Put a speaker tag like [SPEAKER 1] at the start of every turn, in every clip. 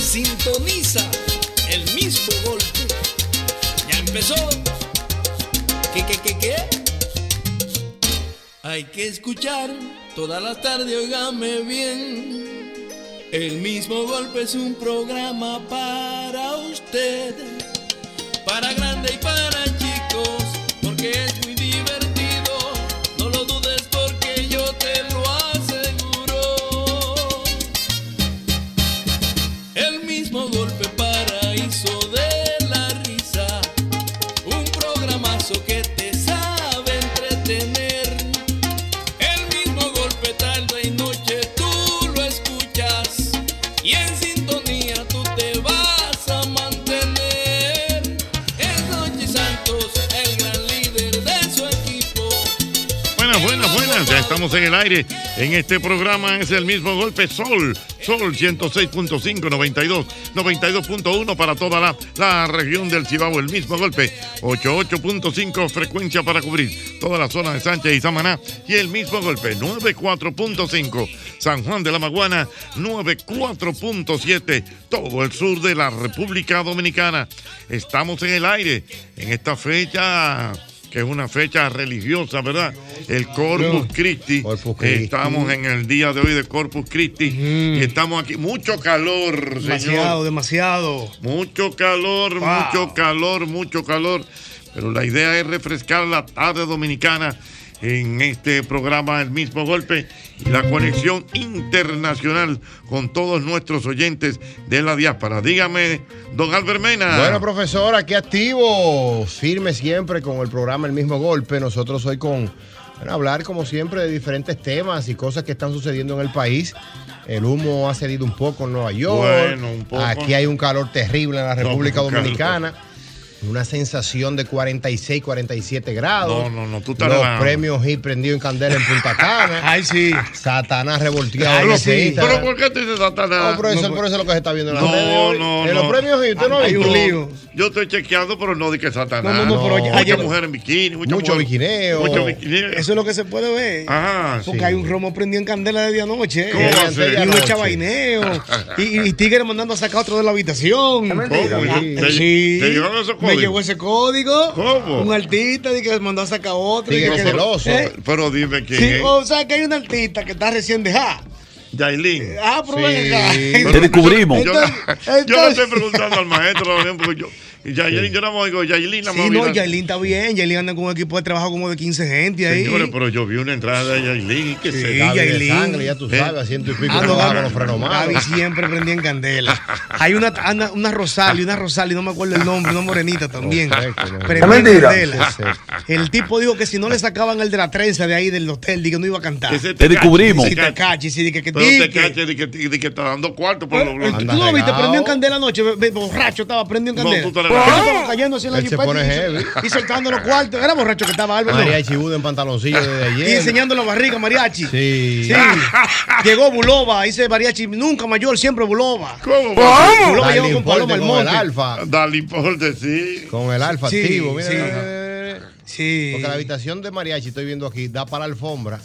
[SPEAKER 1] Sintoniza el mismo golpe. Ya empezó. ¿Qué, qué, qué, qué? Hay que escuchar toda la tarde, óigame bien. El mismo golpe es un programa para usted, para grande y para chicos, porque es muy divertido. No lo dudes porque yo te lo aseguro. El mismo golpe paraíso de la risa. Un programazo que te sabe entretener. El mismo golpe tarde y noche tú lo escuchas. Y en sintonía tú te vas a mantener. Es Noche Santos, el gran líder de su equipo.
[SPEAKER 2] Buenas, buenas, buenas. Ya estamos en el aire. En este programa es el mismo golpe Sol. Sol 106.5, 92, 92.1 para toda la, la región del Cibao. El mismo golpe. 88.5 frecuencia para cubrir toda la zona de Sánchez y Samaná. Y el mismo golpe. 94.5 San Juan de la Maguana. 94.7 todo el sur de la República Dominicana. Estamos en el aire. En esta fecha que es una fecha religiosa, ¿verdad? El Corpus Christi.
[SPEAKER 3] Christi.
[SPEAKER 2] Estamos en el día de hoy de Corpus Christi y estamos aquí. Mucho calor,
[SPEAKER 3] Demasiado,
[SPEAKER 2] señor.
[SPEAKER 3] demasiado.
[SPEAKER 2] Mucho calor,
[SPEAKER 3] Wow.
[SPEAKER 2] mucho calor, mucho calor. Pero la idea es refrescar la tarde dominicana en este programa El mismo golpe y la conexión internacional con todos nuestros oyentes de la diáspora. Dígame, don Albert Mena.
[SPEAKER 4] Bueno, profesor, aquí activo, firme siempre con el programa El mismo golpe. Nosotros hoy con bueno, hablar, como siempre, de diferentes temas y cosas que están sucediendo en el país. El humo ha cedido un poco en Nueva York.
[SPEAKER 2] Bueno, un poco.
[SPEAKER 4] Aquí hay un calor terrible en la
[SPEAKER 2] No,
[SPEAKER 4] República
[SPEAKER 2] un calor.
[SPEAKER 4] Dominicana. Una sensación de 46, 47 grados.
[SPEAKER 2] No, no, no, tú estás
[SPEAKER 4] Los
[SPEAKER 2] relajado.
[SPEAKER 4] premios y prendido en candela en Punta Cana. Ay, sí. Satanás revolteado. en
[SPEAKER 2] Pero,
[SPEAKER 4] ese Instagram.
[SPEAKER 2] pero ¿por qué te dices Satanás?
[SPEAKER 4] No, profesor, por eso es lo que se está viendo en la
[SPEAKER 2] No,
[SPEAKER 4] tele hoy.
[SPEAKER 2] no,
[SPEAKER 4] En
[SPEAKER 2] no.
[SPEAKER 4] los premios y usted no ha
[SPEAKER 3] Hay un
[SPEAKER 4] visto.
[SPEAKER 3] lío.
[SPEAKER 2] Yo estoy chequeando, pero no di que Satanás.
[SPEAKER 3] No, no, no, pero
[SPEAKER 2] mucha
[SPEAKER 3] ayer-
[SPEAKER 2] mujer en bikini, mucha
[SPEAKER 4] Mucho
[SPEAKER 2] mujer-
[SPEAKER 4] biquineo.
[SPEAKER 2] Mucho biquineo.
[SPEAKER 3] Eso es lo que se puede ver.
[SPEAKER 2] Ajá,
[SPEAKER 3] Porque
[SPEAKER 4] sí.
[SPEAKER 3] hay un romo prendido en candela desde anoche.
[SPEAKER 2] ¿Cómo
[SPEAKER 3] eh,
[SPEAKER 2] va a ser?
[SPEAKER 3] Y unos
[SPEAKER 4] Anoche.
[SPEAKER 3] chabaineos. y, y, y tigres mandando a sacar otro de la habitación.
[SPEAKER 2] mentira.
[SPEAKER 3] Ah,
[SPEAKER 2] ¿Te- te-
[SPEAKER 3] sí.
[SPEAKER 2] te llegaron esos
[SPEAKER 3] Me
[SPEAKER 2] códigos?
[SPEAKER 3] llegó ese código.
[SPEAKER 2] ¿Cómo?
[SPEAKER 3] Un artista de que les mandó a sacar otro. y
[SPEAKER 4] Tigre
[SPEAKER 3] que-
[SPEAKER 4] celoso.
[SPEAKER 3] ¿Eh?
[SPEAKER 2] Pero dime quién
[SPEAKER 3] Sí,
[SPEAKER 2] es.
[SPEAKER 3] oh, o sea que hay un artista que está recién dejada.
[SPEAKER 2] Yailin.
[SPEAKER 3] Ah, pero ven acá.
[SPEAKER 4] Sí.
[SPEAKER 2] Pero
[SPEAKER 5] descubrimos.
[SPEAKER 2] Yo,
[SPEAKER 3] Entonces-
[SPEAKER 2] yo le estoy
[SPEAKER 3] entonces-
[SPEAKER 2] preguntando al maestro también, porque yo. Yailin, yo no me oigo. Yailin, la
[SPEAKER 3] Sí, no, Yailin está bien. Yailin anda con un equipo de trabajo como de 15 gente ahí.
[SPEAKER 2] Señores, pero yo vi una entrada de Yailin. ¿Qué
[SPEAKER 3] Sí,
[SPEAKER 2] será?
[SPEAKER 4] Gaby de
[SPEAKER 3] Yailin.
[SPEAKER 4] sangre, ya tú
[SPEAKER 2] ¿Eh?
[SPEAKER 4] sabes, a ciento y pico
[SPEAKER 3] Ah,
[SPEAKER 4] de
[SPEAKER 3] no,
[SPEAKER 4] trabajo,
[SPEAKER 3] Gaby,
[SPEAKER 4] los frenomados.
[SPEAKER 3] Gaby siempre prendía en candela. Hay una, una, una Rosalie, una Rosalie, no me acuerdo el nombre, una morenita también.
[SPEAKER 4] Correcto, no.
[SPEAKER 3] Prendía
[SPEAKER 4] Es
[SPEAKER 3] en
[SPEAKER 4] mentira.
[SPEAKER 3] candela.
[SPEAKER 4] Sí,
[SPEAKER 3] El tipo dijo que si no le sacaban el de la trenza de ahí del hotel, dije que no iba a cantar.
[SPEAKER 2] Ese
[SPEAKER 5] Te descubrimos.
[SPEAKER 3] Si
[SPEAKER 2] Tecachi.
[SPEAKER 3] te caches, si dije que
[SPEAKER 2] Pero te
[SPEAKER 3] dije.
[SPEAKER 2] cache de que, de que está dando cuarto por los
[SPEAKER 3] Pero, eh,
[SPEAKER 2] bloques.
[SPEAKER 3] ¿Tú
[SPEAKER 4] Anda
[SPEAKER 3] no viste?
[SPEAKER 4] regado.
[SPEAKER 3] Prendió en candela anoche, be- be- borracho estaba, prendió en
[SPEAKER 2] No,
[SPEAKER 3] candela.
[SPEAKER 2] tú te la-
[SPEAKER 3] Porque él estaba cayendo así en la
[SPEAKER 4] Él se
[SPEAKER 3] jipeta
[SPEAKER 4] pone
[SPEAKER 3] y-
[SPEAKER 4] heavy.
[SPEAKER 3] Y soltando los cuartos. Era borracho que estaba Álvaro.
[SPEAKER 4] María Chibudo en pantaloncillo desde
[SPEAKER 3] Y
[SPEAKER 4] ayer.
[SPEAKER 3] enseñando la barriga, mariachi.
[SPEAKER 4] Sí.
[SPEAKER 3] Sí. Llegó Bulova, dice mariachi, nunca mayor, siempre Bulova.
[SPEAKER 2] ¿Cómo?
[SPEAKER 3] Bulova
[SPEAKER 4] Dale
[SPEAKER 3] llegó con
[SPEAKER 4] importe
[SPEAKER 3] Paloma
[SPEAKER 4] con
[SPEAKER 3] al
[SPEAKER 4] el
[SPEAKER 3] monte.
[SPEAKER 4] alfa.
[SPEAKER 2] Dale, importe, sí.
[SPEAKER 4] Con el alfa
[SPEAKER 3] Sí,
[SPEAKER 4] activo,
[SPEAKER 3] sí.
[SPEAKER 4] mira.
[SPEAKER 3] Sí, Sí.
[SPEAKER 4] Porque la habitación de mariachi, estoy viendo aquí, da para alfombra.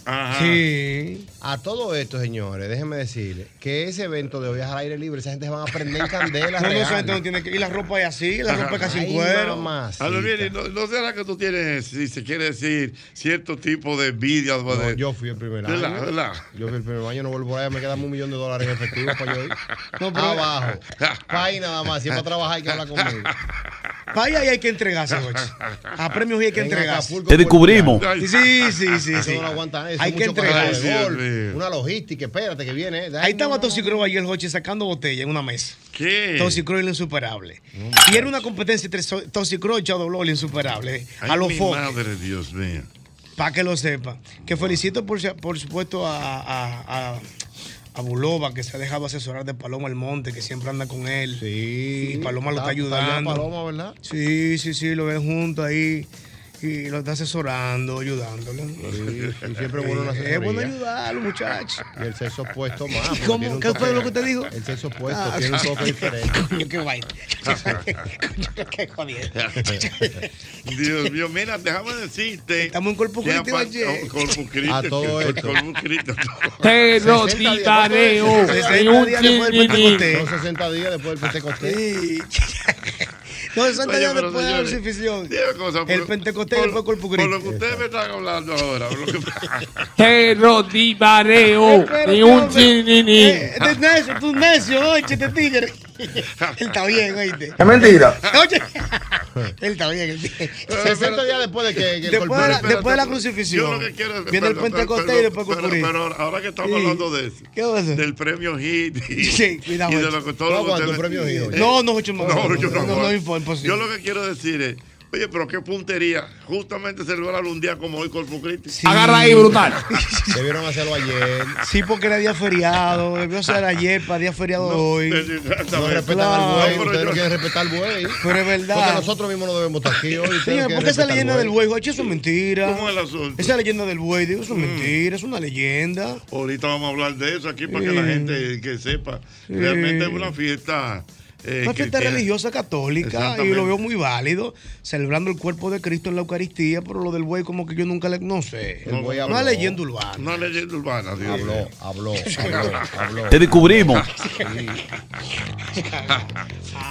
[SPEAKER 3] Sí.
[SPEAKER 4] A todo esto, señores, déjenme decirle que ese evento de ollas al aire libre, esa gente van a prender candelas.
[SPEAKER 3] No, no, esa
[SPEAKER 4] reales.
[SPEAKER 3] gente no tiene que. Y la ropa es así, la ropa es casi en
[SPEAKER 4] Ay,
[SPEAKER 3] cuero.
[SPEAKER 4] mamacita.
[SPEAKER 2] A lo bien, ¿y ¿no, no será que tú tienes, si se quiere decir, cierto tipo de envidia? o
[SPEAKER 4] No,
[SPEAKER 2] de-
[SPEAKER 4] yo fui el primer año.
[SPEAKER 2] ¿Verdad? ¿Verdad?
[SPEAKER 4] Yo fui el primer año, no vuelvo allá, me quedan un millón de dólares en efectivo para yo ir.
[SPEAKER 3] No, pero-
[SPEAKER 4] Abajo. Pa' ahí nada más, si es para trabajar hay que hablar conmigo.
[SPEAKER 3] Para ahí hay que entregarse, güey. A premios hay que
[SPEAKER 4] En
[SPEAKER 3] entregarse.
[SPEAKER 4] Acapulco, Puerto
[SPEAKER 2] Ay,
[SPEAKER 3] Sí, sí, sí, sí.
[SPEAKER 4] Eso
[SPEAKER 3] sí.
[SPEAKER 4] no lo aguantan. Eso
[SPEAKER 3] Hay
[SPEAKER 4] es
[SPEAKER 3] que
[SPEAKER 4] mucho cargador
[SPEAKER 2] entregar.
[SPEAKER 4] de
[SPEAKER 2] Ay, Dios
[SPEAKER 4] gol,
[SPEAKER 2] mío.
[SPEAKER 4] Una logística, espérate que viene. eh.
[SPEAKER 3] Ahí estaba Toxicro ayer, Jochi, sacando botella en una mesa.
[SPEAKER 2] ¿Qué?
[SPEAKER 3] Toxicro y lo insuperable. Y era una competencia entre so- Toxicro y Chadolol insuperable. eh,
[SPEAKER 2] Ay,
[SPEAKER 3] a los
[SPEAKER 2] mi
[SPEAKER 3] focos,
[SPEAKER 2] Madre, Dios mío.
[SPEAKER 3] para que lo sepa. Que felicito, por, si- por supuesto, a, a, a- a Bulova, que se ha dejado asesorar de Paloma Almonte, que siempre anda con él.
[SPEAKER 4] Sí.
[SPEAKER 3] Y Paloma lo está
[SPEAKER 4] bien
[SPEAKER 3] ayudando.
[SPEAKER 4] Paloma, ¿verdad?
[SPEAKER 3] Sí, sí, sí, lo ven junto ahí y lo está asesorando, ayudándole.
[SPEAKER 4] Y siempre bueno una
[SPEAKER 3] es bueno
[SPEAKER 4] asesoría.
[SPEAKER 3] ayudarlo, muchachos.
[SPEAKER 4] Y el sexo opuesto más. porque
[SPEAKER 3] cómo?
[SPEAKER 4] tiene un
[SPEAKER 3] ¿Qué fue
[SPEAKER 4] toque-
[SPEAKER 3] lo que usted dijo?
[SPEAKER 4] El sexo opuesto
[SPEAKER 3] Ah,
[SPEAKER 4] tiene un toque diferente.
[SPEAKER 3] Coño, qué vaina. Coño, qué jodido.
[SPEAKER 2] Dios mío, mira, déjame decirte.
[SPEAKER 3] Estamos en Corpus
[SPEAKER 2] que
[SPEAKER 3] Christi,
[SPEAKER 2] apa-
[SPEAKER 3] oye.
[SPEAKER 2] oh, Corpus Christi.
[SPEAKER 4] A todo esto.
[SPEAKER 2] Corpus Christi.
[SPEAKER 4] 60 días,
[SPEAKER 6] Pero
[SPEAKER 4] ¿no?
[SPEAKER 6] titareo.
[SPEAKER 3] 60 días después del
[SPEAKER 4] Son 60 días después del
[SPEAKER 3] Pentecostés.
[SPEAKER 4] Pentecostés.
[SPEAKER 3] Sí. No, 60
[SPEAKER 2] Oye,
[SPEAKER 3] días
[SPEAKER 2] pero
[SPEAKER 3] después de la
[SPEAKER 2] señores,
[SPEAKER 3] crucifixión.
[SPEAKER 2] diga cosa, por-
[SPEAKER 3] El Pentecostés y
[SPEAKER 2] por-
[SPEAKER 3] después Corpus
[SPEAKER 2] Por lo que
[SPEAKER 3] Christi.
[SPEAKER 2] ustedes me están hablando ahora. por lo que-
[SPEAKER 6] Pero titareo.
[SPEAKER 3] Espérate,
[SPEAKER 6] Ni un
[SPEAKER 3] hombre. Eh,
[SPEAKER 6] chinini.
[SPEAKER 3] Este es necio, tú necio, oye, este tigre. Él está bien, oíste.
[SPEAKER 7] Es mentira.
[SPEAKER 3] Oye, él está bien, el tigre.
[SPEAKER 4] 60 días después de que, que el
[SPEAKER 3] Después de la,
[SPEAKER 4] golpe-
[SPEAKER 2] Espérate,
[SPEAKER 3] después de la
[SPEAKER 2] pero
[SPEAKER 3] crucifixión.
[SPEAKER 2] yo lo que quiero es-
[SPEAKER 3] viene el
[SPEAKER 2] perdón,
[SPEAKER 3] Pentecostés
[SPEAKER 2] perdón,
[SPEAKER 3] y después
[SPEAKER 2] pero,
[SPEAKER 3] Corpus
[SPEAKER 2] pero ahora que estamos
[SPEAKER 3] Sí.
[SPEAKER 2] hablando de eso,
[SPEAKER 3] ¿Qué pasa?
[SPEAKER 2] del premio Hit y,
[SPEAKER 3] Sí, cuidado,
[SPEAKER 2] y de
[SPEAKER 3] Jochi.
[SPEAKER 2] lo que todo
[SPEAKER 4] No
[SPEAKER 2] lo que
[SPEAKER 4] aguanto un
[SPEAKER 2] ustedes-
[SPEAKER 4] premio Hit, Jochi.
[SPEAKER 3] No, no, Jochi, no,
[SPEAKER 2] no,
[SPEAKER 3] no,
[SPEAKER 2] yo
[SPEAKER 3] no, no,
[SPEAKER 2] aguanto.
[SPEAKER 3] no, imposible.
[SPEAKER 2] Yo lo que quiero decir es, oye, pero qué puntería, justamente celebrar un día como hoy Corpus Christi.
[SPEAKER 6] Agarra ahí, brutal.
[SPEAKER 4] Debieron hacerlo ayer.
[SPEAKER 3] Sí, porque era día feriado. Debió ser ayer para día feriado de hoy.
[SPEAKER 4] No
[SPEAKER 2] Exactamente.
[SPEAKER 4] respetan
[SPEAKER 3] Claro.
[SPEAKER 4] al buey.
[SPEAKER 2] No, pero
[SPEAKER 4] Ustedes
[SPEAKER 2] yo-
[SPEAKER 4] no quieren respetar al buey.
[SPEAKER 3] Pero es verdad.
[SPEAKER 4] Porque nosotros mismos no debemos estar aquí hoy.
[SPEAKER 3] Señor, ¿por qué esa leyenda del buey? Jochi, eso es mentira.
[SPEAKER 2] ¿Cómo es el asunto? Mm.
[SPEAKER 3] Esa leyenda del buey, digo, eso es mentira, es una leyenda.
[SPEAKER 2] Ahorita vamos a hablar de eso aquí para que la
[SPEAKER 3] Sí.
[SPEAKER 2] gente que sepa. Realmente es una fiesta. eh,
[SPEAKER 3] Una fiesta
[SPEAKER 2] cristiana.
[SPEAKER 3] religiosa católica y
[SPEAKER 2] Exactamente.
[SPEAKER 3] lo veo muy válido, celebrando el cuerpo de Cristo en la Eucaristía, pero lo del buey como que yo nunca le... No sé,
[SPEAKER 4] Eh, El buey habló.
[SPEAKER 3] una leyenda urbana.
[SPEAKER 2] Una leyenda urbana, Dios mío.
[SPEAKER 4] Habló, habló, habló, habló.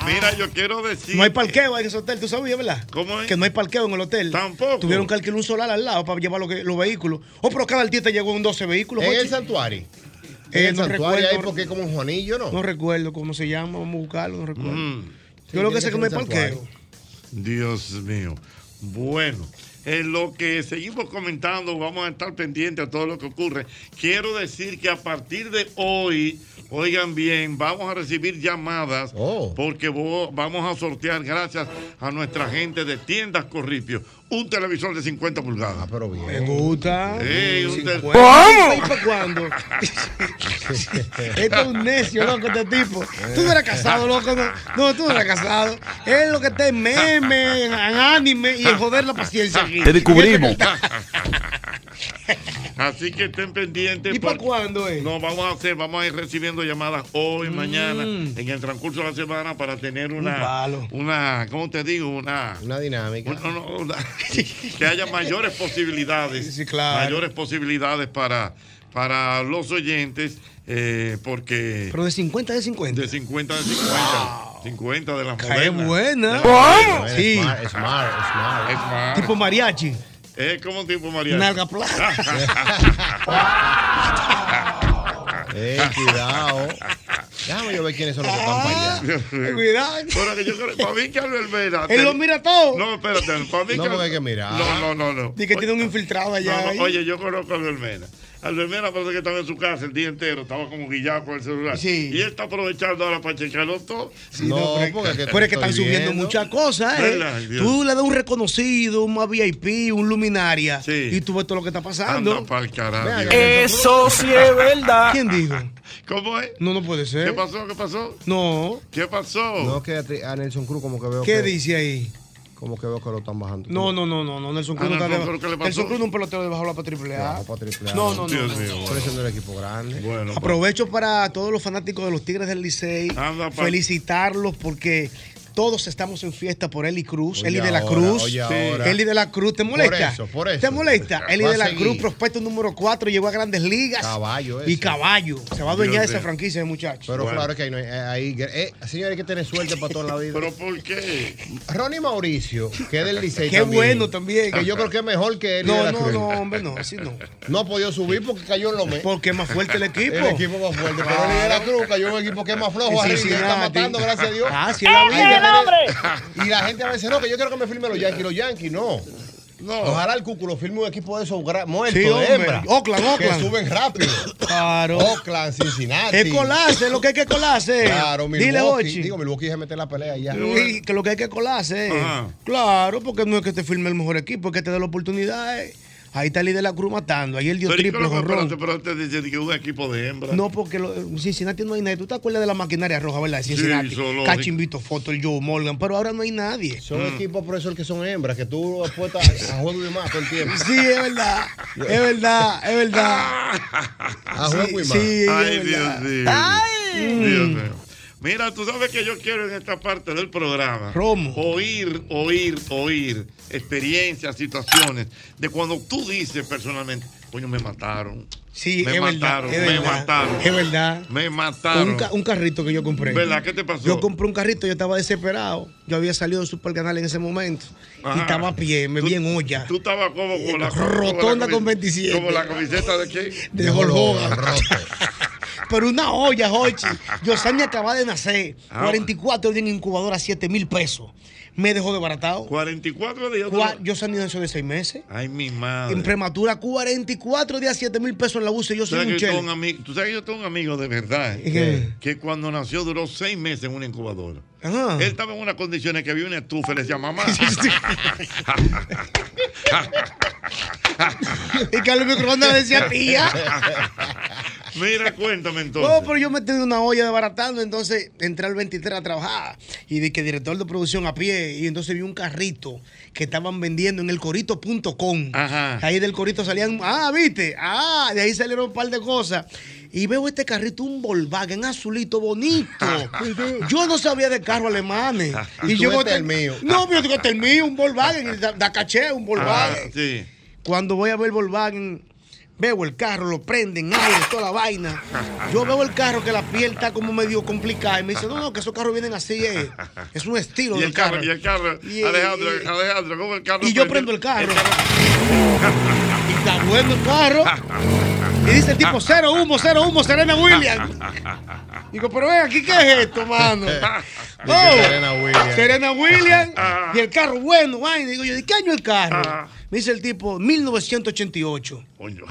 [SPEAKER 2] Mira, yo quiero decir.
[SPEAKER 3] No hay parqueo en ese hotel, tú sabías, ¿verdad?
[SPEAKER 2] ¿Cómo es?
[SPEAKER 3] Que no hay parqueo en el hotel.
[SPEAKER 2] Tampoco.
[SPEAKER 3] Tuvieron que alquilar un solar al lado para llevar lo que- los vehículos. Oh, pero cada artista llegó en 12 vehículos.
[SPEAKER 4] En
[SPEAKER 3] Jochi.
[SPEAKER 4] el santuario.
[SPEAKER 3] Eh,
[SPEAKER 4] En el
[SPEAKER 3] no
[SPEAKER 4] santuario ahí
[SPEAKER 3] recuerdo.
[SPEAKER 4] porque es como un Juanillo, ¿no?
[SPEAKER 3] No recuerdo cómo se llama, vamos a buscarlo, no recuerdo.
[SPEAKER 2] Mm.
[SPEAKER 4] Sí,
[SPEAKER 3] Yo lo
[SPEAKER 4] tiene
[SPEAKER 3] que sé es
[SPEAKER 4] que
[SPEAKER 3] que no hay
[SPEAKER 4] ser un
[SPEAKER 3] parqueo.
[SPEAKER 2] Dios mío. Bueno, en lo que seguimos comentando, vamos a estar pendientes a todo lo que ocurre. Quiero decir que a partir de hoy, oigan bien, vamos a recibir llamadas
[SPEAKER 4] Oh.
[SPEAKER 2] porque vo- vamos a sortear, gracias a nuestra gente de Tiendas Corripio, un televisor de 50
[SPEAKER 4] Ah,
[SPEAKER 2] pulgadas.
[SPEAKER 4] pero
[SPEAKER 3] Me
[SPEAKER 4] bien.
[SPEAKER 3] gusta.
[SPEAKER 2] Ey, un
[SPEAKER 3] Cincuenta.
[SPEAKER 2] tel-
[SPEAKER 3] ¿Y para cuándo? Este es un necio, loco, este tipo. Tú no eras casado, loco. No, no tú no eras casado. Es lo que está en meme, en anime y en joder la paciencia aquí. este Te descubrimos.
[SPEAKER 2] Así que estén pendientes.
[SPEAKER 3] ¿Y para
[SPEAKER 2] porque-
[SPEAKER 3] cuándo es? Mm.
[SPEAKER 2] No, vamos a hacer, vamos a ir recibiendo llamadas hoy, mañana, en el transcurso de la semana para tener una,
[SPEAKER 3] palo.
[SPEAKER 2] una, ¿cómo te digo? Una,
[SPEAKER 4] Una dinámica.
[SPEAKER 2] una- una- una- que haya mayores posibilidades,
[SPEAKER 3] Sí, sí, claro.
[SPEAKER 2] mayores posibilidades para, para los oyentes, eh, porque
[SPEAKER 3] Pero de 50 de 50.
[SPEAKER 2] de 50 de 50, 50 de las
[SPEAKER 3] ¡Qué
[SPEAKER 2] modernas.
[SPEAKER 3] buena!
[SPEAKER 4] Bueno, es
[SPEAKER 3] Sí,
[SPEAKER 4] Smart, es smart, es smart.
[SPEAKER 2] Ah, Es más,
[SPEAKER 3] tipo mariachi.
[SPEAKER 2] es como un tipo María. Ah,
[SPEAKER 3] Nalga plata.
[SPEAKER 4] Ey, Eh, cuidado. Déjame yo ver quiénes son los que están para allá.
[SPEAKER 3] Cuidado.
[SPEAKER 2] Bueno, que yo creo, para mí que Albert Vera-
[SPEAKER 3] Él lo mira todo.
[SPEAKER 2] No, espérate, para mí
[SPEAKER 4] No, porque hay que mirar.
[SPEAKER 2] No, no, no, no.
[SPEAKER 3] Dice que tiene un infiltrado allá.
[SPEAKER 2] No,
[SPEAKER 3] ahí.
[SPEAKER 2] no, oye, yo conozco a Albermena. Albermena parece que estaba en su casa el día entero, estaba como guillado con el celular.
[SPEAKER 3] Sí.
[SPEAKER 2] Y él está aprovechando ahora para checarlo todo.
[SPEAKER 3] Sí, no,
[SPEAKER 4] No,
[SPEAKER 3] pero, es-
[SPEAKER 4] porque es que
[SPEAKER 3] pero es que
[SPEAKER 4] estoy
[SPEAKER 3] están subiendo
[SPEAKER 4] viendo.
[SPEAKER 3] muchas cosas. ¿eh?
[SPEAKER 2] ¿Verdad? Dios.
[SPEAKER 3] Tú le das un reconocido, un más VIP, un luminaria.
[SPEAKER 2] Sí.
[SPEAKER 3] Y tú ves todo lo que está
[SPEAKER 2] Anda
[SPEAKER 3] pasando.
[SPEAKER 2] para el
[SPEAKER 4] Ve
[SPEAKER 2] carajo.
[SPEAKER 4] acá.
[SPEAKER 2] Dios.
[SPEAKER 7] Eso sí es verdad.
[SPEAKER 3] ¿Quién dijo?
[SPEAKER 2] ¿Cómo es?
[SPEAKER 3] No, no puede
[SPEAKER 2] ¿Qué
[SPEAKER 3] ser.
[SPEAKER 2] pasó? ¿Qué pasó?
[SPEAKER 3] No.
[SPEAKER 2] ¿Qué pasó?
[SPEAKER 4] No, que a ti- a Nelson Cruz como que veo
[SPEAKER 3] ¿Qué
[SPEAKER 4] que,
[SPEAKER 3] dice ahí?
[SPEAKER 4] como que veo que lo están bajando.
[SPEAKER 3] No, no, no, no, no. Nelson Cruz
[SPEAKER 2] Ah,
[SPEAKER 3] no está
[SPEAKER 2] Nelson Cruz, ¿qué le
[SPEAKER 3] debajo.
[SPEAKER 2] pasó?
[SPEAKER 3] Nelson Cruz no es un pelotero debajo la para triple A.
[SPEAKER 4] Bajo pa' triple A.
[SPEAKER 3] No, no, no.
[SPEAKER 2] Dios
[SPEAKER 3] no. Ah,
[SPEAKER 2] mío.
[SPEAKER 4] Por eso no es el equipo grande.
[SPEAKER 2] Bueno,
[SPEAKER 3] Aprovecho para todos los fanáticos de los Tigres del Licey
[SPEAKER 2] Anda, pa-
[SPEAKER 3] felicitarlos porque Todos estamos en fiesta por Eli Cruz,
[SPEAKER 4] Oye
[SPEAKER 3] Eli de la
[SPEAKER 4] ahora,
[SPEAKER 3] Cruz.
[SPEAKER 4] oye ahora.
[SPEAKER 3] Eli de la Cruz, ¿te
[SPEAKER 4] Por
[SPEAKER 3] molesta?
[SPEAKER 4] eso, por eso.
[SPEAKER 3] ¿Te molesta? Eli
[SPEAKER 4] Va a
[SPEAKER 3] de la
[SPEAKER 4] seguir.
[SPEAKER 3] Cruz, prospecto número 4, llegó a grandes ligas.
[SPEAKER 4] Caballo
[SPEAKER 3] Y
[SPEAKER 4] ese.
[SPEAKER 3] caballo. Se va a adueñar de
[SPEAKER 4] Dios
[SPEAKER 3] esa
[SPEAKER 4] mío.
[SPEAKER 3] franquicia, muchachos.
[SPEAKER 4] Pero claro que ahí, no hay- ahí- eh, señores, hay que tener suerte para toda la vida.
[SPEAKER 2] ¿Pero por qué?
[SPEAKER 4] Ronnie Mauricio, que es del Licey
[SPEAKER 3] Qué
[SPEAKER 4] también,
[SPEAKER 3] bueno también.
[SPEAKER 4] Que yo creo que es mejor que él.
[SPEAKER 3] No, no, no, hombre, no, así no.
[SPEAKER 4] No ha podido subir porque cayó en los meses.
[SPEAKER 3] Porque es más fuerte el equipo.
[SPEAKER 4] El equipo más fuerte. Pero
[SPEAKER 3] Claro.
[SPEAKER 4] Eli de la Cruz cayó en un equipo que es más flojo.
[SPEAKER 3] Y
[SPEAKER 4] arriba, y
[SPEAKER 3] Cincinnati.
[SPEAKER 4] está matando, gracias a Dios.
[SPEAKER 3] Ah, sí, él habla.
[SPEAKER 4] Hay que
[SPEAKER 3] ¡Ese
[SPEAKER 4] tener- Y la gente a veces no, que yo quiero que me firme los Yankees. Los Yankees, no.
[SPEAKER 2] No.
[SPEAKER 4] Ojalá el Cúculo firme un equipo de esos gra- muertos
[SPEAKER 3] Sí,
[SPEAKER 4] de
[SPEAKER 3] hombre.
[SPEAKER 4] hembra.
[SPEAKER 3] Oakland, Oakland.
[SPEAKER 4] Que suben rápido.
[SPEAKER 3] Claro.
[SPEAKER 4] Oakland, Cincinnati.
[SPEAKER 3] Es colarse, lo que hay que colarse.
[SPEAKER 4] Claro,
[SPEAKER 3] Dile,
[SPEAKER 4] Milwaukee.
[SPEAKER 3] Ochi.
[SPEAKER 4] Digo, Milwaukee es meter la pelea y ya.
[SPEAKER 3] Y que lo que hay que colarse. eh.
[SPEAKER 4] Ajá.
[SPEAKER 3] Claro, porque no es que te firme el mejor equipo, es que te dé la oportunidad. eh. Ahí está Lee de la Cruz matando. Ahí él dio
[SPEAKER 2] Pero, ¿y
[SPEAKER 3] triple
[SPEAKER 2] cómo-
[SPEAKER 3] jorrón.
[SPEAKER 2] espérate, pero antes dice que un equipo de hembra.
[SPEAKER 3] No, porque lo, en Cincinnati no hay nadie. ¿Tú te acuerdas de la maquinaria roja, verdad? De
[SPEAKER 2] Sí,
[SPEAKER 3] Cincinnati.
[SPEAKER 2] zoológico.
[SPEAKER 3] Cachimbito Foto, el Joe Morgan, pero ahora no hay nadie.
[SPEAKER 4] Son
[SPEAKER 2] Mm.
[SPEAKER 4] equipos, por eso el que son hembras, que tú apuestas a juego y más todo el tiempo.
[SPEAKER 3] Sí, es verdad. Es verdad, es verdad.
[SPEAKER 4] A juego y más.
[SPEAKER 3] Sí,
[SPEAKER 2] Ay,
[SPEAKER 3] es
[SPEAKER 2] Dios
[SPEAKER 3] verdad.
[SPEAKER 2] mío. Dios mío. Mira, tú sabes que yo quiero en esta parte del programa oír, oír, oír experiencias, situaciones de cuando tú dices personalmente, coño, me mataron.
[SPEAKER 3] Sí,
[SPEAKER 2] me
[SPEAKER 3] es verdad,
[SPEAKER 2] mataron,
[SPEAKER 3] es
[SPEAKER 2] me
[SPEAKER 3] verdad,
[SPEAKER 2] mataron.
[SPEAKER 3] es verdad.
[SPEAKER 2] Me
[SPEAKER 3] Un,
[SPEAKER 2] mataron.
[SPEAKER 3] ca- un carrito que yo compré.
[SPEAKER 2] ¿Verdad? ¿Qué te pasó?
[SPEAKER 3] Yo compré un carrito, yo estaba desesperado. Yo había salido del supercanal en ese momento. Y
[SPEAKER 2] Ajá.
[SPEAKER 3] estaba a pie, me vi en olla.
[SPEAKER 2] Tú estabas como con la
[SPEAKER 3] Rotonda
[SPEAKER 2] como la camiseta-
[SPEAKER 3] con 27.
[SPEAKER 2] Como la camiseta de quién?
[SPEAKER 3] de Hulk Hogan. Pero una olla, Hochi. Yo me acaba de nacer.
[SPEAKER 2] Ah,
[SPEAKER 3] 44 días en incubadora, 7 mil pesos. Me dejó desbaratado.
[SPEAKER 2] 44 días.
[SPEAKER 3] Cua- Yo salí de eso de 6 meses.
[SPEAKER 2] Ay, mi madre.
[SPEAKER 3] En prematura, 44 días, 7 mil pesos en la UCI. Yo
[SPEAKER 2] ¿Tú
[SPEAKER 3] soy
[SPEAKER 2] sabes,
[SPEAKER 3] un
[SPEAKER 2] que yo tengo
[SPEAKER 3] chelo.
[SPEAKER 2] un amigo, tú sabes que yo tengo un amigo de verdad
[SPEAKER 3] ¿Qué?
[SPEAKER 2] que, que cuando nació duró seis meses en una incubadora. Él estaba en unas condiciones que había una estufa y le decía mamá.
[SPEAKER 3] Y que al microondas le decía tía.
[SPEAKER 2] Mira, cuéntame
[SPEAKER 3] No,
[SPEAKER 2] entonces.
[SPEAKER 3] Oh, pero yo me tenía una olla desbaratando, entonces entré al 23 a trabajar y de que director de producción a pie y entonces vi un carrito que estaban vendiendo en el corito.com.
[SPEAKER 2] Ah.
[SPEAKER 3] Ahí del corito salían, ah, viste, ah, de ahí salieron un par de cosas. Y veo este carrito, un Volkswagen azulito bonito. Yo no sabía de carros alemanes.
[SPEAKER 2] Ah,
[SPEAKER 4] Y tú,
[SPEAKER 3] voy
[SPEAKER 4] este
[SPEAKER 3] a-
[SPEAKER 4] es el mío.
[SPEAKER 3] No, yo digo, este es el mío, un Volkswagen, da, da caché, un
[SPEAKER 2] Ah,
[SPEAKER 3] Volkswagen.
[SPEAKER 2] sí.
[SPEAKER 3] Cuando voy a ver Volkswagen, veo el carro, lo prenden, aire, toda la vaina. Yo veo el carro que la piel está como medio complicada y me dice, no, no, que esos carros vienen así, eh. es un estilo
[SPEAKER 2] Y
[SPEAKER 3] del
[SPEAKER 2] el carro,
[SPEAKER 3] carro.
[SPEAKER 2] y el carro,
[SPEAKER 3] Y-
[SPEAKER 2] Alejandro,
[SPEAKER 3] y-
[SPEAKER 2] Alejandro, ¿cómo el carro?
[SPEAKER 3] Y yo
[SPEAKER 2] prende-
[SPEAKER 3] prendo el carro. Y está bueno el carro. Y dice el tipo, cero humo, cero humo, Serena Williams. Digo, pero ven aquí, ¿qué es esto, mano? Oh,
[SPEAKER 4] Serena Williams.
[SPEAKER 3] Serena Williams. Y el carro bueno, vaina. Digo yo, ¿de qué año el carro? Me dice el tipo, 1988.
[SPEAKER 2] Coño.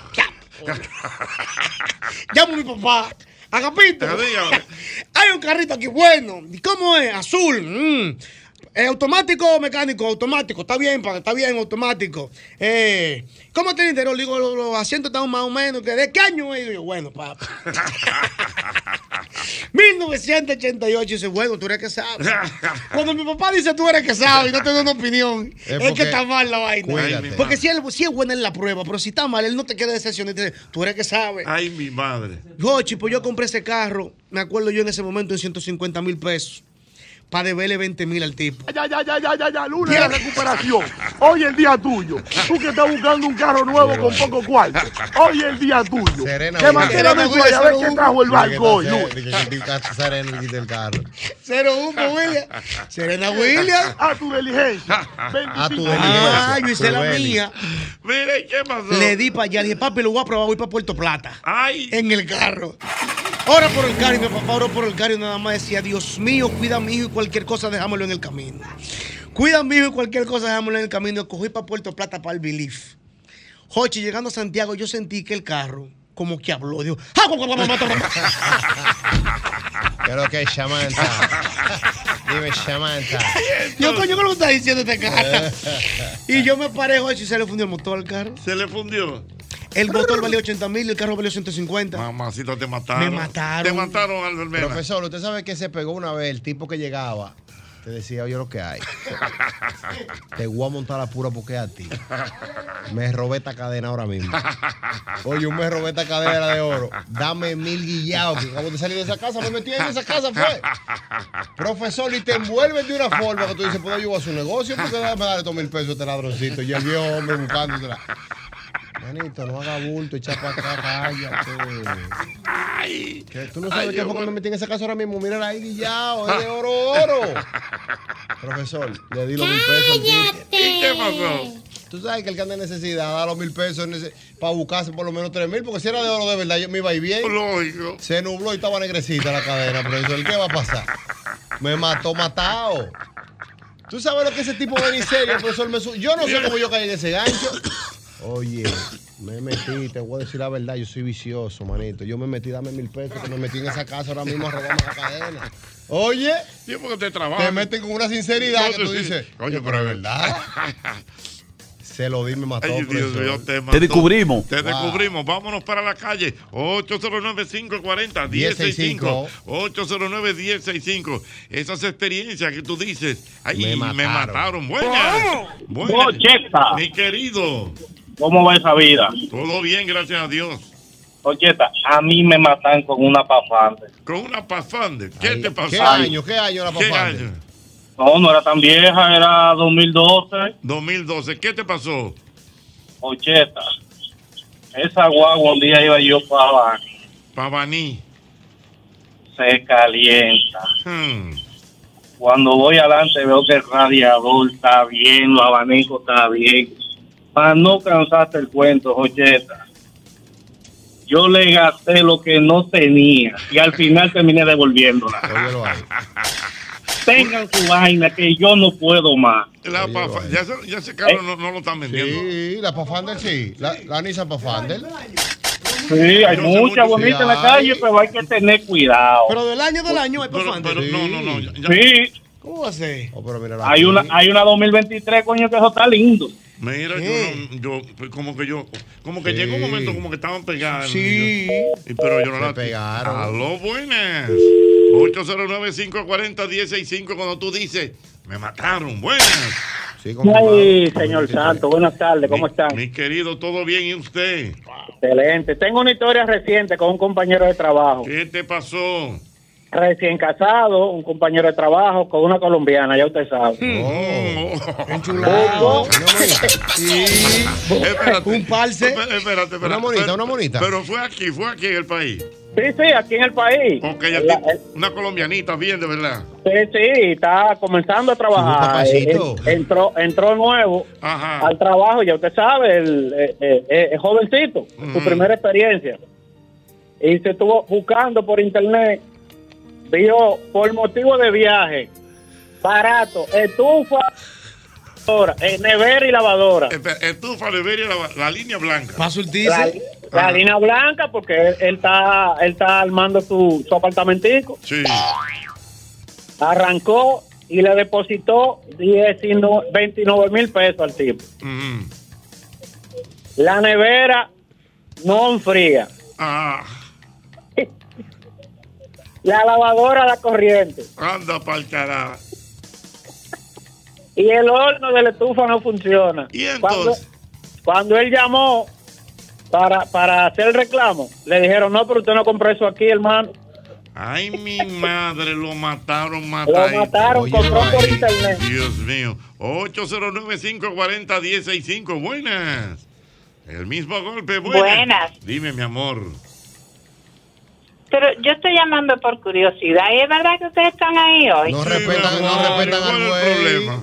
[SPEAKER 3] Llamo a mi papá. Agapito.
[SPEAKER 2] Dígame.
[SPEAKER 3] Hay un carrito aquí bueno. ¿Y ¿Cómo es? Azul. mm. Eh, ¿Automático o mecánico? Automático. Está bien, padre. Está bien, automático. Eh, ¿Cómo tiene interior? Le Digo, los, los asientos están más o menos. que ¿De qué año es? Y yo, bueno, papá. 1988. Y dice, bueno, tú eres que sabes. Cuando mi papá dice tú eres que sabes y no te da una opinión,
[SPEAKER 4] Es
[SPEAKER 3] es, que
[SPEAKER 4] porque-
[SPEAKER 3] está mal la vaina.
[SPEAKER 4] Cuídate.
[SPEAKER 3] Porque si, él, si es buena en la prueba, pero si está mal, él no te queda decepcionado. y te dice, Tú eres que sabes.
[SPEAKER 2] Ay, mi madre.
[SPEAKER 3] Gochi, pues yo compré ese carro, me acuerdo yo en ese momento, en 150 mil pesos. Para deberle 20 mil al tipo.
[SPEAKER 8] Ya, ya, ya, ya, ya, ya, lunes de recuperación. Hoy el día tuyo. Tú que estás buscando un carro nuevo con poco cuarto. Hoy el día tuyo.
[SPEAKER 4] Serena
[SPEAKER 8] Que mantiene la
[SPEAKER 3] Williams.
[SPEAKER 8] victoria a ver qué trajo el
[SPEAKER 4] Dije que
[SPEAKER 8] barco hoy.
[SPEAKER 4] está
[SPEAKER 8] lunes.
[SPEAKER 4] ser- dije que está Serena el del carro.
[SPEAKER 3] Cero humo, William. Serena Williams.
[SPEAKER 8] A tu diligencia.
[SPEAKER 4] A tu
[SPEAKER 3] Ah, yo hice la
[SPEAKER 4] Rubén.
[SPEAKER 3] mía.
[SPEAKER 2] Mire, ¿qué pasó?
[SPEAKER 3] Le di para allá. Le dije, papi, lo voy a probar, voy para Puerto Plata.
[SPEAKER 2] Ay,
[SPEAKER 3] En el carro. Ora por el carro y mi papá oró por el carro y nada más decía, Dios mío, cuida a mi hijo y cualquier cosa déjamelo en el camino. Cuida a mi hijo y cualquier cosa déjamelo en el camino. Cogí para Puerto Plata para el Belief. Jochi, llegando a Santiago, yo sentí que el carro como que habló. Dijo, "Ja, guau, guau, guau, guau, guau".
[SPEAKER 4] Creo que es Chamanta. Dime Chamanta.
[SPEAKER 3] Yo, coño, ¿qué es lo que está diciendo este
[SPEAKER 2] Eh.
[SPEAKER 3] carro? Y yo me paré, Jochi, y se le fundió el motor al carro.
[SPEAKER 2] se le fundió.
[SPEAKER 3] El motor valía 80 mil, el carro valía 150.
[SPEAKER 2] Mamacita, te mataron.
[SPEAKER 3] Me mataron.
[SPEAKER 2] Te mataron, Albert Mena.
[SPEAKER 4] Profesor, usted sabe que se pegó una vez el tipo que llegaba. Te decía, oye, lo que hay. Te voy a montar la pura porque es a ti. Me robé esta cadena ahora mismo. Oye, un me robé esta cadena de oro. Dame mil guillados que acabo de salir de esa casa. Me metí en esa casa, fue. Profesor, y te envuelven de una forma que tú dices, ¿puedo ayudar a su negocio? porque qué me dar estos mil pesos a este ladroncito? Y el viejo hombre buscándosela. Manito, no haga bulto, echa para acá, cállate. Que tú no sabes
[SPEAKER 2] Ay,
[SPEAKER 4] qué fue
[SPEAKER 2] Dios.
[SPEAKER 4] que me metí en esa casa ahora mismo. Mírala ahí, guillao, es de oro, oro. Profesor, le di los mil pesos. al tipo.
[SPEAKER 9] ¿Y qué pasó?
[SPEAKER 4] Tú sabes que el que anda en necesidad da los mil pesos para buscarse por lo menos tres mil, porque si era de oro de verdad, yo me iba a ir bien. Se nubló y estaba negrecita la cadena, profesor. ¿Qué va a pasar? Me mató matado. ¿Tú sabes lo que ese tipo de miseria, profesor? Me su- yo no sé cómo yo caí en ese gancho. Oye, me metí, te voy a decir la verdad, yo soy vicioso, manito. Yo me metí, dame mil pesos, que me metí en esa casa ahora mismo a robarme la cadena. Oye,
[SPEAKER 2] Tiempo que te trabaja.
[SPEAKER 4] te meten con una sinceridad que tú dices,
[SPEAKER 2] Oye, pero es verdad.
[SPEAKER 4] se lo di, me mató.
[SPEAKER 2] Ay, Dios
[SPEAKER 4] profesor.
[SPEAKER 2] mío, te, mató. Te descubrimos. Vámonos para la calle. 809-540-1065. 809-1065. Esas experiencias que tú dices. Ay, me
[SPEAKER 10] Me mataron.
[SPEAKER 2] mataron. Buenas. Buenas.
[SPEAKER 10] Ocheta.
[SPEAKER 2] Mi querido.
[SPEAKER 10] ¿Cómo va esa vida?
[SPEAKER 2] Todo bien, gracias a Dios.
[SPEAKER 10] Ocheta, a mí me matan con una pafante.
[SPEAKER 2] Con una pafande. ¿Qué te pasó?
[SPEAKER 10] ¿qué año?
[SPEAKER 4] ¿Qué año la
[SPEAKER 2] ¿Qué
[SPEAKER 10] pafande?
[SPEAKER 2] año?
[SPEAKER 10] No, no era tan vieja, era 2012.
[SPEAKER 2] 2012. ¿Qué te pasó?
[SPEAKER 10] Ocheta, esa guagua un día iba yo para abajo.
[SPEAKER 2] Pavaní.
[SPEAKER 10] Se calienta.
[SPEAKER 2] Hmm.
[SPEAKER 10] Cuando voy adelante veo que el radiador está bien, los abanicos está bien. Para no cansarte el cuento, Jocheta. Yo le gasté lo que no tenía y al final terminé devolviéndola. Tengan su vaina que yo no puedo más.
[SPEAKER 2] La pafa- ya, se- ya ese carro no, no lo están vendiendo.
[SPEAKER 4] Eh, Sí, la Pafander sí. La, la Nissan Pafander.
[SPEAKER 10] Sí, hay
[SPEAKER 4] Yo sé
[SPEAKER 10] mucha
[SPEAKER 4] mucho-
[SPEAKER 10] bonita en la
[SPEAKER 4] Sí,
[SPEAKER 10] calle, pero hay que tener cuidado.
[SPEAKER 3] Pero del año del año hay
[SPEAKER 2] Pero,
[SPEAKER 3] pafantes.
[SPEAKER 2] pero no, no, no. ya- ya-
[SPEAKER 10] Sí,
[SPEAKER 4] Oh,
[SPEAKER 3] ¿Cómo va a ser?
[SPEAKER 10] hay una, hay una 2023, coño, que eso está lindo.
[SPEAKER 2] Mira, yo, no- yo, pues, como que yo, como que llegó un momento como que estaban pegadas.
[SPEAKER 10] Sí.
[SPEAKER 2] Y- pero yo no
[SPEAKER 10] Se
[SPEAKER 2] la
[SPEAKER 10] pegaron.
[SPEAKER 2] Aló, buenas. 809-540-165 cuando tú dices, me mataron, buenas.
[SPEAKER 11] Ay, señor Santo, buenas tardes, ¿cómo están?
[SPEAKER 2] Mi querido, ¿todo bien? ¿Y usted?
[SPEAKER 11] Excelente. Tengo una historia reciente con un compañero de trabajo.
[SPEAKER 2] ¿Qué te pasó?
[SPEAKER 11] Recién casado, un compañero de trabajo con una colombiana, ya usted sabe.
[SPEAKER 2] Oh. Enchulado. Un
[SPEAKER 3] parse.
[SPEAKER 2] Espérate, espérate. Una monita, una monita. Pero fue aquí, fue aquí en el país.
[SPEAKER 11] Sí, sí, aquí en el país.
[SPEAKER 2] Ok, a ti- una colombianita bien, de verdad.
[SPEAKER 11] Sí, sí, está comenzando a trabajar.
[SPEAKER 2] Sí,
[SPEAKER 11] Eh,
[SPEAKER 2] papacito.
[SPEAKER 11] en- entró, entró nuevo al trabajo, ya usted sabe, el, eh, eh, eh, el jovencito, su primera experiencia. Y se estuvo buscando por internet, vio por motivo de viaje, barato, estufa, lavadora, eh, nevera y lavadora.
[SPEAKER 2] Espe- Estufa, nevera y la, la línea blanca.
[SPEAKER 3] Paso el
[SPEAKER 11] La, la harina blanca, porque él, él está, él está armando su, su apartamentico.
[SPEAKER 2] Sí.
[SPEAKER 11] Arrancó y le depositó 19 29 mil pesos al tipo.
[SPEAKER 2] Mm.
[SPEAKER 11] La nevera no enfría.
[SPEAKER 2] Ah.
[SPEAKER 11] La lavadora a la corriente.
[SPEAKER 2] Anda pa'l carajo.
[SPEAKER 11] Y el horno de la estufa no funciona. Cuando, cuando él llamó para, para hacer el reclamo, le dijeron, no, pero usted no compró eso aquí, hermano.
[SPEAKER 2] Ay, mi madre, lo mataron,
[SPEAKER 11] Lo
[SPEAKER 2] mataron.
[SPEAKER 11] mataron, compró por internet.
[SPEAKER 2] Dios mío. 809-540-165. Buenas. El mismo golpe, buenas.
[SPEAKER 12] Buenas.
[SPEAKER 2] Dime, mi amor.
[SPEAKER 12] Pero yo estoy llamando por curiosidad. ¿Y es verdad que ustedes están ahí hoy?
[SPEAKER 2] No respetan, no respetan ¿Cuál es el problema?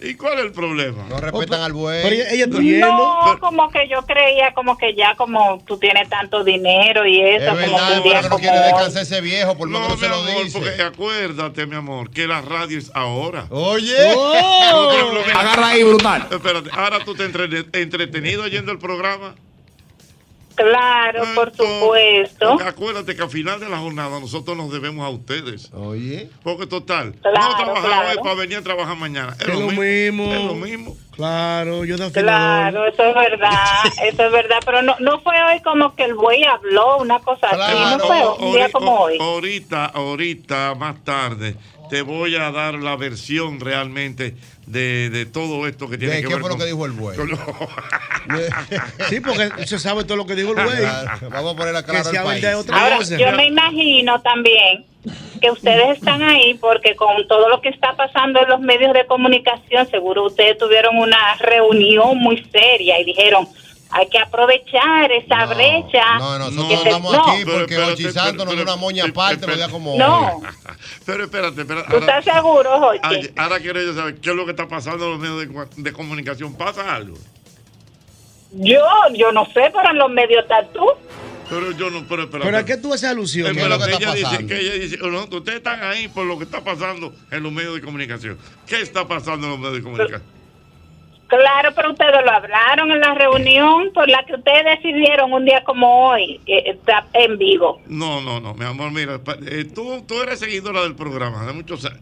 [SPEAKER 2] ¿Y cuál es el problema? No
[SPEAKER 4] respetan al buey.
[SPEAKER 12] No, como que yo creía como que ya como tú tienes tanto dinero y eso,
[SPEAKER 4] Es
[SPEAKER 12] como que
[SPEAKER 4] verdad,
[SPEAKER 12] un día
[SPEAKER 4] pero no
[SPEAKER 12] como
[SPEAKER 4] quiere
[SPEAKER 12] hoy.
[SPEAKER 4] descansar ese viejo, por lo menos se lo
[SPEAKER 2] amor,
[SPEAKER 4] dice.
[SPEAKER 2] porque acuérdate, mi amor, que la radio es ahora.
[SPEAKER 4] Oye.
[SPEAKER 1] Oh. Agarra ahí, brutal.
[SPEAKER 2] Espérate, ahora tú te entrene- entretenido oyendo el programa.
[SPEAKER 12] Claro, por supuesto.
[SPEAKER 2] Porque acuérdate que al final de la jornada nosotros nos debemos a ustedes.
[SPEAKER 4] Oye.
[SPEAKER 2] Porque total, no
[SPEAKER 12] Claro,
[SPEAKER 2] trabajar
[SPEAKER 12] claro.
[SPEAKER 2] hoy para venir a trabajar mañana. Es,
[SPEAKER 3] Es
[SPEAKER 2] lo
[SPEAKER 3] lo
[SPEAKER 2] mismo.
[SPEAKER 3] mismo.
[SPEAKER 2] Es lo mismo.
[SPEAKER 3] Claro, yo de afilador.
[SPEAKER 12] Claro, eso es verdad, eso es verdad, pero no, no fue hoy como que el buey habló, una cosa así, no fue un día
[SPEAKER 2] Ori-
[SPEAKER 12] como
[SPEAKER 2] o-
[SPEAKER 12] hoy.
[SPEAKER 2] Ahorita, ahorita, más tarde, te voy a dar la versión realmente de, de todo esto que tiene
[SPEAKER 4] ¿De
[SPEAKER 2] que
[SPEAKER 4] qué
[SPEAKER 2] ver
[SPEAKER 4] fue lo
[SPEAKER 2] con-
[SPEAKER 4] que dijo el buey?
[SPEAKER 2] con lo-
[SPEAKER 3] Sí, porque se sabe todo lo que dijo el güey.
[SPEAKER 4] Claro, Vamos a poner la cara
[SPEAKER 3] Que se
[SPEAKER 4] al
[SPEAKER 3] hable
[SPEAKER 4] país.
[SPEAKER 3] de otra
[SPEAKER 12] Ahora,
[SPEAKER 3] cosa.
[SPEAKER 12] yo me imagino también que ustedes están ahí porque con todo lo que está pasando en los medios de comunicación, seguro ustedes tuvieron una reunión muy seria y dijeron, hay que aprovechar esa brecha.
[SPEAKER 4] No,
[SPEAKER 12] que
[SPEAKER 4] nosotros
[SPEAKER 12] se-
[SPEAKER 4] estamos
[SPEAKER 12] no,
[SPEAKER 4] aquí porque Ochisanto nos dio una moña aparte, nos dio como.
[SPEAKER 12] No.
[SPEAKER 2] Pero espérate, espérate.
[SPEAKER 12] ¿Tú estás seguro, Jorge?
[SPEAKER 2] ahora, ahora quiero yo saber qué es lo que está pasando en los medios de, cua- de comunicación. ¿Pasa algo?
[SPEAKER 12] Yo, yo no sé, pero en los medios estás tú.
[SPEAKER 2] Pero yo no, pero espérate.
[SPEAKER 3] ¿Pero a qué tú haces alusión?
[SPEAKER 2] Eh, pero que ella dice,
[SPEAKER 3] pasando?
[SPEAKER 2] que ella dice, "Oh, "No, ustedes están ahí por lo que está pasando en los medios de comunicación. ¿Qué está pasando en los medios de comunicación?
[SPEAKER 12] Claro, pero ustedes lo hablaron en la reunión por la que ustedes decidieron un día como hoy eh, estar en vivo.
[SPEAKER 2] No, no, no, mi amor, mira, pa- eh, tú, tú eres seguidora del programa de muchos años.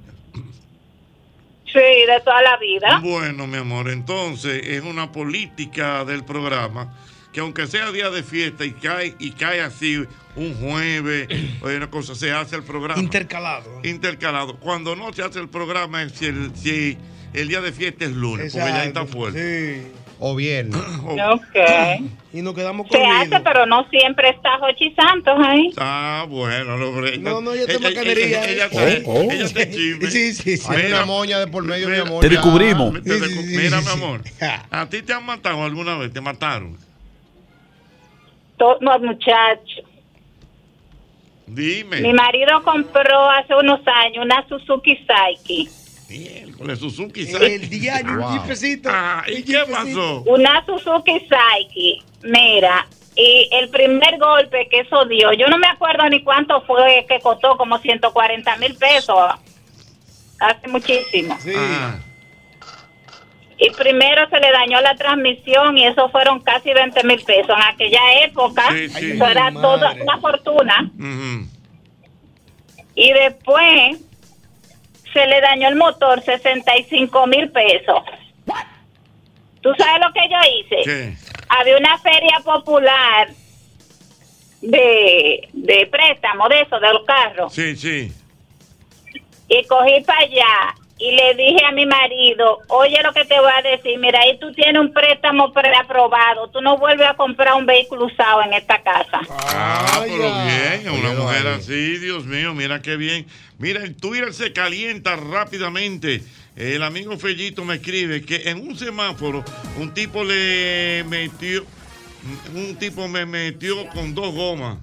[SPEAKER 12] Sí, de toda la vida.
[SPEAKER 2] Bueno, mi amor, entonces es una política del programa que aunque sea día de fiesta y cae, y cae así un jueves o una cosa, se hace el programa.
[SPEAKER 3] Intercalado.
[SPEAKER 2] Intercalado. Cuando no se hace el programa, es si el, si el día de fiesta es lunes, porque ya
[SPEAKER 3] Exacto,
[SPEAKER 2] está fuerte.
[SPEAKER 4] O viernes.
[SPEAKER 12] Ok.
[SPEAKER 3] Y nos quedamos
[SPEAKER 12] Se hace, pero no siempre está Jochi Santos ahí.
[SPEAKER 2] Ah, bueno, no, hombre.
[SPEAKER 3] No, no, yo te
[SPEAKER 2] Ella-
[SPEAKER 3] macanería,
[SPEAKER 2] Ella, ella,
[SPEAKER 3] eh.
[SPEAKER 2] ella-
[SPEAKER 4] Oh, oh.
[SPEAKER 2] ella está en chisme.
[SPEAKER 4] Sí, sí, sí. Hay una moña de por medio, mi amor,
[SPEAKER 2] Te
[SPEAKER 4] ya.
[SPEAKER 2] descubrimos.
[SPEAKER 4] Sí, sí, sí,
[SPEAKER 2] mira,
[SPEAKER 4] sí, sí.
[SPEAKER 2] mi amor, ¿a ti te han matado alguna vez? ¿Te mataron?
[SPEAKER 12] To- No, muchacho.
[SPEAKER 2] Dime.
[SPEAKER 12] Mi marido compró hace unos años una Suzuki Saiki.
[SPEAKER 2] Con el Suzuki. diario,
[SPEAKER 12] El diario, un
[SPEAKER 3] jipecito.
[SPEAKER 2] ¿Y qué pasó?
[SPEAKER 12] Una Suzuki Saiki. Mira, y el primer golpe que eso dio, yo no me acuerdo ni cuánto fue que costó, como 140 mil pesos. Hace muchísimo.
[SPEAKER 2] Ah,
[SPEAKER 12] Y primero se le dañó la transmisión y eso fueron casi 20 mil pesos. En aquella época,
[SPEAKER 2] Sí, sí.
[SPEAKER 12] eso
[SPEAKER 2] Ay,
[SPEAKER 12] era
[SPEAKER 2] madre.
[SPEAKER 12] toda una fortuna.
[SPEAKER 2] ujú.
[SPEAKER 12] Y después se le dañó el motor, 65 mil pesos. ¿Tú sabes lo que yo hice?
[SPEAKER 2] ¿Qué?
[SPEAKER 12] Había una feria popular de, de préstamo, de eso, de los carros.
[SPEAKER 2] Sí, sí.
[SPEAKER 12] Y cogí para allá y le dije a mi marido, oye lo que te voy a decir, mira, ahí tú tienes un préstamo preaprobado, tú no vuelves a comprar un vehículo usado en esta casa.
[SPEAKER 2] Ah, pero bien, a una mujer así, Dios mío, mira qué bien. Mira, el Twitter se calienta rápidamente. El amigo Fellito me escribe que en un semáforo un tipo le metió, un tipo me metió con dos gomas.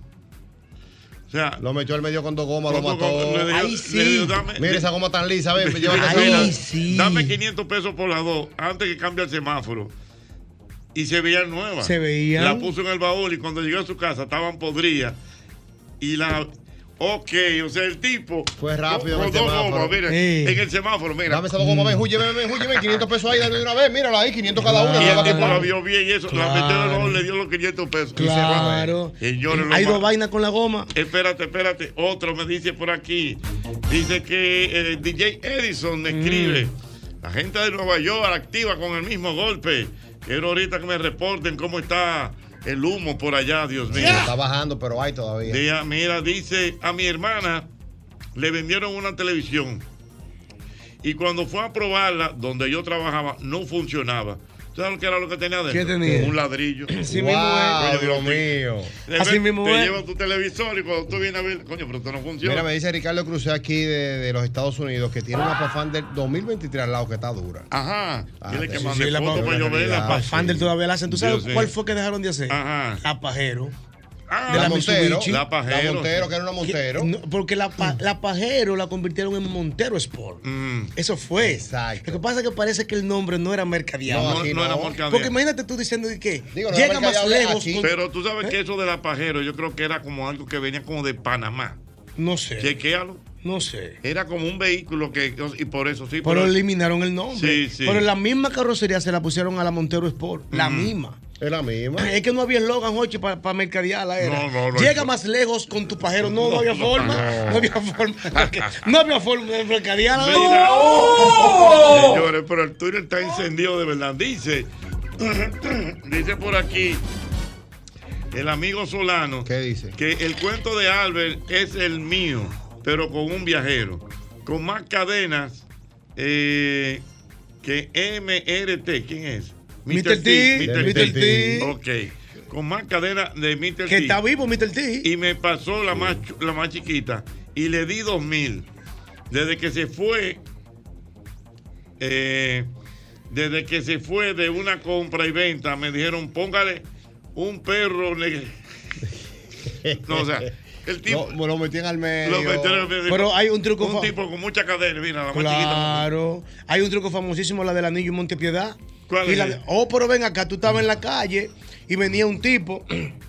[SPEAKER 2] O sea,
[SPEAKER 4] Lo metió al medio con dos gomas, lo
[SPEAKER 2] Con dos
[SPEAKER 4] mató.
[SPEAKER 2] gomas, le dio- le dio, dame-
[SPEAKER 4] Mira esa goma tan lisa, ven, llévate esa
[SPEAKER 2] Mira,
[SPEAKER 4] goma.
[SPEAKER 2] Dame 500 pesos por las dos antes que cambie el semáforo. Y se veían nuevas.
[SPEAKER 3] Se veían.
[SPEAKER 2] La puso en el baúl y cuando llegó a su casa estaban podridas. Y la. Ok, o sea, el tipo.
[SPEAKER 4] Fue rápido
[SPEAKER 2] Con,
[SPEAKER 4] en el
[SPEAKER 2] con dos
[SPEAKER 4] semáforo.
[SPEAKER 2] gomas, mira.
[SPEAKER 4] Sí.
[SPEAKER 2] En el semáforo, mira.
[SPEAKER 4] Dame esa dos gomas, ven, júyeme, ven, júyeme, 500 pesos ahí, dale de una vez, mírala ahí, 500 cada una. no
[SPEAKER 2] Y
[SPEAKER 4] la va
[SPEAKER 2] el
[SPEAKER 4] a
[SPEAKER 2] tipo la
[SPEAKER 4] comprar.
[SPEAKER 2] vio bien y eso. La metió en el baúl, le dio los 500 pesos. Y
[SPEAKER 3] Claro. Eh,
[SPEAKER 2] se fue. Señores, lo
[SPEAKER 3] Hay
[SPEAKER 2] más-
[SPEAKER 3] dos vainas con la goma.
[SPEAKER 2] Espérate, espérate. Otro me dice por aquí. Dice que eh, DJ
[SPEAKER 3] Mm.
[SPEAKER 2] Edison me escribe. La gente de Nueva York activa con el mismo golpe. Quiero ahorita que me reporten cómo está el humo por allá, Dios mío.
[SPEAKER 4] Está bajando, pero hay todavía.
[SPEAKER 2] Día- mira, dice, a mi hermana le vendieron una televisión. Y cuando fue a probarla, donde yo trabajaba, no funcionaba. ¿Tú sabes lo que era lo que tenía dentro?
[SPEAKER 3] ¿Qué tenía?
[SPEAKER 2] Un ladrillo.
[SPEAKER 3] Así mismo es.
[SPEAKER 2] eh. Coño,
[SPEAKER 4] mío.
[SPEAKER 2] de
[SPEAKER 4] Así
[SPEAKER 2] vez
[SPEAKER 4] mismo
[SPEAKER 2] Te
[SPEAKER 4] es.
[SPEAKER 2] llevas tu televisor y cuando tú vienes a ver, coño, pero esto no funciona.
[SPEAKER 4] Mira, me dice Ricardo Cruz aquí de, de los Estados Unidos que tiene una Pafán del 2023 al lado que está dura. Ah,
[SPEAKER 2] Ajá.
[SPEAKER 4] Dile
[SPEAKER 3] Sí, sí, la pa- pa- Fandel todavía la hacen. ¿Tú sabes
[SPEAKER 4] Dios
[SPEAKER 3] cuál
[SPEAKER 4] mío.
[SPEAKER 3] fue que dejaron de hacer?
[SPEAKER 2] Ajá.
[SPEAKER 3] La pajero.
[SPEAKER 2] Ah,
[SPEAKER 4] la Montero, la Pajero,
[SPEAKER 3] Pajero,
[SPEAKER 4] La Montero, que era una Montero.
[SPEAKER 3] porque la, pa- la pajero la convirtieron en Montero Sport. Eso fue. Lo que pasa es que parece que el nombre no era mercadeado.
[SPEAKER 2] No, No, aquí no era no. mercadeado.
[SPEAKER 3] Porque imagínate tú diciendo de qué.
[SPEAKER 4] Digo, no era
[SPEAKER 3] Llega más
[SPEAKER 4] mercadeado,
[SPEAKER 3] lejos. con- ¿Eh?
[SPEAKER 2] Pero tú sabes que eso de la pajero, yo creo que era como algo que venía como de Panamá.
[SPEAKER 3] No sé.
[SPEAKER 2] Chequéalo.
[SPEAKER 3] No sé.
[SPEAKER 2] Era como un vehículo que. Y por eso sí.
[SPEAKER 3] Pero eliminaron el nombre.
[SPEAKER 2] Sí, sí.
[SPEAKER 3] Pero la misma carrocería se la pusieron a la Montero Sport. La
[SPEAKER 4] Mm.
[SPEAKER 2] Ujú.
[SPEAKER 3] misma.
[SPEAKER 4] Es la misma.
[SPEAKER 3] Es que no había eslogan, Jochi, para mercadearla. Era.
[SPEAKER 4] No, no, no.
[SPEAKER 3] Llega más lejos con tu pajero. No, no, había
[SPEAKER 4] No,
[SPEAKER 3] forma.
[SPEAKER 4] no.
[SPEAKER 3] No. había forma. No había forma de mercadearla.
[SPEAKER 2] Mira.
[SPEAKER 3] ¡Oh!
[SPEAKER 2] Señores, pero el Twitter está encendido de verdad. Dice, dice por aquí el amigo Solano
[SPEAKER 4] ¿Qué dice?
[SPEAKER 2] que el cuento de Albert es el mío, pero con un viajero. con más cadenas eh, que MRT. ¿Quién es?
[SPEAKER 3] Mr. T,
[SPEAKER 2] Mr.
[SPEAKER 3] Mr. T.
[SPEAKER 2] Ok. Con más cadenas de Mr. T.
[SPEAKER 3] Que está vivo, Mr. T.
[SPEAKER 2] Y me pasó la, más, chu- la más chiquita y le di 2000. Desde que se fue, eh, desde que se fue de una compra y venta, me dijeron, póngale un perro. neg-". No, o sea, el tipo...
[SPEAKER 4] Lo, lo metían al medio.
[SPEAKER 2] Lo metieron en el medio.
[SPEAKER 3] Pero hay un truco
[SPEAKER 2] Un
[SPEAKER 3] fa-
[SPEAKER 2] tipo con mucha cadena, mira, la más chiquita.
[SPEAKER 3] Claro. Hay un truco famosísimo, la del anillo en Montepiedad.
[SPEAKER 2] ¿Cuál
[SPEAKER 3] Y
[SPEAKER 2] es?
[SPEAKER 3] la de- oh, pero ven acá, tú estabas en la calle y venía un tipo.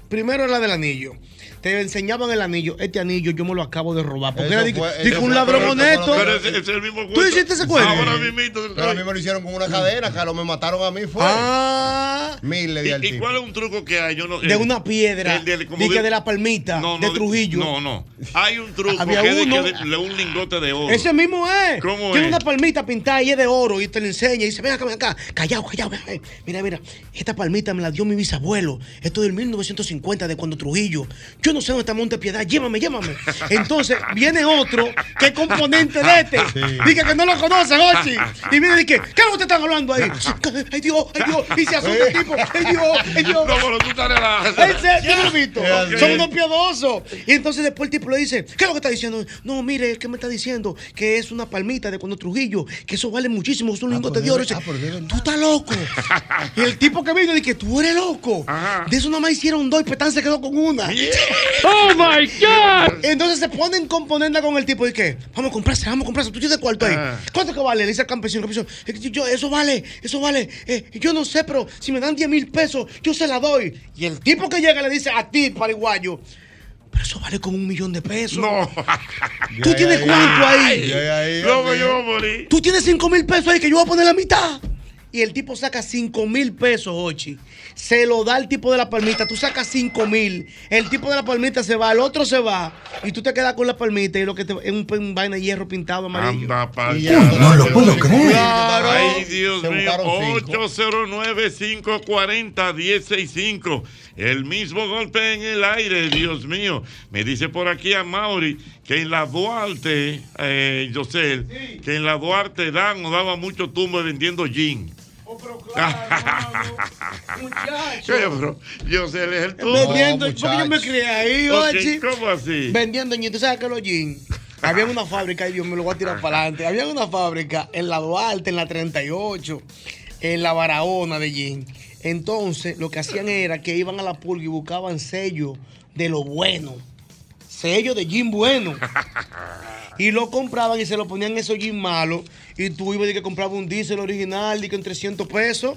[SPEAKER 3] Primero era la del anillo. Te enseñaban el anillo. Este anillo yo me lo acabo de robar. Porque
[SPEAKER 4] Eso
[SPEAKER 3] era dique-
[SPEAKER 4] fue-
[SPEAKER 3] dique
[SPEAKER 4] eso
[SPEAKER 3] un
[SPEAKER 4] fue-
[SPEAKER 3] ladrón
[SPEAKER 4] pero-
[SPEAKER 3] honesto.
[SPEAKER 4] pero ese- ese
[SPEAKER 2] es el mismo
[SPEAKER 3] ¿Tú hiciste ese cuento?
[SPEAKER 4] Pero a mí me lo hicieron con una cadena, Carlos. Me mataron a mí. Fue.
[SPEAKER 3] Ah.
[SPEAKER 4] Mil le di al
[SPEAKER 2] ¿Y, y
[SPEAKER 4] tipo.
[SPEAKER 2] cuál es un truco que hay? Yo no,
[SPEAKER 3] De una piedra,
[SPEAKER 2] el del- como
[SPEAKER 3] dique
[SPEAKER 2] di-
[SPEAKER 3] de la palmita,
[SPEAKER 2] No,
[SPEAKER 3] de
[SPEAKER 2] no,
[SPEAKER 3] Trujillo.
[SPEAKER 2] No, no. Hay un truco
[SPEAKER 3] Había
[SPEAKER 2] que es de-
[SPEAKER 3] uno-
[SPEAKER 2] que de- de un lingote de oro.
[SPEAKER 3] Ese mismo es.
[SPEAKER 2] ¿Cómo es?
[SPEAKER 3] Tiene una palmita pintada y es de oro y te la enseña y dice, ven acá, ven acá, callao, callao, ven, ven. Mira, mira, esta palmita me la dio mi bisabuelo. Esto es del 1950, de cuando Trujillo. Yo no sé dónde está Monte Piedad, llévame, llévame. Entonces viene otro que es componente de este.
[SPEAKER 13] Sí.
[SPEAKER 3] Dice que no lo conoce, Ochi. Y viene y dice, ¿qué es lo que te están hablando ahí? Ay Dios, ay Dios. Y se asusta el tipo, ay Dios, ay Dios.
[SPEAKER 2] No, pero tú estás relajando.
[SPEAKER 3] Ay, se- tú lo has visto.
[SPEAKER 2] Ok.
[SPEAKER 3] Son unos piadosos. Y entonces después el tipo le dice, ¿qué es lo que está diciendo? No, mire, es que me está diciendo que es una palmita de cuando Trujillo, que eso vale muchísimo, es un
[SPEAKER 4] pues,
[SPEAKER 3] lingote
[SPEAKER 4] Ah,
[SPEAKER 3] de oro. Y dice, tú estás loco. y el tipo que vino dice, tú eres loco. De eso nomás hicieron dos y Petán se quedó con una. ¡Oh, my God! Entonces se ponen componenda con el tipo y que, vamos a comprarse, vamos a comprarse, tú tienes cuarto ahí.
[SPEAKER 13] Ah.
[SPEAKER 3] ¿Cuánto que vale? Le dice el campesino, el campesino, "Es que yo- eso vale, eso vale. eh, yo no sé, pero si me dan 10 mil pesos, yo se la doy. Y el tipo que llega le dice a ti, paraguayo, pero eso vale como un millón de pesos.
[SPEAKER 2] No.
[SPEAKER 3] ¿Tú tienes cuánto ahí?
[SPEAKER 2] Loco, pues yo voy a morir.
[SPEAKER 3] Tú tienes 5 mil pesos ahí que yo voy a poner la mitad. Y el tipo saca 5 mil pesos, Ochi. Se lo da el tipo de la palmita. Tú sacas 5 mil. El tipo de la palmita se va, el otro se va. Y tú te quedas con la palmita y lo que te, es un, un vaina de hierro pintado amarillo.
[SPEAKER 2] Papá.
[SPEAKER 3] no lo puedo creer.
[SPEAKER 4] Claro.
[SPEAKER 2] Ay, Dios
[SPEAKER 4] Se
[SPEAKER 2] mío.
[SPEAKER 4] buscaron cinco.
[SPEAKER 2] 809-540-1065. El mismo golpe en el aire, Dios mío. Me dice por aquí a Mauri que en la Duarte, eh, Yosel, que en la Duarte dan o daba mucho tumbo vendiendo jean.
[SPEAKER 3] Oh,
[SPEAKER 2] Pero, Yosel es el tumbo.
[SPEAKER 3] Vendiendo, porque yo me crié ahí,
[SPEAKER 2] Ok,
[SPEAKER 3] Ochi.
[SPEAKER 2] ¿Cómo así?
[SPEAKER 3] Vendiendo ñe. ¿Tú sabes que los jeans? Había una fábrica, y Dios me lo voy a tirar para adelante. Había una fábrica en la Duarte, en la 38, en la Barahona de jeans. Entonces, lo que hacían era que iban a la pulga y buscaban sellos de lo bueno. Sellos de jean bueno. Y lo compraban y se lo ponían esos jeans malos. Y tú ibas y que compraba un diésel original, y que en 300 pesos.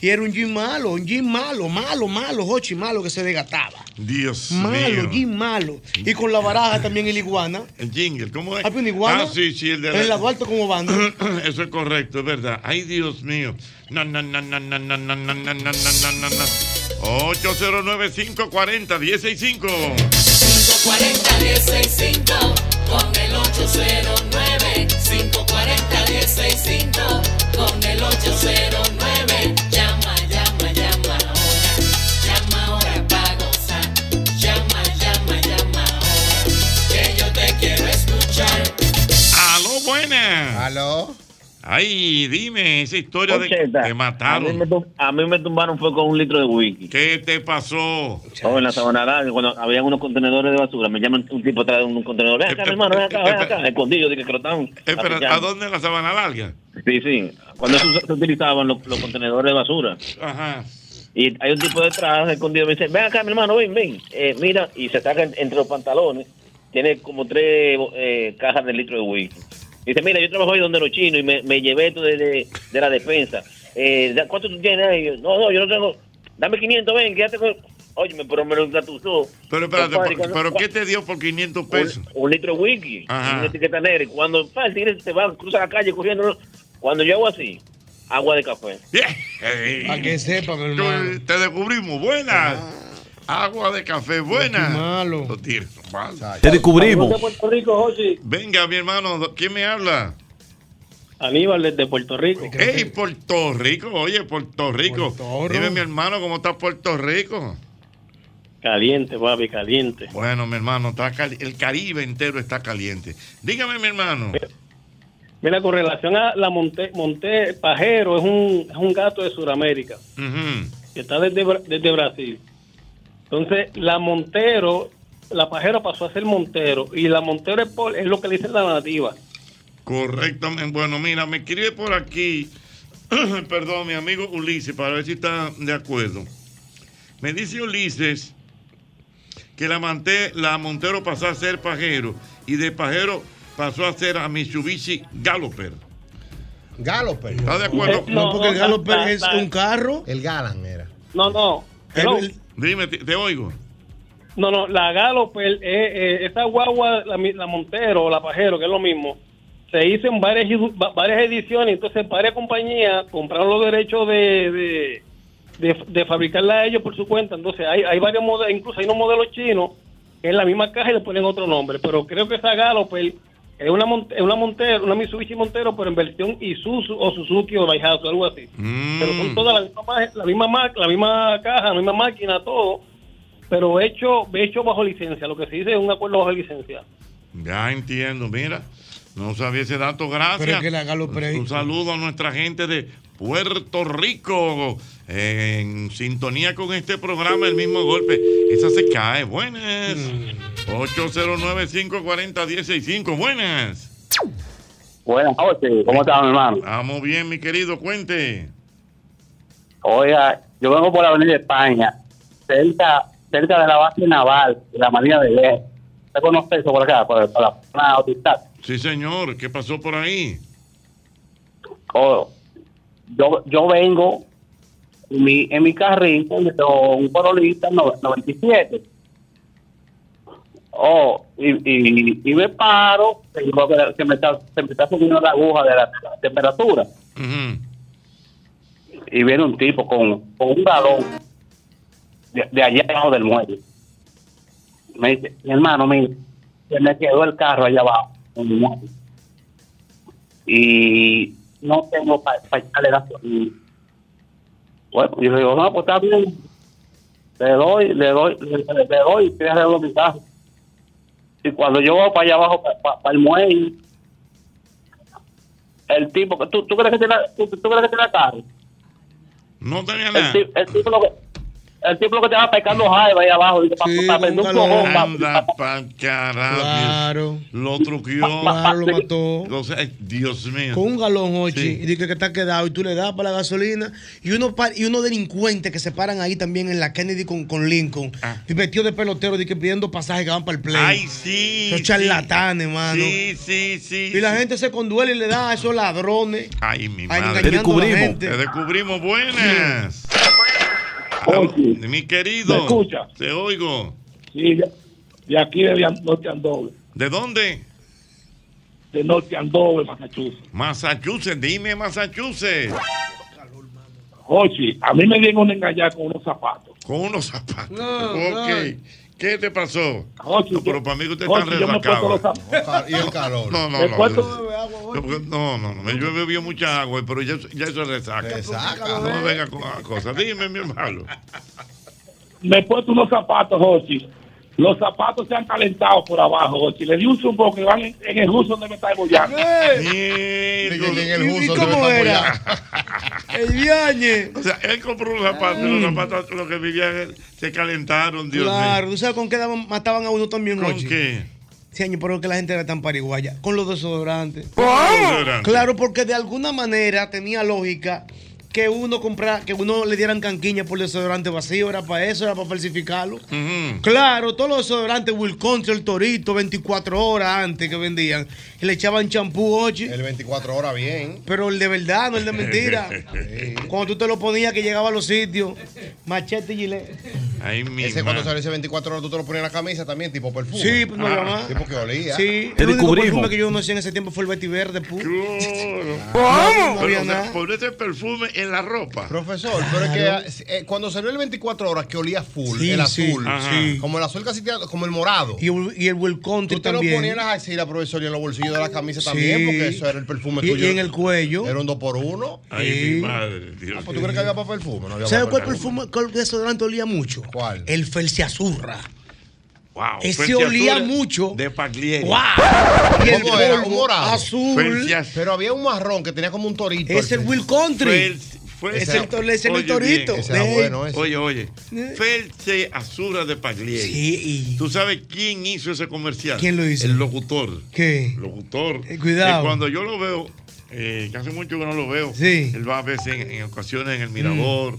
[SPEAKER 3] Y era un jean malo, un jean malo, malo, malo, Hochi, malo que se desgastaba.
[SPEAKER 2] Dios mío.
[SPEAKER 3] Malo, jean malo. Y con la baraja también el iguana.
[SPEAKER 2] El jingle, ¿cómo es?
[SPEAKER 3] Había una iguana
[SPEAKER 2] Ah, sí, sí, el de
[SPEAKER 3] en la Duarte como banda.
[SPEAKER 2] Eso es correcto, es verdad. Ay, Dios mío. Na, na, na, na, na, na, na, na, na, na, na, na, na, na.
[SPEAKER 13] 540-165
[SPEAKER 2] 809-540-165.
[SPEAKER 13] con el 809 540-165 con el 809 llama, llama, llama ahora llama ahora para gozar llama, llama, llama ahora que yo te quiero escuchar
[SPEAKER 2] Aló, buenas.
[SPEAKER 4] Aló.
[SPEAKER 2] Ay, dime esa historia de que
[SPEAKER 14] Ochenta.
[SPEAKER 2] te mataron.
[SPEAKER 14] A mí, me tum- a mí me tumbaron fue con un litro de whisky.
[SPEAKER 2] ¿Qué te pasó?
[SPEAKER 14] Oh, en la Sabana Larga, cuando había unos contenedores de basura, me llaman un tipo trae un contenedor. Ven acá, mi hermano, ven acá, ven acá. Escondido, de que crotaban.
[SPEAKER 2] Espera, ¿a dónde en la sabana larga?
[SPEAKER 14] Sí, sí. Cuando se, se utilizaban los, los contenedores de basura.
[SPEAKER 2] Ajá.
[SPEAKER 14] Y hay un tipo detrás escondido. Me dice, ven acá, mi hermano, ven, ven. Eh, mira, y se saca en- entre los pantalones. Tiene como tres eh, cajas de litro de whisky. Dice, mira, yo trabajo ahí donde los chinos y me, me llevé esto de, de, de la defensa. Eh, ¿da- ¿Cuánto tú tienes ahí? Yo, No, no, yo no tengo. Dame 500, ven, quédate con. Oye, pero me lo engatusó.
[SPEAKER 2] Pero espérate,
[SPEAKER 14] Compadre,
[SPEAKER 2] ¿por-
[SPEAKER 14] cuando-
[SPEAKER 2] ¿pero qué te dio por 500 pesos?
[SPEAKER 14] un litro de whisky,
[SPEAKER 2] Ajá.
[SPEAKER 14] una etiqueta negra. Y cuando pa, el tigre se va, cruza la calle corriendo. ¿no? Cuando yo hago así, agua de café.
[SPEAKER 2] Para
[SPEAKER 3] que sepa, mi
[SPEAKER 2] hermano. eh, Te descubrimos. Buenas. Agua de café, buenas. malo.
[SPEAKER 6] Te descubrimos.
[SPEAKER 14] De Puerto Rico, José.
[SPEAKER 2] Venga, mi hermano, ¿quién me habla?
[SPEAKER 14] Aníbal, desde Puerto Rico.
[SPEAKER 2] Hey, Puerto Rico, oye, Pues, Puerto Rico. Dime, mi hermano, ¿cómo está Puerto Rico?
[SPEAKER 14] Caliente, Este papi, caliente.
[SPEAKER 2] Bueno, mi hermano, está cali- el Caribe entero está caliente. Dígame, mi hermano.
[SPEAKER 5] Mira, con relación a la Monte, Monte Pajero, es un, es un gato de Sudamérica, que está desde, Bra- desde Brasil. Entonces, la Montero, la Pajero pasó a ser Montero, y la Montero es, por- es lo que le dicen la nativa.
[SPEAKER 2] Correctamente. Bueno, mira, me escribe por aquí, perdón, mi amigo Ulises, para ver si está de acuerdo. Me dice Ulises que la, Mante- la Montero pasó a ser pajero y de pajero pasó a ser a Mitsubishi Galloper.
[SPEAKER 4] Galloper.
[SPEAKER 2] ¿Está de acuerdo?
[SPEAKER 4] No, porque el Galloper es un
[SPEAKER 3] carro.
[SPEAKER 4] El Galan era.
[SPEAKER 5] No, no. Hello.
[SPEAKER 2] Dime, te, te oigo.
[SPEAKER 5] No, no, la Galopel, eh, esa guagua, la, mi- la Montero, la Pajero, que es lo mismo, se hizo en varias, edu- va- varias ediciones, entonces varias compañías compraron los derechos de, de, de- de fabricarla a ellos por su cuenta, entonces hay, hay varios modelos, incluso hay unos modelos chinos que en la misma caja le ponen otro nombre, pero creo que esa Galopel es una, Mon- es una Montero, una Mitsubishi Montero, pero en versión Isuzu o Suzuki o Daihatsu, algo así. Pero son todas la misma, ma- la misma, ma- la misma caja, la misma máquina, todo pero hecho, hecho bajo licencia. Lo que se dice es un acuerdo bajo licencia.
[SPEAKER 2] Ya entiendo, mira. No sabía ese dato, gracias.
[SPEAKER 3] Pero es que la Galloper es-
[SPEAKER 2] Un saludo a nuestra gente de Puerto Rico, en sintonía con este programa, el mismo golpe. Esa se cae, buenas.
[SPEAKER 3] Mm.
[SPEAKER 2] 809-540-165, buenas.
[SPEAKER 11] Buenas noches, ¿cómo estás, mi hermano?
[SPEAKER 2] Vamos bien, mi querido, cuente.
[SPEAKER 11] Oiga, yo vengo por la Avenida España, cerca, cerca de la base naval, de la Marina de Guerra. ¿Usted conoce eso por acá, por, por la zona de Autistad?
[SPEAKER 2] Sí, señor, ¿qué pasó por ahí?
[SPEAKER 11] Oh, yo, yo vengo en mi, en mi carrito, me tocó un Corolita no- 97. Oh, y, y, y me paro, tengo que, se, me está, se me está subiendo la aguja de la, la temperatura. Y viene un tipo con, con un galón de, de allá abajo del muelle. Me dice, mi hermano, mire, se me quedó el carro allá abajo. en el muelle. Y no tengo para echarle gasolina. Bueno, yo le digo, no, pues está bien. Le doy, le doy, le, le doy, estoy arreglo mi carro. Y cuando yo voy para allá abajo, para el muelle, el tipo, que- ¿tú, tú crees que tiene, tú, tú crees que tiene carro?
[SPEAKER 2] No tenía
[SPEAKER 11] nada. El, ti- el tipo lo que... El tipo lo que te va pescando jaiba ahí abajo, dice, para pa, vender un cojón, pa-
[SPEAKER 2] Anda pa' carajo. Claro. Lo truqueó.
[SPEAKER 3] Claro, lo mató.
[SPEAKER 2] O sea, Dios mío.
[SPEAKER 3] Con un galón, Ochi, y dice que está quedado, y tú le das para la gasolina. Y uno, par- y uno delincuente que se paran ahí también en la Kennedy con, con Lincoln, y vestido de pelotero, di que pidiendo pasajes que van para el play.
[SPEAKER 2] Ah. Ay, sí.
[SPEAKER 3] Los
[SPEAKER 2] sí.
[SPEAKER 3] charlatanes, mano.
[SPEAKER 2] Sí, sí, sí.
[SPEAKER 3] Y la
[SPEAKER 2] sí.
[SPEAKER 3] gente se conduele y le da a esos ladrones.
[SPEAKER 2] Ay, mi
[SPEAKER 3] Ay,
[SPEAKER 2] madre.
[SPEAKER 3] engañando Te descubrimos. a la gente.
[SPEAKER 2] Te descubrimos. Buenas. Ah, mi querido.
[SPEAKER 15] ¿me escucha?
[SPEAKER 2] Te oigo.
[SPEAKER 15] Sí, de, de aquí de Via- Norte Andover.
[SPEAKER 2] ¿De dónde?
[SPEAKER 15] De Norte Andover, Massachusetts.
[SPEAKER 2] Massachusetts. Dime, Massachusetts.
[SPEAKER 15] Ochi, a mí me dieron una engañada con unos zapatos.
[SPEAKER 2] Con unos zapatos.
[SPEAKER 15] No,
[SPEAKER 2] ok. ¿Qué te pasó? No, pero para mí que usted
[SPEAKER 15] Ochi,
[SPEAKER 2] está
[SPEAKER 15] yo me he puesto los
[SPEAKER 2] relajado.
[SPEAKER 15] zapatos.
[SPEAKER 4] Y el calor.
[SPEAKER 2] No, no,
[SPEAKER 4] ¿De
[SPEAKER 2] no.
[SPEAKER 4] cuánto
[SPEAKER 2] yo- yo- No, no, no. Yo bebí mucha agua, pero ya, ya eso es resaca. No me venga con esas cosas. Dime, mi hermano.
[SPEAKER 15] Me he puesto unos zapatos, Ochi. Los zapatos se han calentado por abajo, Ochi. Le di un zumbo que van en, en el uso donde me está degollando.
[SPEAKER 3] Eh, ¿Y cómo era? El viaje.
[SPEAKER 2] O sea, él compró unos zapatos, y los zapatos los que vivían él, se calentaron, Dios
[SPEAKER 3] claro,
[SPEAKER 2] mío.
[SPEAKER 3] ¿tú sabes con qué daban- mataban a uno también,
[SPEAKER 2] ¿Con
[SPEAKER 3] Ochi?
[SPEAKER 2] qué?
[SPEAKER 3] Sí, año, pero que la gente era tan pariguaya. Con los desodorantes.
[SPEAKER 2] ¿Cómo? Desodorante.
[SPEAKER 3] Claro, porque de alguna manera tenía lógica que uno comprara, que uno le dieran canquiña por desodorante vacío. Era para eso, era para falsificarlo. Claro, todos los desodorantes, Wilconce, el Torito, 24 horas antes que vendían. Y le echaban champú, oye.
[SPEAKER 4] El 24 horas bien.
[SPEAKER 3] Pero el de verdad, no el de mentira. Cuando tú te lo ponías que llegaba a los sitios, machete y gilet.
[SPEAKER 2] Ay, mi
[SPEAKER 4] Ese cuando salió ese 24 horas, tú te lo ponías en la camisa también, tipo perfume.
[SPEAKER 3] Sí, pues, no,
[SPEAKER 4] Ah,
[SPEAKER 3] mamá.
[SPEAKER 4] Sí, porque olía.
[SPEAKER 3] Sí, el único perfume que yo no hacía en ese tiempo fue el Betiverde. pu. No, no
[SPEAKER 2] Pero,
[SPEAKER 3] había
[SPEAKER 2] o sea,
[SPEAKER 3] nada.
[SPEAKER 2] poner ese perfume en la ropa.
[SPEAKER 4] Profesor, pero es que eh, cuando salió el 24 horas que olía full,
[SPEAKER 3] Sí,
[SPEAKER 4] el
[SPEAKER 3] sí,
[SPEAKER 4] azul,
[SPEAKER 3] ajá. sí.
[SPEAKER 4] como el azul casi te- como el morado.
[SPEAKER 3] Y, el Wilcon
[SPEAKER 4] tú te
[SPEAKER 3] también.
[SPEAKER 4] lo ponías en las axilas, profesor, y en los bolsillos de la camisa
[SPEAKER 3] Sí.
[SPEAKER 4] también, porque eso era el perfume
[SPEAKER 3] Y-
[SPEAKER 4] tuyo.
[SPEAKER 3] y en el cuello.
[SPEAKER 4] Era un 2 por 1
[SPEAKER 2] Ay, mi madre, Dios
[SPEAKER 4] ¿Tú crees que había para perfume? No había
[SPEAKER 3] ¿Sabes
[SPEAKER 4] para
[SPEAKER 3] cuál perfume, cuál desodorante olía mucho? ¿Cuál? El Felciazurra.
[SPEAKER 2] Wow.
[SPEAKER 3] Ese
[SPEAKER 2] Fuerteazul
[SPEAKER 3] olía mucho.
[SPEAKER 2] De Paglieri.
[SPEAKER 3] Wow. Y el
[SPEAKER 4] ¿Cómo era? Un
[SPEAKER 3] polvo
[SPEAKER 4] morado.
[SPEAKER 3] azul.
[SPEAKER 4] Pero había un marrón que tenía como un torito. ¿eh?
[SPEAKER 3] Es el Will Country. Es el to- es el torito. Eh.
[SPEAKER 4] Ese era
[SPEAKER 3] Ey.
[SPEAKER 4] bueno, ese.
[SPEAKER 2] Oye, oye. Felce Azura de Paglieri. ¿Tú sabes quién hizo ese comercial?
[SPEAKER 3] ¿Quién lo hizo?
[SPEAKER 2] El locutor.
[SPEAKER 3] ¿Qué?
[SPEAKER 2] Locutor.
[SPEAKER 3] Eh, cuidado.
[SPEAKER 2] Que cuando yo lo veo, eh, que hace mucho que no lo veo, él va a veces en, en ocasiones en el Mirador.
[SPEAKER 3] Mm.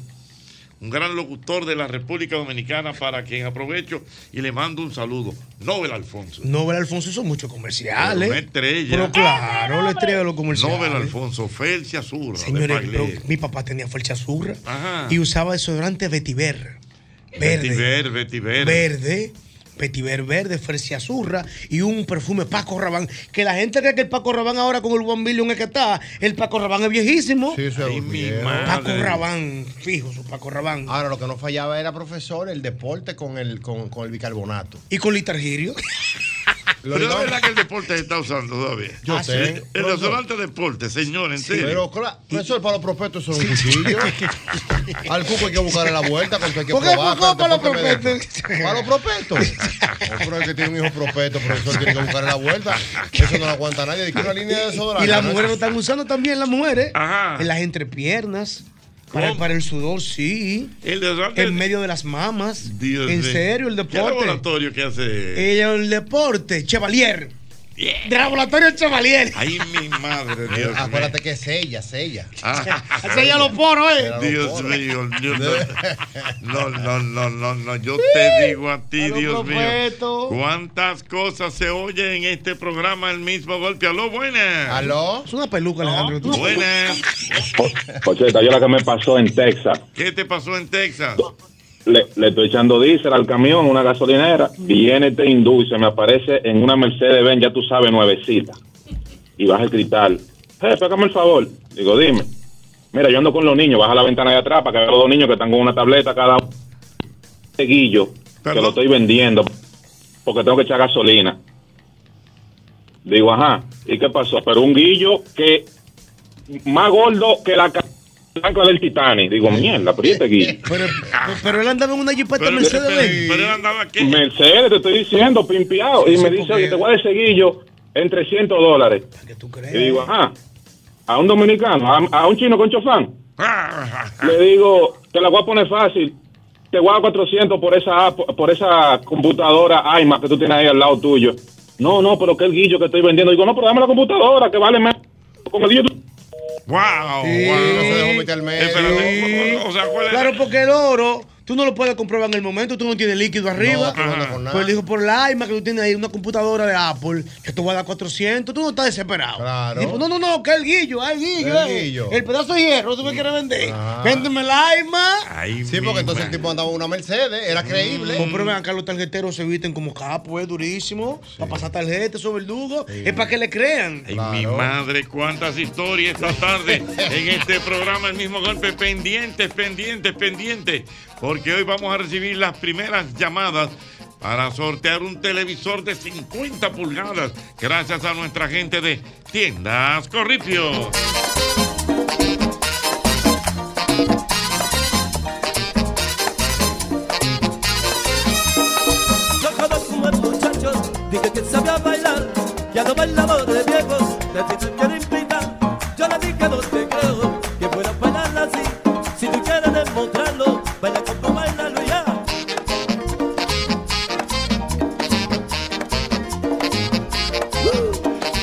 [SPEAKER 2] Un gran locutor de la República Dominicana para quien aprovecho y le mando un saludo. Nobel Alfonso.
[SPEAKER 3] Nobel Alfonso hizo muchos comerciales.
[SPEAKER 2] Una estrella.
[SPEAKER 3] ¿eh? Pero claro, la estrella de los comerciales.
[SPEAKER 2] Nobel Alfonso, Felcia Azurra. de
[SPEAKER 3] Señores,
[SPEAKER 2] Paglieri.
[SPEAKER 3] pero mi papá tenía falcha azurra
[SPEAKER 2] Ajá.
[SPEAKER 3] y usaba desodorante vetiver.
[SPEAKER 2] Vetiver, Vetiver.
[SPEAKER 3] Verde. Vetiver verde, Fercia azurra y un perfume Paco Rabán. Que la gente cree que el Paco Rabán ahora con el One Billion es que está. El Paco Rabán es viejísimo.
[SPEAKER 4] Sí, eso es
[SPEAKER 3] Paco Rabán, fijo, su Paco Rabán.
[SPEAKER 4] Ahora, lo que no fallaba era, profesor, el deporte con el, con, con el bicarbonato.
[SPEAKER 3] Y con litargirio.
[SPEAKER 2] Pero es verdad que el deporte se está usando todavía.
[SPEAKER 4] Yo
[SPEAKER 2] Ah,
[SPEAKER 4] sé.
[SPEAKER 2] sí. El restaurante de deporte, señor, en serio.
[SPEAKER 4] pero, claro, profesor, para los prospectos son un cuchillo. Al cuco hay que buscarle la vuelta, porque hay que
[SPEAKER 3] ¿Por qué
[SPEAKER 4] probar.
[SPEAKER 3] cuco para los
[SPEAKER 4] tanto deporte me
[SPEAKER 3] prospectos?
[SPEAKER 4] dejo. Para los prospectos. Pero el que tiene un hijo prospecto, profesor, tiene que buscarle la vuelta. Eso no lo aguanta nadie. Dice una línea de desodorante.
[SPEAKER 3] Y las
[SPEAKER 4] ¿no?
[SPEAKER 3] mujeres lo están usando también, las mujeres. En las entrepiernas. Para,
[SPEAKER 2] ¿Cómo?
[SPEAKER 3] para el sudor, sí.
[SPEAKER 2] El desodorante-
[SPEAKER 3] En medio de las mamas.
[SPEAKER 2] Dios
[SPEAKER 3] en
[SPEAKER 2] mío.
[SPEAKER 3] serio, el
[SPEAKER 2] ¿Qué
[SPEAKER 3] deporte. Eh.
[SPEAKER 2] laboratorio que hace?
[SPEAKER 3] El, el deporte, Chevalier.
[SPEAKER 2] Yeah.
[SPEAKER 3] De laboratorio Chevalier.
[SPEAKER 2] Ay, mi madre, Dios Ah.
[SPEAKER 4] Acuérdate Ah, que es ella, es ella.
[SPEAKER 3] Ese ya lo poro, ¿eh?
[SPEAKER 4] Era lo
[SPEAKER 2] Dios
[SPEAKER 4] pobre.
[SPEAKER 2] mío, yo no, no, no, no, no, no, yo te digo a ti, Dios mío,
[SPEAKER 4] profeto.
[SPEAKER 2] cuántas cosas se oyen en este programa, el mismo golpe, aló, buenas.
[SPEAKER 4] Aló.
[SPEAKER 3] Es una peluca, Alejandro. tú.
[SPEAKER 2] Buenas,
[SPEAKER 16] Cocheta, yo la que me pasó en Texas.
[SPEAKER 2] ¿qué te pasó en Texas?
[SPEAKER 16] Le, le estoy echando diésel al camión, una gasolinera, viene este hindú y se me aparece en una Mercedes Benz, ya tú sabes, nuevecita. Y baja el cristal. Eh, pégame el favor. Digo, dime. Mira, yo ando con los niños, baja la ventana de atrás para que vean los dos niños que están con una tableta cada uno. Este guillo, que lo estoy vendiendo porque tengo que echar gasolina. Digo, ajá, ¿y qué pasó? Pero un guillo que más gordo que la ca- blanca del Titanic. Digo, mierda, pero ¿y este guillo.
[SPEAKER 3] Pero,
[SPEAKER 2] Ah.
[SPEAKER 3] pero él andaba en una jipeta Mercedes-Benz.
[SPEAKER 16] Mercedes, te estoy diciendo, pimpeado. y me dice, oye, te voy a dar ese guillo en 300 dólares. Y digo, ajá, a un dominicano, a, a un chino con chofán. Le digo, te la voy a poner fácil. Te voy a dar 400 por esa, app, por esa computadora AIMA que tú tienes ahí al lado tuyo. No, no, pero que el guillo que estoy vendiendo. Digo, no, pero dame la computadora, que vale más. Con el guillo tú-
[SPEAKER 2] Wow, wow. Espérate, o- o- o sea, ¿cuál es?
[SPEAKER 3] Claro, porque el oro, tú no lo puedes comprobar en el momento, tú no tienes líquido arriba.
[SPEAKER 4] tú no andas con nada.
[SPEAKER 3] Pues él dijo, por la alma que tú tienes ahí, una computadora de Apple, que tú vas a dar 400, tú no estás desesperado.
[SPEAKER 4] Claro.
[SPEAKER 3] Dijo, no, no, no, que el guillo, ay, guillo,
[SPEAKER 4] El
[SPEAKER 3] eh.
[SPEAKER 4] guillo.
[SPEAKER 3] el pedazo de hierro, tú me quieres vender. Véndeme el alma.
[SPEAKER 4] Sí, porque entonces el tipo andaba en una Mercedes,
[SPEAKER 2] Mm.
[SPEAKER 4] era creíble.
[SPEAKER 3] Pero ven acá, los tarjeteros se visten como capos, es durísimo. Para pasar tarjetas, esos verdugos, es para que le crean.
[SPEAKER 2] Ay, mi madre, cuántas historias esta tarde en este programa, el mismo golpe, pendientes, pendientes, pendientes, porque hoy vamos a recibir las primeras llamadas para sortear un televisor de 50 pulgadas, gracias a nuestra gente de Tiendas Corripio.
[SPEAKER 17] Yo conozco unos muchachos, dije que sabía bailar, ya no bailadores viejos, la que se quiere invitar. Yo le dije no te creo, que puedas bailar así, si tú quieres demostrarlo, baila como bailalo ya.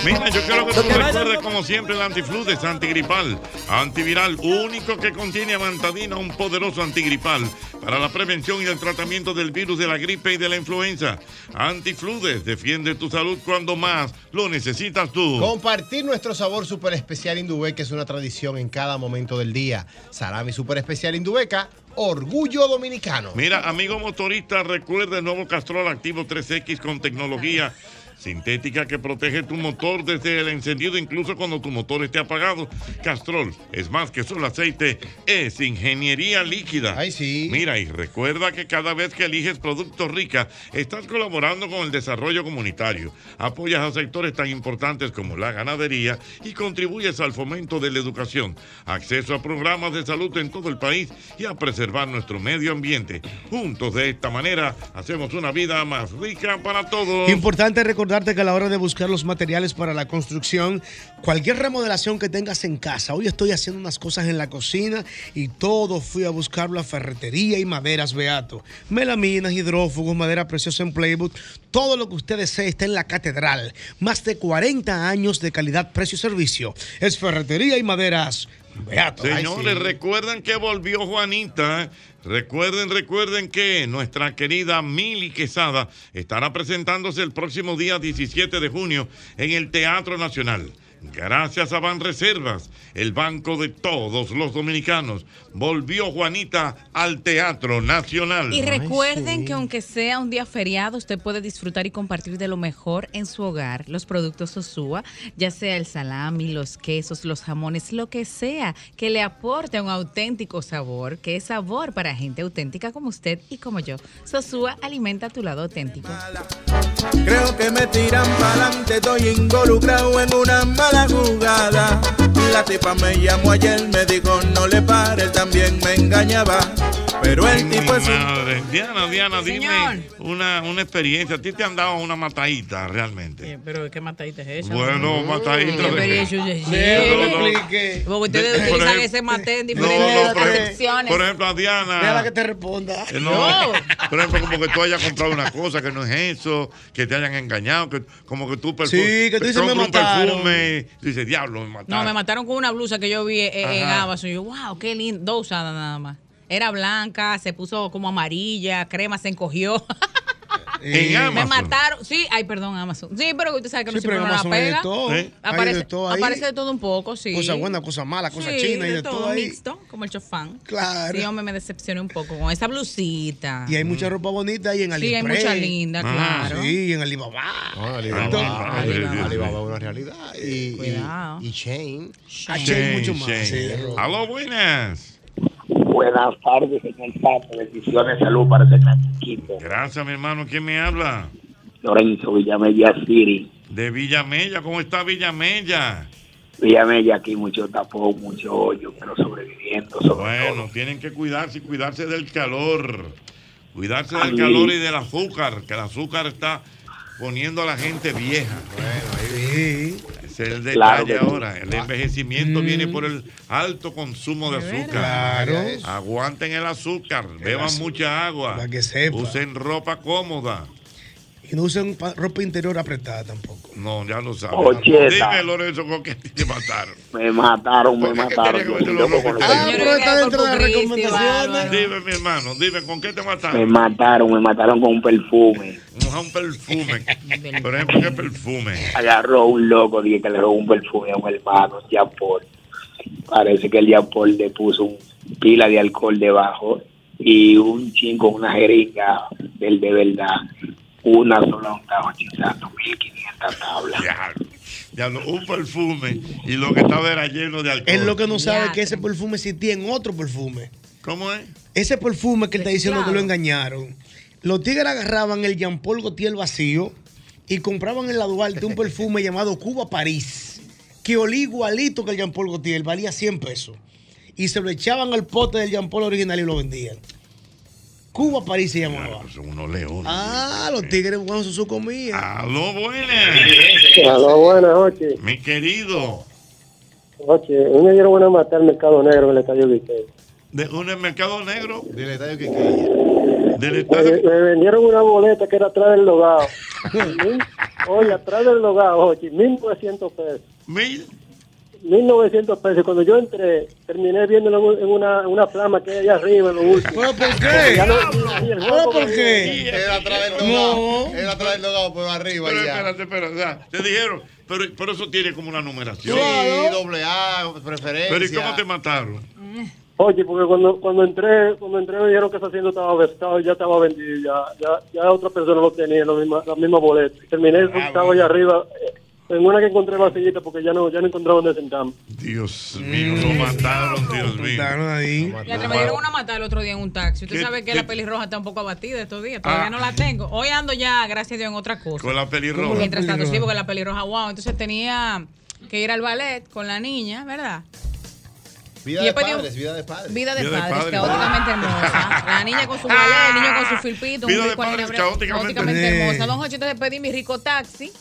[SPEAKER 2] Mira, yo quiero que tú recuerdes como siempre el antifludes antigripal, antiviral, único que contiene amantadina, un poderoso antigripal para la prevención y el tratamiento del virus de la gripe y de la influenza. Antifludes, defiende tu salud cuando más lo necesitas tú.
[SPEAKER 4] Compartir nuestro sabor super especial Indubeca es una tradición en cada momento del día. Salami super especial Indubeca, orgullo dominicano.
[SPEAKER 2] Mira, amigo motorista, recuerda el nuevo Castrol Activo 3X con tecnología Sintética que protege tu motor desde el encendido, incluso cuando tu motor esté apagado. Castrol es más que solo aceite, es ingeniería líquida. Ay, sí. Mira, y recuerda que cada vez que eliges productos ricas, estás colaborando con el desarrollo comunitario. Apoyas a sectores tan importantes como la ganadería y contribuyes al fomento de la educación, acceso a programas de salud en todo el país y a preservar nuestro medio ambiente. Juntos de esta manera hacemos una vida más rica para todos.
[SPEAKER 3] Importante recordarte que a la hora de buscar los materiales para la construcción, cualquier remodelación que tengas en casa, hoy estoy haciendo unas cosas en la cocina y todo fui a buscarlo a ferretería y maderas Beato. Melaminas, hidrófugos, madera preciosa en Playbook, todo lo que usted desee está en la catedral. Más de 40 años de calidad, precio y servicio. Es ferretería y maderas Beato. Ay,
[SPEAKER 2] Señores,
[SPEAKER 3] sí.
[SPEAKER 2] recuerden que volvió Juanita. Recuerden, recuerden que nuestra querida Mili Quesada estará presentándose el próximo día 17 de junio en el Teatro Nacional. Gracias a Banreservas, el banco de todos los dominicanos, volvió Juanita al Teatro Nacional.
[SPEAKER 18] Y recuerden que aunque sea un día feriado, usted puede disfrutar y compartir de lo mejor en su hogar, los productos Sosúa, ya sea el salami, los quesos, los jamones, lo que sea, que le aporte un auténtico sabor, que es sabor para gente auténtica como usted y como yo. Sosúa alimenta tu lado auténtico.
[SPEAKER 1] Creo que me tiran pa'lante, estoy involucrado en una mala jugada. La tipa me llamó ayer, me dijo no le pare, él también me engañaba. Pero
[SPEAKER 2] Ay,
[SPEAKER 1] el
[SPEAKER 2] mi
[SPEAKER 1] tipo es un
[SPEAKER 2] madre. Diana, Diana, dime una, una experiencia. A ti te han dado una matadita realmente.
[SPEAKER 19] Eh, Pero ¿qué matadita es esa?
[SPEAKER 2] Bueno, matadita
[SPEAKER 19] ¿Qué
[SPEAKER 2] de-
[SPEAKER 19] experiencia es esa?
[SPEAKER 2] Sí, no, no.
[SPEAKER 19] Porque ustedes
[SPEAKER 2] De- por
[SPEAKER 19] utilizan
[SPEAKER 2] ej-
[SPEAKER 19] ese mate en
[SPEAKER 2] No,
[SPEAKER 19] diferentes
[SPEAKER 2] no, por ej-
[SPEAKER 18] acepciones.
[SPEAKER 2] Por ejemplo, a Diana.
[SPEAKER 3] Déjala que te responda.
[SPEAKER 2] Eh, No, por ejemplo, como que tú hayas comprado una cosa que no es eso, que te hayan engañado, que como que tú perfu-
[SPEAKER 3] Sí, que tú dices,
[SPEAKER 2] compras
[SPEAKER 3] "Me
[SPEAKER 2] un
[SPEAKER 3] mataron".
[SPEAKER 2] perfume, y dices, diablo, me
[SPEAKER 19] No,
[SPEAKER 3] Ah.
[SPEAKER 2] mataron.
[SPEAKER 19] me mataron con una blusa que yo vi eh, en
[SPEAKER 2] Ajá.
[SPEAKER 19] Amazon. Yo, wow, qué lindo. Dos usadas nada más. Era blanca, se puso como amarilla, crema, se encogió.
[SPEAKER 2] En
[SPEAKER 19] Me
[SPEAKER 2] Amazon.
[SPEAKER 19] mataron. Sí, ay, perdón, Amazon. Sí, pero usted sabe que no
[SPEAKER 3] Sí,
[SPEAKER 19] siempre
[SPEAKER 3] pero en
[SPEAKER 19] me la
[SPEAKER 3] Amazon hay de
[SPEAKER 19] pega.
[SPEAKER 3] todo, ¿eh? Hay
[SPEAKER 19] Aparece,
[SPEAKER 3] de todo ahí.
[SPEAKER 19] aparece de todo un poco, sí.
[SPEAKER 3] Cosa buena, cosa mala, cosa
[SPEAKER 19] Sí,
[SPEAKER 3] china y de todo ahí.
[SPEAKER 18] mixto,
[SPEAKER 19] como el chofán.
[SPEAKER 3] Claro.
[SPEAKER 19] Sí, hombre, me decepcioné un poco con esa blusita.
[SPEAKER 3] Y hay mucha ropa bonita y en
[SPEAKER 19] Sí, hay
[SPEAKER 3] AliExpress.
[SPEAKER 19] mucha linda,
[SPEAKER 3] Ah,
[SPEAKER 19] claro.
[SPEAKER 3] Sí, en Alibaba.
[SPEAKER 4] Ah, Alibaba,
[SPEAKER 3] Entonces-
[SPEAKER 4] Alibaba, Alibaba es una realidad. Y, y-
[SPEAKER 19] Cuidado.
[SPEAKER 4] y Shane.
[SPEAKER 2] Ah, Shane, mucho más. Shane. Sí. Aló, buenas.
[SPEAKER 6] Buenas tardes, señor Pato. Bendiciones, salud para ese gran equipo.
[SPEAKER 2] Gracias, mi hermano. ¿Quién me habla?
[SPEAKER 6] Lorenzo Villamella City.
[SPEAKER 2] De Villamella. ¿Cómo está Villamella?
[SPEAKER 6] Villamella aquí, mucho tapón, mucho hoyo, pero sobreviviendo.
[SPEAKER 2] Bueno, tienen que cuidarse y cuidarse del calor. Cuidarse del
[SPEAKER 6] Ay.
[SPEAKER 2] calor y del azúcar, que el azúcar está poniendo a la gente vieja. Ese es el
[SPEAKER 6] Claro
[SPEAKER 2] detalle
[SPEAKER 6] que sí.
[SPEAKER 2] ahora. El
[SPEAKER 3] Mm.
[SPEAKER 2] envejecimiento viene por el alto consumo de azúcar.
[SPEAKER 3] Claro.
[SPEAKER 2] Aguanten el azúcar, beban
[SPEAKER 3] azúcar.
[SPEAKER 2] mucha agua,
[SPEAKER 3] Para que sepa.
[SPEAKER 2] usen ropa cómoda.
[SPEAKER 3] Y no usan pa- ropa interior apretada tampoco.
[SPEAKER 2] No, ya lo saben.
[SPEAKER 3] Ocheta.
[SPEAKER 2] Dime, Lorenzo, ¿con qué te mataron?
[SPEAKER 6] Me mataron, me mataron. Yo sigo con los-
[SPEAKER 3] pero está dentro de las recomendaciones.
[SPEAKER 2] Dime, mi hermano, dime, ¿con qué te
[SPEAKER 6] Me
[SPEAKER 2] mataron?
[SPEAKER 6] mataron, me mataron con un perfume.
[SPEAKER 2] Un, un perfume. Por ejemplo, ¿qué perfume?
[SPEAKER 6] Agarró un loco, dije que le robó un perfume a un hermano, un Jean Paul. Parece que el Jean Paul le puso un pila de alcohol debajo y un chin con una jeringa del de verdad. Una sola octava, quizás 2.500 tablas.
[SPEAKER 2] Ya lo- un perfume y lo que estaba era lleno de alcohol.
[SPEAKER 3] Él lo que no sabe es que ese perfume existía en otro perfume.
[SPEAKER 2] ¿Cómo es?
[SPEAKER 3] Ese perfume que él está diciendo que
[SPEAKER 2] Mezclado.
[SPEAKER 3] lo engañaron. Los tigres agarraban el Jean Paul Gaultier vacío y compraban en la Duarte un perfume llamado Cuba París, que olía igualito que el Jean Paul Gaultier, valía 100 pesos. Y se lo echaban al pote del Jean Paul original y lo vendían. Cuba París se llamaba.
[SPEAKER 2] pues unos leones.
[SPEAKER 3] Ah, los tigres buenos su comida.
[SPEAKER 2] Aló,
[SPEAKER 11] Aló, buenas noches.
[SPEAKER 2] Mi querido,
[SPEAKER 11] Oye, un negro bueno a matar al mercado negro en el estadio Licey.
[SPEAKER 2] de un mercado negro.
[SPEAKER 4] Del estadio que
[SPEAKER 11] Me, me vendieron una boleta que era atrás del logado. Mil- Oye, atrás del logado, oye, 1900 pesos.
[SPEAKER 2] ¿Mil?
[SPEAKER 11] 1900 pesos. Cuando yo entré, terminé viéndolo en una, en una flama que hay allá arriba, en lo último.
[SPEAKER 3] ¿Pero por
[SPEAKER 11] qué?
[SPEAKER 3] ¿Pero por qué?
[SPEAKER 4] Era atrás del
[SPEAKER 3] No.
[SPEAKER 4] logado. Era atrás del logado por arriba.
[SPEAKER 2] Pero
[SPEAKER 4] ya.
[SPEAKER 2] espérate, espérate. o sea, te dijeron, pero, pero eso tiene como una numeración.
[SPEAKER 4] Sí, doble A, preferencia.
[SPEAKER 2] Pero ¿y cómo te mataron?
[SPEAKER 11] Oye, porque cuando, cuando entré, cuando entré me dijeron que ese asiento estaba pescado y ya estaba vendido, ya, ya, ya otra persona lo tenía, la misma, la misma boleta. Terminé
[SPEAKER 2] Ah,
[SPEAKER 11] sentado allá arriba, eh, en una que encontré la sillita porque ya no, ya no encontraba dónde sentarme.
[SPEAKER 2] Dios mío, Mm. lo mataron, Dios mío.
[SPEAKER 19] La atrevieron una matar el otro día en un taxi. Usted
[SPEAKER 2] ¿Qué-
[SPEAKER 19] sabe que
[SPEAKER 2] qué-
[SPEAKER 19] la pelirroja está un poco abatida estos días. Todavía
[SPEAKER 2] Ah.
[SPEAKER 19] no la tengo. Hoy ando ya, gracias a Dios, en otra cosa.
[SPEAKER 2] Con la pelirroja.
[SPEAKER 19] Porque Mientras tanto, sí,
[SPEAKER 2] Pelirroja.
[SPEAKER 19] porque la pelirroja, wow. Entonces tenía que ir al ballet con la niña, ¿verdad?
[SPEAKER 4] Vida
[SPEAKER 19] Y
[SPEAKER 4] de
[SPEAKER 19] he pedido-
[SPEAKER 4] padres, vida de padres.
[SPEAKER 19] Vida de
[SPEAKER 4] Vida de
[SPEAKER 19] padres,
[SPEAKER 4] padres.
[SPEAKER 19] caóticamente hermosa. La niña con su ballet, el niño con su filpito,
[SPEAKER 2] Vida
[SPEAKER 19] un
[SPEAKER 2] Ah. de
[SPEAKER 19] rico
[SPEAKER 2] padres,
[SPEAKER 19] enjambre,
[SPEAKER 2] caóticamente.
[SPEAKER 19] caóticamente
[SPEAKER 2] Eh.
[SPEAKER 19] hermosa. Don Jochi, entonces pedí mi rico taxi.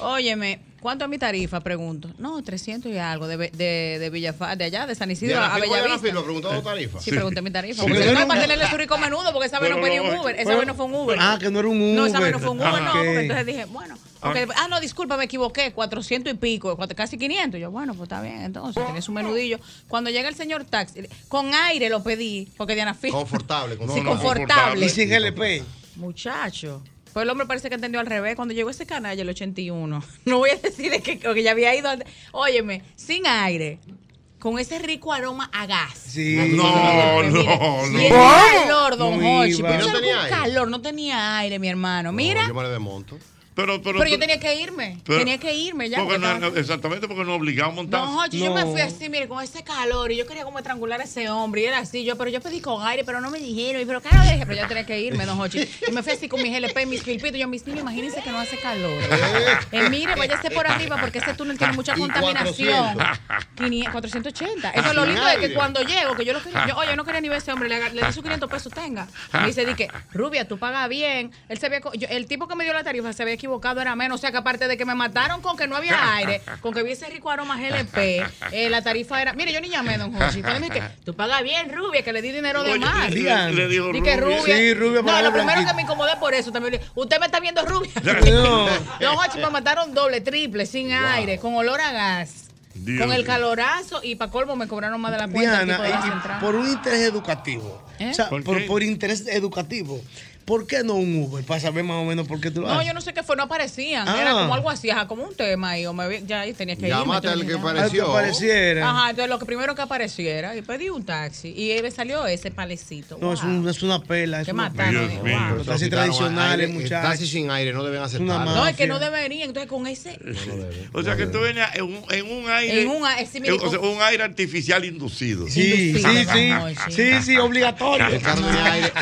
[SPEAKER 19] Óyeme, ¿cuánto es mi tarifa? Pregunto. No, 300 y algo de, Be- de, de Villafa- de allá, de San Isidro
[SPEAKER 4] Diana
[SPEAKER 19] a
[SPEAKER 4] Filpo, Diana
[SPEAKER 19] Bellavista.
[SPEAKER 4] Filpo, preguntó
[SPEAKER 19] Eh,
[SPEAKER 4] tu tarifa.
[SPEAKER 19] Sí, pregunté mi tarifa.
[SPEAKER 4] Sí.
[SPEAKER 19] Porque
[SPEAKER 4] Pero
[SPEAKER 19] no
[SPEAKER 4] era
[SPEAKER 19] es para
[SPEAKER 4] un-
[SPEAKER 19] tenerle su rico menudo, porque esa vez no
[SPEAKER 3] Pero
[SPEAKER 19] pedí
[SPEAKER 3] no,
[SPEAKER 19] un Uber. Esa vez no fue un Uber.
[SPEAKER 3] Ah, que no era un Uber.
[SPEAKER 19] No, esa vez no fue un Uber, no,
[SPEAKER 3] Ah, ok.
[SPEAKER 19] porque entonces dije, bueno.
[SPEAKER 3] Ah.
[SPEAKER 19] ok, Ah, no, disculpa, me equivoqué, 400 y pico, cuatro- casi 500. Yo, bueno, pues está bien, entonces, tiene su menudillo. Cuando llega el señor taxi, con aire lo pedí, porque Diana Fil.
[SPEAKER 4] Confortable,
[SPEAKER 19] Sí, confortable.
[SPEAKER 3] Y sin LP.
[SPEAKER 19] Muchacho. Pues el hombre parece que entendió al revés. Cuando llegó ese canal, el 81, no voy a decir de que, que ya había ido antes. Óyeme, sin aire, con ese rico aroma a gas.
[SPEAKER 3] Sí.
[SPEAKER 2] No, no,
[SPEAKER 19] Y el
[SPEAKER 4] Oh,
[SPEAKER 19] calor, don Hochi. Pero no tenía
[SPEAKER 4] aire.
[SPEAKER 19] calor, no tenía aire, mi hermano. Mira,
[SPEAKER 4] Yo me la desmonto.
[SPEAKER 2] Pero, pero,
[SPEAKER 19] pero, yo tenía que irme.
[SPEAKER 2] pero-
[SPEAKER 19] tenía que irme ya.
[SPEAKER 2] porque
[SPEAKER 19] porque
[SPEAKER 2] no-
[SPEAKER 19] estaba-
[SPEAKER 2] exactamente porque nos obligaba a montar.
[SPEAKER 19] Don Hochi, yo me fui así, mire, con ese calor y yo quería como estrangular a ese hombre y era así, yo, pero yo pedí con aire, pero no me dijeron, y pero claro, dije, pero ya tenía que irme, Don Hochi. Y me fui así con mis LP, mis filpitos, yo, mis niños, imagínense que no hace calor. Eh, mire, váyase por arriba porque ese túnel tiene mucha
[SPEAKER 1] Y
[SPEAKER 19] contaminación. 500, 480. Eso es lo
[SPEAKER 1] Sin
[SPEAKER 19] lindo de que
[SPEAKER 1] aire.
[SPEAKER 19] cuando llego, que yo lo quería, yo, oye, yo no quería ni ver a ese hombre, le, aga- le di sus 500 pesos, tenga. Me dice, di que, Rubia, tú pagas bien. Él se había, co- yo- el tipo que me dio la tarifa se había equivocado, era menos. O sea, que aparte de que me mataron con que no había aire, con que vi ese rico aroma GLP, eh, la tarifa era. Mire, yo ni llamé, don Jochi. Entonces me dice que, tú pagas bien, Rubia, que le di dinero de
[SPEAKER 3] Oye,
[SPEAKER 19] más.
[SPEAKER 3] Diana. Le dijo
[SPEAKER 19] Di que
[SPEAKER 3] Rubia.
[SPEAKER 19] Rubia.
[SPEAKER 3] Sí, Rubia,
[SPEAKER 19] No,
[SPEAKER 3] pagarle
[SPEAKER 19] lo primero
[SPEAKER 3] blanquito.
[SPEAKER 19] que me incomodé por eso también. le dije, Usted me está viendo Rubia.
[SPEAKER 3] No.
[SPEAKER 19] Don Jochi, me mataron doble, triple, sin aire, con olor a gas.
[SPEAKER 3] Dios
[SPEAKER 19] Con el
[SPEAKER 3] mío.
[SPEAKER 19] calorazo y pa' colmo me cobraron más de la cuenta. el
[SPEAKER 3] Diana,
[SPEAKER 19] tipo de la
[SPEAKER 3] y- y
[SPEAKER 19] central.
[SPEAKER 3] por un interés educativo.
[SPEAKER 19] ¿Eh?
[SPEAKER 3] O sea,
[SPEAKER 19] ¿Por
[SPEAKER 3] ¿Por,
[SPEAKER 19] qué?
[SPEAKER 3] por interés educativo. ¿Por qué no un Uber? Para saber más o menos por qué tú lo
[SPEAKER 19] No,
[SPEAKER 3] haces.
[SPEAKER 19] yo no sé qué fue, no aparecían.
[SPEAKER 3] Ah.
[SPEAKER 19] Era como algo así, ajá, como un tema ahí. O me vi- ya ahí tenía que irme,
[SPEAKER 4] Llámate al
[SPEAKER 19] entonces
[SPEAKER 4] que
[SPEAKER 19] ya.
[SPEAKER 4] apareció. Al que apareciera.
[SPEAKER 19] Ajá, entonces lo que primero que apareciera. Y pedí un taxi. Y ahí me salió ese palecito.
[SPEAKER 3] No, es, un- es una pela. Es
[SPEAKER 19] Qué
[SPEAKER 3] una
[SPEAKER 19] mataron, Dios eh. mío.
[SPEAKER 3] Los taxis tradicionales, muchachos.
[SPEAKER 4] Taxis sin aire, no deben aceptar.
[SPEAKER 3] mafia.
[SPEAKER 19] No, es que no debería. Entonces con ese.
[SPEAKER 2] O sea que tú venías en un, en un aire.
[SPEAKER 19] En un a- sí, mire,
[SPEAKER 2] en- o sea, un aire artificial inducido.
[SPEAKER 3] Sí, sí,
[SPEAKER 2] Inducido.
[SPEAKER 3] sí.
[SPEAKER 2] Ay,
[SPEAKER 3] Sí, sí, obligatorio.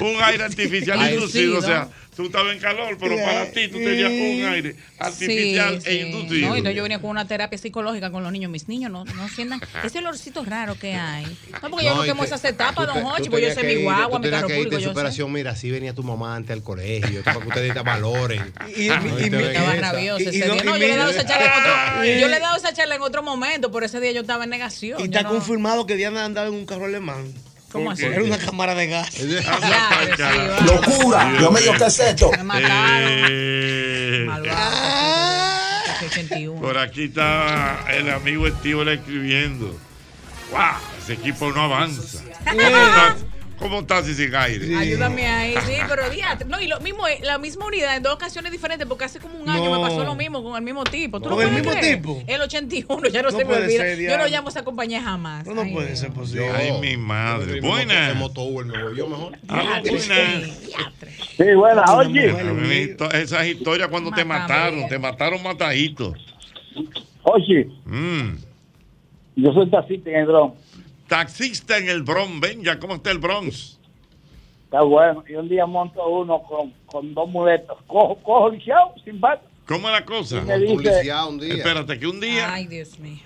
[SPEAKER 2] un aire artificial
[SPEAKER 3] Ay,
[SPEAKER 2] inducido. O
[SPEAKER 3] sí,
[SPEAKER 2] sea,
[SPEAKER 3] ¿no?
[SPEAKER 2] tú estabas en calor, pero para ti tú tenías un aire artificial
[SPEAKER 19] Sí,
[SPEAKER 2] e
[SPEAKER 19] sí.
[SPEAKER 2] inducido.
[SPEAKER 19] No, entonces yo venía con una terapia psicológica con los niños. Mis niños no, no sientan ese olorcito raro que hay. No, porque yo no
[SPEAKER 4] y
[SPEAKER 19] quemo
[SPEAKER 4] te- Ah,
[SPEAKER 19] esas etapas,
[SPEAKER 4] tú
[SPEAKER 19] don
[SPEAKER 4] te-
[SPEAKER 19] Hochi,
[SPEAKER 4] tú
[SPEAKER 19] pues yo
[SPEAKER 4] tenías
[SPEAKER 19] sé
[SPEAKER 4] que
[SPEAKER 19] mi
[SPEAKER 4] ir-
[SPEAKER 19] guagua,
[SPEAKER 4] tú
[SPEAKER 19] mi
[SPEAKER 4] tenías
[SPEAKER 19] carro
[SPEAKER 4] que irte
[SPEAKER 19] público,
[SPEAKER 4] en
[SPEAKER 19] yo sé.
[SPEAKER 4] superación, mira, así venía tu mamá antes al colegio, para que ustedes te valoren.
[SPEAKER 19] Y-
[SPEAKER 4] No,
[SPEAKER 19] y-
[SPEAKER 4] te
[SPEAKER 19] y-
[SPEAKER 4] ven
[SPEAKER 19] estaba
[SPEAKER 4] esa.
[SPEAKER 19] rabioso
[SPEAKER 4] Y-
[SPEAKER 19] ese
[SPEAKER 4] y
[SPEAKER 19] día.
[SPEAKER 4] no-
[SPEAKER 19] No, eh,
[SPEAKER 4] y
[SPEAKER 19] yo le he
[SPEAKER 4] mira-
[SPEAKER 19] dado esa charla en otro,
[SPEAKER 3] Ay.
[SPEAKER 19] yo le he dado esa charla en otro momento, por ese día yo estaba en negación.
[SPEAKER 3] ah, eh. Y
[SPEAKER 19] yo
[SPEAKER 3] está
[SPEAKER 19] no-
[SPEAKER 3] confirmado que Diana andaba en un carro alemán.
[SPEAKER 19] ¿Cómo así?
[SPEAKER 3] Era una cámara de gas.
[SPEAKER 6] Locura. Yo me digo, ¿qué es esto?
[SPEAKER 2] Eh, Por aquí está el amigo Estíbal escribiendo. ¡Wow! Ese equipo no avanza.
[SPEAKER 3] Eh.
[SPEAKER 2] ¿Cómo estás si sin aire?
[SPEAKER 19] Ayúdame ahí, sí, pero diatre. No, y lo mismo, eh, la misma unidad en dos ocasiones diferentes, porque hace como un año
[SPEAKER 2] No.
[SPEAKER 19] me pasó lo mismo con el mismo tipo. ¿Tú
[SPEAKER 3] ¿Con el
[SPEAKER 19] puedes
[SPEAKER 3] mismo
[SPEAKER 19] creer?
[SPEAKER 3] tipo?
[SPEAKER 19] El 81, ya no,
[SPEAKER 3] No
[SPEAKER 19] se me
[SPEAKER 3] puede
[SPEAKER 19] olvida.
[SPEAKER 3] ser,
[SPEAKER 19] yo no
[SPEAKER 3] diablo.
[SPEAKER 19] llamo a esa compañía jamás. Ay,
[SPEAKER 3] puede ser posible.
[SPEAKER 2] Ay, mi madre. Buena. Ah, buena.
[SPEAKER 11] Sí, buena, oye.
[SPEAKER 2] Esto- Esas historias cuando te mataron, te mataron matadito. Mm.
[SPEAKER 11] Oye, yo soy taxista en el Bronx.
[SPEAKER 2] Taxista en el Bronx, ven ya, ¿cómo está el Bronx?
[SPEAKER 11] Está bueno. Y un día monto uno con, con dos muletas. Cojo, cojo el show, sin pato.
[SPEAKER 2] ¿Cómo es la cosa?
[SPEAKER 11] Me dice- Un lisiado un día.
[SPEAKER 2] Espérate, que un día.
[SPEAKER 19] Ay, Dios mío.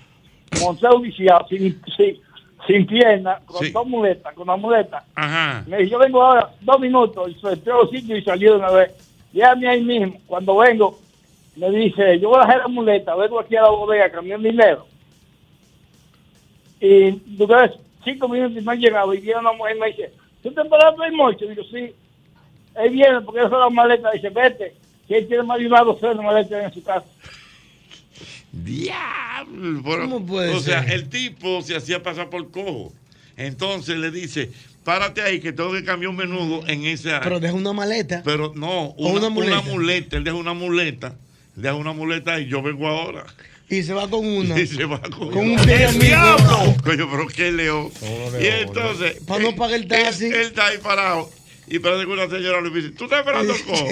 [SPEAKER 11] Monté un viciado sin, sin, sin pierna, con dos muletas, con una muleta.
[SPEAKER 2] Ajá.
[SPEAKER 11] Me dice, yo vengo ahora, dos minutos, y solté los sitios y salí de una vez. Llévame ahí mismo. Cuando vengo, me dice, yo voy a dejar la muleta, vengo aquí a la bodega, a cambiar dinero. Y duré cinco minutos y no llegaba. Y viene una mujer y me dice, ¿tú te paraste el mocho? Digo, sí. Él viene porque esa es la maleta. Dice, vete, que él tiene más de una docena de maletas en su casa.
[SPEAKER 2] Diablo. pero-
[SPEAKER 11] ¿Cómo puede
[SPEAKER 2] o sea,
[SPEAKER 11] ser?
[SPEAKER 2] el tipo se hacía pasar por cojo. Entonces le dice, párate ahí que tengo que cambiar un menudo en esa.
[SPEAKER 3] Pero deja una maleta.
[SPEAKER 2] Pero no,
[SPEAKER 3] O
[SPEAKER 2] una,
[SPEAKER 3] una muleta.
[SPEAKER 2] una muleta. Él deja una muleta le hago una muleta y yo vengo ahora.
[SPEAKER 3] Y se va con una.
[SPEAKER 2] Y se va con,
[SPEAKER 3] Con un pie amigo.
[SPEAKER 2] Coño, pero qué leo. Y entonces. Para no pagar el taxi. Él, él está ahí parado. Y parece que una señora le dice: ¿Tú estás esperando el cojo?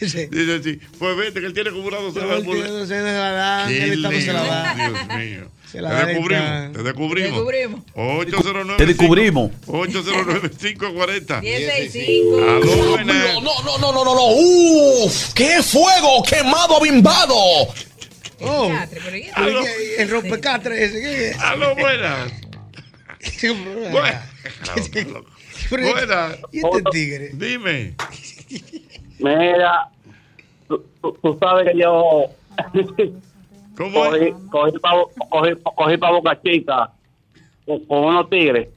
[SPEAKER 2] Dice: Sí. Pues vete, que él tiene como una docena de
[SPEAKER 3] Él tiene
[SPEAKER 2] muletas.
[SPEAKER 3] docenas, se la dan,
[SPEAKER 2] Qué
[SPEAKER 3] el Estado se la
[SPEAKER 2] leo,
[SPEAKER 3] da.
[SPEAKER 2] Dios mío.
[SPEAKER 3] Se
[SPEAKER 2] Te
[SPEAKER 3] la da el
[SPEAKER 2] descubrimos,
[SPEAKER 3] Estado.
[SPEAKER 2] te descubrimos.
[SPEAKER 3] Descubrimos.
[SPEAKER 2] 809
[SPEAKER 6] Te descubrimos.
[SPEAKER 2] 809 540 Aló,
[SPEAKER 13] Dieciséis.
[SPEAKER 2] buenas.
[SPEAKER 13] No, no, no, no, no, no, no. ¡Uf! ¡Qué fuego! ¡Quemado, bimbado!
[SPEAKER 3] Oh.
[SPEAKER 13] Aló.
[SPEAKER 3] El, el rompecatre ese. ¿qué es?
[SPEAKER 2] A lo buenas.
[SPEAKER 3] Pero-
[SPEAKER 2] Buenas.
[SPEAKER 3] ¿Y este tigre?
[SPEAKER 2] Dime.
[SPEAKER 11] Mira, tú, tú- tú sabes que yo. Cogí, cogí pa, cogí, cogí pa Boca Chica con, con unos tigres.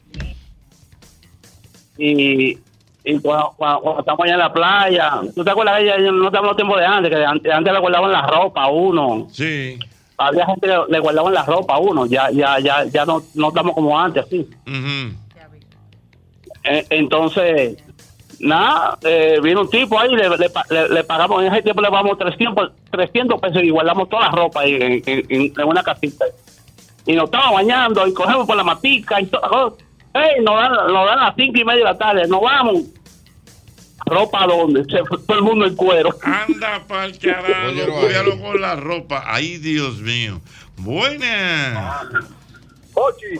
[SPEAKER 11] Y, y cuando, cuando- cuando estamos allá en la playa, ¿tú te acuerdas que ella- ella- no te hablo tiempo de antes? Que antes, antes le guardaban la ropa a uno.
[SPEAKER 2] Sí.
[SPEAKER 11] Había gente que le guardaban la ropa a uno. Ya ya ya ya no, no estamos como antes, así.
[SPEAKER 2] Mm.
[SPEAKER 11] Eh, Entonces, nada, eh, vino un tipo ahí, le, le, pa- le- le pagamos, en ese tiempo le pagamos 300, 300 pesos y guardamos toda la ropa ahí en, en- en- en una casita. Y nos estamos bañando y cogemos por la matica y toda la cosa. Ey, nos dan, nos dan las cinco y media de la tarde, nos vamos. ¿Ropa donde todo el mundo en cuero.
[SPEAKER 2] Anda pa'l Ah, carajo. Cuidado con la ropa. Ay, Dios mío. Buenas.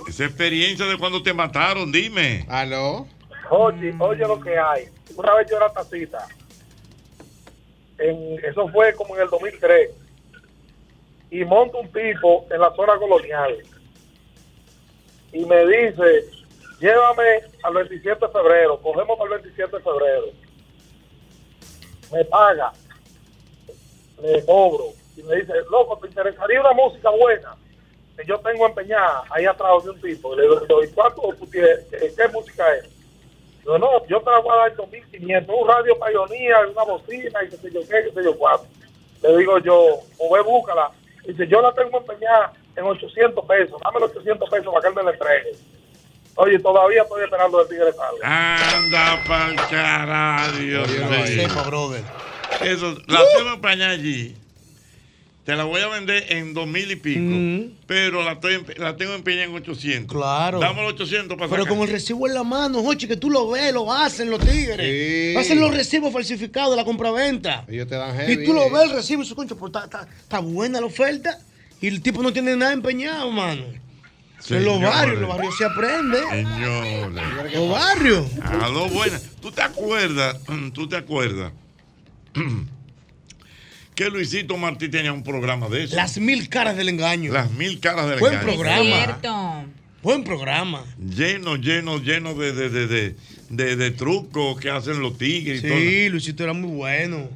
[SPEAKER 2] Esa experiencia de cuando te mataron, dime. Aló.
[SPEAKER 20] Oye, oye lo que hay. Una vez yo era tacita. En, eso fue como en el 2003. Y monta un tipo en la zona colonial. Y me dice, llévame al 27 de febrero. Cogemos para el 27 de febrero. Me paga. Le cobro. Y me dice, loco, ¿te interesaría una música buena? Que yo tengo empeñada ahí atrás de un tipo. Y le digo, ¿y cuánto tú tienes? ¿Qué, qué música es? Yo no, yo te la voy a dar 2500, un radio payonía, una bocina y qué sé yo qué, qué sé yo cuánto. Le digo yo, o ve, búscala. Dice, yo la tengo empeñada en 800 pesos, dame los 800 pesos para que él me la entregue. Oye, todavía estoy esperando el tigre salga.
[SPEAKER 2] Anda pa'l carajo, Dios
[SPEAKER 20] Oye,
[SPEAKER 2] mío.
[SPEAKER 20] no la sepa,
[SPEAKER 2] brother. Eso, la tengo para allí. Te la voy a vender en dos mil y pico. Pero la, estoy empe- la tengo empeñada en 800.
[SPEAKER 3] Claro.
[SPEAKER 2] Damos los 800 para
[SPEAKER 3] Pero
[SPEAKER 2] sacar.
[SPEAKER 3] como el recibo en la mano, Jochi, que tú lo ves, lo hacen los tigres.
[SPEAKER 4] Sí.
[SPEAKER 3] Hacen los recibos falsificados de la compraventa.
[SPEAKER 4] Ellos te dan
[SPEAKER 3] Y
[SPEAKER 4] heavy.
[SPEAKER 3] tú lo ves, el recibo, y dices, concho, pero está, está- está buena la oferta. Y el tipo no tiene nada empeñado, mano. En los
[SPEAKER 2] Señores.
[SPEAKER 3] barrios, en los barrios se aprende.
[SPEAKER 2] Señores.
[SPEAKER 3] Los barrios.
[SPEAKER 2] A lo buena. ¿Tú te acuerdas? ¿Tú te acuerdas? Que Luisito Martí tenía un programa de eso.
[SPEAKER 3] Las mil caras del engaño.
[SPEAKER 2] Las mil caras del
[SPEAKER 3] Buen
[SPEAKER 2] engaño.
[SPEAKER 3] programa. Buen programa.
[SPEAKER 2] Lleno, lleno, lleno de, de, de, de, de- de trucos que hacen los tigres y todo.
[SPEAKER 3] Sí, Luisito era muy bueno.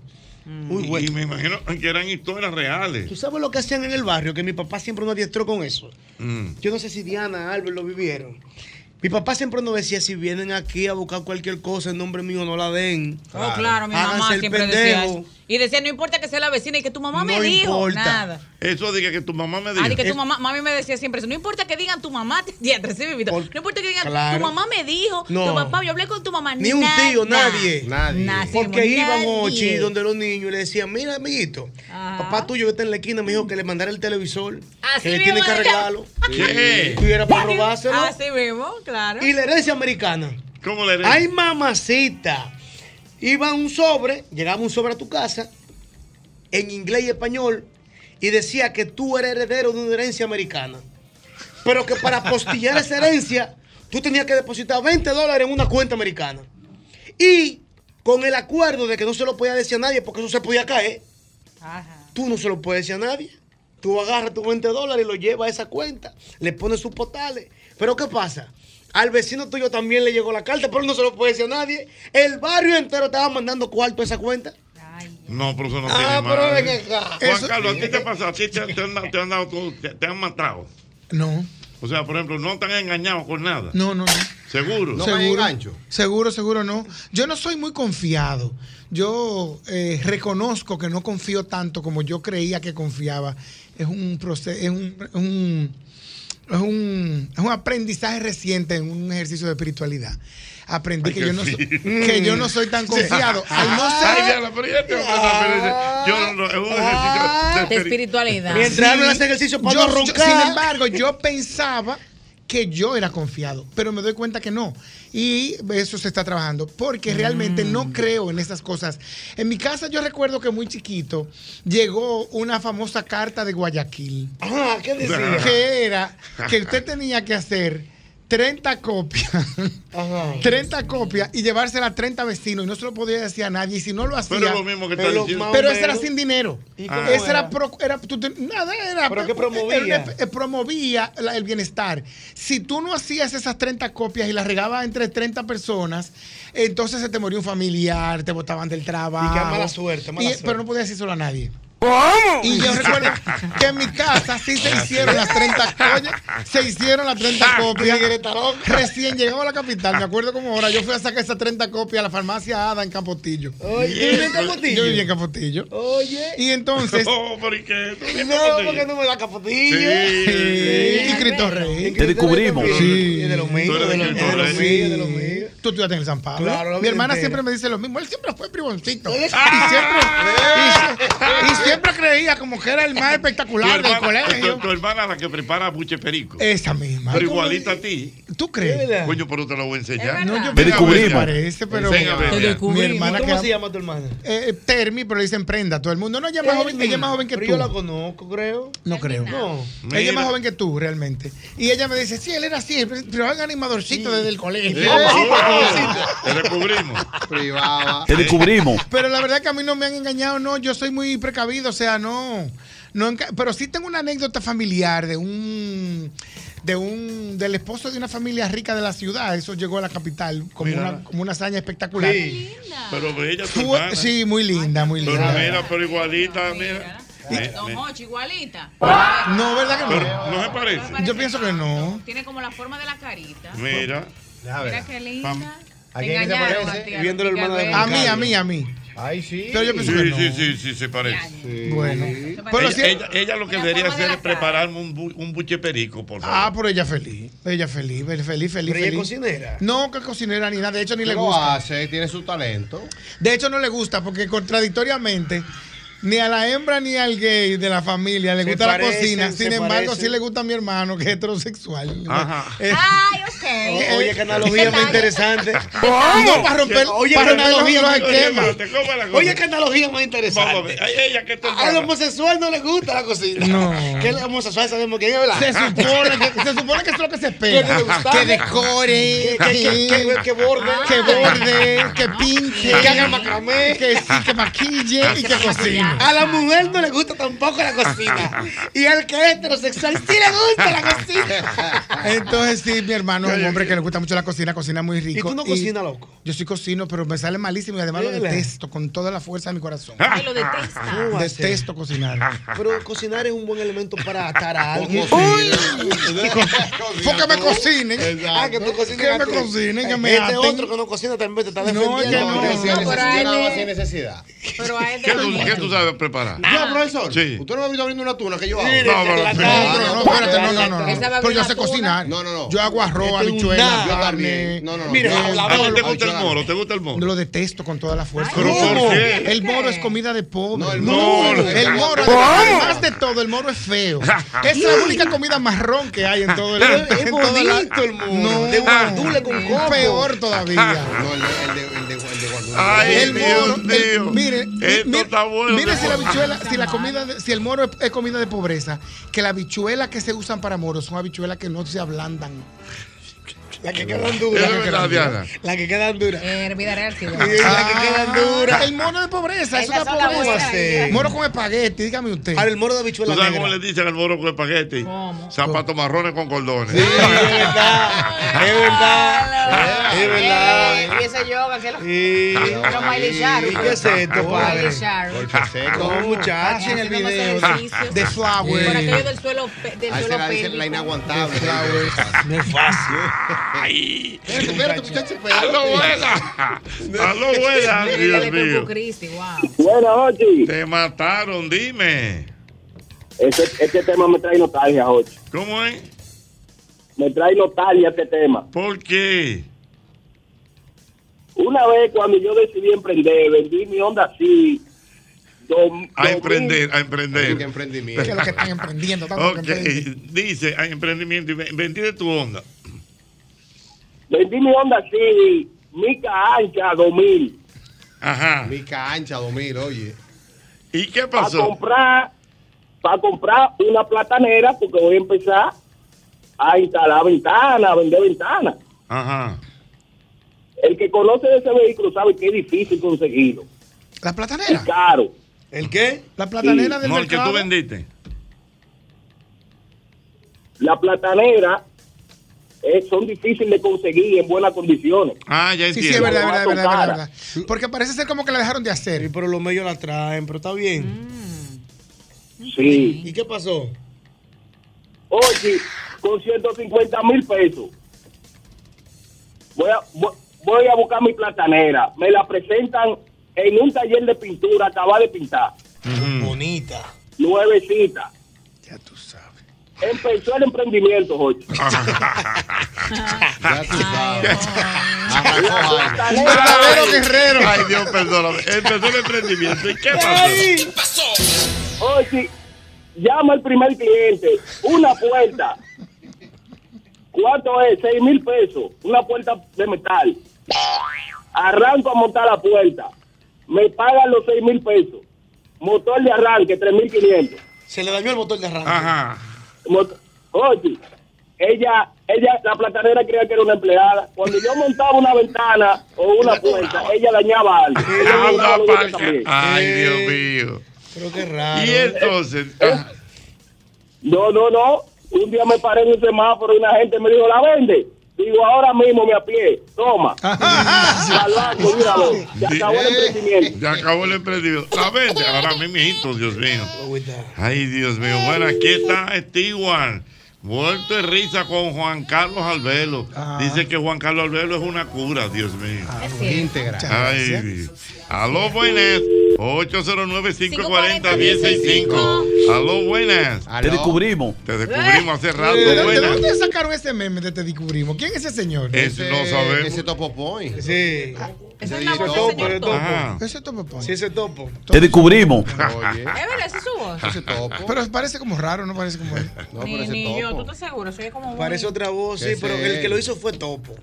[SPEAKER 3] Muy
[SPEAKER 19] Mm.
[SPEAKER 2] Y-
[SPEAKER 3] bueno.
[SPEAKER 2] Y me imagino que eran historias
[SPEAKER 3] ¿Tú
[SPEAKER 2] reales.
[SPEAKER 3] sabes lo que hacían en el barrio? Que mi papá siempre nos adiestró con eso.
[SPEAKER 2] Mm.
[SPEAKER 3] Yo no sé si Diana, Albert lo vivieron. Mi papá siempre nos decía, si vienen aquí a buscar cualquier cosa en nombre mío, no la den.
[SPEAKER 19] Oh, claro, mi
[SPEAKER 3] Háganse
[SPEAKER 19] mamá
[SPEAKER 3] el
[SPEAKER 19] siempre decía
[SPEAKER 3] pendejo.
[SPEAKER 19] eso. Y decía, no importa que sea la vecina y que tu mamá me
[SPEAKER 3] No
[SPEAKER 19] dijo
[SPEAKER 3] importa.
[SPEAKER 19] nada.
[SPEAKER 2] Eso de que, que tu mamá me dijo.
[SPEAKER 19] Ah, de que tu mamá, mami me decía siempre eso. No importa que digan tu mamá, te- diantre, sí, mi vida. No importa que digan,
[SPEAKER 3] claro.
[SPEAKER 19] tu mamá me dijo,
[SPEAKER 3] No.
[SPEAKER 19] tu papá, yo hablé con tu mamá.
[SPEAKER 3] Ni un
[SPEAKER 19] nada.
[SPEAKER 3] tío, nadie.
[SPEAKER 19] Nada, sí,
[SPEAKER 3] Porque iban
[SPEAKER 19] nadie.
[SPEAKER 3] Ochi donde los niños y le decían, mira, amiguito, papá tuyo que está en la esquina me dijo que le mandara el televisor,
[SPEAKER 19] Así
[SPEAKER 3] que le
[SPEAKER 19] mismo
[SPEAKER 3] tiene que
[SPEAKER 19] era.
[SPEAKER 3] arreglarlo.
[SPEAKER 2] ¿Qué?
[SPEAKER 3] Y era para robárselo.
[SPEAKER 19] Así mismo, claro.
[SPEAKER 3] Y la herencia americana.
[SPEAKER 2] ¿Cómo la
[SPEAKER 3] herencia? Ay, mamacita. Iba un sobre, llegaba un sobre a tu casa, en inglés y español, y decía que tú eres heredero de una herencia americana. Pero que para postillar esa herencia, tú tenías que depositar 20 dólares en una cuenta americana. Y con el acuerdo de que no se lo podía decir a nadie porque eso se podía caer, tú no se lo puedes decir a nadie. Tú agarras tus 20 dólares y lo llevas a esa cuenta, le pones sus portales. Pero ¿qué pasa? Al vecino tuyo también le llegó la carta, pero él no se lo puede decir a nadie. El barrio entero estaba mandando cuarto a esa cuenta.
[SPEAKER 2] No, pero eso no
[SPEAKER 3] Ah,
[SPEAKER 2] tiene
[SPEAKER 3] pero
[SPEAKER 2] madre.
[SPEAKER 3] ven acá.
[SPEAKER 2] Juan
[SPEAKER 3] Eso-
[SPEAKER 2] Carlos, ¿a ti te pasa? ¿A ti te, te han, te han dado todo- te- te han matado?
[SPEAKER 21] No,
[SPEAKER 2] O sea, por ejemplo, no te han engañado con nada.
[SPEAKER 21] no, no. no.
[SPEAKER 2] ¿Seguro?
[SPEAKER 21] seguro, seguro, seguro no. Yo no soy muy confiado. Yo eh, reconozco que no confío tanto como yo creía que confiaba. Es un proceso, es un, es un- es un- es un aprendizaje reciente en un ejercicio de espiritualidad. aprendí que
[SPEAKER 2] qué
[SPEAKER 21] yo, no, so-
[SPEAKER 2] fino.
[SPEAKER 21] que yo no soy tan confiado. Al no ser- Ah,
[SPEAKER 2] Ay, diablo, pero ya tengo que hacer- Yo no, no, es un ejercicio
[SPEAKER 22] Ah, De
[SPEAKER 2] de
[SPEAKER 22] espiritualidad.
[SPEAKER 2] Mientras hablan
[SPEAKER 21] hace
[SPEAKER 2] ese ejercicio para no roncar.
[SPEAKER 21] Sin embargo, yo pensaba que yo era confiado, pero me doy cuenta que no. Y eso se está trabajando,
[SPEAKER 22] Mm.
[SPEAKER 21] porque realmente no creo en estas cosas. En mi casa yo recuerdo que muy chiquito llegó una famosa carta de Guayaquil.
[SPEAKER 3] Ah, ¿qué decía?
[SPEAKER 21] Que era que usted tenía que hacer 30 copias, 30 copias y llevársela a 30 vecinos y no se lo podía decir a nadie. Y si no lo hacía,
[SPEAKER 2] Pero es lo mismo que está
[SPEAKER 21] pero,
[SPEAKER 2] diciendo. Ah.
[SPEAKER 21] pero ese era sin dinero.
[SPEAKER 2] ¿Y cómo
[SPEAKER 21] Ese
[SPEAKER 2] era?
[SPEAKER 21] era pro- era- tú te- nada era.
[SPEAKER 3] ¿Pero qué
[SPEAKER 21] era-
[SPEAKER 3] promovía?
[SPEAKER 21] era- eh, promovía la- el bienestar. Si tú no hacías esas 30 copias y las regabas entre 30 personas, entonces se te moría un familiar, te botaban del trabajo.
[SPEAKER 3] mala suerte, mala
[SPEAKER 21] Y-
[SPEAKER 3] suerte.
[SPEAKER 21] Pero no podías decírselo a nadie. ¿Cómo? Y yo recuerdo que en mi casa sí se hicieron las 30 copias. Se hicieron las
[SPEAKER 2] Ah,
[SPEAKER 21] 30 copias. Recién llegaba a la capital, me acuerdo como ahora. Yo fui a sacar esas 30 copias a la farmacia Ada en Campotillo.
[SPEAKER 3] Oye, ¿tú vivías en Capotillo?
[SPEAKER 21] Yo
[SPEAKER 3] Oh,
[SPEAKER 21] vivía en Campotillo.
[SPEAKER 3] Oye.
[SPEAKER 21] Y entonces.
[SPEAKER 2] No, porque tú
[SPEAKER 3] No, porque no me da capotillo.
[SPEAKER 21] Y Cristo Rey.
[SPEAKER 3] Te descubrimos.
[SPEAKER 21] Sí.
[SPEAKER 3] Es de los míos, es de los- es de los míos, es de los míos.
[SPEAKER 21] Tú estudiaste en el San Pablo.
[SPEAKER 3] Claro, la
[SPEAKER 21] Mi
[SPEAKER 3] vida
[SPEAKER 21] hermana
[SPEAKER 3] entera.
[SPEAKER 21] siempre me dice lo mismo. Él siempre fue privoncito. Y
[SPEAKER 2] ¡Ah!
[SPEAKER 21] siempre, y, y siempre creía como que era el más espectacular
[SPEAKER 2] Tu
[SPEAKER 21] del
[SPEAKER 2] hermana-
[SPEAKER 21] colegio.
[SPEAKER 2] Tu, tu hermana la que prepara buche perico.
[SPEAKER 21] Esa misma.
[SPEAKER 2] Pero igualita a ti. Pues
[SPEAKER 21] ¿Tú crees?
[SPEAKER 2] Coño, pero te lo voy a enseñar.
[SPEAKER 21] No,
[SPEAKER 2] Ven
[SPEAKER 21] yo
[SPEAKER 2] a
[SPEAKER 21] pensaba que
[SPEAKER 2] ver,
[SPEAKER 21] Parece, pero.
[SPEAKER 2] Ven a ver, ya.
[SPEAKER 21] Mi hermana
[SPEAKER 3] ¿Cómo
[SPEAKER 21] que-
[SPEAKER 3] se llama tu hermana?
[SPEAKER 21] Eh, Termi, pero le dicen prenda. Todo el mundo. No, ella es más joven, ella es más joven que
[SPEAKER 3] Pero
[SPEAKER 21] tú.
[SPEAKER 3] Yo la conozco, creo.
[SPEAKER 21] No creo.
[SPEAKER 3] No.
[SPEAKER 21] Ella es más joven que tú, realmente. Y ella me dice, sí, él era así, pero era animadorcito desde el colegio.
[SPEAKER 2] Te descubrimos.
[SPEAKER 4] Privada.
[SPEAKER 6] Te descubrimos.
[SPEAKER 21] Pero la verdad que a mí no me han engañado, no, yo soy muy precavido, o sea, no. no enca- pero sí tengo una anécdota familiar de un de un del esposo de una familia rica de la ciudad, eso llegó a la capital como
[SPEAKER 2] Mira.
[SPEAKER 21] una como una hazaña espectacular.
[SPEAKER 2] Sí. Pero bella tu
[SPEAKER 21] Fue-
[SPEAKER 2] hermana.
[SPEAKER 21] sí, muy linda, muy
[SPEAKER 2] Pero
[SPEAKER 21] linda.
[SPEAKER 2] mira, pero igualita, mira. Me-
[SPEAKER 22] Don
[SPEAKER 2] me-
[SPEAKER 22] Hochi, igualita.
[SPEAKER 21] Ah. No, ¿verdad que
[SPEAKER 2] Pero,
[SPEAKER 21] no?
[SPEAKER 2] ¿no se parece?
[SPEAKER 21] Yo pienso que no.
[SPEAKER 22] Tiene como la forma de la carita.
[SPEAKER 2] Mira.
[SPEAKER 22] Mira qué linda.
[SPEAKER 2] ¿A
[SPEAKER 22] Te
[SPEAKER 2] quién que se
[SPEAKER 22] engañaron
[SPEAKER 2] parece?
[SPEAKER 22] a ti, a-
[SPEAKER 2] Viendo la
[SPEAKER 22] ya
[SPEAKER 2] hermana de
[SPEAKER 22] ves.
[SPEAKER 21] A mí, a mí, a mí.
[SPEAKER 4] Ay, sí.
[SPEAKER 21] Pero yo pienso que
[SPEAKER 2] sí,
[SPEAKER 21] no.
[SPEAKER 2] sí, sí, sí, se parece.
[SPEAKER 21] Bueno. Pero
[SPEAKER 2] ella,
[SPEAKER 21] sí-
[SPEAKER 2] ella- ella lo que debería hacer es prepararme un, bu- un buche perico, por favor.
[SPEAKER 21] Ah, pero ella feliz. Ella feliz, feliz, feliz, feliz.
[SPEAKER 2] Pero ella
[SPEAKER 21] feliz.
[SPEAKER 2] cocinera.
[SPEAKER 21] No, que cocinera ni nada. De hecho, ni le
[SPEAKER 4] lo
[SPEAKER 21] gusta.
[SPEAKER 4] hace, tiene su talento.
[SPEAKER 21] De hecho, no le gusta porque contradictoriamente ni a la hembra ni al gay de la familia le
[SPEAKER 4] Se
[SPEAKER 21] gusta la
[SPEAKER 4] parecen,
[SPEAKER 21] cocina. Sin
[SPEAKER 4] se
[SPEAKER 21] embargo,
[SPEAKER 4] parecen.
[SPEAKER 21] sí le gusta a mi hermano que es heterosexual.
[SPEAKER 2] Ajá.
[SPEAKER 21] Eh,
[SPEAKER 13] Ay, ok.
[SPEAKER 3] Oye, Eh, qué analogía más interesante.
[SPEAKER 21] No, para romper-
[SPEAKER 3] Oye,
[SPEAKER 21] para
[SPEAKER 3] qué
[SPEAKER 21] romper
[SPEAKER 3] analogía
[SPEAKER 21] los
[SPEAKER 3] más
[SPEAKER 21] esquemas.
[SPEAKER 3] interesante. Oye, qué analogía más interesante.
[SPEAKER 2] Vamos a ver, a ella que te
[SPEAKER 3] Al homosexual no le gusta la cocina.
[SPEAKER 21] No.
[SPEAKER 3] Que el homosexual sabemos quién es, ¿verdad?
[SPEAKER 21] Se supone, que, se supone que eso es lo que se
[SPEAKER 3] Que
[SPEAKER 21] espera.
[SPEAKER 3] le gusta.
[SPEAKER 21] Que decore,
[SPEAKER 3] Que- que- que- que borde.
[SPEAKER 21] que borde, que pinte,
[SPEAKER 3] Que haga macramé.
[SPEAKER 21] que Eh, sí, que maquille y que cocine.
[SPEAKER 3] A la mujer no le gusta tampoco la cocina. Y al que es heterosexual sí le gusta la cocina.
[SPEAKER 21] Entonces, sí, mi hermano es un hombre que le gusta mucho la cocina, cocina muy rico.
[SPEAKER 3] tú no cocinas, loco?
[SPEAKER 21] Yo sí cocino, pero me sale malísimo y además lo
[SPEAKER 3] ¿Verdad?
[SPEAKER 21] detesto con toda la fuerza de mi corazón.
[SPEAKER 3] Ay, lo detesta. ¿Cómo va a ser?
[SPEAKER 21] Detesto cocinar.
[SPEAKER 3] Pero cocinar es un buen elemento para atar a alguien.
[SPEAKER 21] Uy. Fue que me cocinen.
[SPEAKER 3] Ah, que tú cocines.
[SPEAKER 21] Que
[SPEAKER 3] a
[SPEAKER 21] me
[SPEAKER 3] ti.
[SPEAKER 21] cocinen, que me
[SPEAKER 3] Este
[SPEAKER 21] aten.
[SPEAKER 3] otro que no cocina también te está
[SPEAKER 21] No, es que
[SPEAKER 3] defendiendo.
[SPEAKER 21] no. No,
[SPEAKER 4] Yo
[SPEAKER 21] pero a él
[SPEAKER 4] nada más
[SPEAKER 21] le-
[SPEAKER 4] sin necesidad.
[SPEAKER 22] Pero a él
[SPEAKER 2] ¿Qué tú, qué tú sabes preparar?
[SPEAKER 4] Ya, profesor.
[SPEAKER 2] Ah. Sí.
[SPEAKER 4] Usted no me ha visto abriendo una tuna que yo
[SPEAKER 2] Sí,
[SPEAKER 4] hago.
[SPEAKER 2] de- No, de pero- la cara.
[SPEAKER 4] no,
[SPEAKER 21] No, espérate, no, no, no, no.
[SPEAKER 4] Él sabe
[SPEAKER 21] Pero
[SPEAKER 4] abrir
[SPEAKER 21] yo
[SPEAKER 4] la
[SPEAKER 21] sé
[SPEAKER 4] tuna.
[SPEAKER 21] cocinar.
[SPEAKER 4] No, no, no.
[SPEAKER 21] Yo hago arroz,
[SPEAKER 4] Este es un
[SPEAKER 21] habichuela,
[SPEAKER 4] nada. Yo
[SPEAKER 21] carne.
[SPEAKER 4] también. No, no, no.
[SPEAKER 21] Eh,
[SPEAKER 4] Mira, hablaba-
[SPEAKER 2] ¿A ti te gusta el
[SPEAKER 4] hablaba-
[SPEAKER 2] moro? ¿Te gusta el moro?
[SPEAKER 21] Lo detesto con toda la fuerza.
[SPEAKER 2] ¿Pero por
[SPEAKER 21] ¿Cómo?
[SPEAKER 2] qué?
[SPEAKER 21] El moro es comida de pobre. No, el
[SPEAKER 2] moro.
[SPEAKER 21] El moro,
[SPEAKER 2] ¿Cómo?
[SPEAKER 21] además de todo, el moro es feo. Es la única comida marrón que hay en todo el
[SPEAKER 3] Pero es
[SPEAKER 21] en toda la-
[SPEAKER 3] bonito el moro.
[SPEAKER 21] No, Ah.
[SPEAKER 3] De guandule con coco.
[SPEAKER 21] Peor todavía.
[SPEAKER 4] No, el de, el de, el de, el de guardullo.
[SPEAKER 2] Ay,
[SPEAKER 21] el moro,
[SPEAKER 2] Dios
[SPEAKER 21] el-
[SPEAKER 2] mío.
[SPEAKER 21] mire,
[SPEAKER 2] Esto
[SPEAKER 21] mire,
[SPEAKER 2] está bueno.
[SPEAKER 21] mire si la habichuela, si la comida, de- si el moro es, es comida de pobreza, que la habichuela que se usan para moros son habichuelas que no se ablandan.
[SPEAKER 3] La que quedan duras.
[SPEAKER 2] Es verdad, Diana.
[SPEAKER 3] La que quedan duras.
[SPEAKER 21] Eh,
[SPEAKER 22] Hervida real, sí, bueno.
[SPEAKER 3] La que quedan duras.
[SPEAKER 21] Ah. El moro de pobreza, eso
[SPEAKER 22] Esas
[SPEAKER 21] es
[SPEAKER 22] son las
[SPEAKER 21] pobreza.
[SPEAKER 3] buenas, Diana.
[SPEAKER 21] Moro con espagueti, dígame usted.
[SPEAKER 3] Ahora el moro de habichuela
[SPEAKER 2] ¿Tú sabes
[SPEAKER 3] negra.
[SPEAKER 2] cómo le dicen al moro con espagueti? Zapatos marrones con cordones.
[SPEAKER 3] Es verdad. Es verdad.
[SPEAKER 22] Y Eh, ese yoga que lo.
[SPEAKER 3] Sí.
[SPEAKER 22] Pero Miley
[SPEAKER 3] ¿Y
[SPEAKER 22] Cyrus.
[SPEAKER 3] qué es esto, padre?
[SPEAKER 22] Miley Cyrus.
[SPEAKER 3] No, muchachos.
[SPEAKER 4] en el
[SPEAKER 22] Haciendo más
[SPEAKER 4] video
[SPEAKER 22] ejercicios.
[SPEAKER 4] de Flower.
[SPEAKER 22] Por aquello del suelo, pe- del
[SPEAKER 4] Ahí
[SPEAKER 22] suelo
[SPEAKER 4] será dice, la
[SPEAKER 22] pélvico.
[SPEAKER 4] inaguantable.
[SPEAKER 3] No es fácil.
[SPEAKER 2] Ay.
[SPEAKER 4] Espérate, espérate, muchacho, espérate.
[SPEAKER 2] ¡Aló, buena! ¡Aló,
[SPEAKER 22] Mira,
[SPEAKER 2] buena!
[SPEAKER 22] la
[SPEAKER 2] Dios
[SPEAKER 22] de
[SPEAKER 2] mío.
[SPEAKER 22] Coco Cristi, wow.
[SPEAKER 2] Buena, Ochi. Te mataron, dime.
[SPEAKER 14] Este, este tema me trae nostalgia, Jorge.
[SPEAKER 2] ¿Cómo es?
[SPEAKER 14] Me trae nostalgia este tema.
[SPEAKER 2] ¿Por qué?
[SPEAKER 11] Una vez cuando yo decidí emprender, vendí mi onda así. dom-
[SPEAKER 2] A emprender, a emprender.
[SPEAKER 21] Que es lo que están emprendiendo. tanto que
[SPEAKER 2] Ok,
[SPEAKER 21] emprenden.
[SPEAKER 2] dice, hay emprendimiento y ve- vendí de tu onda.
[SPEAKER 11] Vendí mi onda Civic, mica ancha, 2000.
[SPEAKER 2] Ajá.
[SPEAKER 4] Mica ancha, 2000, oye.
[SPEAKER 2] ¿Y qué
[SPEAKER 11] Para comprar, para comprar una platanera, porque voy a empezar a instalar ventanas, a vender ventanas.
[SPEAKER 2] Ajá.
[SPEAKER 11] El que conoce de ese vehículo sabe que es difícil conseguirlo.
[SPEAKER 21] ¿La platanera?
[SPEAKER 11] Es caro.
[SPEAKER 3] ¿El qué?
[SPEAKER 21] La
[SPEAKER 11] platanera del
[SPEAKER 2] No, el que
[SPEAKER 11] mercado.
[SPEAKER 2] tú vendiste.
[SPEAKER 11] La platanera eh, son difíciles de conseguir en buenas condiciones.
[SPEAKER 2] Ah, ya
[SPEAKER 21] Sí, sí, es verdad, verdad, verdad, verdad, verdad. Porque parece ser como que la dejaron de hacer. Mm.
[SPEAKER 3] pero los medios la traen, pero está bien.
[SPEAKER 11] Sí.
[SPEAKER 3] ¿Y qué pasó?
[SPEAKER 11] Oye, con 150 mil pesos. Voy a, vo- voy a buscar mi platanera. Me la presentan en un taller de pintura, acaba de pintar.
[SPEAKER 3] Bonita.
[SPEAKER 11] Nuevecita. Ya tú sabes. Empezó el emprendimiento, Jorge.
[SPEAKER 2] Ya tú sabes.
[SPEAKER 13] Un verdadero
[SPEAKER 2] guerrero. Ay, Dios, perdóname. Empezó el emprendimiento. ¿Y qué pasó?
[SPEAKER 11] Oye, llama al primer cliente. Una puerta. ¿Cuánto es? Seis mil pesos. Una puerta de metal. Arranco a montar la puerta. Me pagan los seis mil pesos. Motor de arranque, tres mil quinientos.
[SPEAKER 3] Se le dañó el motor de arranque.
[SPEAKER 2] Ajá.
[SPEAKER 11] Mot- Oye, ella, ella, la platanera creía que era una empleada. Cuando yo montaba una ventana o una puerta, ella dañaba algo. Ella me
[SPEAKER 2] Anda
[SPEAKER 11] daba lo
[SPEAKER 2] pa'l
[SPEAKER 11] mismo también.
[SPEAKER 2] Ay,
[SPEAKER 21] Eh.
[SPEAKER 2] Dios mío.
[SPEAKER 3] Pero qué raro.
[SPEAKER 2] Y entonces.
[SPEAKER 11] Eh, No, no, no. Un día me paré en un semáforo y una gente me dijo, ¿la vende? Digo, ahora mismo me apié. Toma. Al banco, míralo. Se acabó el emprendimiento.
[SPEAKER 2] eh. Ya acabó el emprendimiento. La vende. Ahora mismo, Dios mío. Ay, Dios mío. Bueno, aquí está Stewart. Muerto de risa con Juan Carlos Albelo. Dice que Juan Carlos Albelo es una cura, Dios mío.
[SPEAKER 21] Ah,
[SPEAKER 4] Íntegra.
[SPEAKER 2] Ay, Dios. aló, buenas. 809-540-165. Aló, buenas.
[SPEAKER 6] Te descubrimos.
[SPEAKER 2] Te descubrimos hace rato.
[SPEAKER 21] ¿De, de- de
[SPEAKER 2] Buenas.
[SPEAKER 21] dónde sacaron ese meme de Te descubrimos? ¿Quién es ese señor?
[SPEAKER 2] Es- no Ese- sabemos. ese
[SPEAKER 4] topo point.
[SPEAKER 3] Sí.
[SPEAKER 21] Ese
[SPEAKER 3] Ah, es la voz del topo, señor ese topo.
[SPEAKER 2] Ajá.
[SPEAKER 21] Ese topo point.
[SPEAKER 3] Sí, ese topo.
[SPEAKER 6] Te descubrimos.
[SPEAKER 19] Es verdad, ese es su voz.
[SPEAKER 4] Ese topo.
[SPEAKER 21] Pero parece como raro, no parece como él.
[SPEAKER 19] ni ni yo, tú estás seguro, soy como un-
[SPEAKER 3] Parece otra voz, sí,
[SPEAKER 21] Ese
[SPEAKER 3] pero
[SPEAKER 21] es
[SPEAKER 3] el que
[SPEAKER 21] él.
[SPEAKER 3] lo hizo fue Topo.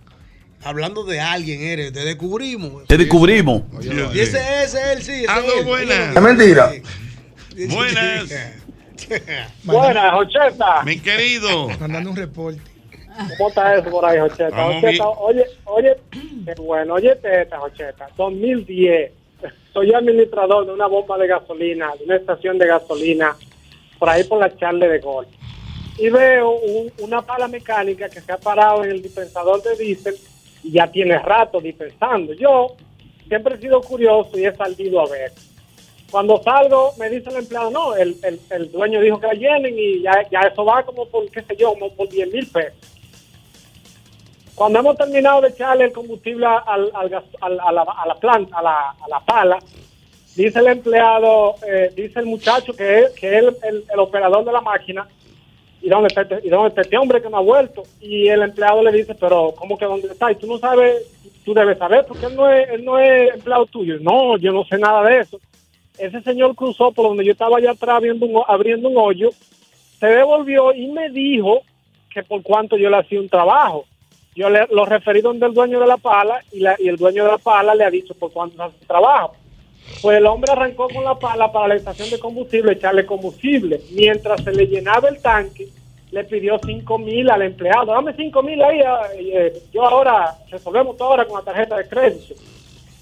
[SPEAKER 3] Hablando de alguien, eres. Te descubrimos.
[SPEAKER 6] Te descubrimos.
[SPEAKER 3] Y ese es él, sí. Ese
[SPEAKER 2] Aló,
[SPEAKER 3] es él.
[SPEAKER 2] buenas.
[SPEAKER 3] Oye,
[SPEAKER 2] mentira. Buenas.
[SPEAKER 23] Buenas, Jocheta.
[SPEAKER 2] Mi querido.
[SPEAKER 21] Mandando un reporte.
[SPEAKER 23] ¿Cómo está eso por ahí, Jocheta?
[SPEAKER 2] Vamos
[SPEAKER 23] Jocheta,
[SPEAKER 2] bien.
[SPEAKER 23] oye, oye, qué bueno, oye, esta, Jocheta. 2010. Soy administrador de una bomba de gasolina, de una estación de gasolina, por ahí por la charla de gol. Y veo un- una pala mecánica que se ha parado en el dispensador de diésel y ya tiene rato dispensando. Yo siempre he sido curioso y he salido a ver. Cuando salgo, me dice el empleado, no, el, el- el dueño dijo que la llenen y ya, ya eso va como por, qué sé yo, como por 10 mil pesos. Cuando hemos terminado de echarle el combustible al, al gas- al- a, la, a la planta, a la, a la pala, dice el empleado, eh, dice el muchacho que es, que es el, el- el operador de la máquina, ¿y dónde, está este, ¿y dónde está este hombre que no ha vuelto? Y el empleado le dice, pero ¿cómo que dónde está? Y tú no sabes, tú debes saber, porque él no es, él no es empleado tuyo. No, yo no sé nada de eso ese señor cruzó por donde yo estaba allá atrás abriendo un, ho- abriendo un hoyo, se devolvió y me dijo que por cuánto yo le hacía un trabajo. Yo le, lo referí donde el dueño de la pala y, la- y el dueño de la pala le ha dicho "Pues, por cuánto hace un trabajo. Pues el hombre arrancó con la pala para la estación de combustible, echarle combustible. Mientras se le llenaba el tanque, le pidió cinco mil al empleado. Dame cinco mil ahí, ah, eh, yo ahora resolvemos todo ahora con la tarjeta de crédito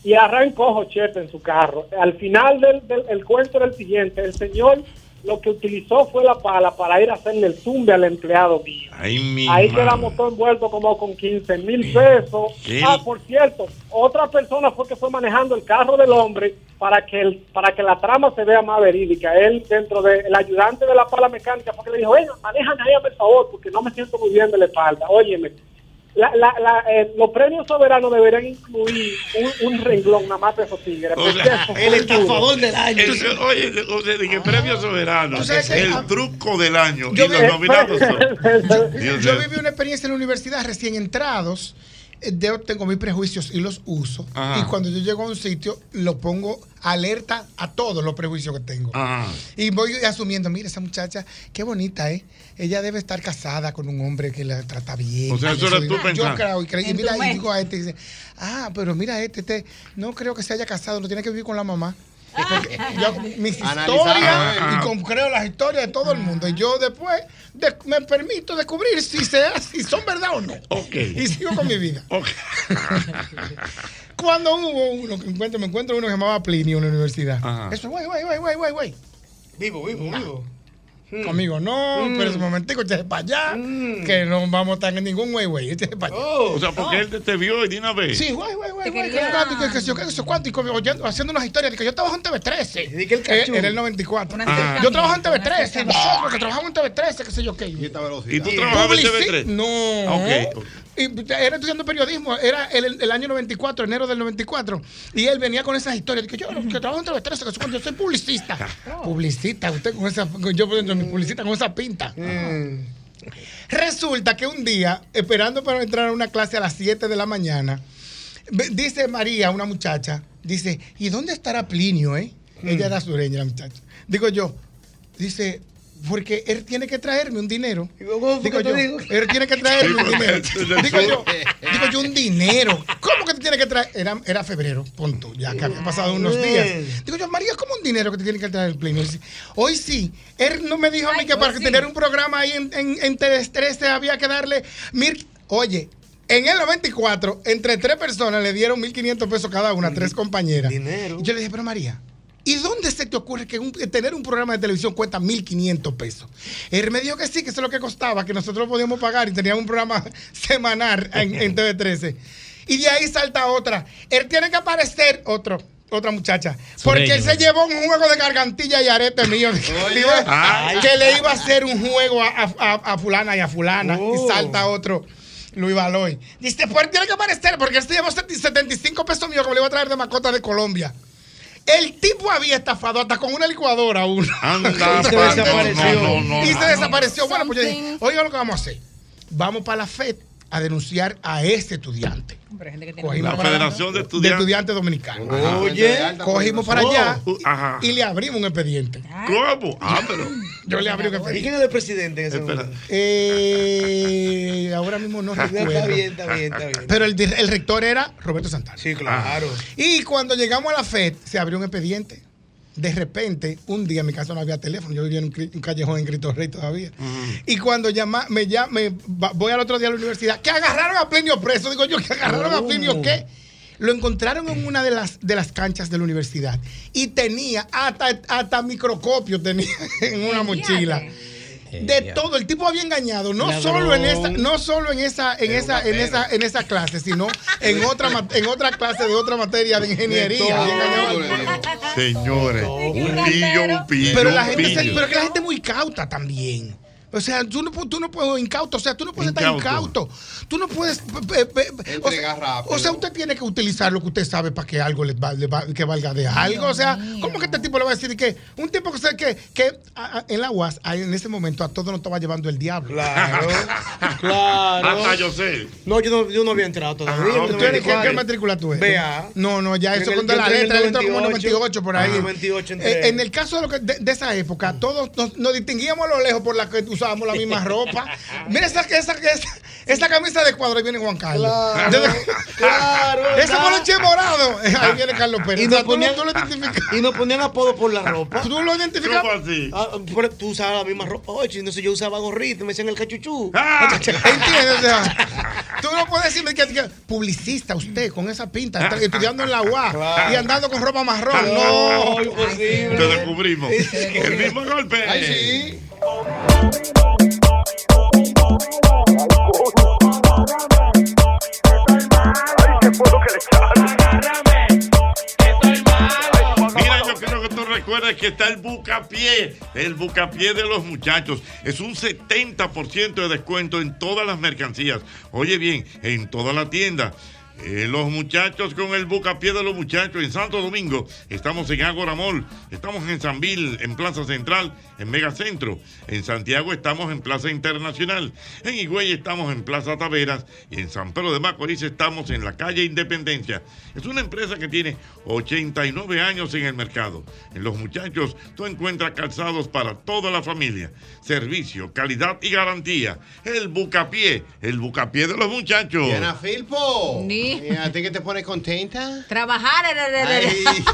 [SPEAKER 23] y arrancó Jocheta en su carro. Al final del, del- el cuento era el siguiente, el señor lo que utilizó fue la pala para ir a hacerle el zumbe al empleado mío.
[SPEAKER 2] Ay, mi
[SPEAKER 23] Ahí
[SPEAKER 2] madre.
[SPEAKER 23] quedamos todo envuelto como con 15 mil pesos.
[SPEAKER 2] ¿Qué?
[SPEAKER 23] Ah, por cierto, otra persona fue que fue manejando el carro del hombre para que el, para que la trama se vea más verídica. Él dentro del ayudante de la pala mecánica fue que le dijo, venga, manéjame ahí, por favor, porque no me siento muy bien de la espalda. Óyeme, la, la, la, eh, los premios soberanos deberían incluir un, un renglón nada más de esos tigres. porque eso fue duro.
[SPEAKER 2] Entonces, oye, o sea, dije, premio soberano.
[SPEAKER 21] Ah. Tú sabes que-
[SPEAKER 2] el
[SPEAKER 21] ah,
[SPEAKER 2] truco del año.
[SPEAKER 21] yo
[SPEAKER 2] y los
[SPEAKER 21] vi-
[SPEAKER 2] nominados son. Dios
[SPEAKER 21] Yo
[SPEAKER 2] mío.
[SPEAKER 21] viví una experiencia en la universidad, recién entrados, eh, yo tengo mis prejuicios y los uso.
[SPEAKER 2] Ajá.
[SPEAKER 21] Y cuando yo llego a un sitio, lo pongo alerta a todos los prejuicios que tengo.
[SPEAKER 2] Ajá.
[SPEAKER 21] Y voy asumiendo, mira, esa muchacha, qué bonita, ¿eh? Ella debe estar casada con un hombre que la trata bien.
[SPEAKER 2] O sea, eso eras tú
[SPEAKER 21] digo, Yo
[SPEAKER 2] pensando.
[SPEAKER 21] creo, y, creí- y
[SPEAKER 2] En tu
[SPEAKER 21] mira, y
[SPEAKER 2] mente.
[SPEAKER 21] digo a este, y dice, ah, pero mira este, este, no creo que se haya casado, no tiene que vivir con la mamá. Porque yo, mis
[SPEAKER 4] Analizando.
[SPEAKER 21] historias
[SPEAKER 4] Ah.
[SPEAKER 21] y con- creo las historias de todo el mundo. Y yo después de- me permito descubrir si, sea, si son verdad o no. Y sigo con mi vida. Cuando hubo uno que encuentro, me encuentro uno que se llamaba Plinio en la universidad. Eso, güey, güey, güey, güey, güey, güey.
[SPEAKER 3] Vivo, vivo, vivo. Hmm.
[SPEAKER 21] Conmigo, no,
[SPEAKER 3] Mm.
[SPEAKER 21] pero ese momentico, échese para allá,
[SPEAKER 2] Mm.
[SPEAKER 21] que no vamos a estar en ningún güey, güey, échese para allá.
[SPEAKER 2] O sea, porque él te, te vio y de una vez.
[SPEAKER 21] Sí, güey, güey,
[SPEAKER 2] Oh. Te
[SPEAKER 21] güey, güey, que
[SPEAKER 2] quería-
[SPEAKER 21] yo canto, que- que yo- que eso cuánto, y como oyendo- haciendo unas historias, de que yo trabajo en TV13. Eh,
[SPEAKER 2] cachú.
[SPEAKER 21] Era el 94.
[SPEAKER 2] Una cerca-
[SPEAKER 21] Yo trabajo en
[SPEAKER 2] una cerca-
[SPEAKER 21] TV13, nosotros que trabajamos en TV13, qué sé yo qué.
[SPEAKER 2] ¿Y tú trabajabas en
[SPEAKER 21] Publici-
[SPEAKER 2] TV3?
[SPEAKER 21] No.
[SPEAKER 2] Ok.
[SPEAKER 21] Y era estudiando periodismo, era el, el año 94, enero del 94. Y él venía con esas historias. Que yo que trabajo en TV13, que soy- yo soy publicista.
[SPEAKER 3] Ah.
[SPEAKER 21] Publicista, usted con esa. con- Yo por dentro, mi publicista con esa pinta. Mm. Resulta que un día, esperando para entrar a una clase a las 7 de la mañana, ve- dice María, una muchacha, dice: ¿Y dónde estará Plinio, eh?
[SPEAKER 3] Mm.
[SPEAKER 21] Ella era sureña, la muchacha. Digo yo, dice. Porque él tiene que traerme un dinero. Digo
[SPEAKER 3] que te
[SPEAKER 21] yo,
[SPEAKER 3] digo?
[SPEAKER 21] él tiene que traerme un dinero. Digo yo, digo yo, un dinero. ¿Cómo que te tiene que traer? Era, era febrero, punto. Ya que había pasado unos días. Digo yo, María, ¿cómo un dinero que te tiene que traer el Plinio? Dice, Hoy sí. Él no me dijo a mí que para tener un programa ahí en, en, en TV3 te había que darle mil. Oye. En el 94, entre tres personas le dieron 1.500 pesos cada una, tres compañeras. Y yo le dije, pero María, ¿y dónde se te ocurre que un- tener un programa de televisión cuesta 1.500 pesos? Él me dijo que sí, que eso es lo que costaba, que nosotros podíamos pagar y teníamos un programa semanal en, en TV13. Y de ahí salta otra. Él tiene que aparecer otro. Otra muchacha. Porque él
[SPEAKER 1] Sureño.
[SPEAKER 21] se llevó un juego de gargantilla y arete mío.
[SPEAKER 1] Oye.
[SPEAKER 21] Digo,
[SPEAKER 1] Ay.
[SPEAKER 21] que le iba a hacer un juego a, a- a- a fulana y a fulana. Y salta otro. Luis Baloy. Dice, pues tiene que aparecer porque él se llevó 75 pesos míos que me lo iba a traer de mascota de Colombia. El tipo había estafado hasta con una licuadora a uno.
[SPEAKER 2] Anda,
[SPEAKER 21] y se
[SPEAKER 2] pa- no,
[SPEAKER 21] desapareció.
[SPEAKER 2] no, no, no,
[SPEAKER 21] y se
[SPEAKER 2] no.
[SPEAKER 21] desapareció. Bueno, pues yo dije, oiga lo que vamos a hacer. Vamos para la FED a denunciar a este estudiante. Cogimos
[SPEAKER 2] La
[SPEAKER 21] para-
[SPEAKER 2] Federación de
[SPEAKER 21] de
[SPEAKER 2] Estudiantes.
[SPEAKER 21] estudiantes dominicanos.
[SPEAKER 2] Ajá. Oye.
[SPEAKER 21] cogimos para allá
[SPEAKER 2] Oh, ajá.
[SPEAKER 21] y, y le abrimos un expediente.
[SPEAKER 2] ¿Cómo? Ah, pero.
[SPEAKER 21] Yo le abrí un expediente.
[SPEAKER 3] ¿Y quién era el presidente en ese momento?
[SPEAKER 21] Eh, ahora mismo no
[SPEAKER 3] Está
[SPEAKER 21] recuerdo.
[SPEAKER 3] bien, está bien, está bien.
[SPEAKER 21] Pero el, dir- el rector era Roberto Santana.
[SPEAKER 2] Ah.
[SPEAKER 21] Sí,
[SPEAKER 3] claro.
[SPEAKER 21] Y cuando llegamos a la FED, se abrió un expediente. De repente, un día en mi casa no había teléfono, yo vivía en un, cri- un callejón en Cristo Rey todavía. Y cuando llama, me, llama, me va- voy al otro día a la universidad, que agarraron a Plinio preso. Digo yo, que agarraron a Plinio qué. Lo encontraron en una de las, de las canchas de la universidad y tenía hasta, hasta microcopio tenía en una mochila de todo. El tipo había engañado, no
[SPEAKER 1] Ladrón.
[SPEAKER 21] solo en esa, no solo en esa, en esa, en esa, en esa clase, sino en otra ma- en otra clase de otra materia de
[SPEAKER 2] De
[SPEAKER 21] ingeniería.
[SPEAKER 2] todo.
[SPEAKER 21] Había engañado al-
[SPEAKER 2] Señores, un pillo, un pillo.
[SPEAKER 21] pero la gente se-
[SPEAKER 2] pillo.
[SPEAKER 21] pero que la gente es muy cauta también. O sea, tú no, pu- tú no puedes, incauto, o sea, tú no puedes estar
[SPEAKER 2] Incauto.
[SPEAKER 21] incauto. Tú no puedes... pe- pe- pe- o, sea, o sea, usted tiene que utilizar lo que usted sabe para que algo le, va- le va- que valga de algo. O sea, ¿cómo que este tipo le va a decir que un tipo que, sabe que, que a- a- en la UAS, a- en ese momento, a todos nos estaba llevando el diablo?
[SPEAKER 3] Claro, claro.
[SPEAKER 2] Hasta yo sé.
[SPEAKER 3] No, yo no, yo no había entrado todavía.
[SPEAKER 21] Ah,
[SPEAKER 3] yo
[SPEAKER 21] ¿tú eres- ¿qué,
[SPEAKER 3] tengo
[SPEAKER 21] qué matrícula tú eres?
[SPEAKER 3] Vea.
[SPEAKER 21] No, no, ya
[SPEAKER 3] En
[SPEAKER 21] eso
[SPEAKER 3] el-
[SPEAKER 21] cuando
[SPEAKER 3] yo
[SPEAKER 21] la
[SPEAKER 3] entré en el
[SPEAKER 21] letra, letra como
[SPEAKER 3] 98.
[SPEAKER 21] 98 por ahí.
[SPEAKER 3] Ah, 98 entré.
[SPEAKER 21] Eh, en el caso de, lo que- de- de esa época,
[SPEAKER 3] Mm.
[SPEAKER 21] todos nos, nos distinguíamos a lo lejos por la que usábamos la misma ropa. Mira esa, esa, esa, esa camisa de cuadro, ahí viene Juan Carlos.
[SPEAKER 1] Claro,
[SPEAKER 21] claro. Ese poloche morado, Eh, ahí viene Carlos Pérez.
[SPEAKER 3] Y
[SPEAKER 21] O sea,
[SPEAKER 3] nos,
[SPEAKER 21] tú no-
[SPEAKER 3] ponían,
[SPEAKER 21] tú no
[SPEAKER 3] y nos ponían apodo por la ropa.
[SPEAKER 21] ¿Tú lo identificabas?
[SPEAKER 2] ¿Cómo así?
[SPEAKER 3] Ah, pero tú usabas la misma ropa. Oye, no sé, yo usaba gorrito, me decían el cachuchú.
[SPEAKER 21] ¿Entiendes? O sea, tú no puedes decirme que, que publicista usted con esa pinta, está estudiando en la UA
[SPEAKER 2] Claro.
[SPEAKER 21] y andando con ropa marrón. No,
[SPEAKER 2] Te descubrimos. El mismo golpe. Ay, Mira, yo creo que tú recuerdas que está el bucapié, el bucapié de los muchachos. Es un 70% de descuento en todas las mercancías. Oye bien, en toda la tienda. Eh, los muchachos con el bucapié de los muchachos en Santo Domingo. Estamos en Ágora Mall, estamos en San Vil, en Plaza Central, en Megacentro. En Santiago estamos en Plaza Internacional. En Higüey estamos en Plaza Taveras. Y en San Pedro de Macorís estamos en la calle Independencia. Es una empresa que tiene 89 años en el mercado. En los muchachos tú encuentras calzados para toda la familia. Servicio, calidad y garantía. El bucapié, el bucapié de los muchachos.
[SPEAKER 4] Diana Filpo.
[SPEAKER 22] Ni.
[SPEAKER 4] ¿Y ¿A ti que te pone contenta?
[SPEAKER 22] Trabajar. eh, eh,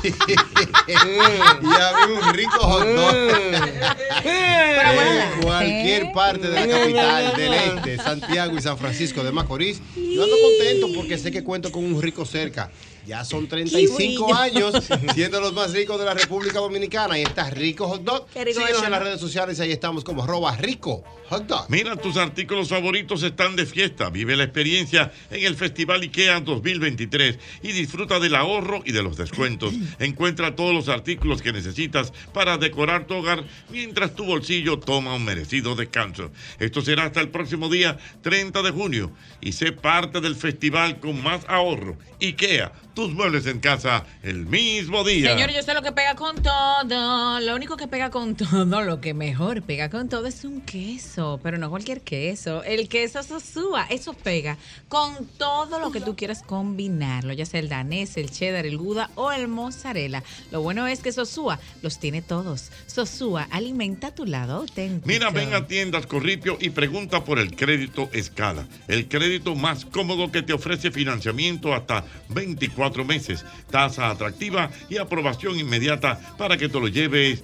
[SPEAKER 22] eh, eh.
[SPEAKER 4] y abrir un rico hot dog
[SPEAKER 22] Mm.
[SPEAKER 4] en cualquier parte de la capital del este, Santiago y San Francisco de Macorís. Yo ando contento porque sé que cuento con un rico cerca. Ya son 35
[SPEAKER 1] Qué bueno.
[SPEAKER 4] años siendo los más ricos de la República Dominicana y está rico hot dog.
[SPEAKER 1] Qué rico
[SPEAKER 4] Síguenos
[SPEAKER 1] eso.
[SPEAKER 4] en las redes sociales, ahí estamos como arroba rico hot dog.
[SPEAKER 2] Mira, tus artículos favoritos están de fiesta. Vive la experiencia en el Festival IKEA 2023 y disfruta del ahorro y de los descuentos. Encuentra todos los artículos que necesitas para decorar tu hogar mientras tu bolsillo toma un merecido descanso. Esto será hasta el próximo día 30 de junio y sé parte del festival con más ahorro. IKEA, tus muebles en casa el mismo día.
[SPEAKER 22] Señor, yo sé lo que pega con todo. Lo único que pega con todo, lo que mejor pega con todo es un queso, pero no cualquier queso. El queso Sosúa, eso pega con todo lo que tú quieras combinarlo, ya sea el danés, el cheddar, el gouda o el mozzarella. Lo bueno es que Sosúa los tiene todos. Sosúa alimenta tu lado auténtico.
[SPEAKER 2] Mira, ven a tiendas Corripio y pregunta por el crédito Escala, el crédito más cómodo que te ofrece financiamiento hasta 24 meses, tasa atractiva y aprobación inmediata para que te lo lleves,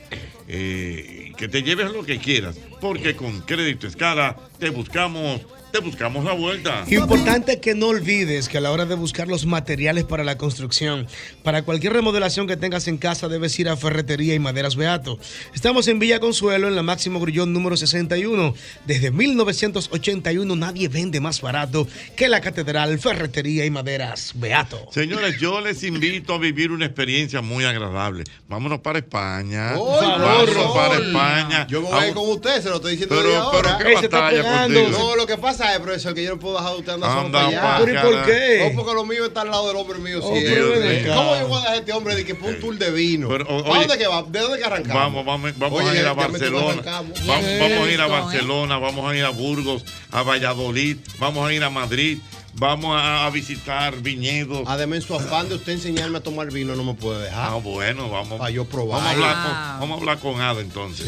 [SPEAKER 2] eh, que te lleves lo que quieras, porque con crédito Escala te buscamos, te buscamos la vuelta.
[SPEAKER 3] Importante que no olvides que a la hora de buscar los materiales para la construcción, para cualquier remodelación que tengas en casa, debes ir a Ferretería y Maderas Beato. Estamos en Villa Consuelo, en la Máximo Grullón número 61. Desde 1981 nadie vende más barato que la Catedral Ferretería y Maderas Beato.
[SPEAKER 2] Señores, yo les invito a vivir una experiencia muy agradable. Vámonos para España.
[SPEAKER 4] Por
[SPEAKER 2] Vámonos
[SPEAKER 4] favor.
[SPEAKER 2] para España.
[SPEAKER 4] Yo me
[SPEAKER 2] A
[SPEAKER 4] voy a ir
[SPEAKER 2] un-
[SPEAKER 4] con usted, se lo estoy diciendo
[SPEAKER 2] Pero-
[SPEAKER 4] desde
[SPEAKER 2] pero
[SPEAKER 4] ahora.
[SPEAKER 2] qué Ey, se está batalla pegando. contigo.
[SPEAKER 4] No, lo que pasa es, profesor, que yo no puedo dejar a usted andar solo
[SPEAKER 2] Anda
[SPEAKER 4] para allá.
[SPEAKER 2] pa' ¿Pero y por cara. qué?
[SPEAKER 4] No, porque lo mío está al lado del hombre mío
[SPEAKER 2] Oh,
[SPEAKER 4] siempre.
[SPEAKER 2] pero ven acá.
[SPEAKER 4] ¿Cómo yo voy a dejar a este hombre de que fue un tour de vino?
[SPEAKER 2] Pero, o-
[SPEAKER 4] ¿A
[SPEAKER 2] oye,
[SPEAKER 4] dónde que va? ¿De dónde que arrancamos?
[SPEAKER 2] Vamos, vamos, vamos
[SPEAKER 4] Oye,
[SPEAKER 2] a ir a
[SPEAKER 4] ya me tengo
[SPEAKER 2] Barcelona.
[SPEAKER 4] arrancamos.
[SPEAKER 2] Vamos,
[SPEAKER 4] Bien,
[SPEAKER 2] vamos a ir a
[SPEAKER 4] listo, ¿eh?
[SPEAKER 2] Barcelona, vamos a ir a Burgos, a Valladolid, vamos a ir a Madrid, vamos a, a visitar viñedos.
[SPEAKER 4] Además, en su afán Ah, de usted enseñarme a tomar vino, no me puede dejar.
[SPEAKER 2] Ah, bueno, vamos.
[SPEAKER 4] Para yo probar.
[SPEAKER 2] Vamos a, hablar con, vamos a hablar con Ada entonces.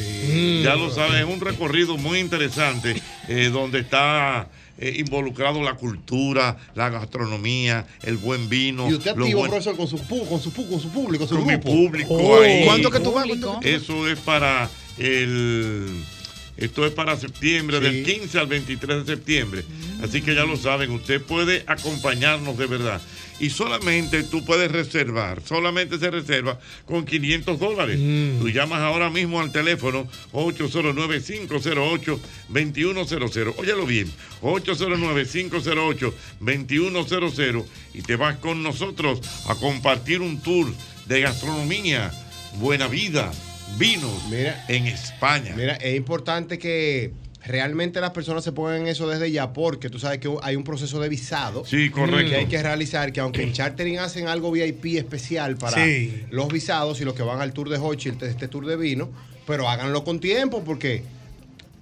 [SPEAKER 2] Ya lo sabes, es un recorrido muy interesante eh, donde está eh, involucrado la cultura, la gastronomía, el buen vino.
[SPEAKER 4] Y usted
[SPEAKER 2] los
[SPEAKER 4] activo,
[SPEAKER 2] buen-
[SPEAKER 4] profesor, con su, pu- con su, pu- con su público, su
[SPEAKER 2] con mi
[SPEAKER 4] grupo.
[SPEAKER 2] público
[SPEAKER 4] Oh.
[SPEAKER 2] ahí.
[SPEAKER 4] ¿Cuánto que tú vas? ¿Cuánto
[SPEAKER 3] Eh,
[SPEAKER 4] que tú vas?
[SPEAKER 2] Eso es para el. Esto es para septiembre, del 15 al 23 de septiembre. Así que ya lo saben, usted puede acompañarnos de verdad. Y solamente tú puedes reservar, solamente se reserva con 500 dólares. Tú llamas ahora mismo al teléfono 809-508-2100. Óyelo bien, 809-508-2100 y te vas con nosotros a compartir un tour de gastronomía, buena vida, vinos en España.
[SPEAKER 4] Mira, es importante que realmente las personas se pongan en eso desde ya, porque tú sabes que hay un proceso de visado
[SPEAKER 2] Sí, correcto.
[SPEAKER 4] que hay que realizar, que aunque en chartering hacen algo VIP especial para
[SPEAKER 2] Sí.
[SPEAKER 4] los visados y los que van al tour de Hochschild, este tour de vino, pero háganlo con tiempo porque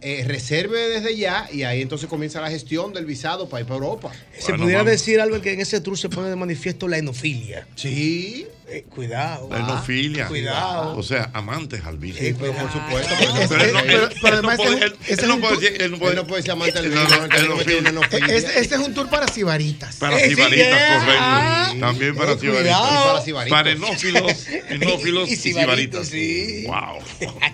[SPEAKER 4] eh, reserve desde ya y ahí entonces comienza la gestión del visado para ir para Europa.
[SPEAKER 3] Se pudiera decir algo que en ese tour se pone de manifiesto la enofilia. Eh,
[SPEAKER 4] Sí.
[SPEAKER 3] cuidado.
[SPEAKER 2] La enofilia.
[SPEAKER 3] Ah, Cuidado.
[SPEAKER 2] O sea, amantes al vino.
[SPEAKER 4] Sí, pero por supuesto.
[SPEAKER 2] Pero él no- él- él no puede- él- él no puede decir- él no puede-
[SPEAKER 4] Él no puede ser amante del
[SPEAKER 2] No,
[SPEAKER 4] vino.
[SPEAKER 2] no,
[SPEAKER 4] él no
[SPEAKER 2] él no
[SPEAKER 4] tiene
[SPEAKER 2] fil-
[SPEAKER 4] una
[SPEAKER 21] E-
[SPEAKER 4] ofilia.
[SPEAKER 21] Este, este es un tour para sibaritas.
[SPEAKER 2] Para
[SPEAKER 21] Eh, sí,
[SPEAKER 2] cibaritas,
[SPEAKER 21] yeah.
[SPEAKER 2] correcto.
[SPEAKER 21] Ah.
[SPEAKER 2] También para
[SPEAKER 21] Eh,
[SPEAKER 2] cibaritas.
[SPEAKER 21] cuidado.
[SPEAKER 2] Para cibaritas. Para enófilos, enófilos y,
[SPEAKER 21] Y
[SPEAKER 2] cibaritas.
[SPEAKER 21] cibaritos,
[SPEAKER 2] Wow.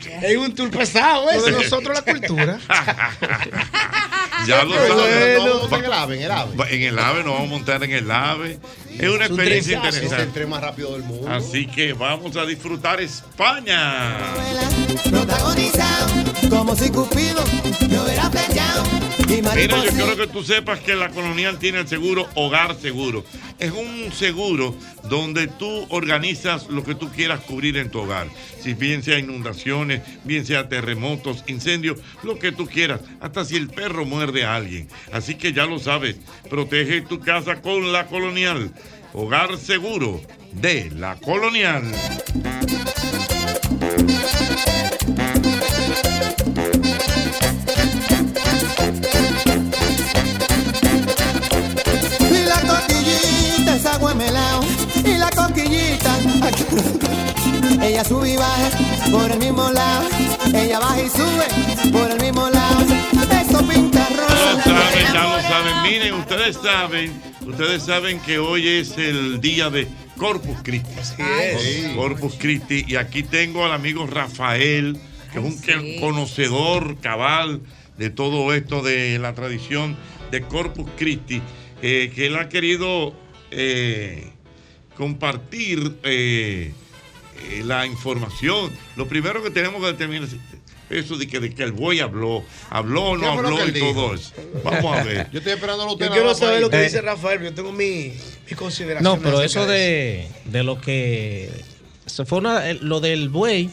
[SPEAKER 3] Es un tour pesado, ¿eh?
[SPEAKER 21] Lo
[SPEAKER 3] eso.
[SPEAKER 21] de nosotros la cultura.
[SPEAKER 2] ya lo
[SPEAKER 4] Pero
[SPEAKER 2] saben.
[SPEAKER 4] eh, no, no, en el AVE, en el AVE.
[SPEAKER 2] Va- En el AVE, nos vamos a montar en el AVE. Es una
[SPEAKER 4] Es un
[SPEAKER 2] experiencia
[SPEAKER 4] trenazo. Es el
[SPEAKER 2] interesante. Ah,
[SPEAKER 4] tren más rápido del mundo.
[SPEAKER 2] Así que vamos a disfrutar España.
[SPEAKER 1] Como si Cupido me hubiera flechado.
[SPEAKER 2] Mira, yo quiero que tú sepas que la colonial tiene el seguro Hogar Seguro. es un seguro donde tú organizas lo que tú quieras cubrir en tu hogar. Si bien sea inundaciones, bien sea terremotos, incendios, lo que tú quieras, hasta si el perro muerde a alguien. Así que ya lo sabes, protege tu casa con la colonial. Hogar seguro de la colonial.
[SPEAKER 1] Y la coquillita es agua melao. Y la coquillita. Ella sube y baja por el mismo lado. Ella baja y sube por el mismo lado. Eso pinta rosa.
[SPEAKER 2] saben, ya lo saben. Miren, ustedes saben, ustedes saben que hoy es el día de Corpus Christi.
[SPEAKER 3] es.
[SPEAKER 2] Sí. Corpus Christi. Y aquí tengo al amigo Rafael, que es un que- conocedor cabal de todo esto, de la tradición de Corpus Christi, eh, que él ha querido eh, compartir eh, eh, la información. Lo primero que tenemos que determinar es eso de que, de que el buey habló, habló o no
[SPEAKER 4] ¿Qué fue lo
[SPEAKER 2] habló
[SPEAKER 4] que
[SPEAKER 2] y
[SPEAKER 4] él dijo?
[SPEAKER 2] todo eso. Vamos a ver.
[SPEAKER 4] Yo estoy esperando
[SPEAKER 3] Yo quiero saber lo que
[SPEAKER 4] Eh.
[SPEAKER 3] dice Rafael, pero yo tengo mi, mi consideración.
[SPEAKER 24] No, pero eso de, de lo que. eso fue una, eh, lo del buey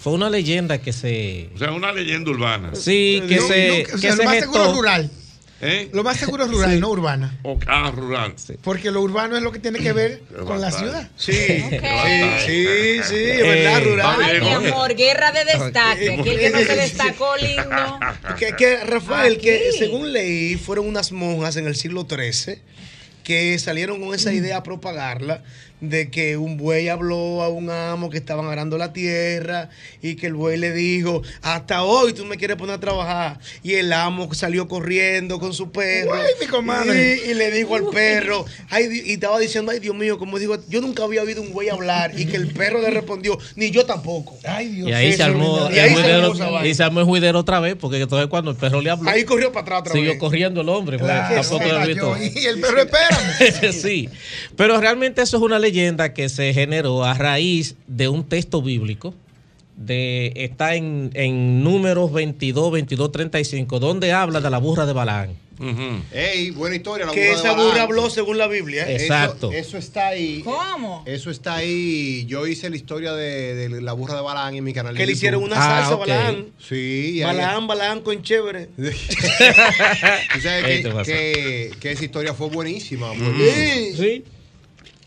[SPEAKER 24] fue una leyenda que se.
[SPEAKER 2] O sea, una leyenda urbana.
[SPEAKER 24] Sí, que
[SPEAKER 21] No,
[SPEAKER 24] se.
[SPEAKER 21] no, o
[SPEAKER 24] que
[SPEAKER 21] sea,
[SPEAKER 24] se
[SPEAKER 21] lo más
[SPEAKER 24] gestó.
[SPEAKER 21] seguro es rural.
[SPEAKER 2] ¿Eh?
[SPEAKER 21] Lo más seguro es rural, no urbana.
[SPEAKER 2] O ah, rural.
[SPEAKER 21] Porque lo urbano es lo que tiene que ver con la ciudad.
[SPEAKER 3] Sí, Eh,
[SPEAKER 2] sí, sí,
[SPEAKER 3] es verdad, rural.
[SPEAKER 19] Ay, mi amor, guerra de destaque. Aquí el que no se destacó, lindo.
[SPEAKER 3] Que, que, Rafael, que
[SPEAKER 19] Aquí.
[SPEAKER 3] según leí, fueron unas monjas en el siglo XIII que salieron con esa idea a propagarla de que un buey habló a un amo que estaban arando la tierra y que el buey le dijo, hasta hoy tú me quieres poner a trabajar. Y el amo salió corriendo con su perro.
[SPEAKER 21] Güey, mi comadre.
[SPEAKER 3] Y, y le dijo al
[SPEAKER 21] Uy.
[SPEAKER 3] perro, ay, di- y estaba diciendo, ay Dios mío, como digo, yo nunca había oído un buey hablar y que el perro le respondió, ni yo tampoco.
[SPEAKER 21] Ay Dios
[SPEAKER 24] Y ahí se
[SPEAKER 3] Eso,
[SPEAKER 24] armó
[SPEAKER 3] y ahí
[SPEAKER 24] el
[SPEAKER 3] se armó esa
[SPEAKER 24] juidero,
[SPEAKER 3] vaina.
[SPEAKER 24] y se armó el juidero otra vez, porque entonces cuando el perro le habló.
[SPEAKER 3] Ahí corrió para atrás otra
[SPEAKER 24] Siguió
[SPEAKER 3] vez.
[SPEAKER 24] corriendo el hombre, porque
[SPEAKER 3] Claro,
[SPEAKER 24] tampoco
[SPEAKER 3] se
[SPEAKER 24] lo he
[SPEAKER 3] cayó.
[SPEAKER 24] visto.
[SPEAKER 21] Y el perro espérame.
[SPEAKER 24] sí, pero realmente eso es una leyenda que se generó a raíz de un texto bíblico. De, está en, en números 22, 22, 35, donde habla de la burra de Balaán.
[SPEAKER 4] Ey, buena historia. La
[SPEAKER 3] Que
[SPEAKER 4] de
[SPEAKER 3] esa
[SPEAKER 4] Balán.
[SPEAKER 3] burra habló según la Biblia. ¿eh?
[SPEAKER 4] Eso-
[SPEAKER 24] Exacto.
[SPEAKER 4] Eso, está ahí.
[SPEAKER 3] ¿Cómo?
[SPEAKER 4] Eso está ahí. Yo hice la historia de, de la burra de Balán en mi canal. de
[SPEAKER 3] Que le
[SPEAKER 4] YouTube.
[SPEAKER 3] hicieron una Ah, salsa, ok. Balán.
[SPEAKER 4] Sí. y ahí-
[SPEAKER 3] Balán, Balán con chévere.
[SPEAKER 4] Tú sabes
[SPEAKER 3] Ahí
[SPEAKER 4] que,
[SPEAKER 3] te pasa.
[SPEAKER 4] que- que esa historia fue buenísima. fue
[SPEAKER 24] Mm.
[SPEAKER 4] buenísima.
[SPEAKER 24] Sí.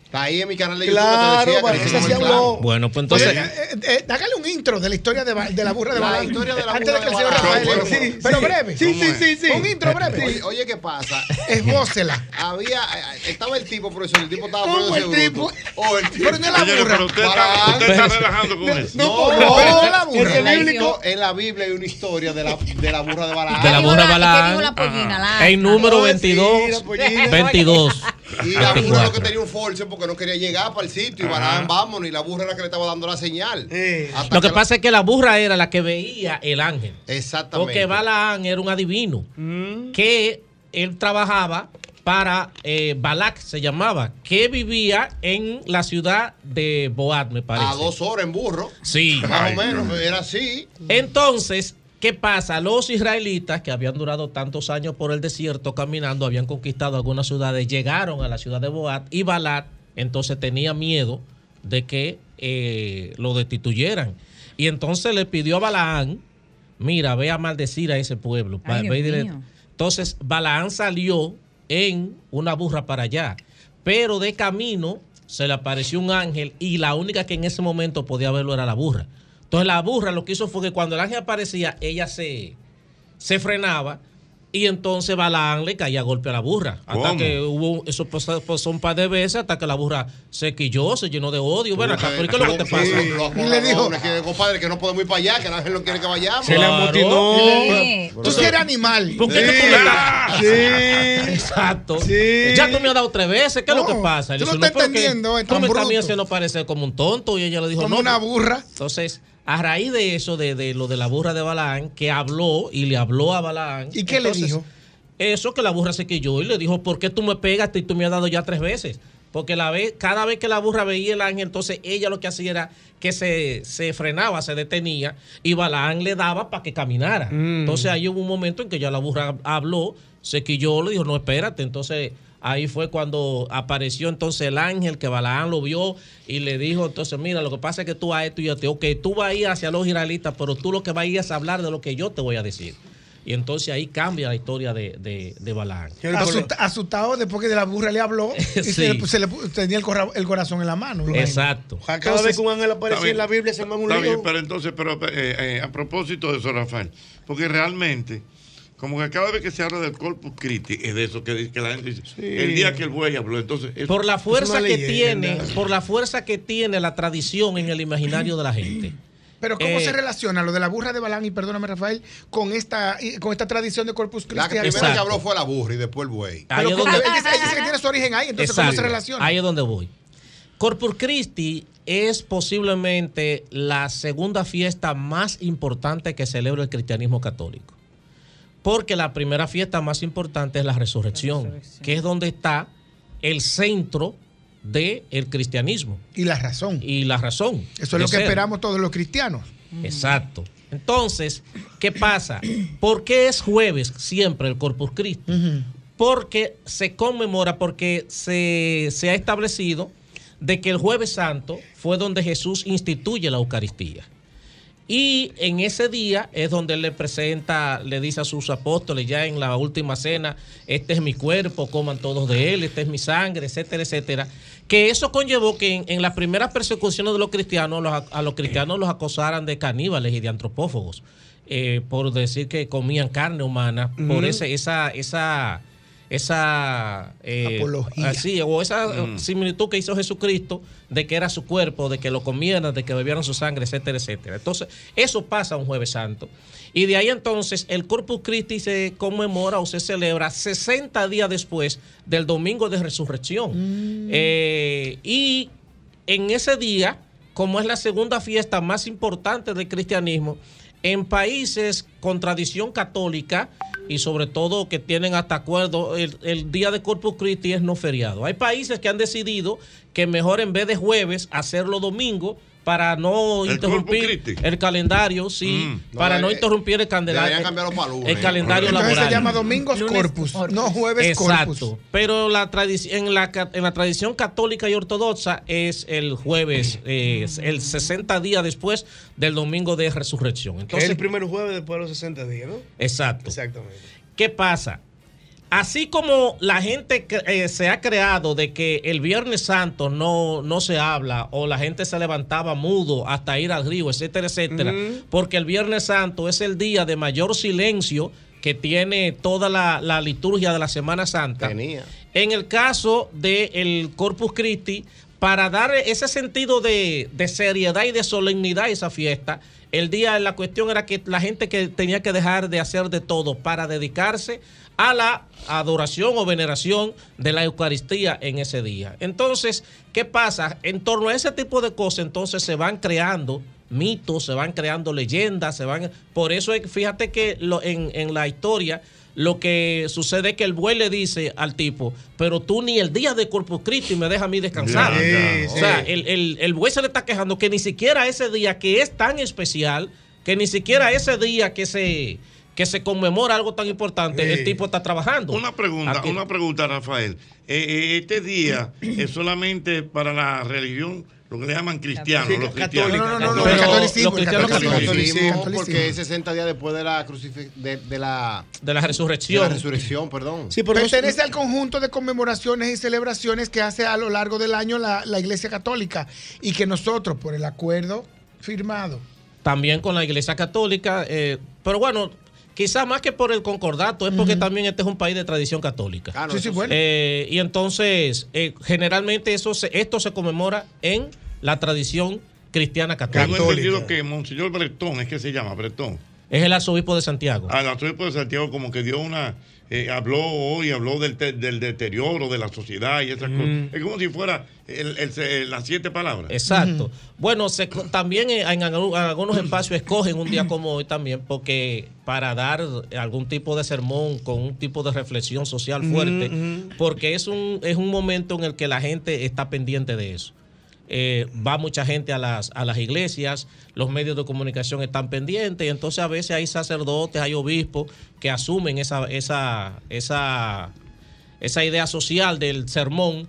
[SPEAKER 4] Está ahí en mi canal de
[SPEAKER 21] Claro,
[SPEAKER 4] YouTube.
[SPEAKER 21] Balán, esa sí
[SPEAKER 3] Oh.
[SPEAKER 21] habló.
[SPEAKER 24] Bueno, pues entonces.
[SPEAKER 21] Eh, eh, hágale un intro de la historia de, Ba- de la burra de
[SPEAKER 4] La
[SPEAKER 21] Balán.
[SPEAKER 4] historia de la
[SPEAKER 21] Antes de
[SPEAKER 4] burra
[SPEAKER 21] que el
[SPEAKER 4] de
[SPEAKER 21] señor
[SPEAKER 4] Balán.
[SPEAKER 21] Rafael.
[SPEAKER 4] Bueno,
[SPEAKER 21] Sí,
[SPEAKER 4] bueno.
[SPEAKER 21] pero
[SPEAKER 4] Sí.
[SPEAKER 21] breve.
[SPEAKER 4] Sí, sí, sí, sí.
[SPEAKER 21] Un intro breve.
[SPEAKER 4] Oye, oye, ¿qué pasa?
[SPEAKER 21] Esbócela.
[SPEAKER 4] Había, eh, estaba el tipo, profesor, el tipo estaba
[SPEAKER 21] ¿Cómo
[SPEAKER 4] poniendo
[SPEAKER 21] el
[SPEAKER 4] ese
[SPEAKER 21] tipo?
[SPEAKER 4] bruto. O el tipo.
[SPEAKER 21] Pero no es la Señores, burra. pero usted está-
[SPEAKER 4] Balán.
[SPEAKER 2] usted está relajando con
[SPEAKER 4] No,
[SPEAKER 2] eso.
[SPEAKER 4] No,
[SPEAKER 2] No,
[SPEAKER 4] no,
[SPEAKER 2] no,
[SPEAKER 4] es la burra.
[SPEAKER 2] es
[SPEAKER 4] En la
[SPEAKER 2] bíblico.
[SPEAKER 4] historia- En la Biblia hay una historia de la, de la burra de Balán.
[SPEAKER 24] De la burra de Balán. En número 22, 22.
[SPEAKER 4] Y la burra lo que
[SPEAKER 24] 24.
[SPEAKER 4] tenía un force porque no quería llegar para el sitio. Y
[SPEAKER 24] Ajá.
[SPEAKER 4] Balán, vámonos. Y la burra era la que le estaba dando la señal. Hasta
[SPEAKER 24] Lo que
[SPEAKER 4] la-
[SPEAKER 24] pasa es que la burra era la que veía el ángel.
[SPEAKER 4] Exactamente.
[SPEAKER 24] Porque Balaán era un adivino que él trabajaba para eh, Balak, se llamaba, que vivía en la ciudad de Boat, me parece.
[SPEAKER 4] A dos horas en burro.
[SPEAKER 24] Sí.
[SPEAKER 4] Más o menos, era así.
[SPEAKER 24] Entonces, ¿qué pasa? Los israelitas que habían durado tantos años por el desierto caminando, habían conquistado algunas ciudades, llegaron a la ciudad de Boat y Balat, entonces tenía miedo de que eh, lo destituyeran. Y entonces le pidió a Balaán, mira, ve a maldecir a ese pueblo.
[SPEAKER 8] Ay,
[SPEAKER 24] Va-
[SPEAKER 8] Dios
[SPEAKER 24] ve y dile-
[SPEAKER 8] mío.
[SPEAKER 24] Entonces Balaán salió en una burra para allá, pero de camino se le apareció un ángel y la única que en ese momento podía verlo era la burra. Entonces la burra lo que hizo fue que cuando el ángel aparecía, ella se, se frenaba y entonces Balaán le caía a golpe a la burra. Hasta
[SPEAKER 2] ¿Cómo?
[SPEAKER 24] que hubo, eso pasó, pasó un par de veces hasta que la burra se quilló, se llenó de odio. Bueno, acá, ¿pero qué es lo que te pasa?
[SPEAKER 4] Y le dijo, que, compadre, que no podemos ir para allá, que el ángel no quiere que vayamos.
[SPEAKER 24] Se le amotinó. Sí.
[SPEAKER 21] Tú sí eres animal.
[SPEAKER 24] ¿Por qué tú me estás- Exacto. Ya tú me has dado tres veces. ¿Qué es lo que pasa?
[SPEAKER 21] tú
[SPEAKER 24] Le
[SPEAKER 21] no
[SPEAKER 24] dice,
[SPEAKER 21] estás
[SPEAKER 24] pero que
[SPEAKER 21] entendiendo, es
[SPEAKER 24] Tú
[SPEAKER 21] tan
[SPEAKER 24] me estás a mí
[SPEAKER 21] bruto.
[SPEAKER 24] haciendo parecer como un tonto. Y ella le dijo,
[SPEAKER 21] Como
[SPEAKER 24] no.
[SPEAKER 21] una
[SPEAKER 24] pues.
[SPEAKER 21] burra.
[SPEAKER 24] Entonces, a raíz de eso, de, de lo de la burra de Balaán, que habló y le habló a Balaán.
[SPEAKER 21] ¿Y qué le dijo?
[SPEAKER 24] Eso que la burra se quilló y le dijo, ¿por qué tú me pegaste y tú me has dado ya tres veces? Porque la vez, cada vez que la burra veía el ángel, entonces ella lo que hacía era que se, se frenaba, se detenía y Balaán le daba para que caminara. Entonces ahí hubo un momento en que ya la burra habló, se quilló, le dijo, no, espérate. Entonces Ahí fue cuando apareció entonces el ángel que Balaán lo vio y le dijo, entonces mira, lo que pasa es que tú a esto y a esto, ok, tú vas a ir hacia los israelitas, pero tú lo que vas a ir es a hablar de lo que yo te voy a decir. Y entonces ahí cambia la historia de, de, de Balaán.
[SPEAKER 21] Asusta- asustado después que de la burra le habló y se, le, pu- se le pu- tenía el, corra- el corazón en la mano. lo imagino.
[SPEAKER 24] Exacto.
[SPEAKER 3] Cada vez que un ángel
[SPEAKER 2] Está
[SPEAKER 3] aparece
[SPEAKER 2] bien.
[SPEAKER 3] en la Biblia se arma un
[SPEAKER 2] Está bien,
[SPEAKER 3] lío.
[SPEAKER 2] pero entonces, pero eh, eh, a propósito de eso, Rafael, porque realmente, como que cada vez que se habla del corpus Christi, es de eso que, dice- que la gente dice, el día que el buey habló, entonces... es-
[SPEAKER 24] Por la
[SPEAKER 2] es
[SPEAKER 24] fuerza
[SPEAKER 2] una
[SPEAKER 24] que
[SPEAKER 2] leyenda.
[SPEAKER 24] tiene, por la fuerza que tiene la tradición en el imaginario de la gente.
[SPEAKER 21] Pero ¿cómo
[SPEAKER 24] Eh,
[SPEAKER 21] se relaciona lo de la burra de Balán, y perdóname Rafael, con esta, y- con esta tradición de Corpus Christi?
[SPEAKER 4] La que primera
[SPEAKER 24] Exacto.
[SPEAKER 4] que habló fue la burra y después el buey.
[SPEAKER 24] Ahí
[SPEAKER 21] Pero
[SPEAKER 24] es
[SPEAKER 21] ¿cómo-
[SPEAKER 24] donde-
[SPEAKER 21] él dice- él dice que tiene su origen ahí, entonces ¿cómo se
[SPEAKER 24] Exacto.
[SPEAKER 21] relaciona?
[SPEAKER 24] Ahí es donde voy. Corpus Christi es posiblemente la segunda fiesta más importante que celebra el cristianismo católico. Porque la primera fiesta más importante es la resurrección, que es donde está el centro del cristianismo.
[SPEAKER 21] Y la razón.
[SPEAKER 24] Y la razón.
[SPEAKER 21] Eso es lo
[SPEAKER 24] de
[SPEAKER 21] que
[SPEAKER 24] ser.
[SPEAKER 21] esperamos todos los cristianos.
[SPEAKER 24] Exacto. Entonces, ¿qué pasa? ¿Por qué es jueves siempre el Corpus Christi? porque se conmemora, porque se, se ha establecido de que el jueves santo fue donde Jesús instituye la Eucaristía. Y en ese día es donde él le presenta, le dice a sus apóstoles ya en la última cena, este es mi cuerpo, coman todos de él, esta es mi sangre, etcétera, etcétera. Que eso conllevó que en, en las primeras persecuciones de los cristianos, los ac- a los cristianos los acosaran de caníbales y de antropófagos, eh, por decir que comían carne humana, por
[SPEAKER 8] Mm.
[SPEAKER 24] ese, esa, esa, esa eh,
[SPEAKER 8] Apología.
[SPEAKER 24] así, o esa eh,
[SPEAKER 8] Mm.
[SPEAKER 24] similitud que hizo Jesucristo de que era su cuerpo, de que lo comieran, de que bebieran su sangre, etcétera, etcétera. Entonces, eso pasa un jueves santo. Y de ahí entonces el Corpus Christi se conmemora o se celebra 60 días después del domingo de resurrección. Eh, y en ese día, como es la segunda fiesta más importante del cristianismo, en países con tradición católica y sobre todo que tienen hasta acuerdo, el, el día de Corpus Christi es no feriado. Hay países que han decidido que mejor en vez de jueves hacerlo domingo para no
[SPEAKER 2] ¿El Corpus
[SPEAKER 24] interrumpir el calendario, sí,
[SPEAKER 4] Mm.
[SPEAKER 24] para no
[SPEAKER 4] No, eh,
[SPEAKER 24] interrumpir el
[SPEAKER 4] deberían
[SPEAKER 24] calendario.
[SPEAKER 4] cambiarlo para lunes.
[SPEAKER 24] El calendario
[SPEAKER 21] Entonces
[SPEAKER 24] laboral.
[SPEAKER 21] se llama Domingos Corpus, no Jueves Corpus.
[SPEAKER 24] Exacto. Pero la tradici- en, la, ca- en la tradición católica y ortodoxa es el jueves, eh, es el 60 días después del domingo de resurrección.
[SPEAKER 3] Que es
[SPEAKER 24] Entonces,
[SPEAKER 3] el primer jueves después de los 60 días, ¿no?
[SPEAKER 24] exacto.
[SPEAKER 3] Exactamente.
[SPEAKER 24] ¿Qué pasa? Así como la gente cre- eh, se ha creado de que el Viernes Santo no, no se habla o la gente se levantaba mudo hasta ir al río, etcétera, etcétera,
[SPEAKER 8] Ujú.
[SPEAKER 24] porque el Viernes Santo es el día de mayor silencio que tiene toda la, la liturgia de la Semana Santa. En el caso del Corpus Christi, para dar ese sentido de, de seriedad y de solemnidad a esa fiesta, el día, la cuestión era que la gente que tenía que dejar de hacer de todo para dedicarse a la adoración o veneración de la Eucaristía en ese día. Entonces, ¿qué pasa? En torno a ese tipo de cosas, entonces se van creando mitos, se van creando leyendas, se van... Por eso, es- fíjate que lo- en, en la historia, lo que sucede es que el buey le dice al tipo, pero tú ni el día de Corpus Christi me dejas a mí descansar.
[SPEAKER 8] Ya, ya.
[SPEAKER 24] O sea, el, el- el buey se le está quejando que ni siquiera ese día que es tan especial, que ni siquiera ese día que se, que se conmemora algo tan importante, el tipo está trabajando.
[SPEAKER 2] Una pregunta,
[SPEAKER 24] Aquí.
[SPEAKER 2] una pregunta, Rafael. Eh, eh, este día es solamente para la religión, lo que le llaman cristiano,
[SPEAKER 4] Sí,
[SPEAKER 2] los
[SPEAKER 4] católica,
[SPEAKER 2] cristianos.
[SPEAKER 4] católica. Pero
[SPEAKER 2] los cristianos
[SPEAKER 4] Catolicismo,
[SPEAKER 2] catolicismo.
[SPEAKER 4] porque es 60 días después de la crucif- de, de la
[SPEAKER 24] de la resurrección.
[SPEAKER 4] De la resurrección, perdón.
[SPEAKER 21] Pertenece al conjunto de conmemoraciones y celebraciones que hace a lo largo del año la, la Iglesia Católica y que nosotros, por el acuerdo firmado,
[SPEAKER 24] también con la Iglesia Católica, eh, pero bueno, quizás más que por el concordato, es porque también este es un país de tradición católica.
[SPEAKER 2] Ah,
[SPEAKER 21] no, Sí, sí, eso sí. bueno.
[SPEAKER 24] Eh, y entonces, eh, generalmente eso se- esto se conmemora en la tradición cristiana católica.
[SPEAKER 2] Tengo entendido que Monseñor Bretón, es que se llama Bretón.
[SPEAKER 24] Es el arzobispo de Santiago.
[SPEAKER 2] Al arzobispo de Santiago como que dio una... eh, habló hoy, habló del, te- del deterioro de la sociedad y esas cosas. Es como si fuera el- el- el- las siete palabras.
[SPEAKER 24] Exacto. Bueno, se co- también eh, en, en algu- en algunos espacios escogen un día como hoy también porque para dar algún tipo de sermón con un tipo de reflexión social fuerte, porque es un, es un momento en el que la gente está pendiente de eso. Eh, va mucha gente a las, a las iglesias, los medios de comunicación están pendientes, y entonces a veces hay sacerdotes, hay obispos que asumen esa, esa, esa esa idea social del sermón,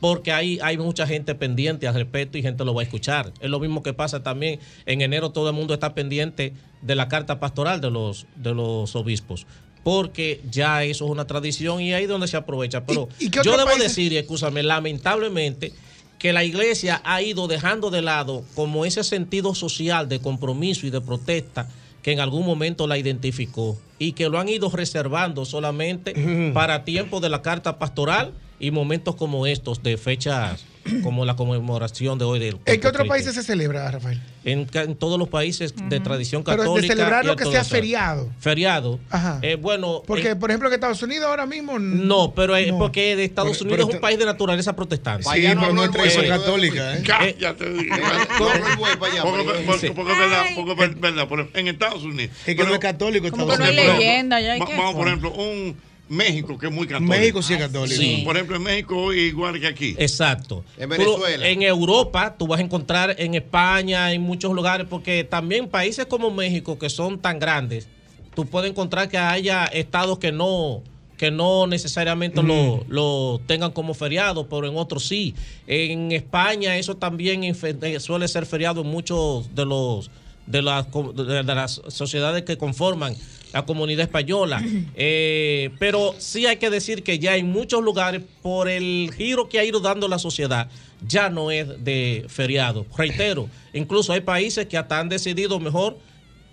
[SPEAKER 24] porque hay, hay mucha gente pendiente al respecto y gente lo va a escuchar. Es lo mismo que pasa también en enero, todo el mundo está pendiente de la carta pastoral de los, de los obispos. Porque ya eso es una tradición y ahí es donde se aprovecha. Pero
[SPEAKER 21] ¿Y- y qué
[SPEAKER 24] yo
[SPEAKER 21] otros
[SPEAKER 24] debo
[SPEAKER 21] países?
[SPEAKER 24] decir, y escúchame, lamentablemente, que la iglesia ha ido dejando de lado como ese sentido social de compromiso y de protesta que en algún momento la identificó y que lo han ido reservando solamente para tiempo de la carta pastoral y momentos como estos de fechas como la conmemoración de hoy del
[SPEAKER 21] ¿En qué otros
[SPEAKER 24] Cristo.
[SPEAKER 21] países se celebra, Rafael?
[SPEAKER 24] en, ca- en todos los países de tradición
[SPEAKER 21] Pero de
[SPEAKER 24] católica
[SPEAKER 21] celebrar
[SPEAKER 24] y
[SPEAKER 21] lo que sea
[SPEAKER 24] ortodoxa.
[SPEAKER 21] feriado.
[SPEAKER 24] feriado
[SPEAKER 21] Ajá.
[SPEAKER 24] Eh, bueno
[SPEAKER 21] Porque,
[SPEAKER 24] eh,
[SPEAKER 21] por ejemplo, que Estados Unidos ahora mismo. n-
[SPEAKER 24] no pero es
[SPEAKER 21] no.
[SPEAKER 24] porque de Estados
[SPEAKER 21] Pero-
[SPEAKER 24] Unidos
[SPEAKER 21] pero
[SPEAKER 24] es un
[SPEAKER 21] esto-
[SPEAKER 24] país de naturaleza protestante
[SPEAKER 2] Sí, Vaya, no pero habló nuestra el
[SPEAKER 24] es
[SPEAKER 2] iglesia güey. católica, ¿eh? Cállate, Poco, poco,
[SPEAKER 24] Sí.
[SPEAKER 2] poco verdad, poco ver- verdad. Por ejemplo, en Estados Unidos.
[SPEAKER 3] Es que no es católico
[SPEAKER 2] Estados
[SPEAKER 3] Como que no hay leyenda, ya hay que-
[SPEAKER 2] Vamos, por ejemplo, un México que es muy católico.
[SPEAKER 3] México sí es católico.
[SPEAKER 2] Sí. Por ejemplo, en México hoy es igual que aquí.
[SPEAKER 24] Exacto.
[SPEAKER 2] En
[SPEAKER 24] Pero
[SPEAKER 2] Venezuela.
[SPEAKER 24] en Europa tú vas a encontrar en España, en muchos lugares, porque también países como México, que son tan grandes, tú puedes encontrar que haya estados que no que no necesariamente lo, lo tengan como feriado, pero en otros sí. En España eso también en fe- eh, suele ser feriado en muchos de los de las, co- de de las sociedades que conforman la comunidad española. Eh, pero sí hay que decir que ya en muchos lugares, por el giro que ha ido dando la sociedad, ya no es de feriado. Reitero, incluso hay países que hasta han decidido mejor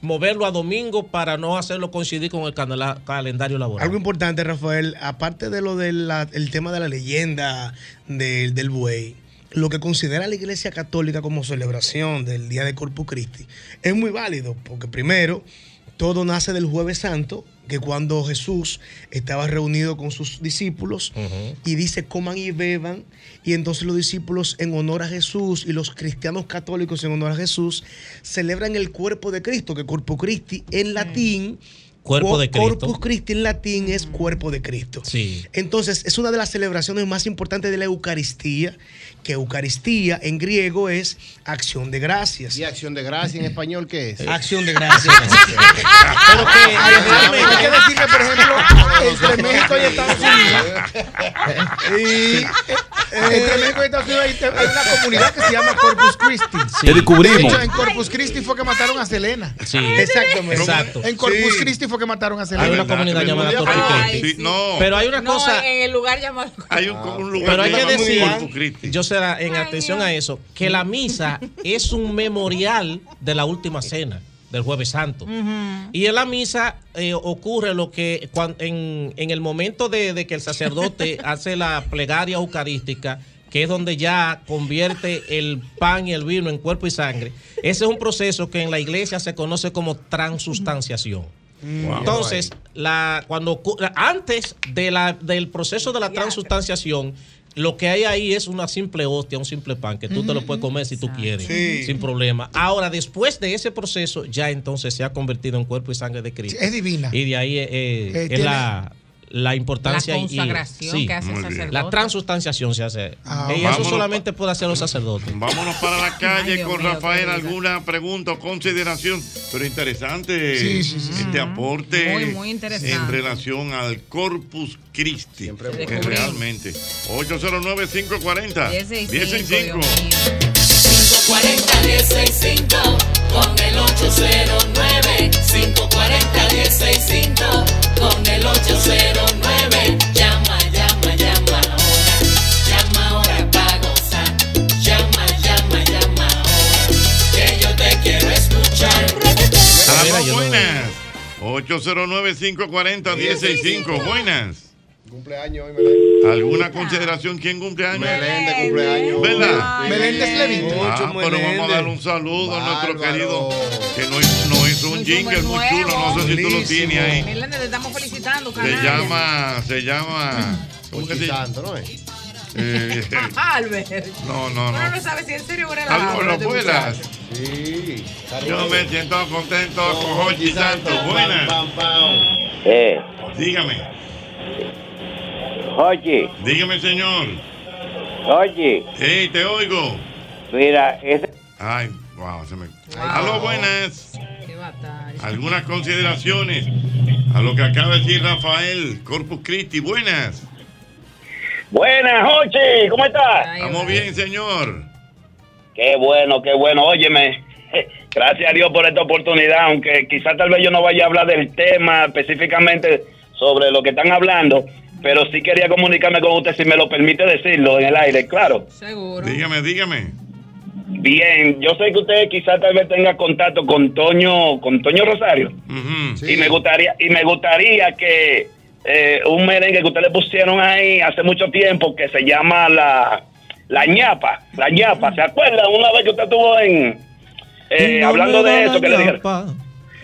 [SPEAKER 24] moverlo a domingo para no hacerlo coincidir con el canela- calendario laboral.
[SPEAKER 3] Algo importante, Rafael, aparte de lo del tema de la leyenda del- del buey, lo que considera la Iglesia Católica como celebración del Día de Corpus Christi es muy válido, porque primero, todo nace del Jueves Santo, que cuando Jesús estaba reunido con sus discípulos y dice, coman y beban, y entonces los discípulos en honor a Jesús y los cristianos católicos en honor a Jesús celebran el cuerpo de Cristo, que Corpus Christi en latín...
[SPEAKER 24] Cuerpo de Cristo.
[SPEAKER 3] Corpus Christi en latín es cuerpo de Cristo.
[SPEAKER 24] Sí.
[SPEAKER 3] Entonces, es una de las celebraciones más importantes de la Eucaristía, que Eucaristía en griego es acción de gracias.
[SPEAKER 4] ¿Y acción de gracia en español qué es?
[SPEAKER 3] Acción de gracias.
[SPEAKER 4] Pero que
[SPEAKER 21] Hay que decir que, por ejemplo, entre México y Estados Unidos. y, eh, entre México y Estados Unidos hay, hay una comunidad que se llama Corpus Christi.
[SPEAKER 6] Te descubrimos.
[SPEAKER 21] De hecho, en Corpus Christi fue que mataron a Selena.
[SPEAKER 24] Sí.
[SPEAKER 21] Exactamente.
[SPEAKER 24] Exacto.
[SPEAKER 21] En Corpus
[SPEAKER 24] Sí.
[SPEAKER 21] Christi fue que mataron a Selena.
[SPEAKER 24] Hay una comunidad llamada Corpus Christi. Pero hay una
[SPEAKER 19] No,
[SPEAKER 24] cosa.
[SPEAKER 19] en el lugar llamado.
[SPEAKER 22] Ah.
[SPEAKER 24] Pero hay que decir,
[SPEAKER 2] Corpus
[SPEAKER 24] yo será en atención a eso, que la misa es un memorial de la última cena del Jueves
[SPEAKER 13] Mm.
[SPEAKER 24] Santo. Y en la misa eh, ocurre lo que cuan- en, en el momento de, de que el sacerdote hace la plegaria eucarística, que es donde ya convierte el pan y el vino en cuerpo y sangre, ese es un proceso que en la iglesia se conoce como transustanciación.
[SPEAKER 2] Wow.
[SPEAKER 24] Entonces, la, cuando ocurra- antes de la, del proceso de la transustanciación, lo que hay ahí es una simple hostia, un simple pan, que tú te lo puedes comer si tú quieres,
[SPEAKER 21] Sí.
[SPEAKER 24] sin problema. Ahora, después de ese proceso, ya entonces se ha convertido en cuerpo y sangre de Cristo.
[SPEAKER 21] Es divina.
[SPEAKER 24] Y de ahí eh, eh,
[SPEAKER 21] Eh,
[SPEAKER 24] es
[SPEAKER 21] tiene-
[SPEAKER 24] la, la importancia
[SPEAKER 21] La
[SPEAKER 24] y- y-
[SPEAKER 21] consagración que hace el Muy bien. sacerdote.
[SPEAKER 24] La transustanciación se hace.
[SPEAKER 2] Ah,
[SPEAKER 24] y eso
[SPEAKER 2] vámonos
[SPEAKER 24] solamente puede hacer los sacerdotes.
[SPEAKER 2] Vámonos para la calle con Rafael. ¿Alguna pregunta o consideración? Pero interesante este aporte
[SPEAKER 19] Muy, muy interesante.
[SPEAKER 2] en relación al Corpus Christi.
[SPEAKER 19] bueno.
[SPEAKER 2] Que realmente. 809-540.
[SPEAKER 13] 1065,
[SPEAKER 2] 1065.
[SPEAKER 13] 540 1065 con el 809 540 1065 con el 809 llama llama llama ahora llama ahora para gozar llama llama llama ahora que yo te quiero escuchar
[SPEAKER 2] Aló, buenas. 809-540-1065. Buenas.
[SPEAKER 4] Cumpleaños hoy,
[SPEAKER 2] ¿Alguna consideración? ¿Quién cumple años? Meléndez cumpleaños. ¿Verdad?
[SPEAKER 4] Meléndez Levin.
[SPEAKER 2] Ah,
[SPEAKER 4] Mucho
[SPEAKER 2] pero vamos
[SPEAKER 4] Meléndez.
[SPEAKER 2] a dar un saludo a nuestro querido que no hizo, no hizo un jingle muy chulo. No sé si tú lo tienes ahí.
[SPEAKER 19] Melende, te estamos felicitando,
[SPEAKER 2] Se
[SPEAKER 19] canalla.
[SPEAKER 2] llama, se llama. ¿Cómo que se llama?
[SPEAKER 4] ¿no es?
[SPEAKER 2] Eh,
[SPEAKER 19] Albert.
[SPEAKER 2] no, no,
[SPEAKER 19] Uno
[SPEAKER 2] no.
[SPEAKER 19] no sabe si en serio o era la
[SPEAKER 2] Algo
[SPEAKER 19] obra
[SPEAKER 2] lo
[SPEAKER 19] de
[SPEAKER 2] vuelas.
[SPEAKER 19] muchacho.
[SPEAKER 4] Sí.
[SPEAKER 2] Yo me siento contento
[SPEAKER 4] Oh,
[SPEAKER 2] con Jorge Santos. Buenas.
[SPEAKER 8] Eh,
[SPEAKER 2] Dígame,
[SPEAKER 8] oye,
[SPEAKER 2] dígame, señor.
[SPEAKER 8] oye,
[SPEAKER 2] Hey, te oigo.
[SPEAKER 8] mira, ese
[SPEAKER 2] Ay, wow, se me. Aló, buenas. Algunas consideraciones a lo que acaba de decir Rafael Corpus Christi. Buenas.
[SPEAKER 5] Buenas, noches, ¿cómo estás?
[SPEAKER 2] Estamos bien, señor.
[SPEAKER 5] Qué bueno, qué bueno. Óyeme, gracias a Dios por esta oportunidad, aunque quizás tal vez yo no vaya a hablar del tema específicamente sobre lo que están hablando, pero sí quería comunicarme con usted, si me lo permite decirlo en el aire, claro.
[SPEAKER 19] Seguro.
[SPEAKER 2] Dígame, dígame.
[SPEAKER 5] Bien, yo sé que usted quizás tal vez tenga contacto con Toño, con Toño Rosario.
[SPEAKER 2] Mm.
[SPEAKER 5] Y me gustaría, y me gustaría que eh, un merengue que ustedes pusieron ahí hace mucho tiempo que se llama la, la ñapa, la ñapa. ¿Se acuerdan una vez que usted estuvo en eh, hablando de eso que le dijeron?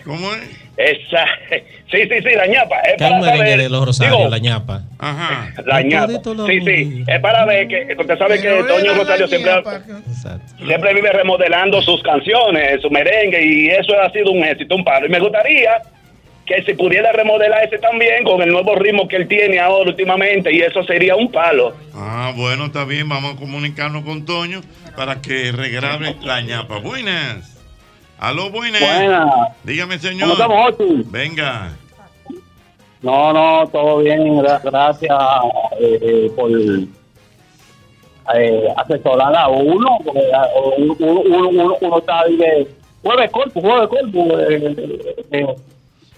[SPEAKER 2] ¿Cómo es?
[SPEAKER 5] Esa, sí, sí, sí, la ñapa. Es
[SPEAKER 24] Que es
[SPEAKER 5] para
[SPEAKER 24] un merengue
[SPEAKER 5] saber-
[SPEAKER 24] de los Rosarios,
[SPEAKER 5] digo,
[SPEAKER 24] la ñapa.
[SPEAKER 2] Ajá.
[SPEAKER 5] la
[SPEAKER 24] El
[SPEAKER 5] ñapa.
[SPEAKER 24] todito lo
[SPEAKER 5] Sí, sí, es para ver que usted sabe que
[SPEAKER 24] Pero era
[SPEAKER 5] Eh, Toño
[SPEAKER 24] la
[SPEAKER 5] Rosario siempre, siempre vive remodelando sus canciones, su merengue, y eso ha sido un éxito, un paro. Y me gustaría que si pudiera remodelar ese también con el nuevo ritmo que él tiene ahora últimamente, y eso sería un palo.
[SPEAKER 2] Ah, bueno, está bien. Vamos a comunicarnos con Toño para que regrabe la ñapa. Buenas. Aló, buenas.
[SPEAKER 11] Buenas.
[SPEAKER 2] Dígame,
[SPEAKER 11] ¿Cómo
[SPEAKER 2] señor.
[SPEAKER 11] estamos, Ochi?
[SPEAKER 2] Venga.
[SPEAKER 11] No, no, todo bien. gra- Gracias eh, eh, por eh, asesorar a uno. porque, ah, Uno, uno, uno- uno está ahí de jueves corpo, jueves corpo. eh, eh,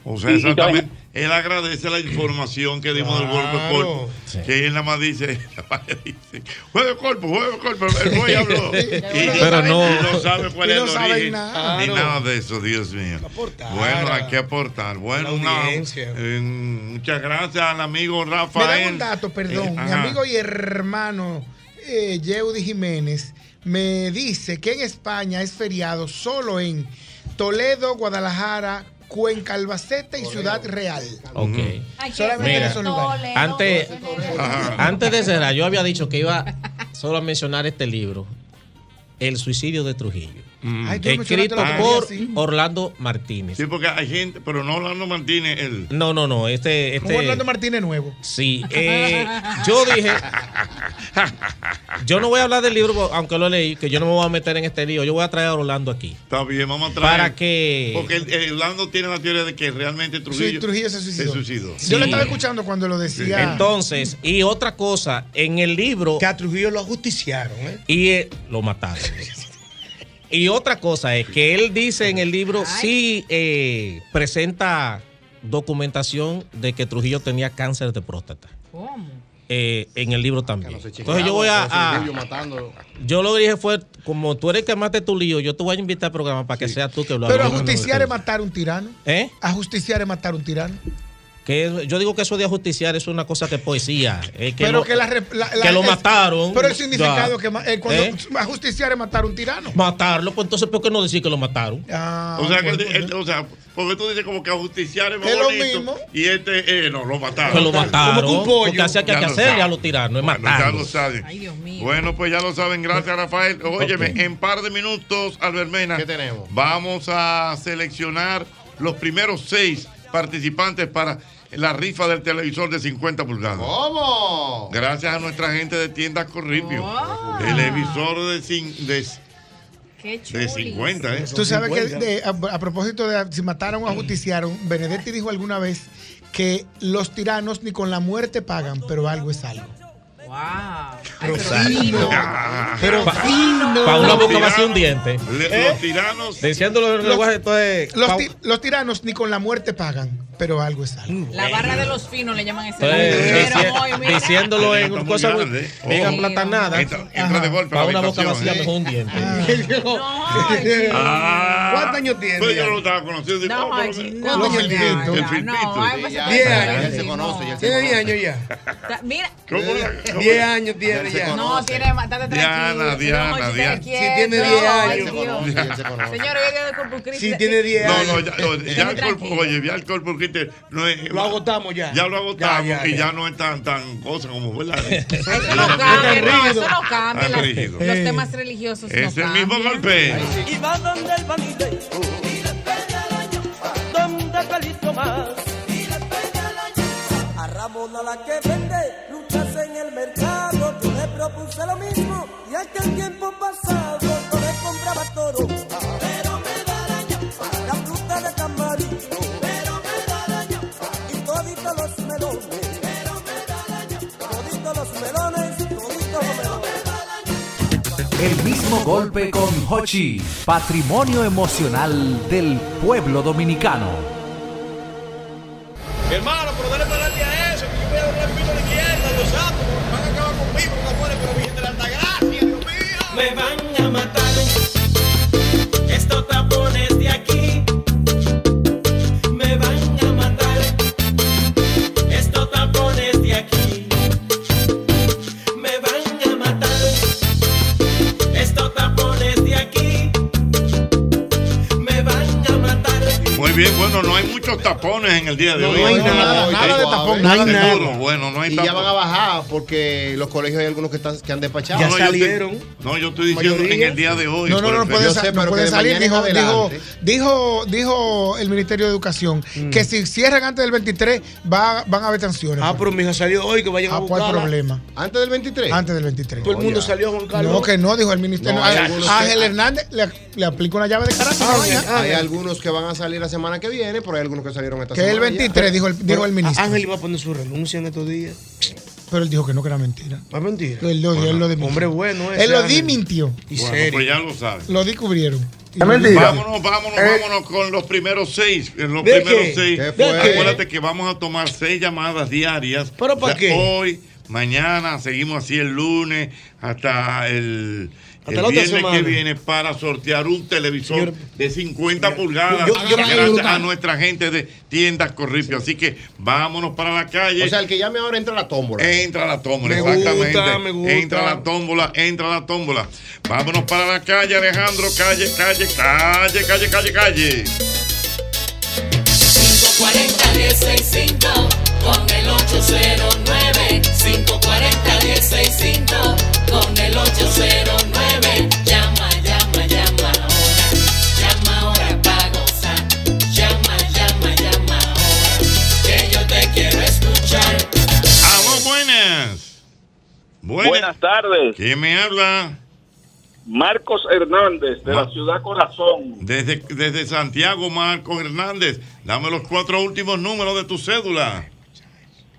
[SPEAKER 2] O sea,
[SPEAKER 11] y- y
[SPEAKER 2] Pues exactamente. Él agradece la información que dimos del golpe cuerpo. Que él nada más dice, nada más dice, juego cuerpo, juego cuerpo. El boy habló. y,
[SPEAKER 24] Pero no.
[SPEAKER 2] y no sabe cuál
[SPEAKER 24] Y
[SPEAKER 2] es
[SPEAKER 24] no
[SPEAKER 2] el
[SPEAKER 24] sabe
[SPEAKER 2] origen.
[SPEAKER 24] nada.
[SPEAKER 2] Ni nada de eso, Dios mío. Bueno, hay que aportar. Bueno, una- eh, muchas gracias al amigo
[SPEAKER 21] Me dan
[SPEAKER 2] Rafael.
[SPEAKER 21] un dato, perdón.
[SPEAKER 2] Eh,
[SPEAKER 21] Mi
[SPEAKER 2] ajá.
[SPEAKER 21] amigo y hermano eh, Yeudi Jiménez me dice que en España es feriado solo en Toledo, Guadalajara, Cuenca, Albacete y Ciudad Real.
[SPEAKER 24] Ok.
[SPEAKER 21] Solamente en
[SPEAKER 24] Mira,
[SPEAKER 21] esos lugares.
[SPEAKER 24] antes, antes de cerrar, yo había dicho que iba solo a mencionar este libro, El suicidio de Trujillo,
[SPEAKER 2] Ay, tú lo mencionaste
[SPEAKER 24] escrito
[SPEAKER 2] la otra vez,
[SPEAKER 24] por
[SPEAKER 2] sí.
[SPEAKER 24] Orlando Martínez.
[SPEAKER 2] Mm. Sí, porque hay gente, pero no Orlando Martínez, él.
[SPEAKER 24] No, no, no, este...
[SPEAKER 21] Un
[SPEAKER 24] este
[SPEAKER 21] Orlando Martínez nuevo.
[SPEAKER 24] Sí, eh, yo dije, yo no voy a hablar del libro, aunque lo leí, que yo no me voy a meter en este lío, yo voy a traer a Orlando aquí.
[SPEAKER 2] Está bien, vamos a traer.
[SPEAKER 24] Para que...
[SPEAKER 2] Porque el- el Orlando tiene la teoría de que realmente Trujillo,
[SPEAKER 21] Sí, Trujillo se suicidó. Yo lo
[SPEAKER 24] Sí.
[SPEAKER 21] estaba escuchando cuando lo decía.
[SPEAKER 24] Entonces, y otra cosa, en el libro...
[SPEAKER 3] Que a Trujillo lo ajusticiaron, ¿eh?
[SPEAKER 24] y eh, lo mataron. y otra cosa es que él dice en el libro sí eh, presenta documentación de que Trujillo tenía cáncer de próstata.
[SPEAKER 19] ¿Cómo?
[SPEAKER 24] eh, en el libro también. Entonces yo voy a, a-
[SPEAKER 4] matándolo.
[SPEAKER 24] yo lo que dije fue como tú eres el que mate tu lío, yo te voy a invitar al programa para que sea tú que lo
[SPEAKER 21] Pero
[SPEAKER 24] hables.
[SPEAKER 21] ajusticiar es matar un tirano.
[SPEAKER 24] ¿Eh?
[SPEAKER 21] Ajusticiar es matar un tirano.
[SPEAKER 24] Que es- yo digo que eso de ajusticiar es una cosa que es poesía. eh, que
[SPEAKER 21] pero
[SPEAKER 24] lo-
[SPEAKER 21] que, la re- la- la-
[SPEAKER 24] que lo
[SPEAKER 21] es-
[SPEAKER 24] mataron.
[SPEAKER 21] Pero el significado
[SPEAKER 24] Ya.
[SPEAKER 21] que ma- eh, cuando
[SPEAKER 24] ¿Eh?
[SPEAKER 21] ajusticiar es matar un tirano.
[SPEAKER 24] matarlo, pues entonces ¿por qué no decir que lo mataron?
[SPEAKER 21] Ah,
[SPEAKER 2] O sea, que
[SPEAKER 24] bueno,
[SPEAKER 2] el- el- o sea, porque tú dices como que ajusticiar es más
[SPEAKER 24] Es lo
[SPEAKER 2] bonito,
[SPEAKER 24] mismo.
[SPEAKER 2] Y este, eh, no, lo mataron.
[SPEAKER 24] Que lo mataron.
[SPEAKER 2] Como que un pollo.
[SPEAKER 24] Porque hacía que
[SPEAKER 2] Ya
[SPEAKER 24] hay que
[SPEAKER 2] lo
[SPEAKER 24] hacer, ya
[SPEAKER 2] saben.
[SPEAKER 24] lo tiraron, es
[SPEAKER 2] Bueno, ya
[SPEAKER 24] matarlo.
[SPEAKER 2] lo saben. Bueno, pues ya lo saben. Gracias, Rafael. Óyeme,
[SPEAKER 24] Ok.
[SPEAKER 2] en par de minutos, Albermena.
[SPEAKER 4] ¿Qué tenemos?
[SPEAKER 2] Vamos a seleccionar los primeros seis participantes para la rifa del televisor de 50 pulgadas.
[SPEAKER 4] ¿Cómo?
[SPEAKER 2] Gracias a nuestra gente de tiendas Corripio. Televisor de, cin- de,
[SPEAKER 19] Qué
[SPEAKER 2] de 50, ¿eh?
[SPEAKER 21] Tú sabes que de- a, a propósito de si mataron o ajusticiaron, Benedetti dijo alguna vez que los tiranos ni con la muerte pagan, pero algo es algo.
[SPEAKER 19] Pero
[SPEAKER 24] fino.
[SPEAKER 21] Pero fino.
[SPEAKER 24] Para una boca vacía un diente.
[SPEAKER 21] ¿Eh?
[SPEAKER 2] Los tiranos.
[SPEAKER 24] Diciéndolo en el
[SPEAKER 21] Los-
[SPEAKER 24] lenguaje, entonces.
[SPEAKER 21] Los,
[SPEAKER 24] pa-
[SPEAKER 21] ti- los tiranos ni con la muerte pagan, pero algo es algo.
[SPEAKER 19] La barra de los finos le llaman ese.
[SPEAKER 24] entonces,
[SPEAKER 19] Pero
[SPEAKER 24] Pues, dici-
[SPEAKER 19] hoy, mira.
[SPEAKER 24] diciéndolo en cosas
[SPEAKER 2] ¿eh? Oh.
[SPEAKER 24] bien aplatanada. Para una boca
[SPEAKER 2] habitación,
[SPEAKER 24] vacía
[SPEAKER 2] ¿eh?
[SPEAKER 24] mejor un diente.
[SPEAKER 2] Ah,
[SPEAKER 3] ¿Cuántos años tiene?
[SPEAKER 2] Pues yo lo estaba conociendo.
[SPEAKER 3] No,
[SPEAKER 2] ¿Cómo?
[SPEAKER 3] Ochi,
[SPEAKER 2] ¿Cómo?
[SPEAKER 3] no,
[SPEAKER 2] ¿Cómo?
[SPEAKER 3] ya,
[SPEAKER 2] el filtito,
[SPEAKER 3] ya,
[SPEAKER 2] el filtito.
[SPEAKER 3] no, ay, pues,
[SPEAKER 2] Ya,
[SPEAKER 3] se Diez
[SPEAKER 2] ya,
[SPEAKER 3] años.
[SPEAKER 2] ya se conoce, ya se
[SPEAKER 3] Tiene 10
[SPEAKER 2] conoce.
[SPEAKER 3] años ya.
[SPEAKER 19] Ta- Mira.
[SPEAKER 2] ¿Cómo la- cómo
[SPEAKER 3] Diez
[SPEAKER 2] la-
[SPEAKER 3] años tiene
[SPEAKER 2] se
[SPEAKER 3] ya.
[SPEAKER 2] conoce?
[SPEAKER 19] No, tiene bastante tranquilo.
[SPEAKER 2] Diana, Diana,
[SPEAKER 19] no,
[SPEAKER 2] Diana.
[SPEAKER 19] Si
[SPEAKER 3] Si tiene 10 años.
[SPEAKER 19] Señor, hoy es día del Corpus Christi.
[SPEAKER 3] Si tiene 10
[SPEAKER 2] No,
[SPEAKER 3] años.
[SPEAKER 2] no, ya, no, ya el cuerpo, oye, ya el cuerpo Christi no es.
[SPEAKER 3] Lo agotamos ya.
[SPEAKER 2] Ya lo agotamos
[SPEAKER 3] Ya, ya,
[SPEAKER 2] y
[SPEAKER 3] ya.
[SPEAKER 2] ya no es tan, tan cosa como fue la.
[SPEAKER 19] Eso no cambia, no, eso no cambia.
[SPEAKER 2] Tan
[SPEAKER 19] Las-
[SPEAKER 2] rígido.
[SPEAKER 19] Los
[SPEAKER 2] Eh.
[SPEAKER 19] temas religiosos no
[SPEAKER 2] Es el
[SPEAKER 19] cambian.
[SPEAKER 2] mismo golpe.
[SPEAKER 17] Y va donde el banite y le pega la yuca, donde pelito más y le pega la yuca. A Ramona la que vende luchas en el mercado, yo le propuse lo mismo y hasta el tiempo pasado yo le compraba toro, pero me da la yuca, la fruta de tamarindo, pero me da la yuca y todito los melones, pero me da la yuca, todito los melones.
[SPEAKER 6] Mismo golpe con Hochi, patrimonio emocional del pueblo dominicano.
[SPEAKER 12] Hermano, pero dale para adelante a eso, que yo voy a doblar el pito de izquierda, los sapos, van a acabar conmigo, con la muerte, pero Virgen de la Altagracia, Dios mío. Me van a matar estos tapones de aquí. Me van a matar estos tapones de aquí. Me van a matar estos tapones de aquí. Me van a matar.
[SPEAKER 2] Muy bien, bueno, no hay muchos tapones en el día de
[SPEAKER 4] No,
[SPEAKER 2] hoy.
[SPEAKER 4] no hay nada, nada de tapón,
[SPEAKER 2] Nada
[SPEAKER 4] nada.
[SPEAKER 2] Seguro, bueno, no hay
[SPEAKER 4] Y ya
[SPEAKER 2] tapón.
[SPEAKER 4] van a bajar porque los colegios hay algunos que, están, que han despachado.
[SPEAKER 2] No, no, yo estoy- no, yo estoy diciendo en el día de hoy.
[SPEAKER 4] No, no,
[SPEAKER 2] por
[SPEAKER 4] no, no
[SPEAKER 2] el
[SPEAKER 4] puede ser.
[SPEAKER 2] periodo.
[SPEAKER 21] sa-
[SPEAKER 4] sé, pero
[SPEAKER 21] no
[SPEAKER 4] que
[SPEAKER 21] pueden
[SPEAKER 4] de
[SPEAKER 21] salir, dijo,
[SPEAKER 4] mañana en
[SPEAKER 21] dijo,
[SPEAKER 4] adelante.
[SPEAKER 21] dijo, dijo el Ministerio de Educación
[SPEAKER 3] Mm.
[SPEAKER 21] que si cierran antes del 23 va, van a haber sanciones. Ah,
[SPEAKER 3] pero mi hija salió hoy que vayan
[SPEAKER 21] a ¿Cuál
[SPEAKER 3] buscarla.
[SPEAKER 21] problema?
[SPEAKER 4] ¿Antes del 23?
[SPEAKER 21] Antes del 23.
[SPEAKER 3] Todo el mundo salió, Juan Carlos.
[SPEAKER 21] No, que no, dijo el Ministerio.
[SPEAKER 4] No,
[SPEAKER 21] A-
[SPEAKER 4] hay algunos
[SPEAKER 21] Ángel
[SPEAKER 4] que-
[SPEAKER 21] Hernández le, le aplica una llave de carácter.
[SPEAKER 3] Ah,
[SPEAKER 4] Hay- hay algunos que van a salir la semana que viene, pero hay algunos que salieron esta
[SPEAKER 21] Que
[SPEAKER 4] semana.
[SPEAKER 21] el 23 dijo el- dijo el ministro.
[SPEAKER 3] Ángel iba a poner su renuncia en estos días.
[SPEAKER 21] Pero él dijo que no, que era mentira.
[SPEAKER 3] ¿Va a mentir?
[SPEAKER 21] Él lo, él lo dimintió.
[SPEAKER 3] hombre bueno ese
[SPEAKER 21] Él lo
[SPEAKER 3] Ángel.
[SPEAKER 21] dimintió.
[SPEAKER 3] Y
[SPEAKER 2] Bueno, pues ya lo sabes.
[SPEAKER 21] Lo descubrieron.
[SPEAKER 2] Es
[SPEAKER 21] mentira.
[SPEAKER 2] Vámonos, vámonos,
[SPEAKER 21] Eh.
[SPEAKER 2] vámonos con los primeros seis. eh, Los
[SPEAKER 21] ¿De
[SPEAKER 2] primeros
[SPEAKER 21] qué?
[SPEAKER 2] seis.
[SPEAKER 21] ¿Qué fue?
[SPEAKER 2] Acuérdate que vamos a tomar seis llamadas diarias. ¿Pero
[SPEAKER 3] para qué?
[SPEAKER 2] Hoy, mañana, seguimos así el lunes hasta el.
[SPEAKER 3] Hasta
[SPEAKER 2] el
[SPEAKER 3] la otra
[SPEAKER 2] viernes
[SPEAKER 3] semana.
[SPEAKER 2] que viene para sortear un televisor de 50 pulgadas
[SPEAKER 4] yo- yo-
[SPEAKER 2] gracias
[SPEAKER 4] yo-
[SPEAKER 2] a nuestra gente de tiendas Corripio. Así que vámonos para la calle.
[SPEAKER 4] O sea, el que llame ahora entra a la tómbola.
[SPEAKER 2] Entra a la tómbola,
[SPEAKER 4] Me
[SPEAKER 2] exactamente.
[SPEAKER 4] gusta, me gusta.
[SPEAKER 2] Entra a la tómbola, entra a la tómbola. Vámonos para la calle, Alejandro. Calle, calle, calle, calle, calle, calle.
[SPEAKER 13] 540-165 con el 809. 540-165 con el 809. Llama, llama, llama ahora. Llama ahora para gozar. Llama, llama, llama ahora. Que yo te quiero escuchar.
[SPEAKER 2] Aló, Ah, buenas. Buenas.
[SPEAKER 12] tardes.
[SPEAKER 2] ¿Quién me habla?
[SPEAKER 12] Marcos Hernández, de la ciudad Corazón.
[SPEAKER 2] Desde, desde Santiago, Marco Hernández. Dame los cuatro últimos números de tu cédula.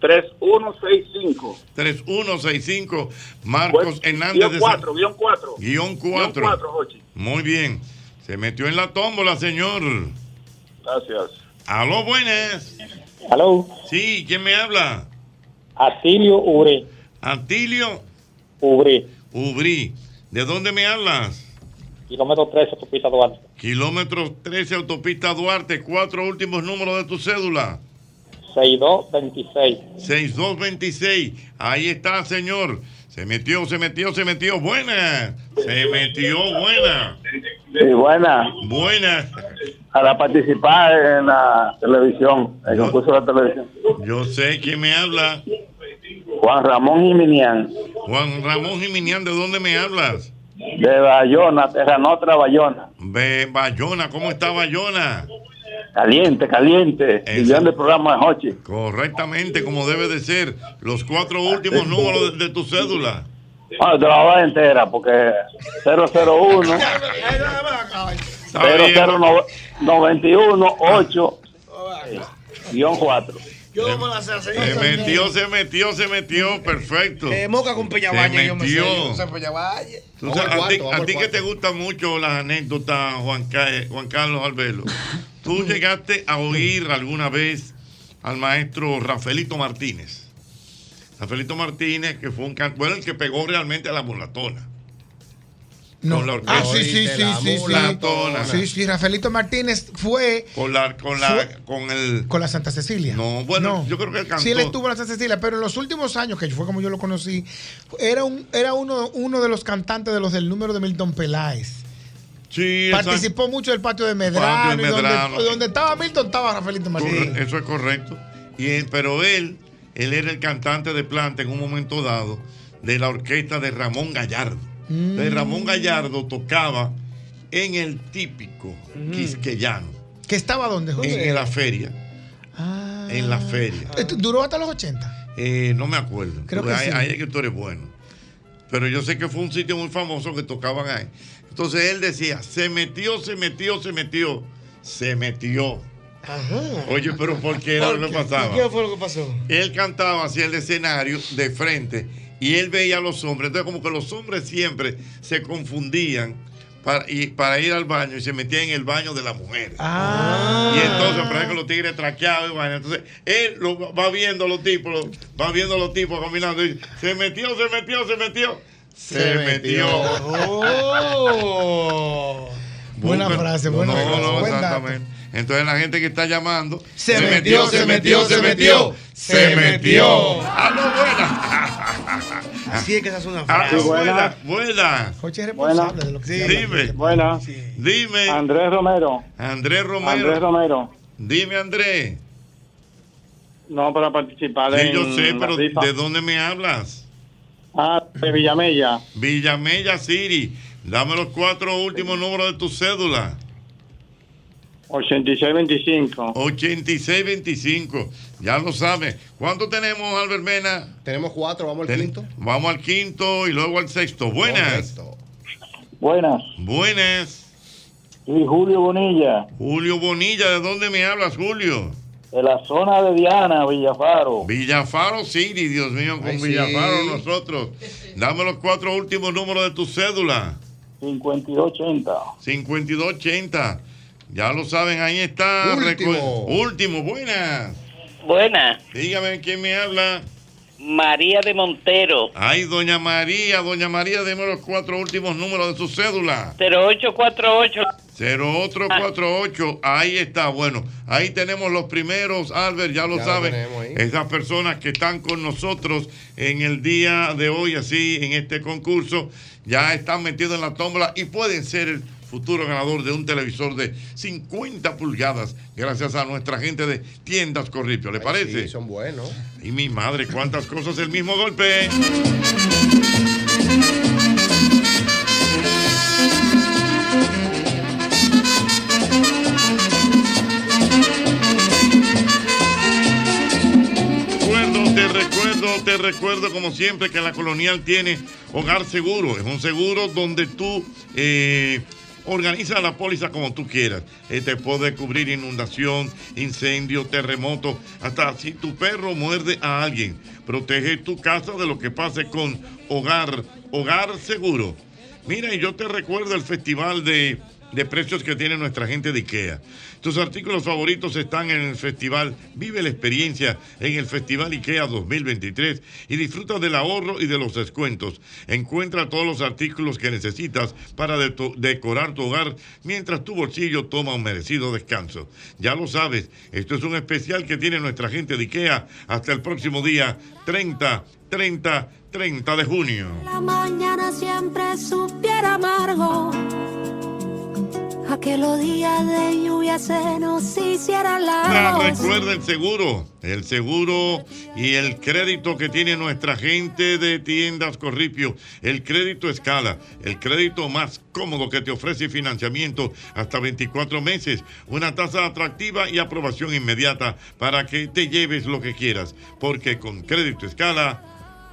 [SPEAKER 12] 3165.
[SPEAKER 2] 3165. Marcos Hernández
[SPEAKER 12] Guión
[SPEAKER 2] de
[SPEAKER 12] 4,
[SPEAKER 2] Santiago.
[SPEAKER 12] guión 4.
[SPEAKER 2] Guión
[SPEAKER 12] Guión
[SPEAKER 2] 4.
[SPEAKER 12] cuatro, Jochi.
[SPEAKER 2] Muy bien. Se metió en la tómbola, señor.
[SPEAKER 12] Gracias.
[SPEAKER 2] Aló, buenas.
[SPEAKER 15] Aló,
[SPEAKER 2] Sí, ¿quién me habla?
[SPEAKER 15] Atilio Ure,
[SPEAKER 2] Antilio
[SPEAKER 15] Ure,
[SPEAKER 2] Ubrí. ¿De dónde me hablas?
[SPEAKER 15] kilómetro 13, Tupita Duarte,
[SPEAKER 2] Kilómetro 13, autopista Duarte. Cuatro últimos números de tu cédula.
[SPEAKER 15] 6226.
[SPEAKER 2] 6226. Ahí está, señor. Se metió, se metió, se metió. Buena. Se metió, buena.
[SPEAKER 12] Sí, buena.
[SPEAKER 2] Buena.
[SPEAKER 12] Para participar en la televisión, el concurso de la televisión.
[SPEAKER 2] Yo sé quién me habla.
[SPEAKER 12] Juan Ramón Jiminián,
[SPEAKER 2] Juan Ramón Jiminián, ¿de dónde me hablas?
[SPEAKER 12] de Bayona, Terranotra, Bayona.
[SPEAKER 2] Ve, Bayona, ¿cómo está Bayona?
[SPEAKER 12] Caliente, caliente. Guión del programa de Jochi.
[SPEAKER 2] Correctamente, como debe de ser. Los cuatro últimos números de, de tu cédula.
[SPEAKER 12] Bueno, te la voy a dar entera porque 001, 0091, 8, guión 4.
[SPEAKER 3] Yo no me la sé hacer.
[SPEAKER 2] Se metió, se metió, se metió. Perfecto.
[SPEAKER 3] Eh, moca con Peñavalle,
[SPEAKER 2] Se
[SPEAKER 3] yo me sé.
[SPEAKER 2] metió.
[SPEAKER 3] Yo no sé Peñavalle.
[SPEAKER 2] Tú sabes, a ti, a ti que te gustan mucho las anécdotas, Juan, Ca- Juan Carlos Albelo, tú llegaste a oír alguna vez al maestro Rafaelito Martínez. Rafaelito Martínez, que fue un can- bueno, el que pegó realmente a la mulatona.
[SPEAKER 21] No.
[SPEAKER 2] Con la orquesta.
[SPEAKER 21] Ah, sí, sí, sí, sí,
[SPEAKER 2] Mulatona.
[SPEAKER 21] sí. Sí, sí, Rafaelito Martínez fue
[SPEAKER 2] Con la, con la, con el.
[SPEAKER 21] con la Santa Cecilia.
[SPEAKER 2] No, bueno, yo creo que él cantó.
[SPEAKER 21] Sí, él estuvo en la Santa Cecilia, pero en los últimos años, que fue como yo lo conocí, era, un, era uno, uno de los cantantes de los del número de Milton Peláez.
[SPEAKER 2] Sí,
[SPEAKER 21] Participó mucho del patio de Medrano.
[SPEAKER 2] Patio de
[SPEAKER 21] y donde-
[SPEAKER 2] Medrano.
[SPEAKER 21] Donde, estaba Milton estaba Rafaelito Martínez.
[SPEAKER 2] Corre- Eso es correcto. Y él- pero él, él era el cantante de planta en un momento dado de la orquesta de Ramón Gallardo. Entonces,
[SPEAKER 21] Mm.
[SPEAKER 2] Ramón Gallardo tocaba en el típico quisqueyano,
[SPEAKER 21] Mm. ¿Que estaba dónde, José? Ah.
[SPEAKER 2] en la feria. En la feria.
[SPEAKER 21] Esto Duró hasta los 80.
[SPEAKER 2] Eh, no me acuerdo.
[SPEAKER 21] Creo
[SPEAKER 2] Pero
[SPEAKER 21] que
[SPEAKER 2] ahí,
[SPEAKER 21] sí.
[SPEAKER 2] ahí es que tú eres bueno. Pero yo sé que fue un sitio muy famoso que tocaban ahí. Entonces él decía, se metió, se metió, se metió, se metió.
[SPEAKER 3] Ajá.
[SPEAKER 2] Oye, pero ¿por qué era lo que
[SPEAKER 3] ¿Y
[SPEAKER 2] pasaba?
[SPEAKER 3] ¿Qué fue lo que pasó?
[SPEAKER 2] Él cantaba hacia el escenario de frente y él veía a los hombres. Entonces, como que los hombres siempre se confundían para, y, para ir al baño y se metían en el baño de las mujeres. Y entonces, por ejemplo, los tigres traqueados y vaina. Entonces, él lo, va viendo a los tipos, lo- va viendo a los tipos caminando y dice, se metió, se metió, se metió. Se,
[SPEAKER 21] Se
[SPEAKER 2] metió.
[SPEAKER 21] metió. Buena frase, buena
[SPEAKER 2] no,
[SPEAKER 21] frase.
[SPEAKER 2] no,
[SPEAKER 21] Buen dato.
[SPEAKER 2] exactamente. Entonces la gente que está llamando
[SPEAKER 21] Se metió, se metió, se metió,
[SPEAKER 2] se
[SPEAKER 21] se
[SPEAKER 2] metió.
[SPEAKER 21] metió.
[SPEAKER 2] Ah, no, buena.
[SPEAKER 3] Así es que esa es una
[SPEAKER 2] Ah,
[SPEAKER 3] frase.
[SPEAKER 2] buena, buena.
[SPEAKER 21] Jochi es
[SPEAKER 3] responsable
[SPEAKER 21] de lo
[SPEAKER 3] que
[SPEAKER 2] Dime.
[SPEAKER 11] Buena.
[SPEAKER 2] Dime.
[SPEAKER 11] Andrés Romero.
[SPEAKER 2] Andrés Romero.
[SPEAKER 11] Andrés Romero.
[SPEAKER 2] Dime, Andrés.
[SPEAKER 11] No para participar
[SPEAKER 2] Sí,
[SPEAKER 11] en
[SPEAKER 2] yo sé,
[SPEAKER 11] la
[SPEAKER 2] pero
[SPEAKER 11] rifa.
[SPEAKER 2] ¿de dónde me hablas?
[SPEAKER 11] Ah, de Villamella.
[SPEAKER 2] Villamella City. Dame los cuatro últimos números de tu cédula.
[SPEAKER 11] 8625.
[SPEAKER 2] 8625. Ya lo sabes. ¿Cuánto tenemos, Albert Mena?
[SPEAKER 4] Tenemos cuatro, vamos al quinto.
[SPEAKER 2] Vamos al quinto y luego al sexto. Buenas.
[SPEAKER 11] Buenas.
[SPEAKER 2] Buenas.
[SPEAKER 11] Y Julio Bonilla.
[SPEAKER 2] Julio Bonilla, ¿de dónde me hablas, Julio?
[SPEAKER 11] De la zona de Diana, Villafaro.
[SPEAKER 2] Villafaro City, Dios mío, con
[SPEAKER 11] Ay, sí.
[SPEAKER 2] Villafaro nosotros. Dame los cuatro últimos números de tu cédula.
[SPEAKER 11] 5280.
[SPEAKER 2] 5280. Ya lo saben, ahí está. Recu- Último, buenas.
[SPEAKER 16] Buenas.
[SPEAKER 2] Dígame quién me habla.
[SPEAKER 16] María de Montero.
[SPEAKER 2] Ay, doña María, doña María, deme los cuatro últimos números de su cédula.
[SPEAKER 16] 0848.
[SPEAKER 2] 0848, ahí está, bueno, ahí tenemos los primeros, Albert, ya lo
[SPEAKER 4] Ya lo
[SPEAKER 2] saben,
[SPEAKER 4] tenemos ahí.
[SPEAKER 2] esas personas que están con nosotros en el día de hoy, así, en este concurso, ya están metidos en la tómbola y pueden ser el futuro ganador de un televisor de 50 pulgadas, gracias a nuestra gente de Tiendas Corripio, ¿le parece?
[SPEAKER 4] Sí, son buenos.
[SPEAKER 2] Y mi madre, cuántas cosas el mismo golpe. recuerdo, te recuerdo, te recuerdo como siempre que la colonial tiene hogar seguro. Es un seguro donde tú eh, organizas la póliza como tú quieras. Eh, te puede cubrir inundación, incendio, terremoto, hasta si tu perro muerde a alguien. Protege tu casa de lo que pase con hogar, hogar seguro. Mira, y yo te recuerdo el festival de, de precios que tiene nuestra gente de IKEA. Tus artículos favoritos están en el festival. Vive la experiencia en el Festival IKEA 2023 y disfruta del ahorro y de los descuentos. Encuentra todos los artículos que necesitas para de- tu- decorar tu hogar mientras tu bolsillo toma un merecido descanso. Ya lo sabes, esto es un especial que tiene nuestra gente de IKEA hasta el próximo día 30, 30, 30 de junio.
[SPEAKER 25] La mañana siempre supiera amargo. A que los días de lluvia se nos hicieran
[SPEAKER 2] Ah,
[SPEAKER 25] largos.
[SPEAKER 2] recuerda el seguro, el seguro y el crédito que tiene nuestra gente de tiendas Corripio, el crédito escala, el crédito más cómodo que te ofrece financiamiento hasta 24 meses, una tasa atractiva y aprobación inmediata para que te lleves lo que quieras, porque con crédito escala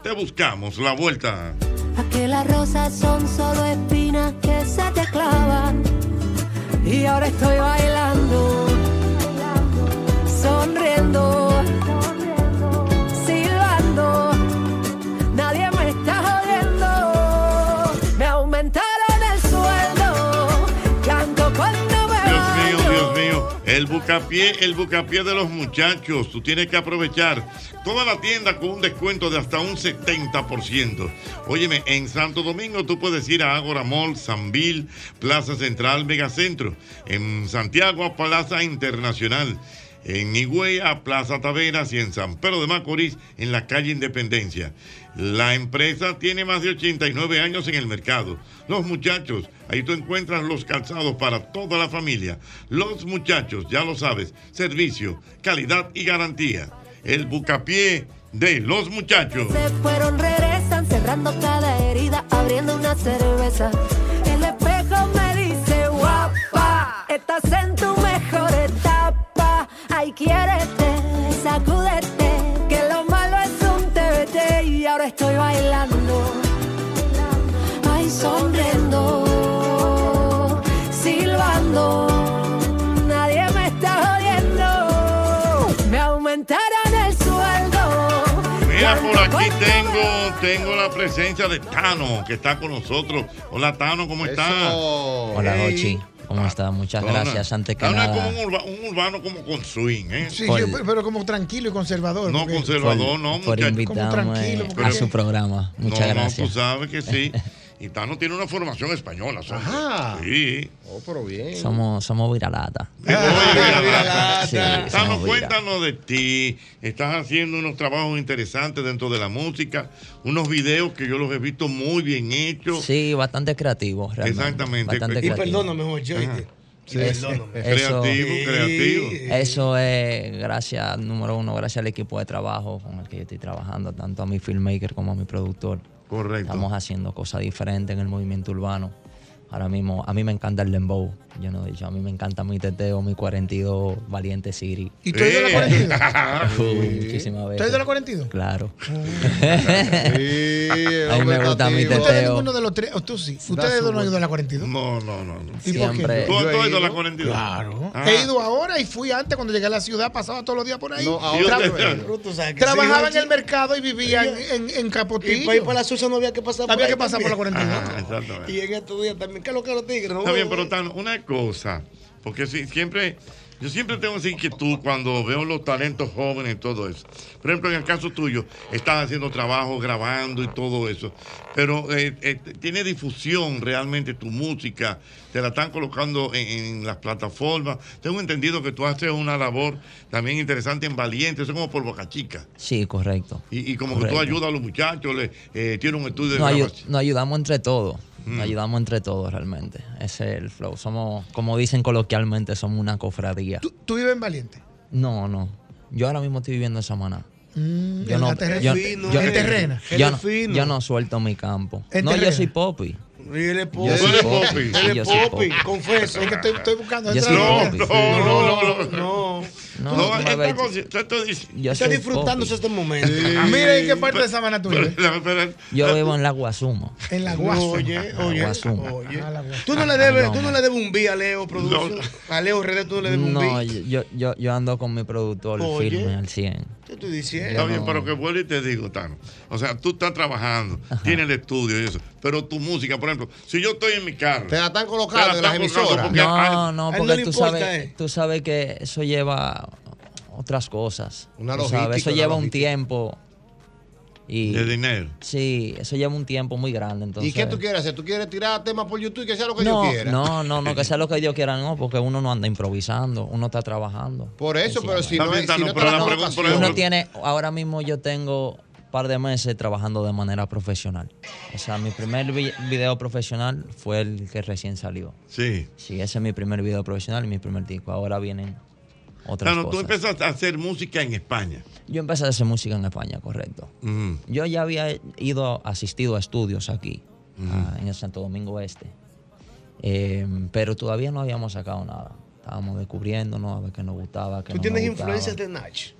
[SPEAKER 2] te buscamos la vuelta.
[SPEAKER 25] A que las rosas son solo espinas que se te clavan. Y ahora estoy bailando, sonriendo, silbando. Nadie me está jodiendo. Me aumentaron el sueldo. Canto cuando me
[SPEAKER 2] Dios
[SPEAKER 25] baño.
[SPEAKER 2] mío, Dios mío. El bucapié, el bucapié de los muchachos. Tú tienes que aprovechar toda la tienda con un descuento de hasta un 70%. Óyeme, en Santo Domingo tú puedes ir a Ágora Mall, Sanvil, Plaza Central, Megacentro. En Santiago a Plaza Internacional. En Higüey a Plaza Taveras y en San Pedro de Macorís en la calle Independencia. La empresa tiene más de 89 años en el mercado. Los muchachos, ahí tú encuentras los calzados para toda la familia. Los muchachos, ya lo sabes, servicio, calidad y garantía. El bucapié de los muchachos.
[SPEAKER 25] Se fueron, regresan, cerrando cada herida, abriendo una cerveza. El espejo me dice, guapa, estás en tu mejor etapa. Ay, quiérete, sacúdete, que lo malo es un TBT y ahora estoy bailando. Ay, sonriendo, silbando, nadie me está jodiendo. Me aumentaron el sueldo.
[SPEAKER 2] Mira, Mira, por aquí tengo, tengo la presencia de Tano, que está con nosotros. Hola, Tano, ¿cómo estás?
[SPEAKER 20] Hola, Ochi. ¿Cómo está? Muchas
[SPEAKER 2] Dona.
[SPEAKER 20] gracias. Antes que
[SPEAKER 2] Tano Ah, es como
[SPEAKER 20] nada.
[SPEAKER 2] un, urba- un urbano como con swing, ¿eh?
[SPEAKER 21] Sí, yo- pero- pero como tranquilo y conservador.
[SPEAKER 2] No,
[SPEAKER 21] porque-
[SPEAKER 2] conservador, no,
[SPEAKER 20] por
[SPEAKER 2] muchacho.
[SPEAKER 20] invitarme
[SPEAKER 2] tranquilo,
[SPEAKER 20] a
[SPEAKER 2] porque-
[SPEAKER 20] su programa.
[SPEAKER 2] No,
[SPEAKER 20] Muchas
[SPEAKER 2] no, pues,
[SPEAKER 20] gracias.
[SPEAKER 2] tú sabes que sí. Y Tano tiene una formación española, ¿sabes?
[SPEAKER 20] Ajá.
[SPEAKER 2] Sí.
[SPEAKER 4] Oh, pero
[SPEAKER 2] eh.
[SPEAKER 4] bien.
[SPEAKER 20] Somos, somos viralata. Sí,
[SPEAKER 2] Tano,
[SPEAKER 20] somos vira.
[SPEAKER 2] cuéntanos de ti. Estás haciendo unos trabajos interesantes dentro de la música, unos videos que yo los he visto muy bien hechos.
[SPEAKER 20] Sí, bastante creativo. Realmente.
[SPEAKER 2] Exactamente.
[SPEAKER 20] Bastante
[SPEAKER 2] Y
[SPEAKER 20] creativo.
[SPEAKER 2] perdóname, Jorge,
[SPEAKER 20] Ajá.
[SPEAKER 2] oíste.
[SPEAKER 20] Sí.
[SPEAKER 2] Es-
[SPEAKER 20] Eso-
[SPEAKER 2] Creativo, creativo.
[SPEAKER 20] Eso es gracias, número uno, gracias al equipo de trabajo con el que yo estoy trabajando, tanto a mi filmmaker como a mi productor.
[SPEAKER 2] Correcto.
[SPEAKER 20] Estamos haciendo cosas diferentes en el movimiento urbano. Ahora mismo, a mí me encanta el dembow. Yo no he dicho, a mí me encanta mi teteo, mi 42, Valiente Siri.
[SPEAKER 21] ¿Y tú has ido a la 42?
[SPEAKER 20] Uh, Muchísimas veces.
[SPEAKER 21] ¿Tú has ido a la 42?
[SPEAKER 20] Claro. a mí
[SPEAKER 21] hombre
[SPEAKER 20] me
[SPEAKER 21] está
[SPEAKER 20] gusta mi
[SPEAKER 21] activo. ¿Ustedes
[SPEAKER 20] teteo.
[SPEAKER 21] ninguno de los tres? ¿O tú sí? ¿Ustedes dos no han ido a la 42?
[SPEAKER 2] No, no, no. no.
[SPEAKER 20] ¿Y por qué? Siempre.
[SPEAKER 2] ¿Tú, tú
[SPEAKER 20] Yo he
[SPEAKER 2] has ido a la
[SPEAKER 20] ido.
[SPEAKER 2] 42?
[SPEAKER 20] Claro.
[SPEAKER 2] Ah.
[SPEAKER 21] He ido ahora y fui antes cuando llegué a la ciudad, pasaba todos los días por ahí.
[SPEAKER 2] No,
[SPEAKER 21] Tra-
[SPEAKER 2] ahora no he ido.
[SPEAKER 21] Trabajaba en el mercado y vivía en, en, en Capotillo.
[SPEAKER 3] Y para ir para la suya no había que pasar
[SPEAKER 21] Había
[SPEAKER 3] por ahí
[SPEAKER 21] que pasar por la
[SPEAKER 3] también.
[SPEAKER 21] 42.
[SPEAKER 2] Ah, exactamente.
[SPEAKER 3] Y en estos días también. ¿Qué es lo que los tigres?
[SPEAKER 2] Está bien, pero Tano, una cosa, porque si- siempre, yo siempre tengo esa inquietud cuando veo los talentos jóvenes y todo eso. Por ejemplo, en el caso tuyo, estás haciendo trabajo, grabando y todo eso, pero eh, eh, tiene difusión realmente tu música, te la están colocando en, en las plataformas. Tengo entendido que tú haces una labor también interesante en Valiente, eso es como por Boca Chica.
[SPEAKER 20] Sí, correcto.
[SPEAKER 2] Y, y como que tú
[SPEAKER 20] Correcto.
[SPEAKER 2] ayudas a los muchachos, le, eh, tiene un estudio de
[SPEAKER 20] Nos, ayu-
[SPEAKER 2] grabación.
[SPEAKER 20] nos ayudamos entre todos.
[SPEAKER 2] Mm.
[SPEAKER 20] Nos ayudamos entre todos realmente. Ese es el flow. Somos, como dicen coloquialmente, somos una cofradía.
[SPEAKER 21] ¿Tú vives en Valiente?
[SPEAKER 20] No, no. Yo ahora mismo estoy viviendo en Samaná.
[SPEAKER 21] Mm,
[SPEAKER 20] Yo
[SPEAKER 21] en
[SPEAKER 20] no,
[SPEAKER 21] la terrena.
[SPEAKER 20] yo,
[SPEAKER 21] Fino,
[SPEAKER 20] yo-
[SPEAKER 21] en terrena.
[SPEAKER 20] yo no,
[SPEAKER 21] Fino.
[SPEAKER 20] yo no suelto mi campo.
[SPEAKER 21] En
[SPEAKER 20] no,
[SPEAKER 21] terrena.
[SPEAKER 20] yo soy popi.
[SPEAKER 3] Él es
[SPEAKER 20] Yo soy
[SPEAKER 3] Él es
[SPEAKER 20] popi.
[SPEAKER 3] popi.
[SPEAKER 20] Sí,
[SPEAKER 3] Él
[SPEAKER 20] yo
[SPEAKER 3] es
[SPEAKER 20] soy
[SPEAKER 3] popi.
[SPEAKER 20] popi.
[SPEAKER 3] Confieso.
[SPEAKER 21] Es que estoy, estoy buscando.
[SPEAKER 20] Yo
[SPEAKER 21] entra-
[SPEAKER 20] soy popi.
[SPEAKER 2] no,
[SPEAKER 3] no.
[SPEAKER 20] No,
[SPEAKER 2] No,
[SPEAKER 20] tú me
[SPEAKER 2] esta
[SPEAKER 20] ves.
[SPEAKER 2] cosa- te estoy diciendo-
[SPEAKER 20] Yo soy popi.
[SPEAKER 3] este momento.
[SPEAKER 21] Mira en qué parte de Sabana tú vives.
[SPEAKER 20] Yo vivo en la Guasuma.
[SPEAKER 21] En la
[SPEAKER 20] Guasuma.
[SPEAKER 3] Oye, oye, oye. Tú no
[SPEAKER 20] Ah,
[SPEAKER 3] le debes,
[SPEAKER 20] no,
[SPEAKER 3] tú no
[SPEAKER 20] man.
[SPEAKER 3] le debes un bi a Leo Producción. A Leo Redes tú no le debes un
[SPEAKER 20] No,
[SPEAKER 3] bi.
[SPEAKER 20] yo, yo, yo ando con mi productor
[SPEAKER 2] Oye.
[SPEAKER 20] firme al 100.
[SPEAKER 3] ¿Qué estoy diciendo?
[SPEAKER 2] Está bien,
[SPEAKER 20] no.
[SPEAKER 2] pero que vuelvo y te digo, Tano. O sea, tú estás trabajando, tienes el estudio y eso, pero tu música, por ejemplo, si yo estoy en mi carro. Te
[SPEAKER 4] la están colocando en las emisoras.
[SPEAKER 2] porque a-
[SPEAKER 20] No, no,
[SPEAKER 2] a él
[SPEAKER 20] porque
[SPEAKER 2] le
[SPEAKER 20] tú,
[SPEAKER 2] importa,
[SPEAKER 20] sabes,
[SPEAKER 2] eh.
[SPEAKER 20] tú sabes que eso lleva otras cosas.
[SPEAKER 4] Una
[SPEAKER 20] Tú sabes,
[SPEAKER 4] logística,
[SPEAKER 20] Eso
[SPEAKER 4] una
[SPEAKER 20] lleva un
[SPEAKER 4] logística.
[SPEAKER 20] tiempo. Y,
[SPEAKER 2] De dinero.
[SPEAKER 20] Sí, eso lleva un tiempo muy grande. Entonces,
[SPEAKER 4] ¿Y qué tú quieres hacer? ¿Tú quieres tirar temas por YouTube que sea lo que
[SPEAKER 20] no,
[SPEAKER 4] yo quiera?
[SPEAKER 20] no, no, no, que sea lo que Dios quiera, no, porque uno no anda improvisando, uno está trabajando.
[SPEAKER 4] Por eso, pero si no,
[SPEAKER 20] También
[SPEAKER 4] si
[SPEAKER 20] está,
[SPEAKER 4] no
[SPEAKER 20] no,
[SPEAKER 4] te
[SPEAKER 20] pero
[SPEAKER 4] dan la
[SPEAKER 20] la pregunta,
[SPEAKER 4] vocación.
[SPEAKER 20] uno tiene, ahora mismo yo tengo un par de meses trabajando de manera profesional. O sea, mi primer vi- video profesional fue el que recién salió.
[SPEAKER 2] Sí.
[SPEAKER 20] Sí, ese es mi primer video profesional y mi primer disco. Ahora vienen otras
[SPEAKER 2] Tano, tú
[SPEAKER 20] cosas.
[SPEAKER 2] empezaste a hacer música en España.
[SPEAKER 20] Yo empecé a hacer música en España, correcto.
[SPEAKER 2] Mm.
[SPEAKER 20] Yo ya había ido, asistido a estudios aquí, ah, en el Santo Domingo Este. Eh, pero todavía no habíamos sacado nada. Estábamos descubriéndonos a ver qué nos gustaba. Qué
[SPEAKER 3] Tú
[SPEAKER 20] no
[SPEAKER 3] tienes
[SPEAKER 20] nos gustaba.
[SPEAKER 3] influencias de Nach.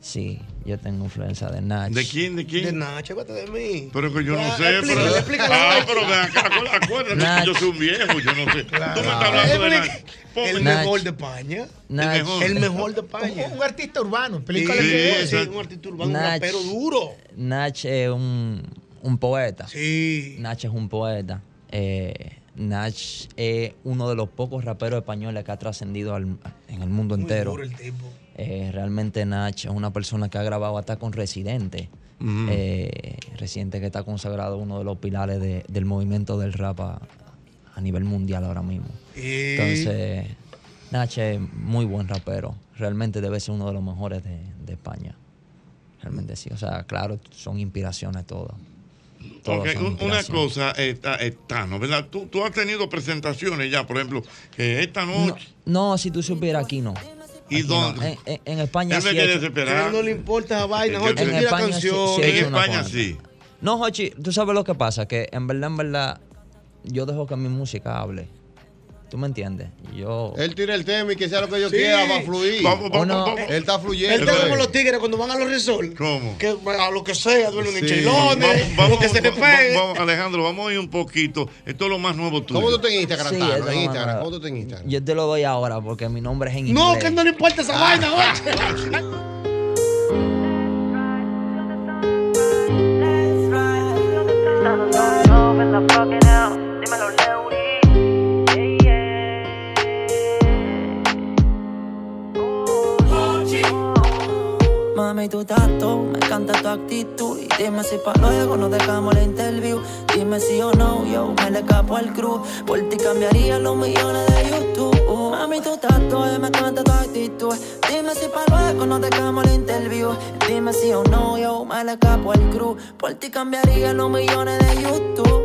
[SPEAKER 20] Sí, yo tengo influencia de Nach.
[SPEAKER 2] ¿De quién? ¿De quién?
[SPEAKER 3] De Nach, acuérdate de mí.
[SPEAKER 2] Pero que yo no
[SPEAKER 3] Ah,
[SPEAKER 2] sé.
[SPEAKER 3] explícale,
[SPEAKER 2] pero,
[SPEAKER 3] explícale.
[SPEAKER 2] Ah, pero ven acá, acu- acuérdate
[SPEAKER 20] Nach.
[SPEAKER 2] que yo soy un viejo, yo no sé. Tú me estás hablando de Nach.
[SPEAKER 3] El
[SPEAKER 20] Nach.
[SPEAKER 3] mejor de España.
[SPEAKER 20] Nach.
[SPEAKER 3] El mejor. El mejor de España.
[SPEAKER 21] Un, un artista urbano,
[SPEAKER 3] Sí,
[SPEAKER 21] película que
[SPEAKER 3] sí, un artista urbano, un
[SPEAKER 20] Nach.
[SPEAKER 3] rapero duro.
[SPEAKER 20] Nach es un, un poeta.
[SPEAKER 3] Sí.
[SPEAKER 20] Nach es un poeta. Eh, Nach es uno de los pocos raperos españoles que ha trascendido al- en el mundo entero.
[SPEAKER 3] duro el tipo.
[SPEAKER 20] Eh, realmente Nach es una persona que ha grabado hasta con Residente.
[SPEAKER 2] Ujú.
[SPEAKER 20] Eh, Residente que está consagrado uno de los pilares de- del movimiento del rap a, a nivel mundial ahora mismo.
[SPEAKER 3] Eh.
[SPEAKER 20] Entonces, Nach es muy buen rapero. Realmente debe ser uno de los mejores de, de España. Realmente sí. O sea, claro, son inspiraciones todas. Todas
[SPEAKER 2] Ok,
[SPEAKER 20] son
[SPEAKER 2] un- una
[SPEAKER 20] inspiraciones.
[SPEAKER 2] cosa, eh, ta- eh, Tano, ¿verdad? Tú, tú has tenido presentaciones ya, por ejemplo, que esta
[SPEAKER 20] No,
[SPEAKER 2] noche.
[SPEAKER 20] no, si tú supieras aquí no.
[SPEAKER 2] ¿Y
[SPEAKER 20] Aquí no.
[SPEAKER 2] dónde?
[SPEAKER 20] En, en- en España
[SPEAKER 2] Él me
[SPEAKER 20] sí he
[SPEAKER 2] quiere
[SPEAKER 20] hecho-
[SPEAKER 2] desesperar.
[SPEAKER 3] Él no le importa esa vaina.
[SPEAKER 20] En
[SPEAKER 3] Jorge, tú tira
[SPEAKER 20] España sí- sí he
[SPEAKER 3] canción.
[SPEAKER 20] hecho una
[SPEAKER 2] España
[SPEAKER 20] cuanta.
[SPEAKER 2] sí.
[SPEAKER 20] No, Hochi, tú sabes lo que pasa, que en verdad, en verdad, yo dejo que mi música hable. ¿Tú me entiendes? Yo...
[SPEAKER 4] Él tira el tema y que sea lo que yo
[SPEAKER 20] Sí.
[SPEAKER 4] quiera, va a fluir.
[SPEAKER 20] Vamos, vamos, Uno- vamos.
[SPEAKER 4] Él está fluyendo.
[SPEAKER 3] Él está como los tigres cuando van a los resorts.
[SPEAKER 2] ¿Cómo?
[SPEAKER 3] Que a lo que sea, duelen en
[SPEAKER 2] Sí.
[SPEAKER 3] chilones,
[SPEAKER 2] Vamos,
[SPEAKER 3] lo que se te
[SPEAKER 2] vamos,
[SPEAKER 3] pegue.
[SPEAKER 2] vamos, Alejandro, vamos a ir un poquito. Esto es lo más nuevo tuyo.
[SPEAKER 4] ¿Cómo tú estás en Instagram,
[SPEAKER 20] Sí,
[SPEAKER 4] Tano?
[SPEAKER 20] es lo
[SPEAKER 4] En
[SPEAKER 20] más
[SPEAKER 4] Instagram,
[SPEAKER 20] nuevo.
[SPEAKER 4] ¿cómo tú estás en Instagram?
[SPEAKER 20] Yo te lo doy ahora porque mi nombre es en inglés.
[SPEAKER 21] Ah.
[SPEAKER 3] No, que no le importa esa vaina, oye.
[SPEAKER 7] moving the fucking out. Dímelo, Lewis. Yeah, yeah.
[SPEAKER 14] Mami, tu tacto, me encanta tu actitud. Y dime si pa' luego nos dejamos la interview. Dime si o no, yo me le escapo al crew. Por ti cambiaría los millones de YouTube. Mami, tu tacto, eh, me encanta tu actitud. Dime si pa' luego nos dejamos la interview. Dime si o no, yo me le escapo al crew. Por ti cambiaría los millones de YouTube.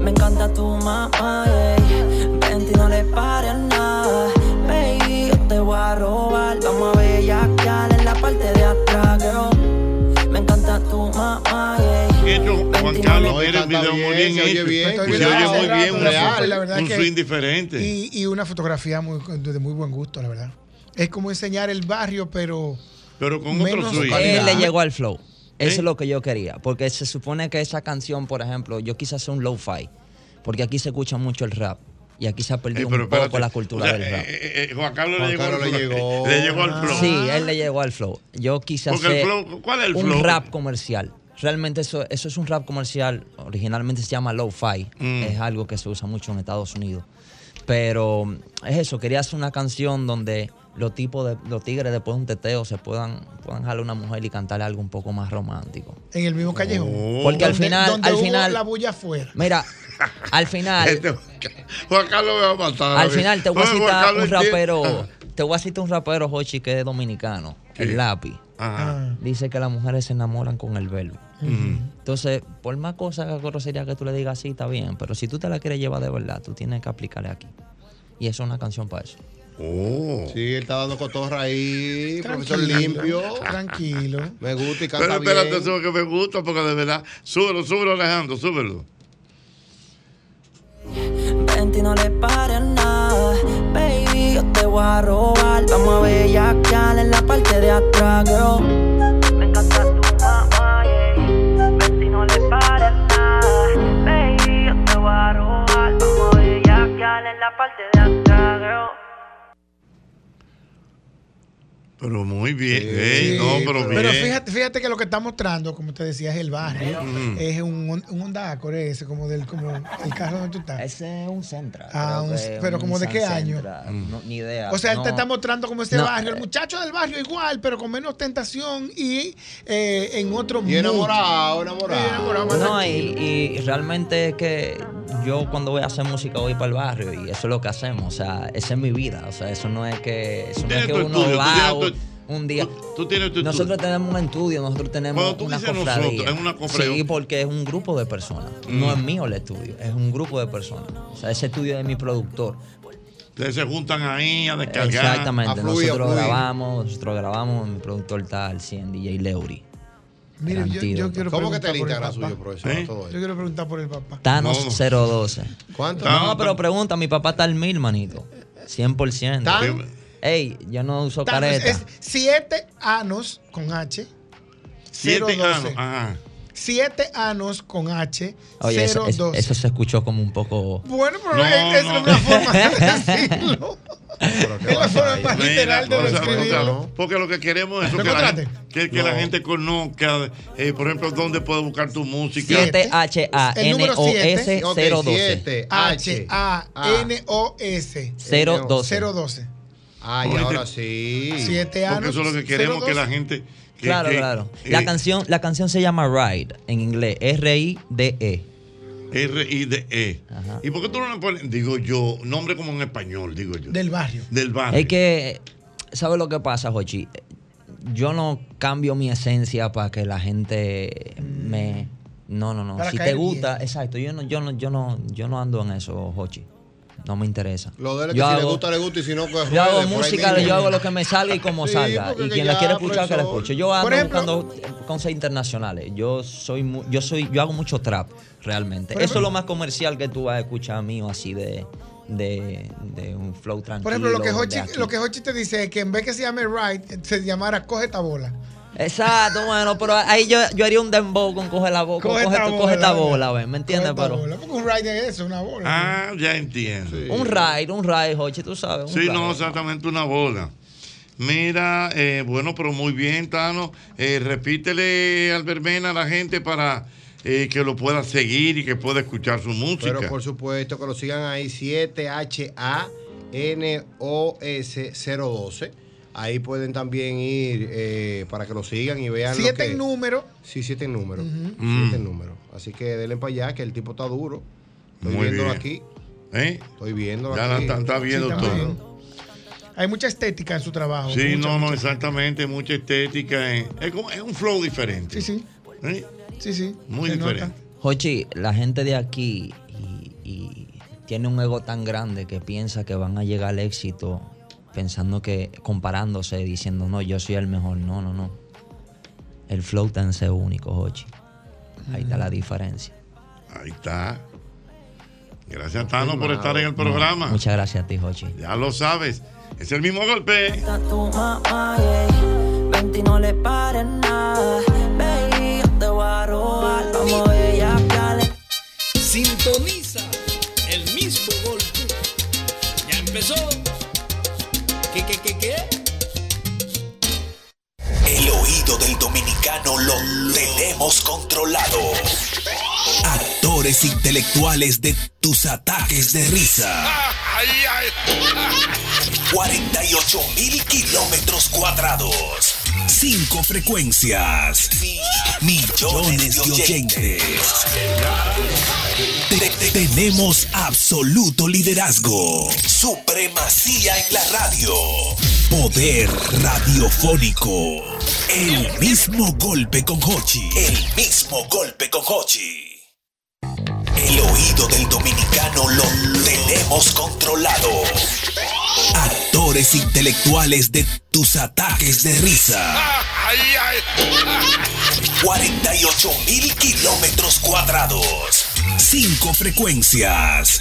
[SPEAKER 14] Me encanta tu mamá, ey. Vente y no le pares a nada. Baby, yo te voy a robar. Vamos a bellaquear en la parte de atrás, girl. Me encanta tu mamá, ey.
[SPEAKER 2] Juan Carlos,
[SPEAKER 4] No,
[SPEAKER 2] mira el
[SPEAKER 4] canta
[SPEAKER 2] video
[SPEAKER 4] bien,
[SPEAKER 2] muy bien
[SPEAKER 4] se oye
[SPEAKER 2] hecho.
[SPEAKER 4] bien,
[SPEAKER 2] Pues Se
[SPEAKER 4] cuidado,
[SPEAKER 2] oye muy
[SPEAKER 4] rato,
[SPEAKER 2] bien, un-
[SPEAKER 21] real, la verdad
[SPEAKER 2] un
[SPEAKER 21] que-
[SPEAKER 2] swing diferente.
[SPEAKER 21] Y, y una fotografía muy, de muy buen gusto, la verdad. Es como enseñar el barrio, pero.
[SPEAKER 2] Pero con ¿Eh?
[SPEAKER 21] menos
[SPEAKER 20] Él
[SPEAKER 21] calidad.
[SPEAKER 20] le llegó al flow. Eso es lo que yo quería. Porque se supone que esa canción, por ejemplo, yo quise hacer un lo-fi. Porque aquí se escucha mucho el rap. Y aquí se ha perdido
[SPEAKER 2] Eh, pero
[SPEAKER 20] un poco
[SPEAKER 2] espérate,
[SPEAKER 20] la cultura
[SPEAKER 2] o sea,
[SPEAKER 20] del rap.
[SPEAKER 2] eh, eh, Juan Carlos
[SPEAKER 20] Juan
[SPEAKER 2] le llegó,
[SPEAKER 20] Carlos
[SPEAKER 2] al
[SPEAKER 20] le
[SPEAKER 2] flow. Le llegó al flow.
[SPEAKER 20] Sí, él le llegó al flow. Yo quise
[SPEAKER 2] Porque el
[SPEAKER 20] hacer
[SPEAKER 2] flow- ¿cuál es el
[SPEAKER 20] un
[SPEAKER 2] flow?
[SPEAKER 20] rap comercial. Realmente eso, eso es un rap comercial. Originalmente se llama lo-fi.
[SPEAKER 2] Mm.
[SPEAKER 20] Es algo que se usa mucho en Estados Unidos. Pero es eso, quería hacer una canción donde los tipos de los tigres después de un teteo se puedan, puedan jalar a una mujer y cantarle algo un poco más romántico.
[SPEAKER 21] En el mismo callejón.
[SPEAKER 2] Oh.
[SPEAKER 20] Porque al
[SPEAKER 21] Donde-
[SPEAKER 20] final-
[SPEAKER 21] donde
[SPEAKER 20] al
[SPEAKER 21] hubo
[SPEAKER 20] final-
[SPEAKER 21] La bulla afuera.
[SPEAKER 20] Mira, al final.
[SPEAKER 2] Juan Carlos me va a matar.
[SPEAKER 20] Al final te voy
[SPEAKER 21] Ah,
[SPEAKER 20] a
[SPEAKER 2] Oye, Juan
[SPEAKER 20] citar
[SPEAKER 2] Carlos Ah.
[SPEAKER 20] un
[SPEAKER 2] tiene-
[SPEAKER 20] rapero. Te voy a citar un rapero, Hochi, que es dominicano. El lápiz. Dice que las mujeres se enamoran con el verbo.
[SPEAKER 2] Ujú.
[SPEAKER 20] Entonces, por más cosas que grosería que tú le digas, sí, está bien. Pero si tú te la quieres llevar de verdad, tú tienes que aplicarle aquí. Y eso es una canción para eso.
[SPEAKER 2] Oh.
[SPEAKER 4] Sí, él está dando cotorra ahí, profesor
[SPEAKER 2] Tranquilo,
[SPEAKER 4] limpio. Tranquilo. Me gusta y
[SPEAKER 2] Pero
[SPEAKER 4] canta
[SPEAKER 2] espérate,
[SPEAKER 4] bien.
[SPEAKER 2] eso que me gusta, porque de verdad, súbelo, súbelo, Alejandro, súbelo.
[SPEAKER 14] Vente y no le pares a nada. Baby, yo te voy a robar. Vamos a bellaquear en la parte de atrás, girl. Me encanta tu mamá, yeah. Vente y no le pares nada. Baby, yo te voy a robar. Vamos a bellaquear en la parte de atrás, girl.
[SPEAKER 2] Pero muy bien. Ey, no, pero bien.
[SPEAKER 21] Pero fíjate, fíjate que lo que está mostrando, como te decía, es el barrio.
[SPEAKER 2] Ujú.
[SPEAKER 21] Es un, Hon- un Honda Accord ese, como del como el carro donde tú estás.
[SPEAKER 20] Ese es un Centra.
[SPEAKER 21] Ah,
[SPEAKER 20] Creo
[SPEAKER 21] un-
[SPEAKER 20] que
[SPEAKER 21] pero
[SPEAKER 20] un
[SPEAKER 21] como de qué
[SPEAKER 20] Nissan
[SPEAKER 21] año.
[SPEAKER 20] Sentra, no, ni idea.
[SPEAKER 21] O sea, él
[SPEAKER 20] no.
[SPEAKER 21] te está mostrando como ese
[SPEAKER 20] No,
[SPEAKER 21] barrio. El
[SPEAKER 20] eh.
[SPEAKER 21] muchacho del barrio igual, pero con menos tentación y eh, en otro
[SPEAKER 4] Y enamorado, enamorado.
[SPEAKER 20] No, y, y realmente es que yo cuando voy a hacer música voy para el barrio y eso es lo que hacemos. O sea, esa es mi vida. O sea, eso no es que, eso no es
[SPEAKER 2] Tienes
[SPEAKER 20] que
[SPEAKER 2] tu
[SPEAKER 20] uno
[SPEAKER 2] estudio, tú
[SPEAKER 20] va
[SPEAKER 2] tienes tu-
[SPEAKER 20] un- un día.
[SPEAKER 2] Tú tienes tu
[SPEAKER 20] Nosotros tenemos un estudio, nosotros tenemos
[SPEAKER 2] Cuando tú
[SPEAKER 20] una
[SPEAKER 2] dices
[SPEAKER 20] cofradía.
[SPEAKER 2] nosotros, es una cofradía.
[SPEAKER 20] Sí, porque es un grupo de personas.
[SPEAKER 2] Mm.
[SPEAKER 20] No es mío el estudio, es un grupo de personas. O sea, ese estudio es de mi productor.
[SPEAKER 2] Ustedes se juntan ahí a descargar.
[SPEAKER 20] Exactamente.
[SPEAKER 2] A fluir, a
[SPEAKER 20] nosotros
[SPEAKER 2] fluir.
[SPEAKER 20] grabamos, nosotros grabamos, mi productor está al 100, DJ Leury.
[SPEAKER 21] Mire, yo- yo,
[SPEAKER 20] Garantido.
[SPEAKER 21] quiero
[SPEAKER 4] ¿Cómo que está
[SPEAKER 21] preguntar
[SPEAKER 4] el
[SPEAKER 21] por
[SPEAKER 4] Instagram
[SPEAKER 21] papá.
[SPEAKER 4] suyo, profesor?
[SPEAKER 20] ¿Eh?
[SPEAKER 4] Todo
[SPEAKER 21] Yo quiero preguntar por el papá.
[SPEAKER 20] Thanos 012.
[SPEAKER 4] ¿Cuánto?
[SPEAKER 20] No, pero pregunta, mi papá está al mil, manito. 100%.
[SPEAKER 21] ¿Tan?
[SPEAKER 20] Ey, yo no uso
[SPEAKER 21] Thanos
[SPEAKER 20] careta.
[SPEAKER 21] es siete anos con H.
[SPEAKER 20] Siete
[SPEAKER 21] 012.
[SPEAKER 20] anos, ajá.
[SPEAKER 21] Siete anos con H.
[SPEAKER 20] Oye, eso, es-
[SPEAKER 21] 012.
[SPEAKER 20] eso se escuchó como un poco.
[SPEAKER 21] Bueno, pero
[SPEAKER 20] No,
[SPEAKER 21] es, es
[SPEAKER 20] no.
[SPEAKER 21] una forma de decirlo. Es la forma más
[SPEAKER 2] Mira,
[SPEAKER 21] literal de
[SPEAKER 2] o sea,
[SPEAKER 21] describirlo.
[SPEAKER 2] porque- Porque lo que queremos es eso, que, la gente, que, que la gente conozca, eh, por ejemplo, dónde puede buscar tu música.
[SPEAKER 20] 7-H-A-N-O-S 012.
[SPEAKER 21] H-A-N-O-S.
[SPEAKER 20] 012.
[SPEAKER 21] 012.
[SPEAKER 4] Ay,
[SPEAKER 2] Oíste.
[SPEAKER 4] ahora sí.
[SPEAKER 21] Siete
[SPEAKER 2] Porque
[SPEAKER 21] anos.
[SPEAKER 2] eso es lo que queremos que la
[SPEAKER 21] 012.
[SPEAKER 2] gente. que-
[SPEAKER 20] Claro,
[SPEAKER 2] que-
[SPEAKER 20] claro.
[SPEAKER 2] eh,
[SPEAKER 20] La canción, la canción se llama Ride en inglés. R-I-D-E.
[SPEAKER 2] R-I-D-E. E. ¿Y por qué tú no le pones, digo yo, nombre como en español, digo yo?
[SPEAKER 21] Del barrio.
[SPEAKER 2] Del barrio.
[SPEAKER 20] Es que, ¿sabes lo que pasa, Jochi? Yo no cambio mi esencia para que la gente me. No, no, no.
[SPEAKER 4] Para
[SPEAKER 20] si te
[SPEAKER 4] caer
[SPEAKER 20] gusta, exacto. Yo no, yo no, yo no, yo no ando en eso, Jochi. No me interesa.
[SPEAKER 4] Lo de él es que
[SPEAKER 20] Yo
[SPEAKER 4] si le
[SPEAKER 20] hago-
[SPEAKER 4] gusta, le gusta y si no, pues
[SPEAKER 20] Yo hago
[SPEAKER 4] ruede, por ahí
[SPEAKER 20] música,
[SPEAKER 4] mismo.
[SPEAKER 20] yo hago lo que me salga y como
[SPEAKER 4] Sí,
[SPEAKER 20] salga.
[SPEAKER 4] porque
[SPEAKER 20] Y quien
[SPEAKER 4] ya,
[SPEAKER 20] la quiere escuchar, que la
[SPEAKER 4] profesor.
[SPEAKER 20] escuche. Yo ando
[SPEAKER 4] Por ejemplo-
[SPEAKER 20] buscando cosas internacionales. Yo soy mu- yo soy, yo hago mucho trap, realmente.
[SPEAKER 21] Por
[SPEAKER 20] Eso
[SPEAKER 21] ejemplo-
[SPEAKER 20] es lo más comercial que tú vas a escuchar mío, así de, de, de un flow tranquilo.
[SPEAKER 21] Por ejemplo, lo que,
[SPEAKER 20] de
[SPEAKER 21] Hochi,
[SPEAKER 20] aquí.
[SPEAKER 21] lo que Hochi te dice es que en vez que se llame Ride, se llamara Coge esta bola.
[SPEAKER 20] Exacto, bueno, pero ahí yo, yo haría un dembow con coge la boca, coge,
[SPEAKER 21] Coge esta
[SPEAKER 20] esta,
[SPEAKER 21] bola,
[SPEAKER 20] coge esta
[SPEAKER 21] ¿verdad?
[SPEAKER 20] bola, ¿ves? ¿me entiendes?
[SPEAKER 21] Coge esta
[SPEAKER 20] Pero
[SPEAKER 21] bola. Porque un Ride es eso, una bola.
[SPEAKER 2] Ah, ya entiendo.
[SPEAKER 20] un ride, un ride, Jochi, Eh, tú sabes. un
[SPEAKER 2] Sí,
[SPEAKER 20] ride.
[SPEAKER 2] no, exactamente una bola. Mira, eh, bueno, pero muy bien, Tano. Eh, repítele, Albermena, a la gente para eh, que lo pueda seguir y que pueda escuchar su música.
[SPEAKER 4] Pero por supuesto que lo sigan ahí, 7HANOS012. Ahí pueden también ir eh, para que lo sigan y vean. lo
[SPEAKER 21] Siete
[SPEAKER 4] que-
[SPEAKER 21] en número.
[SPEAKER 4] Sí, siete en número.
[SPEAKER 21] Ujú.
[SPEAKER 20] Mm.
[SPEAKER 4] Siete en número. Así que denle para allá, que el tipo está duro. Estoy
[SPEAKER 2] Muy
[SPEAKER 4] viéndolo
[SPEAKER 2] bien.
[SPEAKER 4] aquí.
[SPEAKER 2] ¿Eh?
[SPEAKER 4] Estoy viéndolo
[SPEAKER 2] Ya la
[SPEAKER 4] aquí.
[SPEAKER 2] está, está viendo
[SPEAKER 21] está
[SPEAKER 2] todo.
[SPEAKER 21] Hay mucha estética en su trabajo.
[SPEAKER 2] Sí,
[SPEAKER 21] mucha,
[SPEAKER 2] no, no,
[SPEAKER 21] mucha.
[SPEAKER 2] exactamente, mucha estética. eh. Es, como- es un flow diferente.
[SPEAKER 21] Sí, sí. Sí, sí.
[SPEAKER 2] Muy
[SPEAKER 21] se nota.
[SPEAKER 2] diferente.
[SPEAKER 20] Jochi, la gente de aquí y- y tiene un ego tan grande que piensa que van a llegar al éxito pensando que comparándose, diciendo, no, yo soy el mejor. No, no, no. El flow tan es único, Jochi. Ahí está la diferencia.
[SPEAKER 2] Ahí está. Gracias, Tano, por estar en el programa.
[SPEAKER 20] No, muchas gracias a ti, Jochi.
[SPEAKER 2] Ya lo sabes. Es el mismo golpe.
[SPEAKER 14] tu mamá, yeah. 20 y no le pares nada. Baby, yo te voy a robar. Vamos a bellaquear.
[SPEAKER 12] Sintoniza el mismo golpe. Ya empezó. ¿Qué, qué, qué, qué?
[SPEAKER 22] El oído del dominicano lo tenemos controlado. Actores intelectuales de tus ataques de risa. 48 mil kilómetros cuadrados. Cinco frecuencias. Millones de oyentes. Te- te- tenemos absoluto liderazgo. Supremacía en la radio. Poder radiofónico. El mismo golpe con Hochi. El mismo golpe con Hochi. El oído del dominicano lo tenemos controlado. Actores intelectuales de tus ataques de risa. 48 mil kilómetros cuadrados. Cinco frecuencias.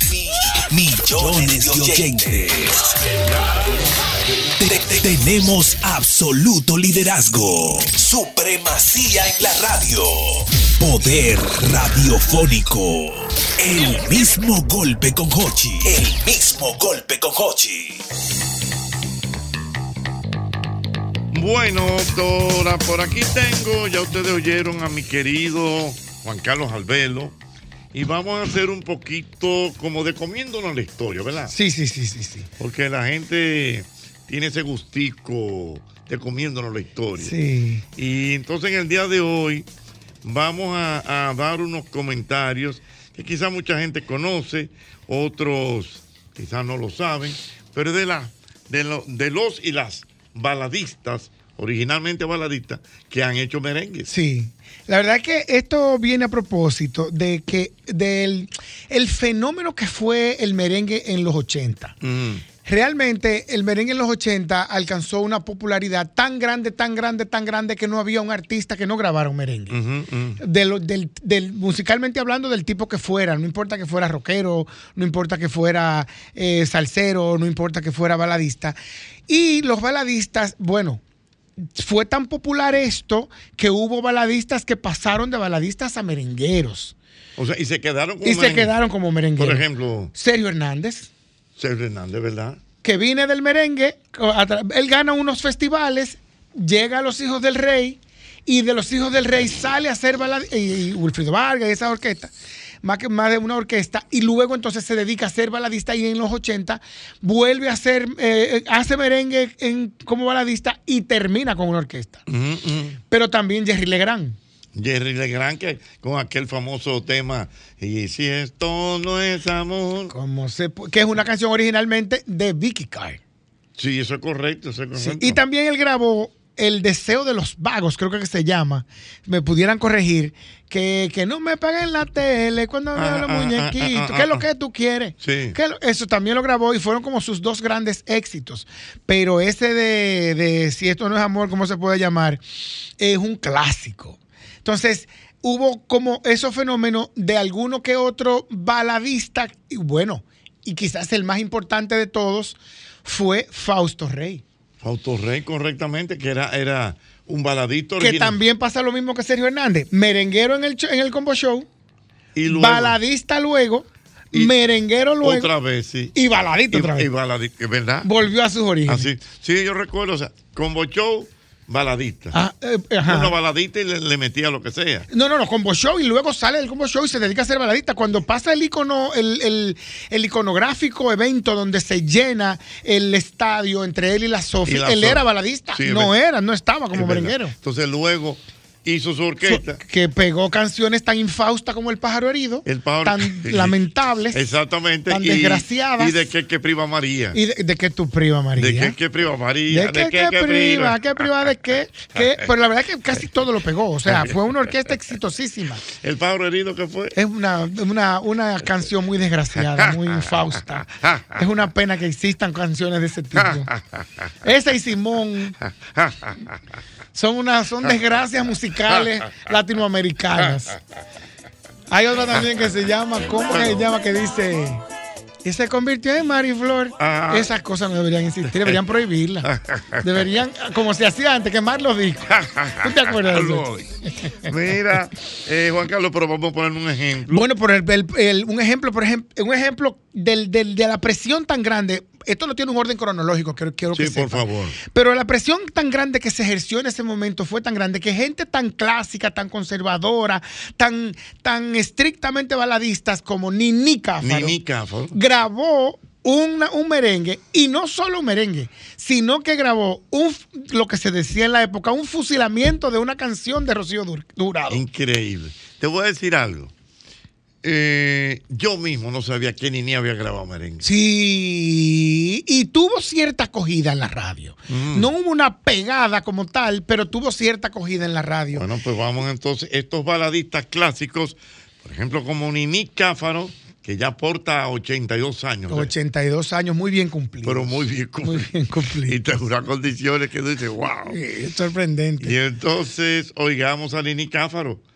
[SPEAKER 22] Millones de oyentes. Te- te- tenemos absoluto liderazgo. Supremacía en la radio. Poder radiofónico. El mismo golpe con Hochi. El mismo golpe con Hochi.
[SPEAKER 2] Bueno, doctora, por aquí tengo, ya ustedes oyeron a mi querido Juan Carlos Albelo. Y vamos a hacer un poquito como de comiéndonos la historia, ¿verdad?
[SPEAKER 21] Sí, sí, sí, sí, sí.
[SPEAKER 2] Porque la gente tiene ese gustico de comiéndonos la historia.
[SPEAKER 21] Sí.
[SPEAKER 2] Y entonces en el día de hoy vamos a, a dar unos comentarios que quizá mucha gente conoce, otros quizás no lo saben, pero de, la, de, lo- de los y las baladistas, originalmente baladistas, que han hecho merengues.
[SPEAKER 21] Sí. La verdad es que esto viene a propósito de que del el fenómeno que fue el merengue en los 80. Realmente el merengue en los 80 alcanzó una popularidad tan grande, tan grande, tan grande que no había un artista que no grabara un merengue. de lo- del, del- musicalmente hablando, del tipo que fuera, no importa que fuera rockero, no importa que fuera eh, salsero, no importa que fuera baladista. Y los baladistas, bueno, fue tan popular esto que hubo baladistas que pasaron de baladistas a merengueros.
[SPEAKER 2] O sea, y se quedaron como
[SPEAKER 21] Y se
[SPEAKER 2] merengue-
[SPEAKER 21] quedaron como merengueros.
[SPEAKER 2] Por ejemplo,
[SPEAKER 21] Sergio Hernández,
[SPEAKER 2] Sergio Hernández, ¿verdad?
[SPEAKER 21] que viene del merengue, o a tra- él gana unos festivales, llega a Los Hijos del Rey y de Los Hijos del Rey sale a hacer baladista, y, y Wilfrido Vargas y esa orquesta, más, que, más de una orquesta, y luego entonces se dedica a ser baladista y en los 80 vuelve a hacer, eh, hace merengue en- como baladista y termina con una orquesta.
[SPEAKER 2] Mm,
[SPEAKER 21] Pero también Jerry Legrand.
[SPEAKER 2] Jerry Legrand que con aquel famoso tema y si esto no es amor.
[SPEAKER 21] Como se pu- que es una canción originalmente de Vicky Carr.
[SPEAKER 2] Sí, eso es correcto, eso es
[SPEAKER 21] Sí,
[SPEAKER 2] correcto.
[SPEAKER 21] Y también él grabó El Deseo de los Vagos, creo que se llama. Me pudieran corregir. Que, que no me paguen la tele cuando veo
[SPEAKER 2] Ah,
[SPEAKER 21] los
[SPEAKER 2] ah, ah,
[SPEAKER 21] muñequitos.
[SPEAKER 2] ah,
[SPEAKER 21] ¿Qué es lo
[SPEAKER 2] ah.
[SPEAKER 21] que tú quieres?
[SPEAKER 2] Sí.
[SPEAKER 21] Que lo- eso también lo grabó y fueron como sus dos grandes éxitos. Pero ese de, de Si esto no es amor, ¿cómo se puede llamar? Es un clásico. Entonces, hubo como esos fenómenos de alguno que otro baladista. Y bueno, y quizás el más importante de todos fue Fausto Rey.
[SPEAKER 2] Fausto Rey, correctamente, que era, era un baladito
[SPEAKER 21] que
[SPEAKER 2] original.
[SPEAKER 21] también pasa lo mismo que Sergio Hernández. Merenguero en el, cho- en el combo show,
[SPEAKER 2] y luego,
[SPEAKER 21] baladista luego, merenguero luego.
[SPEAKER 2] otra vez, sí.
[SPEAKER 21] y baladito
[SPEAKER 2] Y-
[SPEAKER 21] otra vez.
[SPEAKER 2] Y baladito, ¿verdad?
[SPEAKER 21] Volvió a sus orígenes.
[SPEAKER 2] Así. Sí, yo recuerdo, o sea, Combo Show, Baladista.
[SPEAKER 21] Ah, eh, ajá.
[SPEAKER 2] Uno baladista y le, le metía lo que sea.
[SPEAKER 21] No, no, no, combo show y luego sale del combo show y se dedica a ser baladista. Cuando pasa el icono, el, el, el iconográfico evento donde se llena el estadio entre él y la Sofi,
[SPEAKER 2] Y la
[SPEAKER 21] él
[SPEAKER 2] Sofi.
[SPEAKER 21] era baladista.
[SPEAKER 2] Sí, es
[SPEAKER 21] no
[SPEAKER 2] verdad.
[SPEAKER 21] era, no estaba como
[SPEAKER 2] Es verdad.
[SPEAKER 21] merenguero.
[SPEAKER 2] Entonces luego hizo su orquesta.
[SPEAKER 21] Que pegó canciones tan infausta como El pájaro herido,
[SPEAKER 2] El Paolo-
[SPEAKER 21] tan lamentables
[SPEAKER 2] Exactamente.
[SPEAKER 21] tan
[SPEAKER 2] y,
[SPEAKER 21] desgraciadas.
[SPEAKER 2] Y de que, que priva María.
[SPEAKER 21] y de, de que tu prima María.
[SPEAKER 2] De que, que priva María.
[SPEAKER 21] ¿De qué, qué priva? ¿Qué priva de qué? ¿Qué? Pero la verdad es que casi todo lo pegó. O sea, fue una orquesta exitosísima.
[SPEAKER 2] El Pablo herido que fue.
[SPEAKER 21] Es una, una, una canción muy desgraciada, muy infausta. Es una pena que existan canciones de ese tipo. Esa y Simón son, una, son desgracias musicales latinoamericanas. Hay otra también que se llama, ¿cómo que se llama? Que dice, y se convirtió en Mariflor. Esas cosas no deberían existir, deberían prohibirlas. Deberían, como se hacía antes, quemar los discos. ¿Tú te acuerdas de eso?
[SPEAKER 2] Luis. Mira, eh, Juan Carlos, pero vamos a poner un ejemplo.
[SPEAKER 21] Bueno, por el, el- el- un ejemplo, por ejemplo, un ejemplo del, del- de la presión tan grande. Esto no tiene un orden cronológico, quiero, quiero que
[SPEAKER 2] sí, por
[SPEAKER 21] sepa.
[SPEAKER 2] favor.
[SPEAKER 21] Pero la presión tan grande que se ejerció en ese momento fue tan grande que gente tan clásica, tan conservadora, tan, tan estrictamente baladistas como Nini Cáfaro
[SPEAKER 2] Nini Cáfaro.
[SPEAKER 21] grabó una- un merengue y no solo un merengue, sino que grabó un, f- lo que se decía en la época, un fusilamiento de una canción de Rocío Dur- Durado.
[SPEAKER 2] Increíble. Te voy a decir algo. Eh, yo mismo no sabía que Nini había grabado merengue.
[SPEAKER 21] Sí, y tuvo cierta acogida en la radio.
[SPEAKER 2] Mm.
[SPEAKER 21] No hubo una pegada como tal, pero tuvo cierta acogida en la radio.
[SPEAKER 2] Bueno, pues vamos entonces. Estos baladistas clásicos, por ejemplo, como Nini Cáfaro, que ya aporta 82 años. ¿eh?
[SPEAKER 21] 82 años, muy bien cumplido.
[SPEAKER 2] Pero muy bien cumplido. Muy
[SPEAKER 21] bien
[SPEAKER 2] Y te unas condiciones que tú dices, wow.
[SPEAKER 21] Eh, Sorprendente.
[SPEAKER 2] Y entonces oigamos a Nini Cáfaro.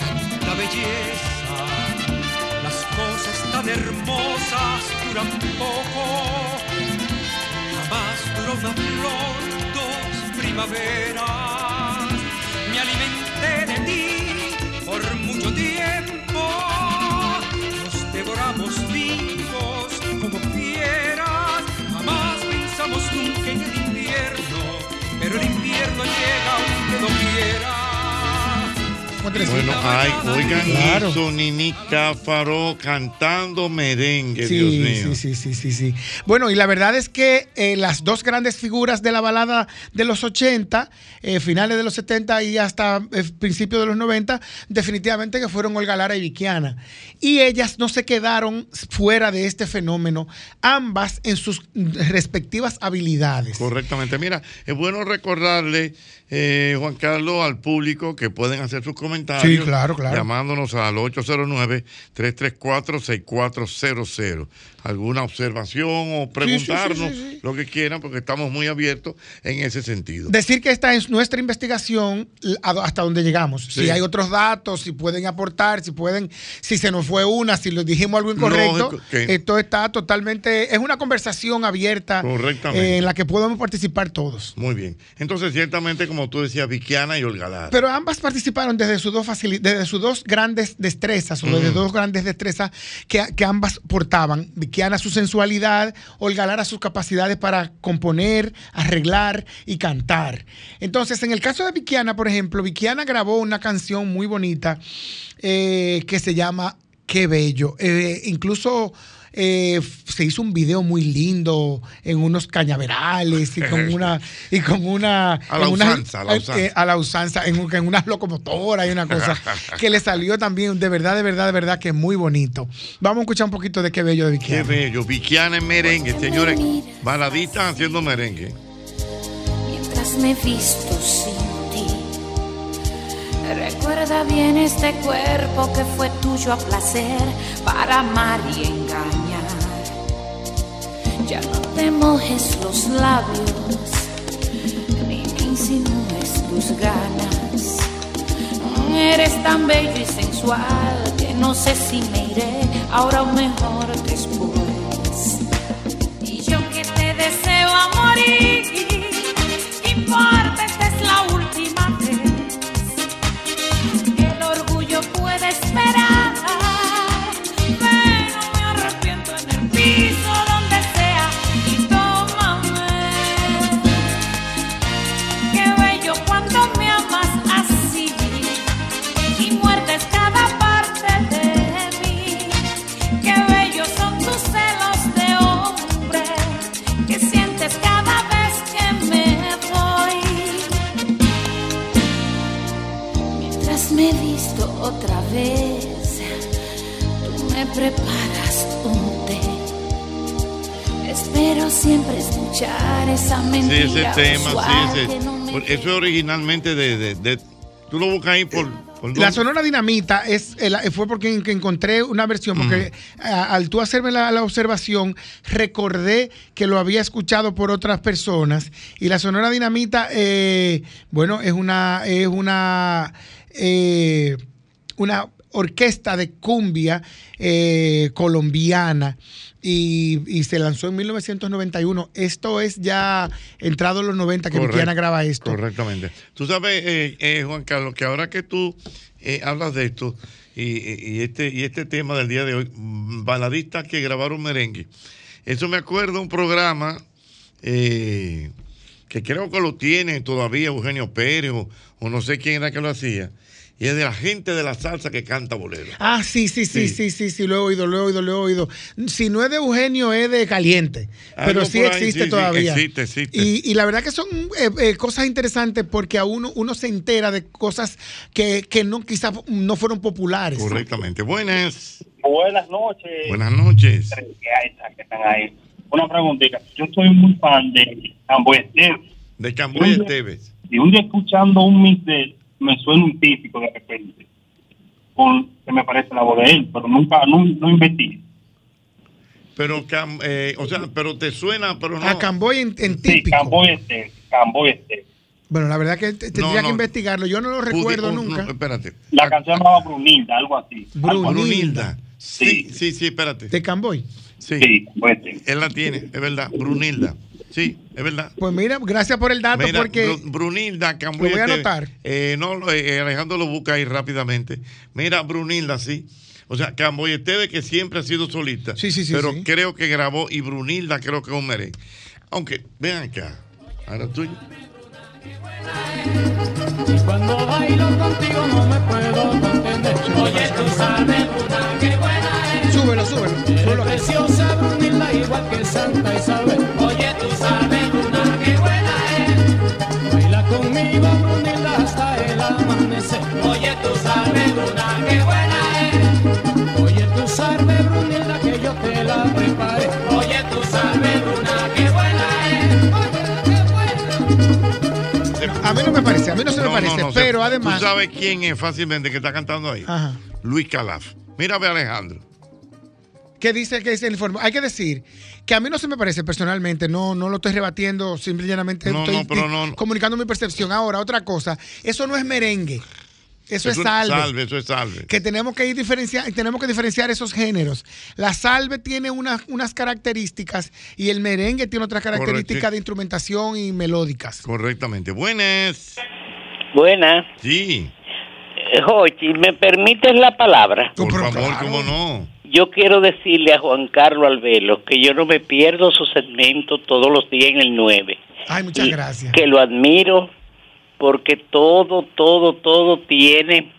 [SPEAKER 1] tanta belleza. Las cosas tan hermosas duran poco, jamás duró una flor dos primaveras. Me alimenté de ti por mucho tiempo, nos devoramos vivos como fieras. Jamás pensamos nunca en el invierno, pero el invierno llega aunque no quiera.
[SPEAKER 2] Bueno, ay, oigan
[SPEAKER 21] Claro.
[SPEAKER 2] eso, Nini Cáfaro cantando merengue,
[SPEAKER 21] Sí,
[SPEAKER 2] Dios mío.
[SPEAKER 21] sí, sí, sí, sí, sí. Bueno, y la verdad es que eh, las dos grandes figuras de la balada de los 80, eh, finales de los 70 y hasta eh, principios de los 90, definitivamente que fueron Olga Lara y Viquiana. Y ellas no se quedaron fuera de este fenómeno, ambas en sus respectivas habilidades.
[SPEAKER 2] Correctamente. Mira, es bueno recordarle, eh, Juan Carlos, al público que pueden hacer sus comentarios.
[SPEAKER 21] Sí, claro, claro.
[SPEAKER 2] Llamándonos al 809-334-6400. Alguna observación o preguntarnos lo que quieran, porque estamos muy abiertos en ese sentido.
[SPEAKER 21] Decir que esta es nuestra investigación l- a- hasta donde llegamos.
[SPEAKER 2] Sí.
[SPEAKER 21] Si hay otros datos, si pueden aportar, si pueden, si se nos fue una, si les dijimos algo incorrecto,
[SPEAKER 2] Lógico, que-
[SPEAKER 21] esto está totalmente, es una conversación abierta
[SPEAKER 2] Correctamente.
[SPEAKER 21] eh, en la que podemos participar todos.
[SPEAKER 2] Muy bien. Entonces, ciertamente, como tú decías, Viquiana y Olga Lara.
[SPEAKER 21] Pero ambas participaron desde sus dos, facili- desde sus dos grandes destrezas, o desde
[SPEAKER 2] Mm.
[SPEAKER 21] dos grandes destrezas que, que ambas portaban. Vikiana su sensualidad, Olga Lara sus capacidades para componer, arreglar y cantar. Entonces, en el caso de Vikiana, por ejemplo, Vikiana grabó una canción muy bonita eh, que se llama Qué Bello. Eh, incluso... eh, f- se hizo un video muy lindo en unos cañaverales y con una y con una
[SPEAKER 2] A la
[SPEAKER 21] en unas-
[SPEAKER 2] usanza, a la
[SPEAKER 21] eh,
[SPEAKER 2] usanza.
[SPEAKER 21] eh, a la usanza, en, un- en unas locomotoras y una cosa que le salió también de verdad, de verdad, de verdad que muy bonito. Vamos a escuchar un poquito de qué bello de
[SPEAKER 2] Qué
[SPEAKER 21] Vicky.
[SPEAKER 2] bello. Viquiana en merengue, señores. Baladistas haciendo merengue.
[SPEAKER 26] mientras me visto sin ti. Recuerda bien este cuerpo que fue tuyo a placer para amar y engañar. Ya no te mojes los labios ni me insinúes tu tus ganas. Eres tan bello y sensual que no sé si me iré ahora o mejor después. Y yo que te deseo a morir, ¿qué importa, esta es la última vez. El orgullo puede esperar, pero me arrepiento en el piso donde sea y tómame. Qué bello cuando me amas así y muertes cada parte de mí. Qué bellos son tus celos de hombre que sientes cada vez que me voy. Mientras me visto otra vez,
[SPEAKER 2] Eh.
[SPEAKER 26] tú me preparas un té. Espero siempre escuchar esa
[SPEAKER 2] Sí,
[SPEAKER 26] mentira.
[SPEAKER 2] ese tema,
[SPEAKER 26] usual
[SPEAKER 2] sí,
[SPEAKER 26] que
[SPEAKER 2] ese.
[SPEAKER 26] no me
[SPEAKER 2] por- Eso es originalmente de, de- de- Tú lo buscas ahí por. por
[SPEAKER 21] La
[SPEAKER 2] dónde?
[SPEAKER 21] Sonora Dinamita es, el- fue porque en- que encontré una versión, porque
[SPEAKER 2] Mm.
[SPEAKER 21] a- al tú hacerme la, la observación, recordé que lo había escuchado por otras personas. Y la Sonora Dinamita, eh, bueno, es una, es una, eh, una orquesta de cumbia eh, colombiana. Y, y se lanzó en 1991. Esto es ya entrado los 90 que
[SPEAKER 2] Correcto.
[SPEAKER 21] Cristiana graba esto.
[SPEAKER 2] Correctamente. Tú sabes, eh, eh, Juan Carlos, que ahora que tú eh, hablas de esto y, y- y este, y este tema del día de hoy, mm, baladistas que grabaron merengue, eso me acuerdo un programa eh, que creo que lo tiene todavía Eugenio Pérez o, o no sé quién era que lo hacía, y es de la gente de la salsa que canta bolero.
[SPEAKER 21] Ah, sí, sí, sí, sí, sí, sí, lo he oído, lo he oído, lo he oído. Si no es de Eugenio, es de Caliente.
[SPEAKER 2] Algo
[SPEAKER 21] Pero sí
[SPEAKER 2] por ahí,
[SPEAKER 21] existe
[SPEAKER 2] sí, sí,
[SPEAKER 21] todavía.
[SPEAKER 2] existe, existe.
[SPEAKER 21] Y, y la verdad que son eh, eh, cosas interesantes porque a uno, uno se entera de cosas que, que no, quizás no fueron populares.
[SPEAKER 2] Correctamente. Buenas.
[SPEAKER 11] Buenas noches.
[SPEAKER 2] Buenas noches.
[SPEAKER 11] Que hay, que están ahí. Una preguntita. Yo soy muy fan de Camboy Esteves.
[SPEAKER 2] De Camboy Esteves.
[SPEAKER 11] Y un día escuchando un mix de él, me suena un típico de repente. Con, que me parece la voz de él, pero nunca, no, no investigué.
[SPEAKER 2] Pero, Cam- eh, o sea, pero te suena, pero no.
[SPEAKER 21] A Camboy en, en típico.
[SPEAKER 11] Camboy Esteves. Camboy Esteves.
[SPEAKER 21] Bueno, la verdad que te-
[SPEAKER 2] No,
[SPEAKER 21] tendría
[SPEAKER 2] no.
[SPEAKER 21] que investigarlo. Yo no lo
[SPEAKER 2] Pudi-
[SPEAKER 21] recuerdo
[SPEAKER 2] oh, no,
[SPEAKER 21] nunca.
[SPEAKER 2] espérate.
[SPEAKER 11] La canción llamaba Brunilda, algo así.
[SPEAKER 2] Brunilda.
[SPEAKER 11] Brunilda.
[SPEAKER 2] Sí, sí, sí, espérate. ¿De
[SPEAKER 21] Camboy?
[SPEAKER 2] Sí. Él la tiene, es verdad. Brunilda. Sí, es verdad.
[SPEAKER 21] Pues mira, gracias por el dato
[SPEAKER 2] Mira,
[SPEAKER 21] porque...
[SPEAKER 2] Bru- Brunilda Camboy.
[SPEAKER 21] Lo voy a
[SPEAKER 2] Esteves.
[SPEAKER 21] anotar.
[SPEAKER 2] Eh, no, eh, Alejandro lo busca ahí rápidamente. Mira, Brunilda, sí. O sea, Camboy Esteves, que siempre ha sido solista. Sí, sí, sí. Pero creo que grabó y Brunilda creo que es un merengue. Aunque, vean acá. Ahora tú.
[SPEAKER 1] Cuando bailo contigo no me puedo contener. Oye, tú sabes, puta, qué buena eres.
[SPEAKER 21] Súbelo, súbelo.
[SPEAKER 1] Eres preciosa, Brunilda, igual que Santa Isabel. Oye, tú sabes, puta, qué buena eres. Baila conmigo, Brunilda, hasta el amanecer. Oye, tú sabes, puta, qué buena eres. Oye, tú sabes, Brunilda, que yo te la preparé. Oye, tú sabes, puta, qué buena eres.
[SPEAKER 21] A mí no me parece, a mí no se me parece,
[SPEAKER 2] o sea,
[SPEAKER 21] pero además...
[SPEAKER 2] Tú sabes quién es fácilmente que está cantando ahí.
[SPEAKER 21] Ajá.
[SPEAKER 2] Luis Calaf. Mira, ve a Alejandro.
[SPEAKER 21] ¿Qué dice que es el informe? Hay que decir que a mí no se me parece personalmente, no, no lo estoy rebatiendo, simple y llanamente
[SPEAKER 2] No,
[SPEAKER 21] estoy
[SPEAKER 2] no, pero
[SPEAKER 21] di-
[SPEAKER 2] no, no.
[SPEAKER 21] comunicando mi percepción. Ahora, otra cosa, eso no es merengue, eso, es salve.
[SPEAKER 2] Salve, eso es salve.
[SPEAKER 21] Que tenemos que ir diferenciar, tenemos que diferenciar esos géneros. La salve tiene unas, unas características y el merengue tiene otras
[SPEAKER 2] Correcto.
[SPEAKER 21] características de instrumentación y melódicas.
[SPEAKER 2] Correctamente. Buenas.
[SPEAKER 27] Buenas.
[SPEAKER 2] Sí.
[SPEAKER 27] Eh, Jochi, ¿me permites la palabra?
[SPEAKER 2] Por favor, cómo no.
[SPEAKER 27] Yo quiero decirle a Juan Carlos Albelo que yo no me pierdo su segmento todos los días en el 9.
[SPEAKER 21] Ay, muchas gracias.
[SPEAKER 27] que lo admiro porque todo, todo, todo tiene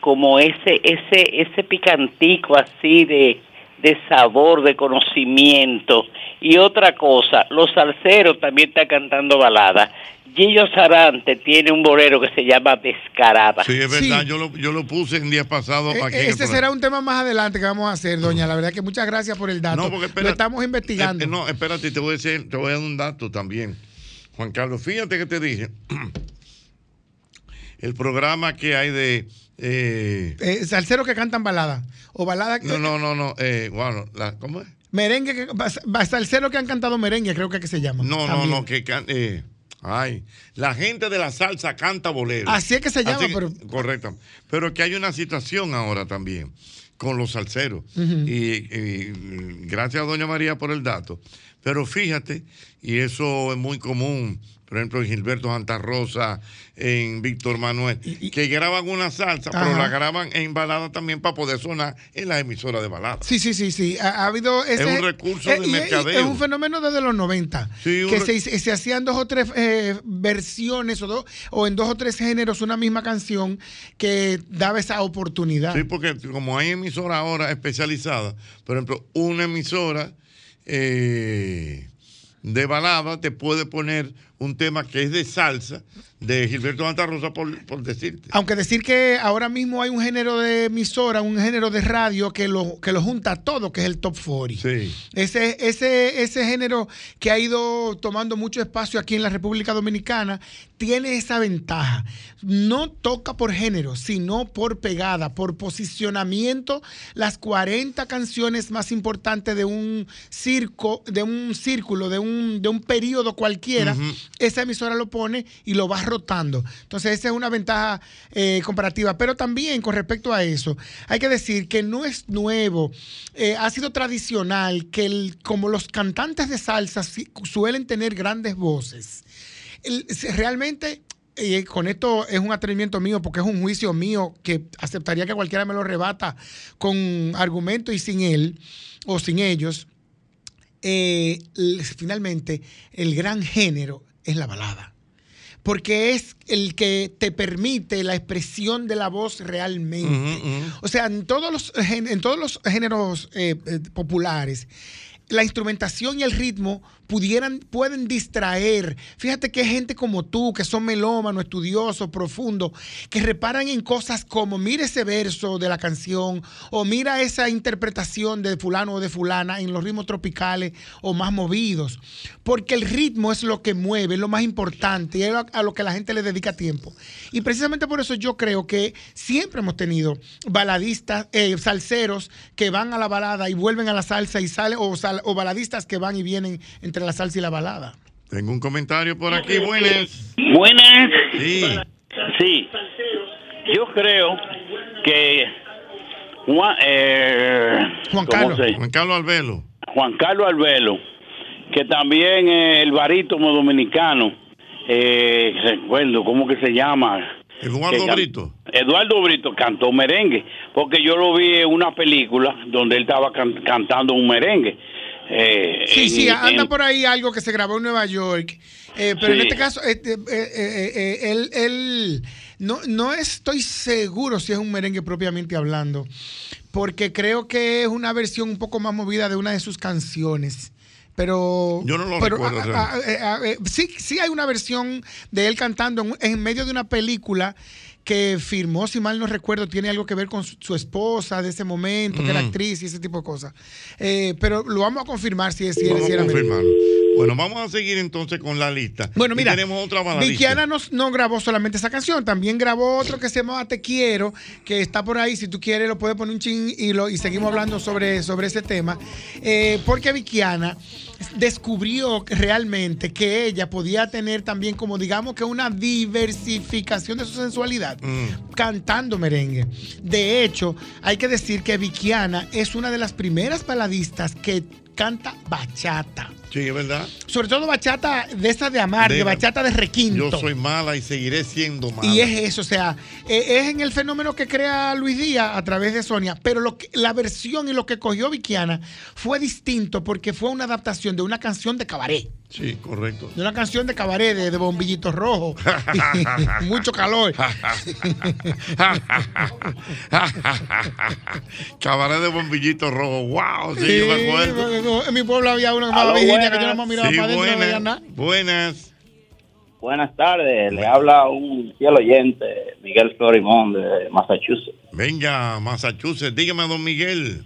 [SPEAKER 27] como ese, ese, ese picantico así de, de sabor, de conocimiento. Y otra cosa, los salseros también están cantando balada. Gillo Sarante tiene un bolero que se llama Descarada.
[SPEAKER 2] Sí, es verdad, yo, lo, yo lo puse en días pasados
[SPEAKER 21] Eh,
[SPEAKER 2] aquí. en el
[SPEAKER 21] Este
[SPEAKER 2] programa.
[SPEAKER 21] será un tema más adelante que vamos a hacer, doña. La verdad que muchas gracias por el dato.
[SPEAKER 2] No, porque
[SPEAKER 21] lo
[SPEAKER 2] espérate.
[SPEAKER 21] estamos investigando.
[SPEAKER 2] Eh, no, espérate, te voy, a decir, te voy a dar un dato también. Juan Carlos, fíjate que te dije. El programa que hay de. eh,
[SPEAKER 21] Eh, salseros que cantan balada o balada que...
[SPEAKER 2] no, no, no, no. eh, bueno, la- ¿cómo es?
[SPEAKER 21] Merengue, que- bas- bas- salseros que han cantado merengue, creo que, que se llama.
[SPEAKER 2] No, no,
[SPEAKER 21] También.
[SPEAKER 2] no, que can- eh, Ay, la gente de la salsa canta bolero.
[SPEAKER 21] Así es que se llama,
[SPEAKER 2] que- Correcto. Pero que hay una situación ahora también con los salseros.
[SPEAKER 24] Ujú.
[SPEAKER 2] y, y, mm, gracias a Doña María por el dato. Pero fíjate, y eso es muy común, por ejemplo, en Gilberto Santa Rosa, en Víctor Manuel, que graban una salsa, pero
[SPEAKER 21] Ajá.
[SPEAKER 2] la graban en balada también para poder sonar en las emisoras de balada.
[SPEAKER 21] Sí, sí, sí, sí. Ha, ha habido
[SPEAKER 2] Es
[SPEAKER 21] ese, eh,
[SPEAKER 2] un recurso de
[SPEAKER 21] y- y-
[SPEAKER 2] mercadeo.
[SPEAKER 21] Es un fenómeno desde los 90.
[SPEAKER 2] Sí, un
[SPEAKER 21] que
[SPEAKER 2] re-
[SPEAKER 21] se, hice- se hacían dos o tres eh, versiones o, dos, o en dos o tres géneros una misma canción que daba esa oportunidad.
[SPEAKER 2] Sí, porque como hay emisoras ahora especializadas, por ejemplo, una emisora eh, de balada te puede poner un tema que es de salsa de Gilberto Santa Rosa, por, por decirte.
[SPEAKER 21] Aunque decir que ahora mismo hay un género de emisora, un género de radio que lo, que lo junta todo, que es el top 40. Ese, ese, ese género que ha ido tomando mucho espacio aquí en la República Dominicana tiene esa ventaja. No toca por género, sino por pegada, por posicionamiento, las 40 canciones más importantes de un circo, de un círculo, de un, de un periodo cualquiera, esa emisora lo pone y lo va rotando. Entonces, esa es una ventaja eh, comparativa. Pero también con respecto a eso, hay que decir que no es nuevo, eh, ha sido tradicional que el- como los cantantes de salsa sí- suelen tener grandes voces, el- se- realmente... eh, con esto es un atrevimiento mío porque es un juicio mío que aceptaría que cualquiera me lo rebata con argumento y sin él o sin ellos eh, l- finalmente el gran género es la balada. Porque es el que te permite la expresión de la voz realmente. O sea, en todos los, gen- en todos los géneros eh, eh, populares, la instrumentación y el ritmo pudieran, pueden distraer. Fíjate que hay gente como tú, que son melómanos, estudiosos, profundos, que reparan en cosas como, mira ese verso de la canción, o mira esa interpretación de fulano o de fulana en los ritmos tropicales o más movidos. Porque el ritmo es lo que mueve, es lo más importante y es lo- a lo que la gente le dedica tiempo. Y precisamente por eso yo creo que siempre hemos tenido baladistas, eh, salseros que van a la balada y vuelven a la salsa y salen, o, sal- o baladistas que van y vienen entre la salsa y la balada.
[SPEAKER 2] Tengo un comentario por aquí, buenas.
[SPEAKER 16] Buenas.
[SPEAKER 2] Sí.
[SPEAKER 5] Sí. Yo creo que Juan, eh,
[SPEAKER 2] Juan
[SPEAKER 5] ¿cómo
[SPEAKER 2] Carlos.
[SPEAKER 5] se-
[SPEAKER 2] Juan Carlos Albelo.
[SPEAKER 5] Juan Carlos Albelo, que también eh, el barítono dominicano, eh, recuerdo, ¿cómo que se llama?
[SPEAKER 2] Eduardo
[SPEAKER 5] Que can-
[SPEAKER 2] Brito.
[SPEAKER 5] Eduardo Brito cantó merengue, porque yo lo vi en una película donde él estaba can- cantando un merengue. Eh,
[SPEAKER 21] Sí,
[SPEAKER 5] en-
[SPEAKER 21] sí, anda
[SPEAKER 5] en-
[SPEAKER 21] por ahí algo que se grabó en Nueva York. Eh, pero en
[SPEAKER 5] Sí.
[SPEAKER 21] este caso, este, eh, eh, eh, él, él- no, no estoy seguro si es un merengue propiamente hablando, porque creo que es una versión un poco más movida de una de sus canciones. Pero,
[SPEAKER 2] Yo no lo
[SPEAKER 21] pero,
[SPEAKER 2] recuerdo,
[SPEAKER 21] ah,
[SPEAKER 2] Rey.
[SPEAKER 21] ah, ah, eh, eh, sí, sí hay una versión de él cantando en, en medio de una película que firmó, si mal no recuerdo, tiene algo que ver con su, su esposa de ese momento, que era
[SPEAKER 2] Mm.
[SPEAKER 21] actriz y ese tipo de cosas. Eh, pero lo vamos a confirmar si es, si era-
[SPEAKER 2] Vamos
[SPEAKER 21] si
[SPEAKER 2] a
[SPEAKER 21] era verdad.
[SPEAKER 2] confirmarlo. Bueno, vamos a seguir entonces con la lista.
[SPEAKER 21] Bueno,
[SPEAKER 2] Y
[SPEAKER 21] mira,
[SPEAKER 2] tenemos otra baladista.
[SPEAKER 21] Vickiana no, no grabó solamente esa canción, también grabó otro que se llama Te Quiero, que está por ahí. Si tú quieres, lo puedes poner un chin y, lo, y seguimos hablando sobre, sobre ese tema. Eh, porque Vickiana descubrió que realmente que ella podía tener también, como digamos, que una diversificación de su sensualidad cantando merengue. De hecho, hay que decir que Vickiana es una de las primeras baladistas que canta bachata.
[SPEAKER 2] Sí, es verdad.
[SPEAKER 21] Sobre todo bachata de esa de amargue,
[SPEAKER 2] De-
[SPEAKER 21] bachata de requinto.
[SPEAKER 2] Yo soy mala y seguiré siendo mala.
[SPEAKER 21] Y es eso, o sea, eh, es en el fenómeno que crea Luis Díaz a través de Sonia, pero lo que- la versión y lo que cogió Vickiana fue distinto porque fue una adaptación de una canción de cabaret.
[SPEAKER 2] Sí, correcto.
[SPEAKER 21] De una canción de cabaret de, de bombillitos rojos. Mucho calor.
[SPEAKER 2] Cabaret de bombillito rojo. ¡Wow! Sí, yo me acuerdo.
[SPEAKER 21] en mi pueblo había una
[SPEAKER 2] Aló,
[SPEAKER 21] mala virginia que
[SPEAKER 2] buenas.
[SPEAKER 21] yo no me miraba
[SPEAKER 2] Sí,
[SPEAKER 21] para adentro, no
[SPEAKER 2] buenas.
[SPEAKER 21] veía nada.
[SPEAKER 2] Buenas.
[SPEAKER 23] Buenas tardes, le habla un fiel oyente, Miguel Florimón de Massachusetts.
[SPEAKER 2] Venga, Massachusetts, dígame, don Miguel.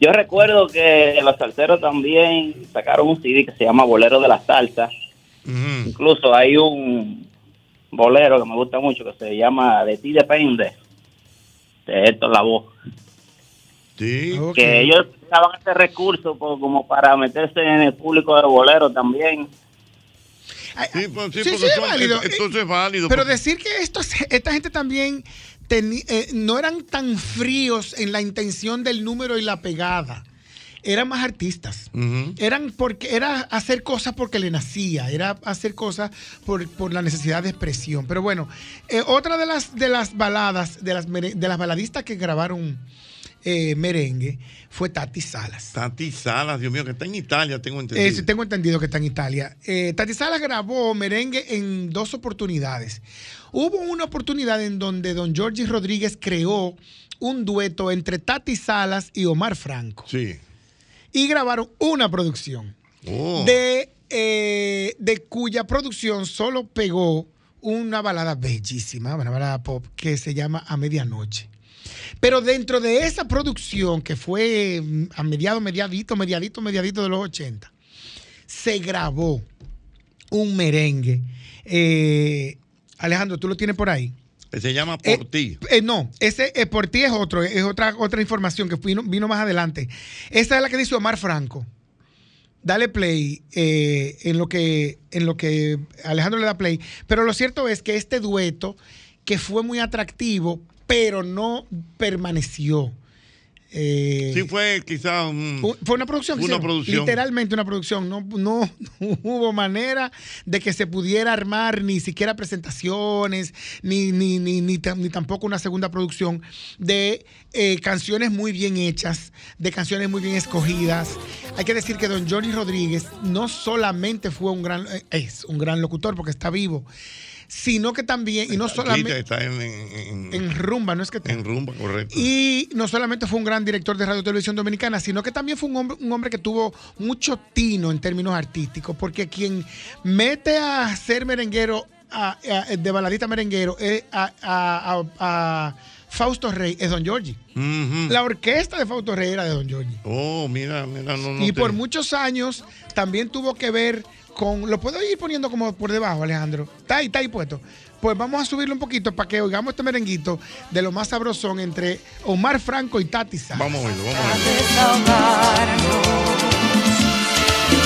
[SPEAKER 23] Yo recuerdo que los salseros también sacaron un CD que se llama Bolero de la Salsa. Incluso hay un bolero que me gusta mucho que se llama De ti depende, de Héctor La Voz. Que ellos usaban ese recurso por- como para meterse en el público de bolero también.
[SPEAKER 2] Sí, pues, sí,
[SPEAKER 21] Sí,
[SPEAKER 2] porque
[SPEAKER 21] sí, es
[SPEAKER 2] son-
[SPEAKER 21] válido. Eh,
[SPEAKER 2] Entonces es válido.
[SPEAKER 21] Pero
[SPEAKER 2] porque-
[SPEAKER 21] decir que estos, esta gente también teni- eh, no eran tan fríos en la intención del número y la pegada. Eran más artistas. Eran porque era hacer cosas porque le nacía, era hacer cosas por, por la necesidad de expresión. Pero bueno, eh, otra de las de las baladas, de las mere- de las baladistas que grabaron eh, merengue fue Tati Salas.
[SPEAKER 2] Tati Salas, Dios mío, que está en Italia, tengo entendido.
[SPEAKER 21] Eh, sí, tengo entendido que está en Italia. Eh, Tati Salas grabó merengue en dos oportunidades. Hubo una oportunidad en donde don Georgie Rodríguez creó un dueto entre Tati Salas y Omar Franco.
[SPEAKER 2] Sí.
[SPEAKER 21] Y grabaron una producción
[SPEAKER 2] Oh.
[SPEAKER 21] de, eh, de cuya producción solo pegó una balada bellísima, una balada pop, que se llama A Medianoche. Pero dentro de esa producción, que fue mm, a mediado, mediadito, mediadito, mediadito de los 80, se grabó un merengue. Eh, Alejandro, ¿tú lo tienes por ahí?
[SPEAKER 2] Se llama Por ti.
[SPEAKER 21] Eh, no, ese eh, por ti es otro, es otra, otra información que vino, vino más adelante. Esa es la que dice Omar Franco. Dale play eh, en, lo que, en lo que Alejandro le da play. Pero lo cierto es que este dueto, que fue muy atractivo, pero no permaneció. Eh,
[SPEAKER 2] Sí fue quizás un...
[SPEAKER 21] Fu- Fue una producción. que
[SPEAKER 2] Una
[SPEAKER 21] hicieron,
[SPEAKER 2] producción.
[SPEAKER 21] Literalmente una producción. No, no, no hubo manera de que se pudiera armar ni siquiera presentaciones, ni, ni, ni, ni, tam- ni tampoco una segunda producción de eh, canciones muy bien hechas, de canciones muy bien escogidas. Hay que decir que don Johnny Rodríguez no solamente fue un gran, eh, es un gran locutor porque está vivo, sino que también, y no
[SPEAKER 2] Quita,
[SPEAKER 21] solamente
[SPEAKER 2] Está en, en- en-
[SPEAKER 21] en rumba, no es que
[SPEAKER 2] en rumba, correcto.
[SPEAKER 21] y no solamente fue un gran director de Radio y Televisión Dominicana, sino que también fue un hombre, un hombre que tuvo mucho tino en términos artísticos, porque quien mete a ser merenguero, a- a- de baladita merenguero, eh, a, a- a- a Fausto Rey es Don Giorgi. La orquesta de Fausto Rey era de Don Giorgi.
[SPEAKER 2] Oh, mira, mira, no, no
[SPEAKER 21] y
[SPEAKER 2] te-
[SPEAKER 21] por muchos años también tuvo que ver con. Lo puedo ir poniendo como por debajo, Alejandro. Está ahí, está ahí puesto. Pues vamos a subirlo un poquito para que oigamos este merenguito de lo más sabrosón entre Omar Franco y Tati Salas.
[SPEAKER 2] Vamos a oírlo, vamos a oírlo.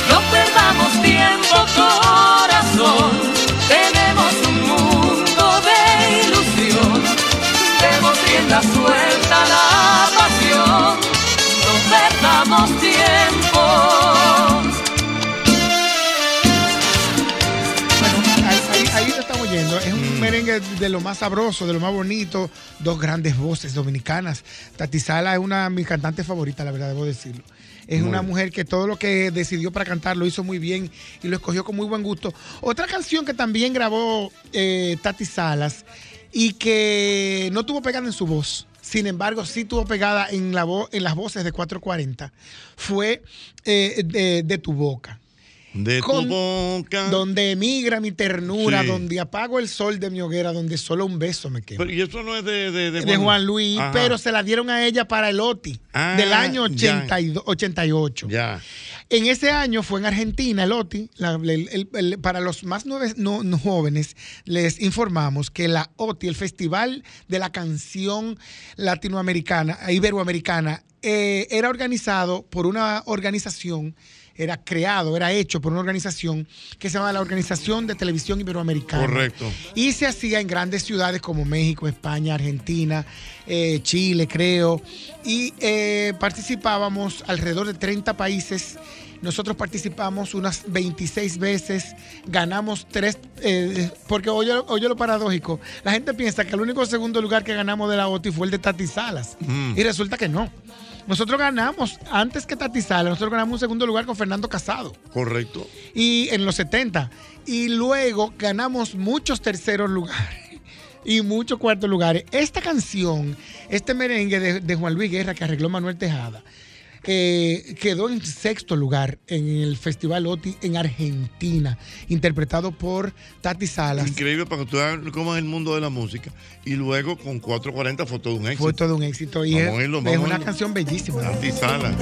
[SPEAKER 13] No perdamos tiempo, corazón. Tenemos un mundo de ilusión. Demos rienda suelta a la pasión. No perdamos tiempo.
[SPEAKER 21] Ahí, ahí- ahí lo estamos oyendo. Es
[SPEAKER 2] Mm.
[SPEAKER 21] un merengue de lo más sabroso, de lo más bonito. Dos grandes voces dominicanas. Tati Sala es una de mis cantantes favoritas, la verdad, debo decirlo. Es
[SPEAKER 2] Muy
[SPEAKER 21] una
[SPEAKER 2] bien.
[SPEAKER 21] mujer que todo lo que decidió para cantar lo hizo muy bien y lo escogió con muy buen gusto. Otra canción que también grabó eh, Tati Salas y que no tuvo pegada en su voz, sin embargo sí tuvo pegada en, la vo- en las voces de 440, fue eh, de- de tu boca.
[SPEAKER 2] De tu
[SPEAKER 21] Con-
[SPEAKER 2] boca.
[SPEAKER 21] Donde emigra mi ternura,
[SPEAKER 2] Sí.
[SPEAKER 21] donde apago el sol de mi hoguera, donde solo un beso me quema.
[SPEAKER 2] Pero, y eso no es de, de, de
[SPEAKER 21] de Juan Luis,
[SPEAKER 2] Ajá.
[SPEAKER 21] pero se la dieron a ella para el OTI
[SPEAKER 2] Ah,
[SPEAKER 21] del año
[SPEAKER 2] ya.
[SPEAKER 21] 82, 88. En ese año fue en Argentina el OTI. la- el- el- el- para los más nueve- no- no jóvenes, les informamos que la OTI, el Festival de la Canción Latinoamericana, eh, Iberoamericana, eh, era organizado por una organización, era creado, era hecho por una organización que se llama la Organización de Televisión Iberoamericana.
[SPEAKER 2] Correcto.
[SPEAKER 21] Y se hacía en grandes ciudades como México, España, Argentina, eh, Chile, creo. Y eh, participábamos alrededor de 30 países. Nosotros participamos unas 26 veces, ganamos tres, eh, porque oye, oye lo paradójico, la gente piensa que el único segundo lugar que ganamos de la OTI fue el de Tati Salas,
[SPEAKER 2] Mm.
[SPEAKER 21] y resulta que no. Nosotros ganamos, antes que Tati Salas, nosotros ganamos un segundo lugar con Fernando Casado
[SPEAKER 2] Correcto.
[SPEAKER 21] y en los 70. Y luego ganamos muchos terceros lugares y muchos cuartos lugares. Esta canción, este merengue de, de Juan Luis Guerra que arregló Manuel Tejada, eh, quedó en sexto lugar en el Festival OTI en Argentina, interpretado por Tati Salas.
[SPEAKER 2] Increíble para que tú veas cómo es el mundo de la música. Y luego con 440 fue todo un éxito.
[SPEAKER 21] Fue todo un éxito y
[SPEAKER 2] Vamos a
[SPEAKER 21] es,
[SPEAKER 2] oírlo,
[SPEAKER 21] es
[SPEAKER 2] vamos a
[SPEAKER 21] una
[SPEAKER 2] oírlo.
[SPEAKER 21] canción bellísima.
[SPEAKER 2] Tati Salas.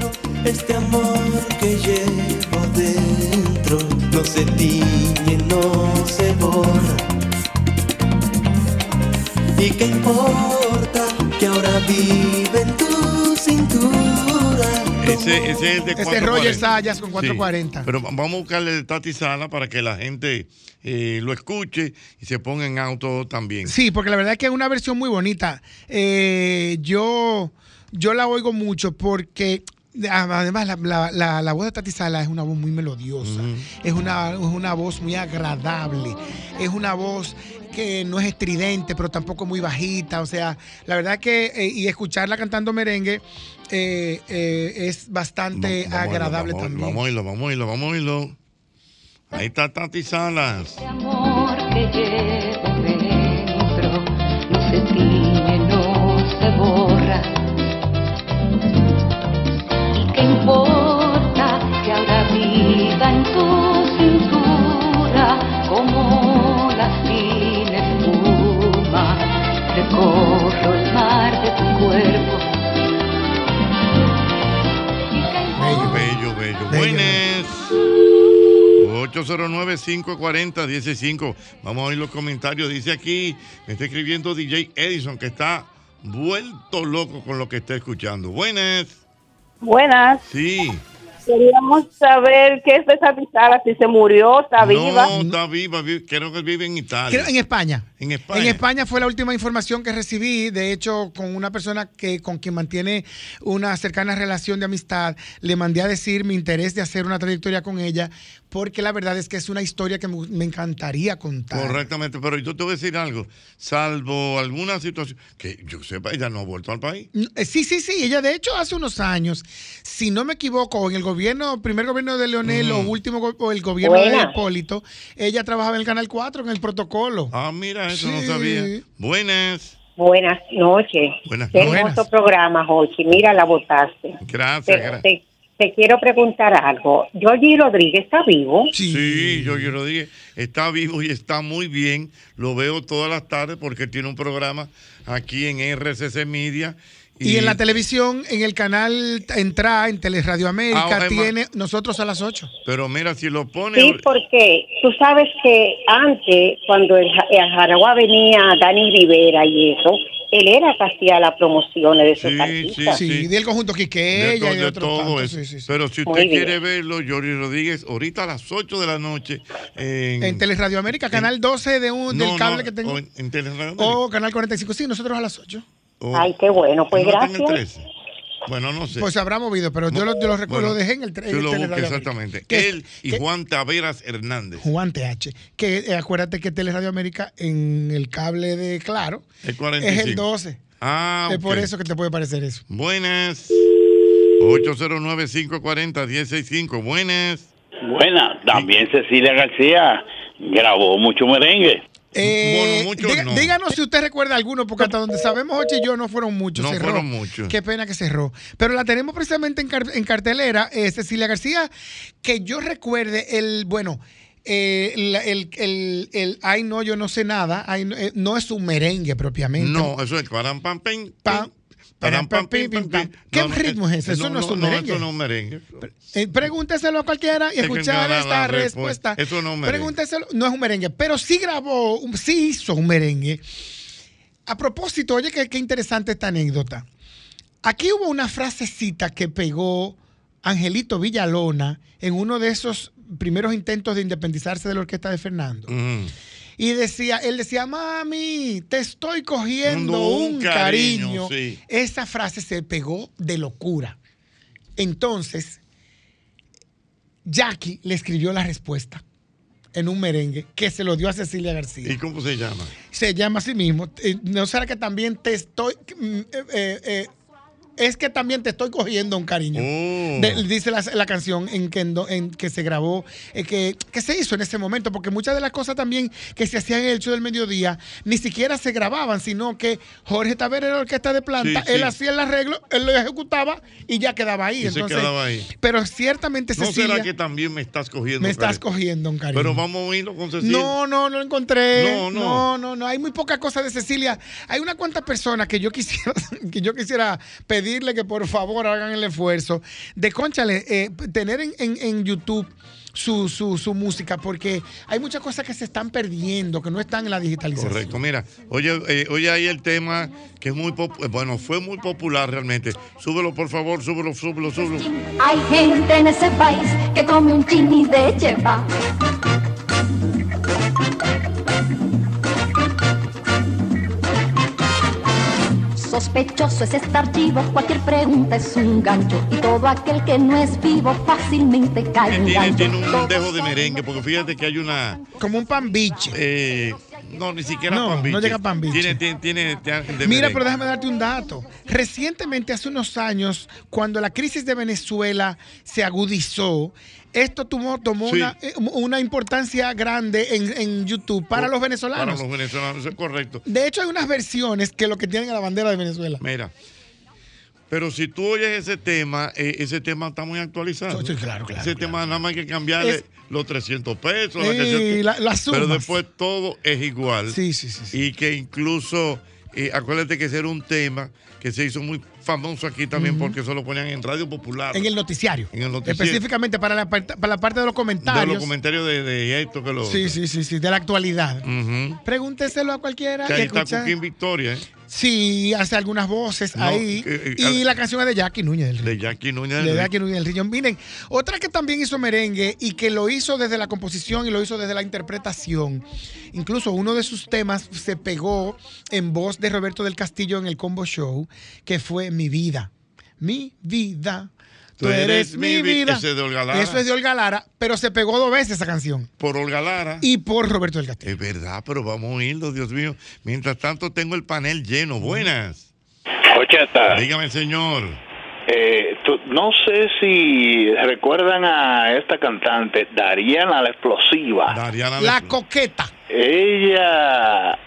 [SPEAKER 24] Este amor que llevo dentro no se tiñe, no se borra. ¿Y qué importa que ahora vive en tu cintura?
[SPEAKER 2] Ese, ese es el de
[SPEAKER 21] Este
[SPEAKER 2] 440.
[SPEAKER 21] Roger Sayas con
[SPEAKER 2] Sí.
[SPEAKER 21] 440.
[SPEAKER 2] Pero va- vamos a buscarle el Tati Sala para que la gente eh, lo escuche y se ponga en auto también.
[SPEAKER 21] Sí, porque la verdad es que es una versión muy bonita. Eh, yo, yo la oigo mucho porque ah, además la, la- la- la voz de Tati Sala es una voz muy melodiosa, es, una, es una voz muy agradable, es una voz que no es estridente, pero tampoco muy bajita. O sea, la verdad que eh, y escucharla cantando merengue eh, eh, es bastante
[SPEAKER 2] Vamos a oírlo,
[SPEAKER 21] agradable
[SPEAKER 2] vamos a oírlo,
[SPEAKER 21] también.
[SPEAKER 2] Vamos a oírlo, vamos a oírlo, vamos a oírlo. Ahí está Tati Salas.
[SPEAKER 26] que llevo dentro no se tiñe, no se borra. ¿Y qué importa que habrá vida en tu cintura como la fina espuma? Recorro el mar de tu cuerpo.
[SPEAKER 2] Bello, bello, bello. Buenas. 809-540-165. Vamos a oír los comentarios. Dice aquí, me está escribiendo DJ Edison que está vuelto loco con lo que está escuchando. Buenas.
[SPEAKER 7] Buenas.
[SPEAKER 2] Sí.
[SPEAKER 7] Queríamos saber qué es de esa pizarra, si se murió, está viva.
[SPEAKER 2] No, está viva. vi- Creo que vive en Italia.
[SPEAKER 21] Creo- en España.
[SPEAKER 2] En España.
[SPEAKER 21] En España fue la última información que recibí, de hecho, con una persona que con quien mantiene una cercana relación de amistad, le mandé a decir mi interés de hacer una trayectoria con ella, porque la verdad es que es una historia que me, me encantaría contar.
[SPEAKER 2] Correctamente, pero yo te voy a decir algo, salvo alguna situación, que yo sepa, ella no ha vuelto al país.
[SPEAKER 21] No, eh, Sí, sí, sí. Ella, de hecho, hace unos años, si no me equivoco, o en el gobierno, primer gobierno de Leonel
[SPEAKER 2] Mm.
[SPEAKER 21] o último go- o el gobierno de
[SPEAKER 2] Buena.
[SPEAKER 21] Hipólito, ella trabajaba en el Canal 4, en el protocolo.
[SPEAKER 2] Ah, mira, eso no sabía. Buenas.
[SPEAKER 7] Buenas noches.
[SPEAKER 2] Buenas
[SPEAKER 7] Qué
[SPEAKER 2] noches.
[SPEAKER 7] hermoso programa, Jochi. Mira, la votaste.
[SPEAKER 2] Gracias,
[SPEAKER 7] Pero
[SPEAKER 2] gracias.
[SPEAKER 7] te, te quiero preguntar algo. Georgie Rodríguez está vivo.
[SPEAKER 2] Sí, yo Yoyo Rodríguez está vivo y está muy bien. Lo veo todas las tardes porque tiene un programa aquí en RCC Media.
[SPEAKER 21] Y en la televisión, en el canal Entra, en Teleradio América,
[SPEAKER 2] Ah, ok, ma-
[SPEAKER 21] tiene nosotros a las 8.
[SPEAKER 2] Pero mira, si lo pone...
[SPEAKER 7] Sí, porque tú sabes que antes, cuando el, Ja- el Jaraguá venía Dani Rivera y eso, él era el que hacía las promociones de esos artistas.
[SPEAKER 21] Sí,
[SPEAKER 2] sí.
[SPEAKER 21] del conjunto
[SPEAKER 2] de
[SPEAKER 21] Quiqueya
[SPEAKER 2] to-
[SPEAKER 21] y de
[SPEAKER 2] de
[SPEAKER 21] otro
[SPEAKER 2] todo
[SPEAKER 21] tanto,
[SPEAKER 2] eso.
[SPEAKER 21] sí, sí, sí.
[SPEAKER 2] Pero si
[SPEAKER 21] Muy
[SPEAKER 2] usted
[SPEAKER 21] bien.
[SPEAKER 2] quiere verlo, Yoyo Rodríguez, ahorita a las 8 de la noche Mm. en,
[SPEAKER 21] En Teleradio América, canal 12 de un,
[SPEAKER 2] No,
[SPEAKER 21] del cable
[SPEAKER 2] no,
[SPEAKER 21] que tengo.
[SPEAKER 2] o en- en Teleradio América.
[SPEAKER 21] O canal 45, sí, nosotros a las 8.
[SPEAKER 2] o-
[SPEAKER 7] Ay, qué bueno, pues
[SPEAKER 2] ¿No está en el
[SPEAKER 7] gracias.
[SPEAKER 2] 13? Bueno, no sé.
[SPEAKER 21] Pues se habrá movido, pero yo lo, yo lo recuerdo,
[SPEAKER 2] Bueno,
[SPEAKER 21] dejé en el, tre- en
[SPEAKER 2] Yo
[SPEAKER 21] el
[SPEAKER 2] lo busqué
[SPEAKER 21] Teleradio América.
[SPEAKER 2] exactamente.
[SPEAKER 21] ¿Qué-
[SPEAKER 2] Él y Juan Taveras Hernández.
[SPEAKER 21] Juan TH. Que eh, acuérdate que Teleradio América en el cable de Claro
[SPEAKER 2] El 45.
[SPEAKER 21] es el 12.
[SPEAKER 2] Ah,
[SPEAKER 21] Es por
[SPEAKER 2] ok.
[SPEAKER 21] eso que te puede parecer eso.
[SPEAKER 2] Buenas. 809-540-165. Buenas.
[SPEAKER 5] Buena, también Cecilia García grabó mucho merengue.
[SPEAKER 21] Eh,
[SPEAKER 2] Bueno, muchos
[SPEAKER 21] diga-
[SPEAKER 2] no.
[SPEAKER 21] Díganos si usted recuerda alguno, porque hasta donde sabemos, Ocho y yo no fueron muchos.
[SPEAKER 2] No
[SPEAKER 21] cerró.
[SPEAKER 2] fueron muchos.
[SPEAKER 21] Qué pena que cerró. Pero la tenemos precisamente en, car- en cartelera, eh, Cecilia García, que yo recuerde el, bueno, eh, la- el, el, el Ay no, yo no sé nada, ay, no, eh, no es un merengue propiamente.
[SPEAKER 2] No, eso es param pam pim, pim,
[SPEAKER 21] Pam,
[SPEAKER 2] param, pam, pim, pim, pim.
[SPEAKER 21] ¿Qué
[SPEAKER 2] No, no,
[SPEAKER 21] ritmo es ese? Eso no es un merengue.
[SPEAKER 2] eso no es un merengue.
[SPEAKER 21] Eh, pregúnteselo a cualquiera y
[SPEAKER 2] Es que me
[SPEAKER 21] escuchar
[SPEAKER 2] da la
[SPEAKER 21] esta
[SPEAKER 2] respuesta.
[SPEAKER 21] respuesta.
[SPEAKER 2] Eso no es un merengue.
[SPEAKER 21] Pregúnteselo, no es un merengue, pero sí grabó, un- sí hizo un merengue. A propósito, oye, qué, qué interesante esta anécdota. Aquí hubo una frasecita que pegó Angelito Villalona en uno de esos primeros intentos de independizarse de la orquesta de Fernando. Y decía, él decía, mami, te estoy cogiendo
[SPEAKER 2] Dando un
[SPEAKER 21] un
[SPEAKER 2] cariño,
[SPEAKER 21] cariño.
[SPEAKER 2] sí.
[SPEAKER 21] Esa frase se pegó de locura. Entonces, Jackie le escribió la respuesta en un merengue que se lo dio a Cecilia García.
[SPEAKER 2] ¿Y cómo se llama?
[SPEAKER 21] Se llama a sí mismo. eh, ¿No será que también te estoy... mm, eh, eh, eh, es que también te estoy cogiendo un cariño.
[SPEAKER 2] Mm.
[SPEAKER 21] De- dice la, la canción en que, en do- en que se grabó, eh, que, que se hizo en ese momento, porque muchas de las cosas también que se hacían en el show del mediodía ni siquiera se grababan, sino que Jorge Tavera era la orquesta de planta,
[SPEAKER 2] Sí, sí.
[SPEAKER 21] él hacía el arreglo, él lo ejecutaba y ya quedaba ahí.
[SPEAKER 2] Y se
[SPEAKER 21] Entonces,
[SPEAKER 2] quedaba ahí.
[SPEAKER 21] Pero ciertamente
[SPEAKER 2] ¿No
[SPEAKER 21] Cecilia,
[SPEAKER 2] será que también me estás cogiendo?
[SPEAKER 21] me estás
[SPEAKER 2] cariño?
[SPEAKER 21] cogiendo un cariño.
[SPEAKER 2] Pero vamos a oírlo con Cecilia.
[SPEAKER 21] No, no, no lo encontré.
[SPEAKER 2] No, no.
[SPEAKER 21] No, no. No, no, Hay muy poca cosa de Cecilia. Hay una cuantas personas que yo quisiera, que yo quisiera pedirle que por favor hagan el esfuerzo de, conchale, eh, tener en, en- en YouTube su, su, su música, porque hay muchas cosas que se están perdiendo, que no están en la digitalización.
[SPEAKER 2] Correcto, mira, oye, eh, oye ahí el tema que es muy, pop- eh, bueno, fue muy popular realmente. Súbelo, por favor, súbelo, súbelo, súbelo.
[SPEAKER 25] Hay gente en ese país que come un chini de chepa. Sospechoso es estar chivo, cualquier pregunta es un gancho y todo aquel que no es vivo fácilmente cae en
[SPEAKER 2] Tiene,
[SPEAKER 25] gancho.
[SPEAKER 2] tiene un dejo de merengue, porque fíjate que hay una... Eh,
[SPEAKER 21] Como un pan biche.
[SPEAKER 2] no, ni siquiera
[SPEAKER 21] No,
[SPEAKER 2] pan
[SPEAKER 21] no
[SPEAKER 2] biche.
[SPEAKER 21] llega pan biche.
[SPEAKER 2] Tiene, tiene, tiene- tiene de
[SPEAKER 21] Mira,
[SPEAKER 2] merengue.
[SPEAKER 21] pero déjame darte un dato. Recientemente, hace unos años, cuando la crisis de Venezuela se agudizó, esto tomó, tomó
[SPEAKER 2] Sí.
[SPEAKER 21] una, eh, una importancia grande en, en YouTube para los venezolanos.
[SPEAKER 2] Para los venezolanos, es correcto.
[SPEAKER 21] De hecho, hay unas versiones que lo que tienen a la bandera de Venezuela.
[SPEAKER 2] Mira, pero si tú oyes ese tema, eh, ese tema está muy actualizado.
[SPEAKER 21] Sí, sí, claro, claro,
[SPEAKER 2] Ese tema nada más hay que cambiarle
[SPEAKER 21] Es-
[SPEAKER 2] los 300 pesos. la
[SPEAKER 21] Sí,
[SPEAKER 2] canción-
[SPEAKER 21] la- las
[SPEAKER 2] Pero
[SPEAKER 21] sumas.
[SPEAKER 2] después todo es igual.
[SPEAKER 21] Sí, sí, sí.
[SPEAKER 2] Y que incluso, eh, acuérdate que ese era un tema que se hizo muy famoso aquí también porque eso lo ponían en Radio Popular.
[SPEAKER 21] En el noticiario.
[SPEAKER 2] En el noticiero.
[SPEAKER 21] Específicamente para la, parte- para la parte de los
[SPEAKER 2] De
[SPEAKER 21] comentarios.
[SPEAKER 2] los comentarios de, de esto que lo...
[SPEAKER 21] Sí, sí, sí, sí, de la actualidad.
[SPEAKER 2] Ujú.
[SPEAKER 21] Pregúnteselo a cualquiera.
[SPEAKER 2] Mm. Que ahí
[SPEAKER 21] que
[SPEAKER 2] está
[SPEAKER 21] escucha-
[SPEAKER 2] Cuquín Victoria, ¿eh?
[SPEAKER 21] Sí, hace algunas voces
[SPEAKER 2] No,
[SPEAKER 21] ahí.
[SPEAKER 2] eh, eh,
[SPEAKER 21] y
[SPEAKER 2] al-
[SPEAKER 21] la canción es de Jackie Núñez del Río.
[SPEAKER 2] De Jackie Núñez.
[SPEAKER 21] Le
[SPEAKER 2] del
[SPEAKER 21] da que no viene el riñón. Miren, otra que también hizo merengue y que lo hizo desde la composición y lo hizo desde la interpretación. Incluso uno de sus temas se pegó en voz de Roberto del Castillo en el Combo Show, que fue Mi Vida. Mi Vida. Tú eres mi vida.
[SPEAKER 2] Ese es de Olga Lara.
[SPEAKER 21] Eso es de Olga Lara, pero se pegó dos veces esa canción.
[SPEAKER 2] Por Olga Lara.
[SPEAKER 21] Y por Roberto del Castillo.
[SPEAKER 2] Es verdad, pero vamos a oírlo, Dios mío. Mientras tanto, tengo el panel lleno. Buenas.
[SPEAKER 5] Ocheta.
[SPEAKER 2] Dígame, señor.
[SPEAKER 5] Eh, tú- no sé si recuerdan a esta cantante, Dariana la Explosiva.
[SPEAKER 21] La coqueta.
[SPEAKER 5] Ella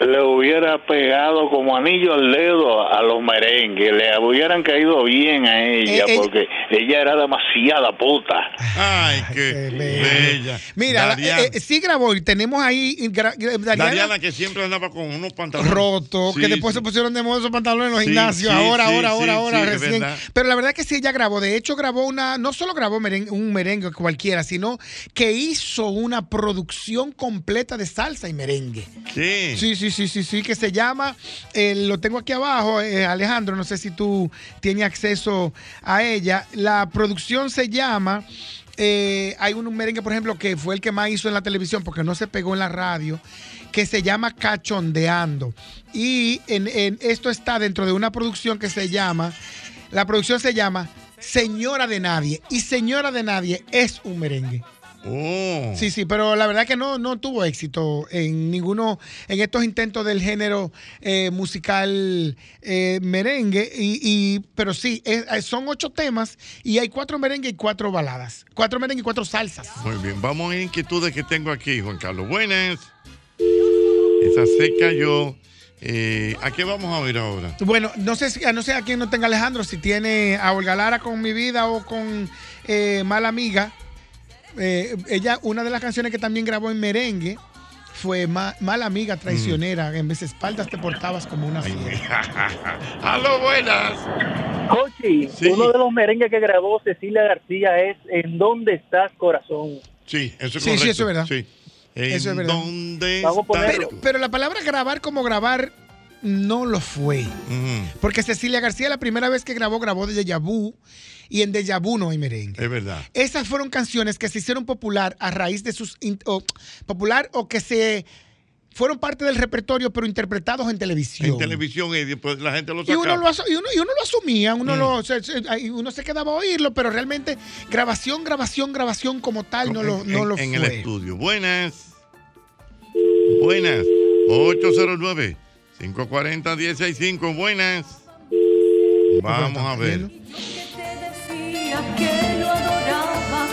[SPEAKER 5] le hubiera pegado como anillo al dedo a los merengues, le hubieran caído bien a ella,
[SPEAKER 21] Eh, eh.
[SPEAKER 5] porque ella era demasiada puta.
[SPEAKER 2] Ay, qué bella.
[SPEAKER 21] Eh, Mira, la-
[SPEAKER 2] Dariana.
[SPEAKER 21] eh, eh, sí grabó y tenemos ahí gra- gra- Dariana
[SPEAKER 2] Dariana, que siempre andaba con unos pantalones
[SPEAKER 21] roto, que
[SPEAKER 2] Sí,
[SPEAKER 21] después
[SPEAKER 2] sí.
[SPEAKER 21] se pusieron de moda esos pantalones en los
[SPEAKER 2] Sí,
[SPEAKER 21] gimnasios,
[SPEAKER 2] sí,
[SPEAKER 21] ahora,
[SPEAKER 2] sí,
[SPEAKER 21] ahora,
[SPEAKER 2] sí,
[SPEAKER 21] ahora,
[SPEAKER 2] sí,
[SPEAKER 21] ahora,
[SPEAKER 2] es
[SPEAKER 21] recién.
[SPEAKER 2] verdad.
[SPEAKER 21] Pero la verdad es que sí, ella grabó, de hecho grabó una, no solo grabó meren- un merengue cualquiera, sino que hizo una producción completa de salsa y merengue.
[SPEAKER 2] Sí.
[SPEAKER 21] Sí, sí, sí, sí, sí, que se llama, eh, lo tengo aquí abajo, eh, Alejandro, no sé si tú tienes acceso a ella. La producción se llama, eh, hay un, un merengue, por ejemplo, que fue el que más hizo en la televisión porque no se pegó en la radio, que se llama Cachondeando. Y en- en- esto está dentro de una producción que se llama, la producción se llama Señora de Nadie. Y Señora de Nadie es un merengue. Sí, sí, pero la verdad que no, no tuvo éxito en ninguno, en estos intentos del género eh, musical eh, merengue, y, y- pero sí, es- eh, son ocho temas y hay cuatro merengue y cuatro baladas, cuatro merengue y cuatro salsas.
[SPEAKER 2] Muy bien, vamos a inquietudes que tengo aquí, Juan Carlos. Buenas. Esa se cayó. Eh, ¿A qué vamos a ver ahora?
[SPEAKER 21] Bueno, no sé, si- no sé a quién no tenga Alejandro, si tiene a Olga Lara con Mi Vida o con eh, Mala Amiga. Eh, ella, una de las canciones que también grabó en merengue fue Ma- Mala Amiga Traicionera, en mis espaldas te portabas como una fiera.
[SPEAKER 2] ¡Aló, buenas!
[SPEAKER 6] Cochi, uno de los merengues que grabó Cecilia García es ¿En dónde estás, corazón?
[SPEAKER 2] Sí, eso es
[SPEAKER 6] Sí, sí,
[SPEAKER 2] correcto.
[SPEAKER 6] eso es verdad.
[SPEAKER 2] Sí.
[SPEAKER 6] Eso es
[SPEAKER 2] ¿En
[SPEAKER 6] verdad.
[SPEAKER 2] ¿Dónde
[SPEAKER 6] Vamos a
[SPEAKER 2] está?
[SPEAKER 6] ponerlo.
[SPEAKER 21] Pero, pero la palabra grabar como grabar no lo fue. Porque Cecilia García la primera vez que grabó, grabó de Deja Vu y en Deja Vu no hay merengue.
[SPEAKER 2] Es verdad.
[SPEAKER 21] Esas fueron canciones que se hicieron popular a raíz de sus... in- o, popular o que se... Fueron parte del repertorio, pero interpretados en televisión.
[SPEAKER 2] En televisión y después la gente lo
[SPEAKER 21] y
[SPEAKER 2] saca.
[SPEAKER 21] uno, lo asu- y, uno, y uno lo asumía,
[SPEAKER 2] Mm.
[SPEAKER 21] uno, lo, se, se- ay, uno se quedaba a oírlo, pero realmente grabación, grabación, grabación como tal no lo,
[SPEAKER 2] en,
[SPEAKER 21] no lo
[SPEAKER 2] en el
[SPEAKER 21] fue.
[SPEAKER 2] estudio. Buenas. Buenas. 809 540 165 Buenas. Vamos a ver.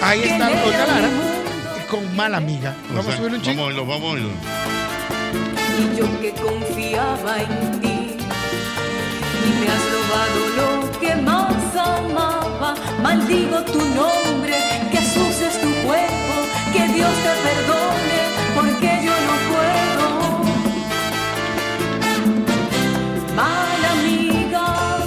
[SPEAKER 21] Ahí está Olga Lara con Mala Amiga. Vamos a subir un
[SPEAKER 2] Vamos a oírlo, vamos a oírlo.
[SPEAKER 17] Y yo que confiaba en ti Y me has robado lo que más amaba Maldigo tu nombre, que asuses tu cuerpo Que Dios te perdone, porque yo no puedo Mala amiga,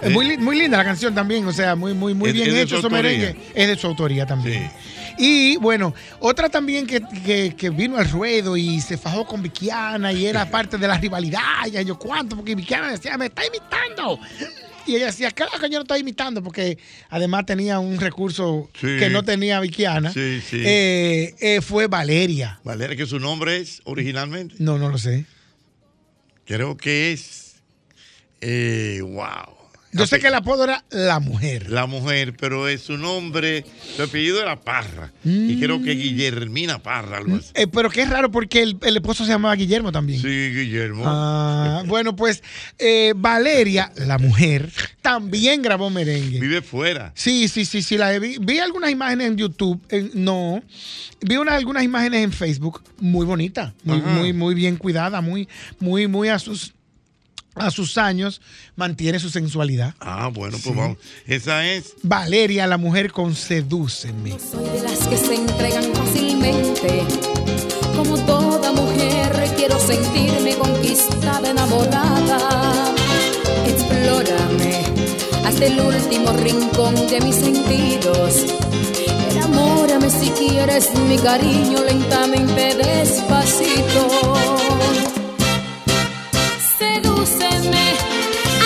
[SPEAKER 21] Es muy, li- muy linda la canción también, o sea, muy, muy, muy
[SPEAKER 2] Eh, Es-
[SPEAKER 21] bien
[SPEAKER 2] es de
[SPEAKER 21] hecho
[SPEAKER 2] su
[SPEAKER 21] eso
[SPEAKER 2] autoría.
[SPEAKER 21] merengue. Es de su autoría también. Y bueno, otra también que, que- que vino al ruedo y se fajó con Vikiana y era parte de la rivalidad. Y yo, ¿cuánto? Porque Vikiana decía, me está imitando. Y ella decía, claro que yo no estoy imitando, porque además tenía un recurso
[SPEAKER 2] Sí.
[SPEAKER 21] que no tenía Vikiana.
[SPEAKER 2] Sí, sí.
[SPEAKER 21] Eh, eh, fue Valeria.
[SPEAKER 2] Valeria, que su nombre es originalmente.
[SPEAKER 21] No, no lo sé.
[SPEAKER 2] Creo que es. eh, wow.
[SPEAKER 21] Yo sé que el apodo era La Mujer.
[SPEAKER 2] La mujer, pero es su nombre. Su apellido era Parra. Y creo
[SPEAKER 21] Mm.
[SPEAKER 2] que Guillermina Parra, algo así.
[SPEAKER 21] Eh, pero qué raro porque el, el esposo se llamaba Guillermo también.
[SPEAKER 2] Sí, Guillermo.
[SPEAKER 21] Ah, bueno, pues eh, Valeria, la mujer, también grabó merengue.
[SPEAKER 2] Vive fuera.
[SPEAKER 21] Sí, sí, sí, sí. La vi, vi algunas imágenes en YouTube. eh, no. Vi unas algunas imágenes en Facebook. Muy bonita. Muy,
[SPEAKER 2] Ajá.
[SPEAKER 21] muy, muy bien cuidada. Muy, muy, muy a sus, a sus años. Mantiene su sensualidad.
[SPEAKER 2] Ah, bueno, pues
[SPEAKER 21] Sí.
[SPEAKER 2] vamos. Esa es.
[SPEAKER 21] Valeria, la mujer con Sedúceme.
[SPEAKER 17] Soy de las que se entregan fácilmente. Como toda mujer quiero sentirme conquistada, enamorada. Explórame hasta el último rincón de mis sentidos. Enamórame si quieres mi cariño lentamente, despacito. Sedúceme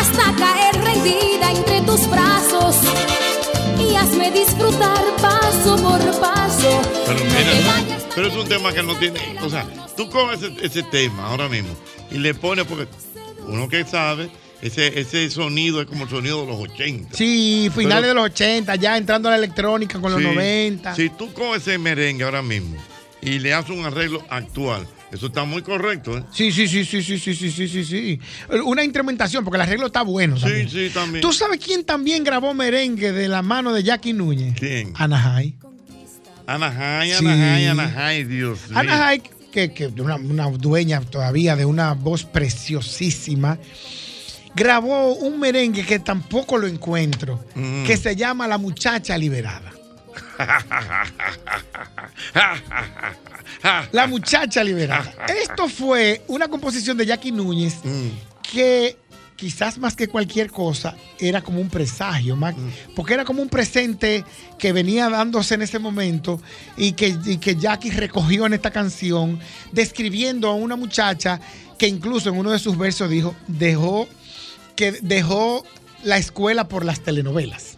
[SPEAKER 17] hasta caer rendida entre tus brazos y hazme disfrutar paso por paso.
[SPEAKER 2] Pero mira, pero es un tema que no tiene. O sea, tú coges ese, ese tema ahora mismo y le pones, porque uno que sabe, ese, ese sonido es como el sonido de los 80.
[SPEAKER 21] Sí, finales
[SPEAKER 2] Pero-
[SPEAKER 21] de los 80, ya entrando a la electrónica con los
[SPEAKER 2] Sí.
[SPEAKER 21] 90.
[SPEAKER 2] Si tú coges ese merengue ahora mismo y le haces un arreglo actual, eso está muy correcto, ¿eh?
[SPEAKER 21] Sí, sí, sí, sí, sí, sí, sí, sí, sí, sí. Una instrumentación, porque el arreglo está bueno.
[SPEAKER 2] Sí,
[SPEAKER 21] también.
[SPEAKER 2] sí, también.
[SPEAKER 21] ¿Tú sabes quién también grabó merengue de la mano de Jackie Núñez?
[SPEAKER 2] ¿Quién?
[SPEAKER 21] Anahai.
[SPEAKER 2] Anahai,
[SPEAKER 21] Sí.
[SPEAKER 2] Anahai, Anahai, Dios mío.
[SPEAKER 21] Anahai, que, que una, una dueña todavía de una voz preciosísima, grabó un merengue que tampoco lo encuentro,
[SPEAKER 2] Mm.
[SPEAKER 21] que se llama La Muchacha Liberada. La Muchacha Liberada. Esto fue una composición de Jackie Núñez que quizás más que cualquier cosa era como un presagio, más- porque era como un presente que venía dándose en ese momento y que, y que Jackie recogió en esta canción, describiendo a una muchacha que incluso en uno de sus versos dijo, dejó, que dejó la escuela por las telenovelas.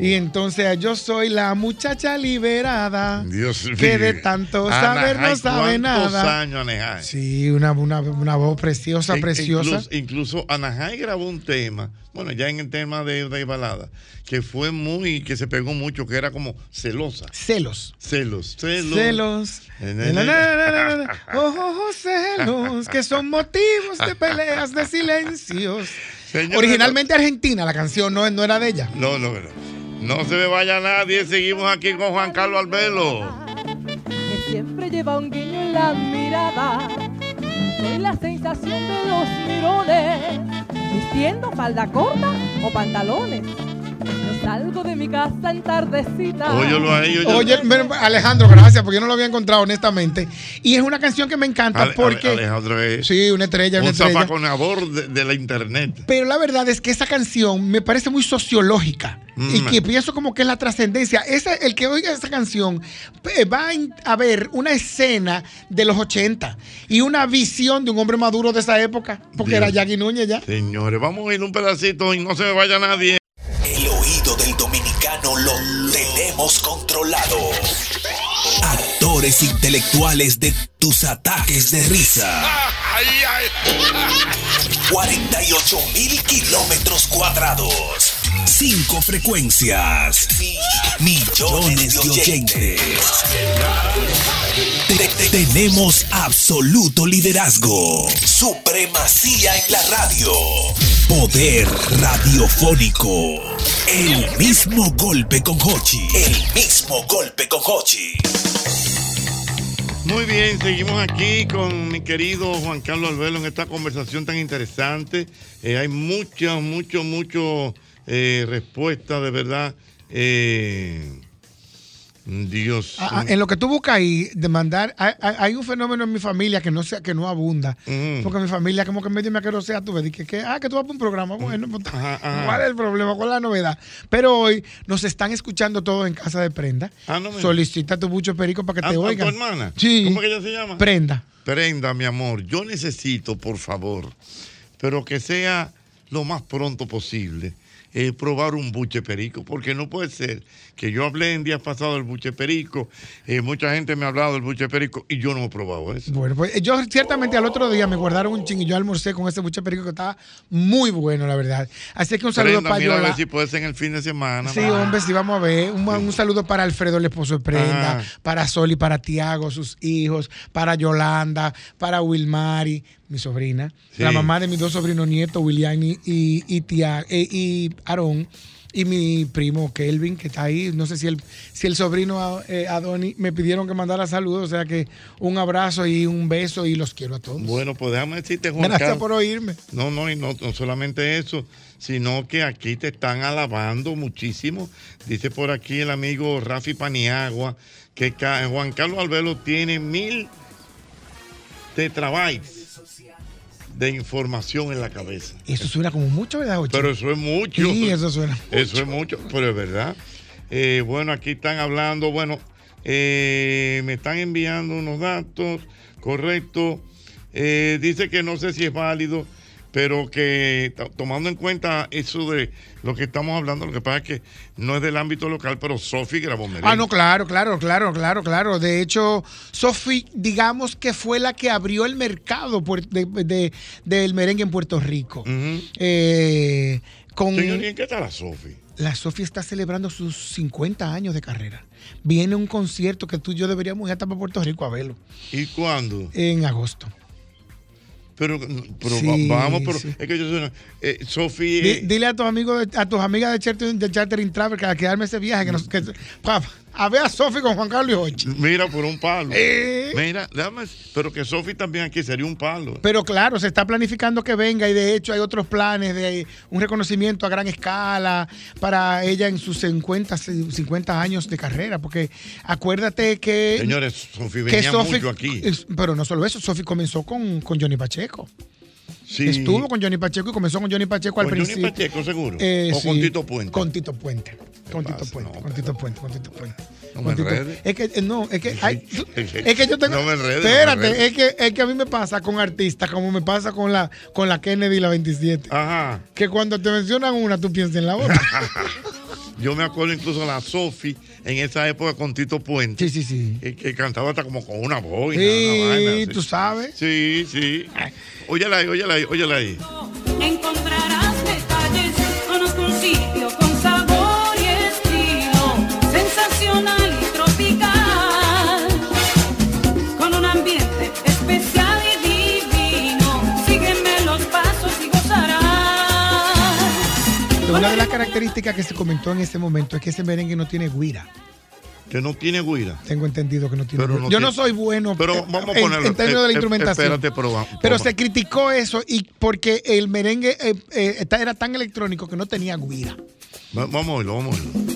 [SPEAKER 21] Y entonces yo soy la muchacha liberada.
[SPEAKER 2] Dios mío.
[SPEAKER 21] Que de tanto saber no
[SPEAKER 2] Anahai,
[SPEAKER 21] sabe
[SPEAKER 2] ¿cuántos
[SPEAKER 21] nada.
[SPEAKER 2] años, Anahai?
[SPEAKER 21] Sí, una, una- una voz preciosa,
[SPEAKER 2] In-
[SPEAKER 21] preciosa.
[SPEAKER 2] Incluso, incluso Anahai grabó un tema, bueno, ya en el tema de, de balada, que fue muy, que se pegó mucho, que era como celosa.
[SPEAKER 21] Celos.
[SPEAKER 2] Celos, celos.
[SPEAKER 21] Celos.
[SPEAKER 2] eh,
[SPEAKER 21] Na, na, na, na, na, na. Ojos celos, que son motivos de peleas, de silencios.
[SPEAKER 2] Señores,
[SPEAKER 21] Originalmente argentina la canción, no, no era de ella.
[SPEAKER 2] No, no, no. No se me vaya nadie, seguimos aquí con Juan Carlos Albelo.
[SPEAKER 11] que siempre lleva un guiño en la mirada. Soy la sensación de los mirones, vistiendo falda corta o pantalones. No salgo de mi casa en tardecita.
[SPEAKER 21] Oye, ven, Alejandro, gracias, porque yo no lo había encontrado, honestamente. Y es una canción que me encanta
[SPEAKER 2] Ale-
[SPEAKER 21] porque.
[SPEAKER 2] Ale- Alejandro es
[SPEAKER 21] sí, una estrella, una
[SPEAKER 2] un
[SPEAKER 21] estrella.
[SPEAKER 2] zapaconador de, de la internet.
[SPEAKER 21] Pero la verdad es que esa canción me parece muy sociológica y
[SPEAKER 2] Mm.
[SPEAKER 21] que pienso como que es la trascendencia. Ese- El que oiga esa canción eh, va a in- a ver una escena de los 80 y una visión de un hombre maduro de esa época, porque
[SPEAKER 2] Dios.
[SPEAKER 21] era Jackie Núñez ya.
[SPEAKER 2] Señores, vamos a ir un pedacito y no se me vaya nadie.
[SPEAKER 22] El oído del dominicano lo tenemos controlado. Actores intelectuales de tus ataques de risa. 48 mil kilómetros cuadrados. Cinco frecuencias. Millones de oyentes. Te- te- Tenemos absoluto liderazgo. Supremacía en la radio. Poder radiofónico. El mismo golpe con Hochi. El mismo golpe con Hochi.
[SPEAKER 2] Muy bien, seguimos aquí con mi querido Juan Carlos Albelo en esta conversación tan interesante. Eh, hay muchas, mucho, mucho eh, respuestas, de verdad. eh, Dios.
[SPEAKER 21] Ah, ah, en lo que tú buscas ahí, de mandar, hay, hay- hay un fenómeno en mi familia que no sea, que no abunda.
[SPEAKER 2] Mm.
[SPEAKER 21] Porque mi familia como que medio me quiero sea, tú ves, que, que, ah, que tú vas para un
[SPEAKER 2] Mm.
[SPEAKER 21] programa, bueno, pues, ¿cuál es el problema? ¿Cuál es la novedad? Pero hoy nos están escuchando todos en casa de prenda.
[SPEAKER 2] Ah, mira.
[SPEAKER 21] Solicita tu bucho perico para que
[SPEAKER 2] Ah, ¿A-
[SPEAKER 21] te
[SPEAKER 2] a
[SPEAKER 21] oigan.
[SPEAKER 2] tu hermana?
[SPEAKER 21] Sí.
[SPEAKER 2] ¿Cómo que ella se llama?
[SPEAKER 21] Prenda.
[SPEAKER 2] Prenda, mi amor, yo necesito, por favor, pero que sea lo más pronto posible, eh, probar un buche perico, porque no puede ser que yo hablé en días pasados del buche perico, eh, mucha gente me ha hablado del buche perico y yo no he probado eso.
[SPEAKER 21] Bueno, pues yo ciertamente al otro día me guardaron un ching y yo almorcé con ese buche perico que estaba muy bueno, la verdad. Así que un saludo
[SPEAKER 2] Prenda,
[SPEAKER 21] para
[SPEAKER 2] mira a
[SPEAKER 21] Yola.
[SPEAKER 2] ver si puede ser en el fin de semana.
[SPEAKER 21] Sí,
[SPEAKER 2] ma.
[SPEAKER 21] hombre, sí, vamos a ver. Un, un saludo para Alfredo, el esposo de Prenda,
[SPEAKER 2] Ajá.
[SPEAKER 21] para Soli, para Tiago, sus hijos, para Yolanda, para Wilmari, mi sobrina,
[SPEAKER 2] Sí.
[SPEAKER 21] la mamá de mis dos sobrinos nietos, William y, y, y, Tia- eh, y Aarón, y mi primo Kelvin, que está ahí. No sé si el, si el sobrino eh, Adoni me pidieron que mandara saludos, o sea que un abrazo y un beso y los quiero a todos.
[SPEAKER 2] Bueno, pues déjame decirte, Juan
[SPEAKER 21] Gracias
[SPEAKER 2] Carlos.
[SPEAKER 21] por oírme.
[SPEAKER 2] No, no, y no, no solamente eso, sino que aquí te están alabando muchísimo. Dice por aquí el amigo Rafi Paniagua que ca- Juan Carlos Albelo tiene mil tetrabytes de información en la cabeza.
[SPEAKER 21] Eso suena como mucho, ¿verdad, Ocho?
[SPEAKER 2] Pero eso es mucho.
[SPEAKER 21] Sí, eso suena.
[SPEAKER 2] Eso es mucho, pero es verdad. Eh, bueno, aquí están hablando, bueno, eh, me están enviando unos datos, correcto. Eh, dice que no sé si es válido, pero que to- tomando en cuenta eso de lo que estamos hablando, lo que pasa es que no es del ámbito local, pero Sofi grabó merengue.
[SPEAKER 21] Ah, no, claro, claro, claro, claro, claro. De hecho, Sofi, digamos que fue la que abrió el mercado puer- de- de- del merengue en Puerto Rico. Eh, con
[SPEAKER 2] Señor, ¿y en qué está la Sofi?
[SPEAKER 21] La Sofi está celebrando sus 50 años de carrera. Viene un concierto que tú y yo deberíamos ir hasta para Puerto Rico a verlo
[SPEAKER 2] ¿Y cuándo?
[SPEAKER 21] en agosto.
[SPEAKER 2] Pero, pero
[SPEAKER 21] Sí,
[SPEAKER 2] va- vamos, pero
[SPEAKER 21] sí.
[SPEAKER 2] es que yo soy una- eh, Sofi
[SPEAKER 21] Di-
[SPEAKER 2] es-
[SPEAKER 21] dile a tus amigos, de- a tus amigas de Chartering, de Chartering Travel que a quedarme ese viaje. Que nos, que- pa- a ver a Sofi con Juan Carlos y Hochi.
[SPEAKER 2] Mira, por un palo.
[SPEAKER 21] ¿Eh?
[SPEAKER 2] Mira, déjame, pero que Sofi también aquí sería un palo.
[SPEAKER 21] Pero claro, se está planificando que venga y de hecho hay otros planes de un reconocimiento a gran escala para ella en sus 50, 50 años de carrera, porque acuérdate que...
[SPEAKER 2] Señores, Sofi
[SPEAKER 21] ¿Eh? que
[SPEAKER 2] venía
[SPEAKER 21] Sofi-
[SPEAKER 2] mucho aquí.
[SPEAKER 21] es- Pero no solo eso, Sofi comenzó con, con Johnny Pacheco.
[SPEAKER 2] Sí.
[SPEAKER 21] Estuvo con Johnny Pacheco y comenzó con Johnny Pacheco al
[SPEAKER 2] Con Johnny
[SPEAKER 21] principio.
[SPEAKER 2] Pacheco, seguro.
[SPEAKER 21] Eh,
[SPEAKER 2] o con
[SPEAKER 21] sí,
[SPEAKER 2] Tito Puente.
[SPEAKER 21] Con Tito Puente. Con Tito
[SPEAKER 2] pasa?
[SPEAKER 21] Puente, con Tito Puente, con Tito Puente.
[SPEAKER 2] No
[SPEAKER 21] con
[SPEAKER 2] me
[SPEAKER 21] Tito-
[SPEAKER 2] enredes.
[SPEAKER 21] Es que eh, no, es que hay- es que yo tengo.
[SPEAKER 2] No me enredes, no me
[SPEAKER 21] espérate,
[SPEAKER 2] enredes.
[SPEAKER 21] es, que, es que a mí me pasa con artistas, como me pasa con la, con la Kennedy y la 27.
[SPEAKER 2] Ajá.
[SPEAKER 21] Que cuando te mencionan una, tú piensas en la otra.
[SPEAKER 2] Yo me acuerdo incluso la Sofi en esa época con Tito Puente.
[SPEAKER 21] Sí, sí, sí.
[SPEAKER 2] Que, que cantaba hasta como con una boina. una vaina
[SPEAKER 21] sí,
[SPEAKER 2] así.
[SPEAKER 21] tú sabes.
[SPEAKER 2] Sí, sí. Óyela ahí, óyela ahí, óyela ahí.
[SPEAKER 26] Encontrarás detalles, conozco un sitio con sabor y estilo, sensacional y tropical, con un ambiente especial y divino, sígueme los pasos y gozarás.
[SPEAKER 21] Una de las características que se comentó en ese momento es que ese merengue no tiene guira.
[SPEAKER 2] Que no tiene guira.
[SPEAKER 21] Tengo entendido que no tiene
[SPEAKER 2] Pero
[SPEAKER 21] guira.
[SPEAKER 2] no
[SPEAKER 21] Yo no
[SPEAKER 2] tiene-
[SPEAKER 21] soy bueno
[SPEAKER 2] Pero
[SPEAKER 21] eh,
[SPEAKER 2] vamos a
[SPEAKER 21] en-
[SPEAKER 2] ponerlo.
[SPEAKER 21] en, términos de la
[SPEAKER 2] Eh, eh,
[SPEAKER 21] instrumentación.
[SPEAKER 2] Espérate, pero va-
[SPEAKER 21] Pero
[SPEAKER 2] vamos.
[SPEAKER 21] se criticó eso y porque el merengue eh, eh, está- era tan electrónico que no tenía guira.
[SPEAKER 2] Va- Vamos a oírlo, vamos a oírlo.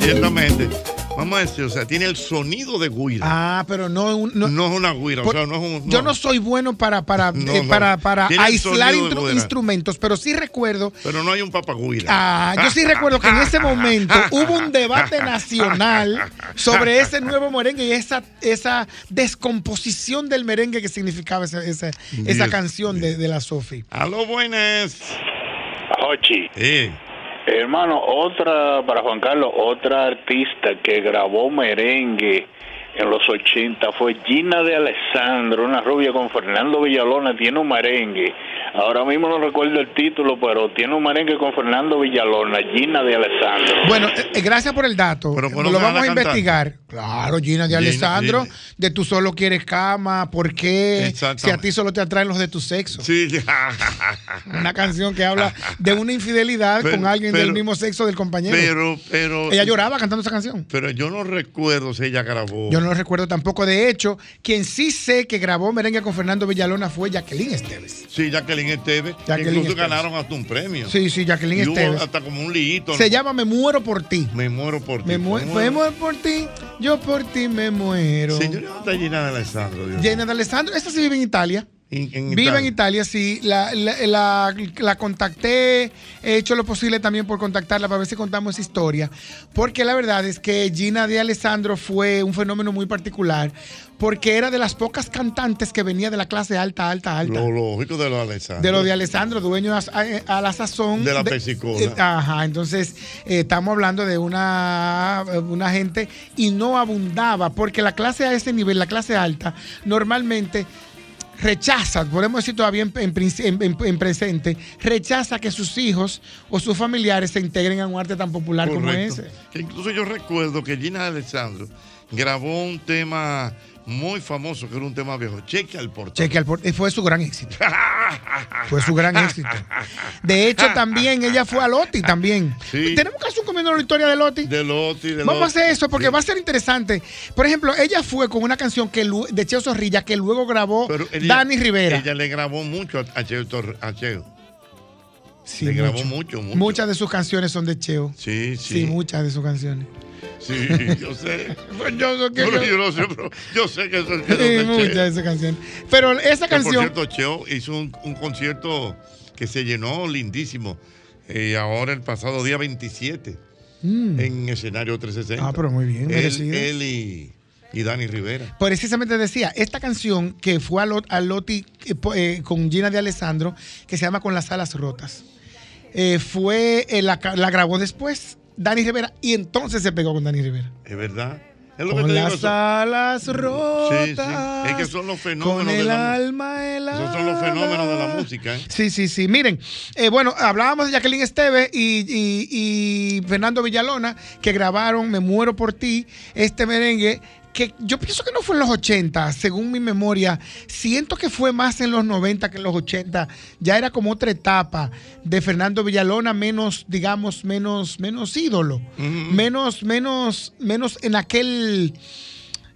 [SPEAKER 2] Ciertamente. Vamos a decir, o sea, tiene el sonido de guira.
[SPEAKER 21] Ah, pero no, un- no,
[SPEAKER 2] no es una guira,
[SPEAKER 21] Por-
[SPEAKER 2] o sea, no es un.
[SPEAKER 21] Yo no soy bueno para, para,
[SPEAKER 2] No,
[SPEAKER 21] eh,
[SPEAKER 2] no.
[SPEAKER 21] para, para
[SPEAKER 2] Tiene el
[SPEAKER 21] aislar
[SPEAKER 2] sonido de
[SPEAKER 21] intru-
[SPEAKER 2] buena.
[SPEAKER 21] instrumentos, pero sí recuerdo.
[SPEAKER 2] Pero no hay un papagüira.
[SPEAKER 21] Ah, yo sí recuerdo que en ese momento hubo un debate nacional sobre ese nuevo merengue y esa, esa descomposición del merengue que significaba esa, esa, esa
[SPEAKER 2] Dios
[SPEAKER 21] canción de, de la Sofi.
[SPEAKER 2] Aló, buenas.
[SPEAKER 5] Jochi. Hermano, otra, para Juan Carlos, otra artista que grabó merengue en los 80 fue Gina de Alessandro, una rubia con Fernando Villalona, tiene un merengue. Ahora mismo no recuerdo el título, pero tiene un merengue con Fernando Villalona, Gina de Alessandro.
[SPEAKER 21] Bueno, eh, eh, gracias por el dato.
[SPEAKER 5] bueno,
[SPEAKER 21] lo
[SPEAKER 5] me van
[SPEAKER 21] vamos a
[SPEAKER 5] a cantar.
[SPEAKER 21] investigar. Claro, Gina de
[SPEAKER 5] Gina,
[SPEAKER 21] Alessandro,
[SPEAKER 5] Gina.
[SPEAKER 21] de tú solo quieres cama, ¿por qué? Si a ti solo te atraen los de tu sexo.
[SPEAKER 2] Sí,
[SPEAKER 21] Una canción que habla de una infidelidad
[SPEAKER 2] Pero-
[SPEAKER 21] con alguien del
[SPEAKER 2] pero-
[SPEAKER 21] mismo sexo del compañero.
[SPEAKER 2] Pero, pero.
[SPEAKER 21] Ella lloraba cantando esa canción.
[SPEAKER 2] Pero yo no recuerdo si ella grabó.
[SPEAKER 21] Yo no lo recuerdo tampoco. De hecho, quien sí sé que grabó merengue con Fernando Villalona fue Jacqueline Esteves.
[SPEAKER 2] Sí, Jacqueline Esteves. que
[SPEAKER 21] Jacqueline
[SPEAKER 2] incluso
[SPEAKER 21] Esteves.
[SPEAKER 2] ganaron hasta un premio.
[SPEAKER 21] Sí, sí, Jacqueline
[SPEAKER 2] Y hubo
[SPEAKER 21] Esteves.
[SPEAKER 2] hasta como un liguito. ¿no?
[SPEAKER 21] Se llama Me muero por ti.
[SPEAKER 2] Me muero por ti.
[SPEAKER 21] Me, mu-
[SPEAKER 2] Me
[SPEAKER 21] me
[SPEAKER 2] muero.
[SPEAKER 21] muero por ti, yo por ti me muero.
[SPEAKER 2] Señores, ¿dónde está Gina de Alessandro? Dios
[SPEAKER 21] Llena de Alessandro, esta sí vive en Italia. vive en Italia, sí. La, la, la- la contacté, he hecho lo posible también por contactarla para ver si contamos esa historia. Porque la verdad es que Gina de Alessandro fue un fenómeno muy particular, porque era de las pocas cantantes que venía de la clase alta, alta, alta.
[SPEAKER 2] Lo lógico de los Alessandro.
[SPEAKER 21] De lo de Alessandro, dueño a, a- a la sazón.
[SPEAKER 2] De la pepsicola.
[SPEAKER 21] eh, ajá, entonces eh, estamos hablando de una, una gente y no abundaba, porque la clase a ese nivel, la clase alta, normalmente rechaza, podemos decir todavía en, en prin- en- en- en presente, rechaza que sus hijos o sus familiares se integren a un arte tan popular como
[SPEAKER 2] Correcto.
[SPEAKER 21] ese.
[SPEAKER 2] Que incluso yo recuerdo que Gina de Alessandro grabó un tema muy famoso, que era un tema viejo. Cheque al portal.
[SPEAKER 21] Cheque al por- eh, fue su gran éxito. Fue su gran éxito. De hecho, también ella fue a Lotti también. Tenemos que hacer un comiendo la historia de Lotti.
[SPEAKER 2] De Lotti, de
[SPEAKER 21] Vamos a
[SPEAKER 2] Lotti.
[SPEAKER 21] hacer eso porque va a ser interesante. Por ejemplo, ella fue con una canción que lu- de Cheo Zorrilla que luego grabó
[SPEAKER 2] Ella-
[SPEAKER 21] Dani Rivera.
[SPEAKER 2] Ella le grabó mucho a- a Cheo. Tor- a Cheo.
[SPEAKER 21] Sí,
[SPEAKER 2] le grabó
[SPEAKER 21] mucho.
[SPEAKER 2] mucho, mucho.
[SPEAKER 21] Muchas de sus canciones son de Cheo.
[SPEAKER 2] Sí,
[SPEAKER 21] Sí,
[SPEAKER 2] sí.
[SPEAKER 21] muchas de sus canciones.
[SPEAKER 2] Sí, yo sé.
[SPEAKER 21] Pues yo sé que
[SPEAKER 2] No,
[SPEAKER 21] yo-
[SPEAKER 2] yo no sé, pero yo sé que eso es
[SPEAKER 21] Sí, muchas de sus canciones. Pero esa canción.
[SPEAKER 2] Que, por cierto, Cheo hizo un, un concierto que se llenó lindísimo. eh, ahora el pasado día 27
[SPEAKER 21] Mm.
[SPEAKER 2] en escenario 360.
[SPEAKER 21] Ah, pero muy bien,
[SPEAKER 2] Él,
[SPEAKER 21] merecido.
[SPEAKER 2] él y, y Dani Rivera.
[SPEAKER 21] precisamente decía, esta canción que fue a, Lot- a Lotti eh, po- eh, con Gina de Alessandro, que se llama Con las alas rotas, eh, fue, eh, la, ca- la grabó después Dani Rivera y entonces se pegó con Dani Rivera.
[SPEAKER 2] Es verdad. Es lo que
[SPEAKER 21] Con
[SPEAKER 2] te digo,
[SPEAKER 21] las
[SPEAKER 2] eso-
[SPEAKER 21] alas
[SPEAKER 2] Sí, sí.
[SPEAKER 21] rotas.
[SPEAKER 2] Es que son los fenómenos
[SPEAKER 21] Con
[SPEAKER 2] de
[SPEAKER 21] el
[SPEAKER 2] la mu-
[SPEAKER 21] alma helada.
[SPEAKER 2] Esos son los fenómenos de la música. ¿eh?
[SPEAKER 21] Sí, sí, sí. Miren, eh, bueno, hablábamos de Jacqueline Esteves y, y- y Fernando Villalona que grabaron Me Muero por Ti, este merengue, que yo pienso que no fue en los 80, según mi memoria. Siento que fue más en los 90 que en los 80. Ya era como otra etapa de Fernando Villalona, menos, digamos, menos, menos ídolo. Menos, menos, menos en aquel.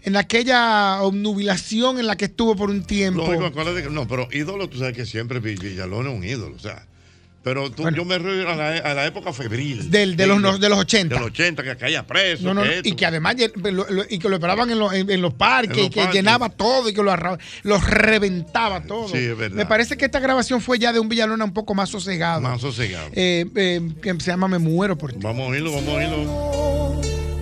[SPEAKER 21] En aquella obnubilación en la que estuvo por un tiempo.
[SPEAKER 2] Lógico, acuérdate que- no, pero ídolo, tú sabes que siempre Vill- Villalona es un ídolo, o sea. Pero tú, yo me refiero a la, a la época febril.
[SPEAKER 21] Del- de los no- de los 80.
[SPEAKER 2] De los 80, que caía preso.
[SPEAKER 21] No, no,
[SPEAKER 2] que esto,
[SPEAKER 21] y que además llen- lo- lo- y que lo esperaban en, los- en- en los parques,
[SPEAKER 2] En los
[SPEAKER 21] y que
[SPEAKER 2] parques.
[SPEAKER 21] llenaba todo y que lo arra- los reventaba todo.
[SPEAKER 2] Sí, es verdad.
[SPEAKER 21] Me parece que esta grabación fue ya de un Villalona un poco más sosegado.
[SPEAKER 2] más sosegado.
[SPEAKER 21] Eh, eh, que se llama Me muero por ti.
[SPEAKER 2] Vamos a oírlo, vamos a oírlo.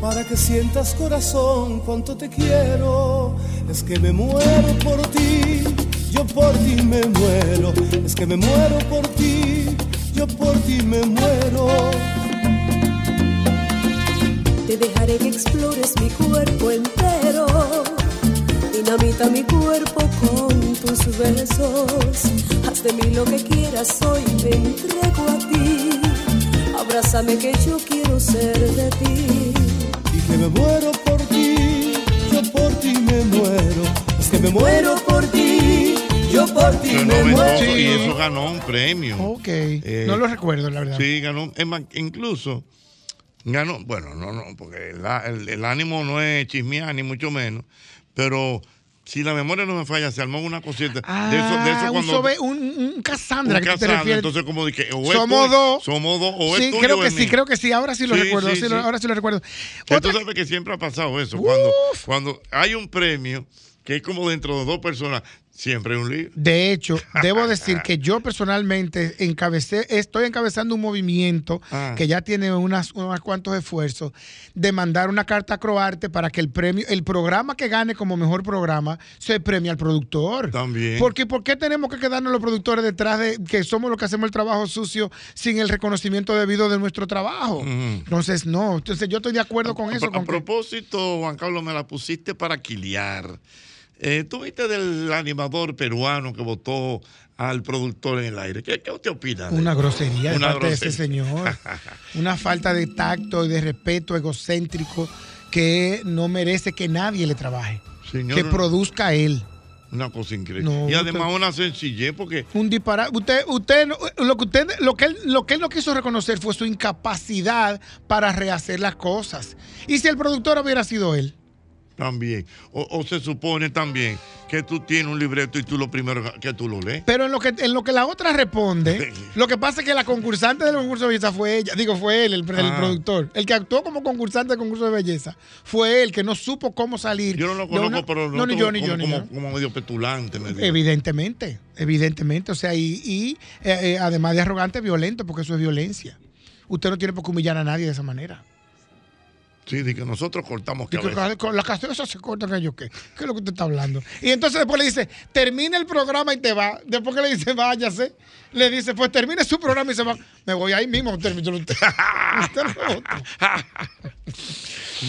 [SPEAKER 24] Para que sientas corazón cuánto te quiero, es que me muero por ti, yo por ti me muero, es que me muero por ti, yo por ti me muero.
[SPEAKER 3] Te dejaré que explores mi cuerpo entero. Dinamita mi cuerpo con tus besos. Haz de mí lo que quieras, hoy me entrego a ti. Abrázame que yo quiero ser de ti.
[SPEAKER 24] Y que me muero por ti, yo por ti me muero, es que me muero por ti, yo por ti
[SPEAKER 2] Pero
[SPEAKER 24] me
[SPEAKER 2] no,
[SPEAKER 24] muero.
[SPEAKER 2] eso- Y eso ganó un premio. Eh,
[SPEAKER 21] Ok. no lo recuerdo, la verdad.
[SPEAKER 2] Sí, ganó. Es más, incluso ganó. Bueno, no, no, porque el, el- el ánimo no es chismear, ni mucho menos. Pero si la memoria no me falla, se armó una cosita. de eso, de
[SPEAKER 21] Ah,
[SPEAKER 2] eso
[SPEAKER 21] un,
[SPEAKER 2] cuando.
[SPEAKER 21] sobe- un, un Cassandra
[SPEAKER 2] un
[SPEAKER 21] que tú te
[SPEAKER 2] casado,
[SPEAKER 21] refieres.
[SPEAKER 2] Entonces, como de que. o es
[SPEAKER 21] Somos
[SPEAKER 2] tuyo-
[SPEAKER 21] dos.
[SPEAKER 2] Somos dos, o es
[SPEAKER 21] sí,
[SPEAKER 2] tuyo
[SPEAKER 21] creo
[SPEAKER 2] o
[SPEAKER 21] que
[SPEAKER 2] es
[SPEAKER 21] sí,
[SPEAKER 2] mío.
[SPEAKER 21] creo que sí, ahora sí lo
[SPEAKER 2] Sí,
[SPEAKER 21] recuerdo,
[SPEAKER 2] sí,
[SPEAKER 21] sí lo-
[SPEAKER 2] sí.
[SPEAKER 21] ahora sí lo recuerdo.
[SPEAKER 2] Que tú sabes que siempre ha pasado eso. Cuando, cuando hay un premio que es como dentro de dos personas, siempre hay un lío.
[SPEAKER 21] De hecho, debo decir que yo personalmente encabecé, estoy encabezando un movimiento
[SPEAKER 2] Ah.
[SPEAKER 21] que ya tiene unas, unos cuantos esfuerzos de mandar una carta a Croarte para que el premio, el programa que gane como mejor programa, se premie al productor.
[SPEAKER 2] También.
[SPEAKER 21] Porque ¿por qué tenemos que quedarnos los productores detrás de que somos los que hacemos el trabajo sucio sin el reconocimiento debido de nuestro trabajo? Entonces, no, entonces yo estoy de acuerdo con eso.
[SPEAKER 2] A
[SPEAKER 21] con que-
[SPEAKER 2] propósito, Juan Carlos, me la pusiste para quiliar. Eh, ¿Tú viste del animador peruano que votó al productor en el aire? ¿Qué, qué usted opina? de
[SPEAKER 21] Una
[SPEAKER 2] eso?
[SPEAKER 21] grosería de
[SPEAKER 2] Una
[SPEAKER 21] parte de ese
[SPEAKER 2] grosería.
[SPEAKER 21] señor. Una falta de tacto y de respeto egocéntrico que no merece que nadie le trabaje.
[SPEAKER 2] Señor,
[SPEAKER 21] que produzca él.
[SPEAKER 2] Una cosa increíble.
[SPEAKER 21] No,
[SPEAKER 2] y además
[SPEAKER 21] usted-
[SPEAKER 2] una sencillez porque
[SPEAKER 21] Un disparate. Usted, usted, no- lo que usted, lo que él, lo que él no quiso reconocer fue su incapacidad para rehacer las cosas. Y si el productor hubiera sido él.
[SPEAKER 2] también, o, o se supone también que tú tienes un libreto y tú lo primero que tú lo lees.
[SPEAKER 21] Pero en lo que, en lo que la otra responde, lo que pasa es que la concursante del concurso de belleza fue ella, digo, fue él, el, el
[SPEAKER 2] Ah.
[SPEAKER 21] productor. El que actuó como concursante del concurso de belleza fue él, que no supo cómo salir. Yo no
[SPEAKER 2] Lo conozco, pero
[SPEAKER 21] No, ni
[SPEAKER 2] noto
[SPEAKER 21] yo, ni
[SPEAKER 2] como,
[SPEAKER 21] yo, ni
[SPEAKER 2] como,
[SPEAKER 21] yo.
[SPEAKER 2] como medio petulante. medio-
[SPEAKER 21] Evidentemente, evidentemente. O sea, y, y, eh, eh, además de arrogante, violento, porque eso es violencia. Usted no tiene por qué humillar a nadie de esa manera.
[SPEAKER 2] Sí, de que nosotros cortamos
[SPEAKER 21] Y que
[SPEAKER 2] cabeza.
[SPEAKER 21] con- con las cabezas se cortan que yo qué. ¿Qué es lo que usted está hablando? Y entonces después le dice, termina el programa y te va. Después que le dice, váyase, le dice, pues termine su programa y se va. Me voy ahí mismo. termino- Usted no votó.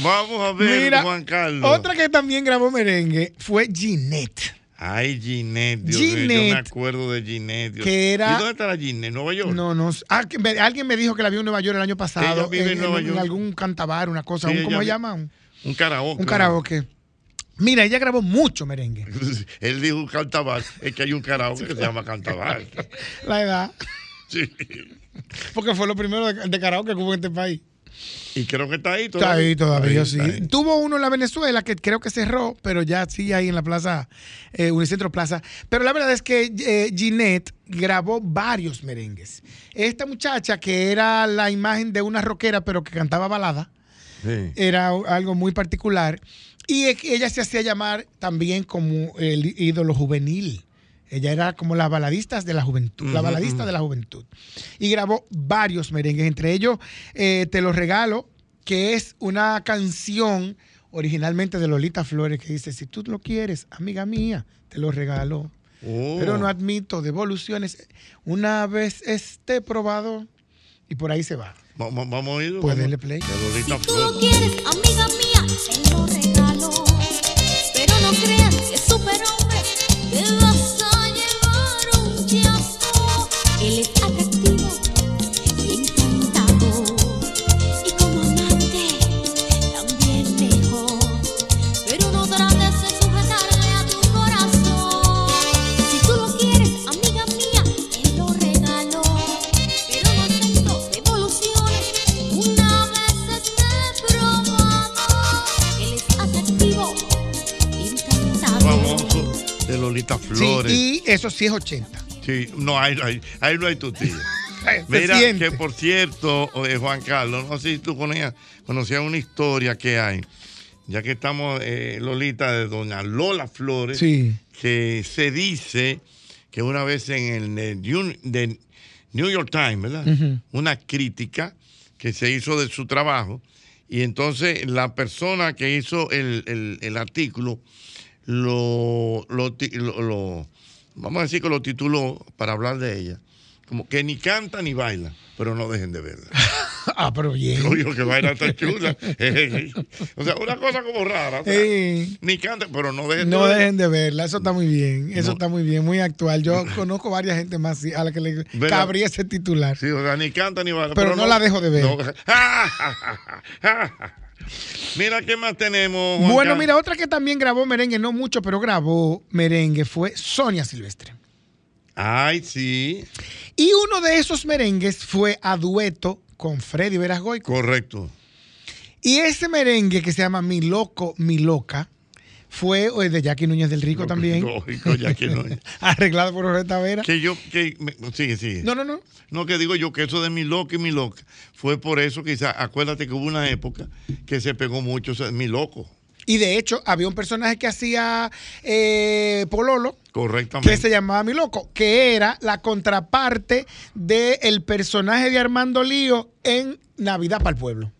[SPEAKER 2] Vamos a ver, Juan Carlos.
[SPEAKER 21] otra que también grabó merengue fue Ginette.
[SPEAKER 2] Ay, Ginette, Dios mío, yo me
[SPEAKER 21] Ginette.
[SPEAKER 2] acuerdo de Ginette. Dios-
[SPEAKER 21] Que era-
[SPEAKER 2] ¿Y dónde está la Ginette? ¿En ¿Nueva York?
[SPEAKER 21] No, no. sé. Ah, que me- alguien me dijo que la vio en Nueva York el año pasado.
[SPEAKER 2] Ella vive en Nueva York.
[SPEAKER 21] algún cantabar, una cosa.
[SPEAKER 2] Sí,
[SPEAKER 21] un-
[SPEAKER 2] ella
[SPEAKER 21] ¿Cómo se
[SPEAKER 2] vi-
[SPEAKER 21] llama? Un,
[SPEAKER 2] Un karaoke.
[SPEAKER 21] un karaoke. Mira, ella grabó mucho merengue.
[SPEAKER 2] Él dijo cantabar. Es que hay un karaoke que se llama cantabar.
[SPEAKER 21] La edad.
[SPEAKER 2] Sí.
[SPEAKER 21] Porque fue lo primero de, de karaoke que hubo en este país.
[SPEAKER 2] Y creo que está ahí
[SPEAKER 21] Está
[SPEAKER 2] todavía.
[SPEAKER 21] ahí todavía, sí.
[SPEAKER 2] está ahí.
[SPEAKER 21] Tuvo uno en la Venezuela que creo que cerró, pero ya sigue ahí en la plaza, eh, Unicentro Plaza. Pero la verdad es que eh, Ginette grabó varios merengues. Esta muchacha que era la imagen de una rockera, pero que cantaba balada,
[SPEAKER 2] Sí.
[SPEAKER 21] era u- algo muy particular. Y es que ella se hacía llamar también como el í- ídolo juvenil. Ella era como la baladista de la juventud, la
[SPEAKER 2] Ujú,
[SPEAKER 21] baladista
[SPEAKER 2] ujú.
[SPEAKER 21] de la juventud. Y grabó varios merengues, entre ellos eh, Te los regalo, que es una canción originalmente de Lolita Flores que dice, si tú lo quieres, amiga mía, te lo regalo.
[SPEAKER 2] Oh.
[SPEAKER 21] Pero no admito devoluciones. Una vez esté probado, y por ahí se va.
[SPEAKER 2] Va- va- vamos a oírlo.
[SPEAKER 21] Pues
[SPEAKER 2] vamos.
[SPEAKER 21] dele play.
[SPEAKER 2] De Lolita
[SPEAKER 26] Tú lo
[SPEAKER 2] Flores.
[SPEAKER 26] quieres, amiga mía, te lo regalo. Pero no creas que es superhombre, te vas a llevar un chasco. Él es atractivo y encantado. Y como amante, también mejor. Pero no trates de sujetarle a tu corazón. Si tú lo quieres, amiga mía, te lo regalo. Pero no acepto devoluciones. Una vez esté probado, él es atractivo, encantador.
[SPEAKER 2] Famoso de Lolita Flores.
[SPEAKER 21] Sí, y eso sí es 80.
[SPEAKER 2] Sí, no, ahí, ahí- ahí no hay tu tío.
[SPEAKER 21] Se
[SPEAKER 2] Mira,
[SPEAKER 21] siente.
[SPEAKER 2] que por cierto, eh, Juan Carlos, no sé si tú conocías, conocías una historia que hay, ya que estamos, eh, Lolita, de doña Lola Flores,
[SPEAKER 21] Sí.
[SPEAKER 2] que se dice que una vez en el, eh, New- de New York Times, ¿verdad?
[SPEAKER 21] Ujú.
[SPEAKER 2] Una crítica que se hizo de su trabajo, y entonces la persona que hizo el, el- el artículo lo- lo ti- lo- lo, vamos a decir que lo tituló para hablar de ella, como que ni canta ni baila, pero no dejen de verla.
[SPEAKER 21] Ah, pero bien.
[SPEAKER 2] Obvio que baila tan chula. o sea, una cosa como rara. o sea, Ni canta, pero no dejen
[SPEAKER 21] No
[SPEAKER 2] de verla.
[SPEAKER 21] dejen de verla, eso está muy bien, eso está muy bien, muy actual. Yo conozco varias gente más sí, a la que le
[SPEAKER 2] Verla.
[SPEAKER 21] cabría ese titular.
[SPEAKER 2] Sí, o sea, ni canta ni baila.
[SPEAKER 21] Pero no la dejo de ver.
[SPEAKER 2] no. mira, ¿qué más tenemos? Juan
[SPEAKER 21] Bueno,
[SPEAKER 2] Carlos?
[SPEAKER 21] mira, otra que también grabó merengue, no mucho, pero grabó merengue fue Sonia Silvestre.
[SPEAKER 2] Ay, sí.
[SPEAKER 21] Y uno de esos merengues fue a dueto con Freddy Verasgoy.
[SPEAKER 2] Correcto.
[SPEAKER 21] Y ese merengue que se llama Mi Loco, Mi Loca, fue eh, de Jackie Núñez del Rico también,
[SPEAKER 2] Lógico, ya que no es.
[SPEAKER 21] arreglado por Roreta Vera.
[SPEAKER 2] Que yo, que, me- sigue, sigue.
[SPEAKER 21] No, no, no.
[SPEAKER 2] No, que digo yo que eso de mi loco y mi loca fue por eso, quizás, acuérdate que hubo una época que se pegó mucho o sea, mi loco,
[SPEAKER 21] Y de hecho, había un personaje que hacía eh, Pololo,
[SPEAKER 2] correctamente.
[SPEAKER 21] que se llamaba Mi Loco, que era la contraparte del personaje de Armando Lío en Navidad para el Pueblo.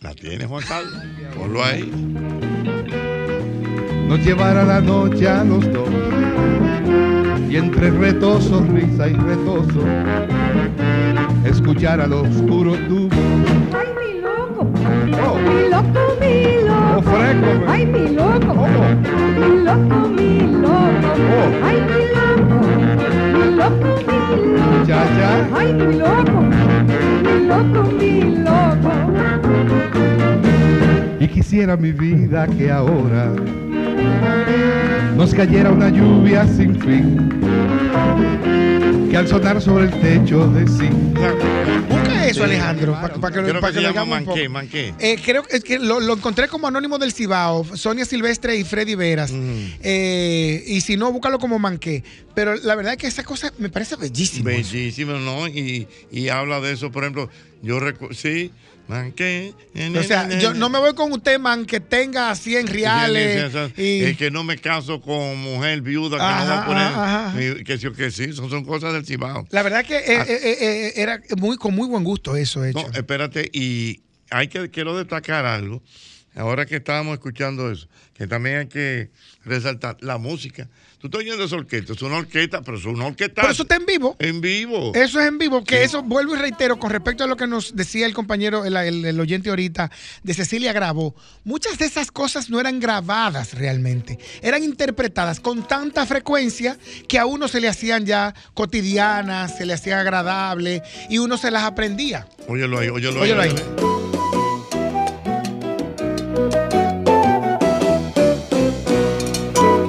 [SPEAKER 2] La tiene Juan Carlos. Ponlo ahí.
[SPEAKER 4] nos llevará la noche a los dos. Y entre retosos, risa y retoso, escuchar al oscuro tubo.
[SPEAKER 15] Ay, mi loco, mi loco, mi loco.
[SPEAKER 4] Oh, fresco.
[SPEAKER 1] Ay, mi loco. Mi loco, mi loco. Ay, mi loco. Mi loco, mi loco. Ay, mi loco. Mi loco, mi loco.
[SPEAKER 4] Y quisiera mi vida que ahora nos cayera una lluvia sin fin. Que al sonar sobre el techo de zinc.
[SPEAKER 21] Busca eso, Alejandro, para que,
[SPEAKER 2] Creo
[SPEAKER 21] lo- pa'
[SPEAKER 2] que
[SPEAKER 21] que
[SPEAKER 2] se
[SPEAKER 21] lo
[SPEAKER 2] llama
[SPEAKER 21] hagamos un poco.
[SPEAKER 2] Manqué, Manqué.
[SPEAKER 21] Eh, creo que, es que lo, lo encontré como anónimo del Cibao, Sonia Silvestre y Freddy Veras. Eh, y si no, búscalo como manqué. Pero la verdad es que esa cosa me parece bellísima.
[SPEAKER 2] Bellísimo, ¿no? Y, y habla de eso, por ejemplo, yo recuerdo, sí, eh, manqué.
[SPEAKER 21] O sea, yo no me voy con usted, man, que tenga 100 reales. y-
[SPEAKER 2] Es que no me caso con mujer viuda que no va
[SPEAKER 21] Ajá,
[SPEAKER 2] a poner.
[SPEAKER 21] ajá, ajá.
[SPEAKER 2] eh, Que sí, que sí, son, son cosas del cibao.
[SPEAKER 21] La verdad que eh, eh, eh, era muy, con muy buen gusto eso hecho.
[SPEAKER 2] Ah. No, eh, espérate, y hay que quiero destacar algo. Ahora que estábamos escuchando eso, que también hay que resaltar la música. Tú estás oyendo esa orquesta, es una orquesta, pero es una orquesta. Pero eso
[SPEAKER 21] está en vivo.
[SPEAKER 2] En vivo.
[SPEAKER 21] Eso es en vivo, que eso, vuelvo y reitero, con respecto a lo que nos decía el compañero, el, el- el oyente ahorita, de Cecilia Grabó, muchas de esas cosas no eran grabadas realmente, eran interpretadas con tanta frecuencia que a uno se le hacían ya cotidianas, se le hacían agradables y uno se las aprendía.
[SPEAKER 2] Óyelo ahí, óyelo,
[SPEAKER 21] Óyelo
[SPEAKER 2] ahí.
[SPEAKER 21] ahí.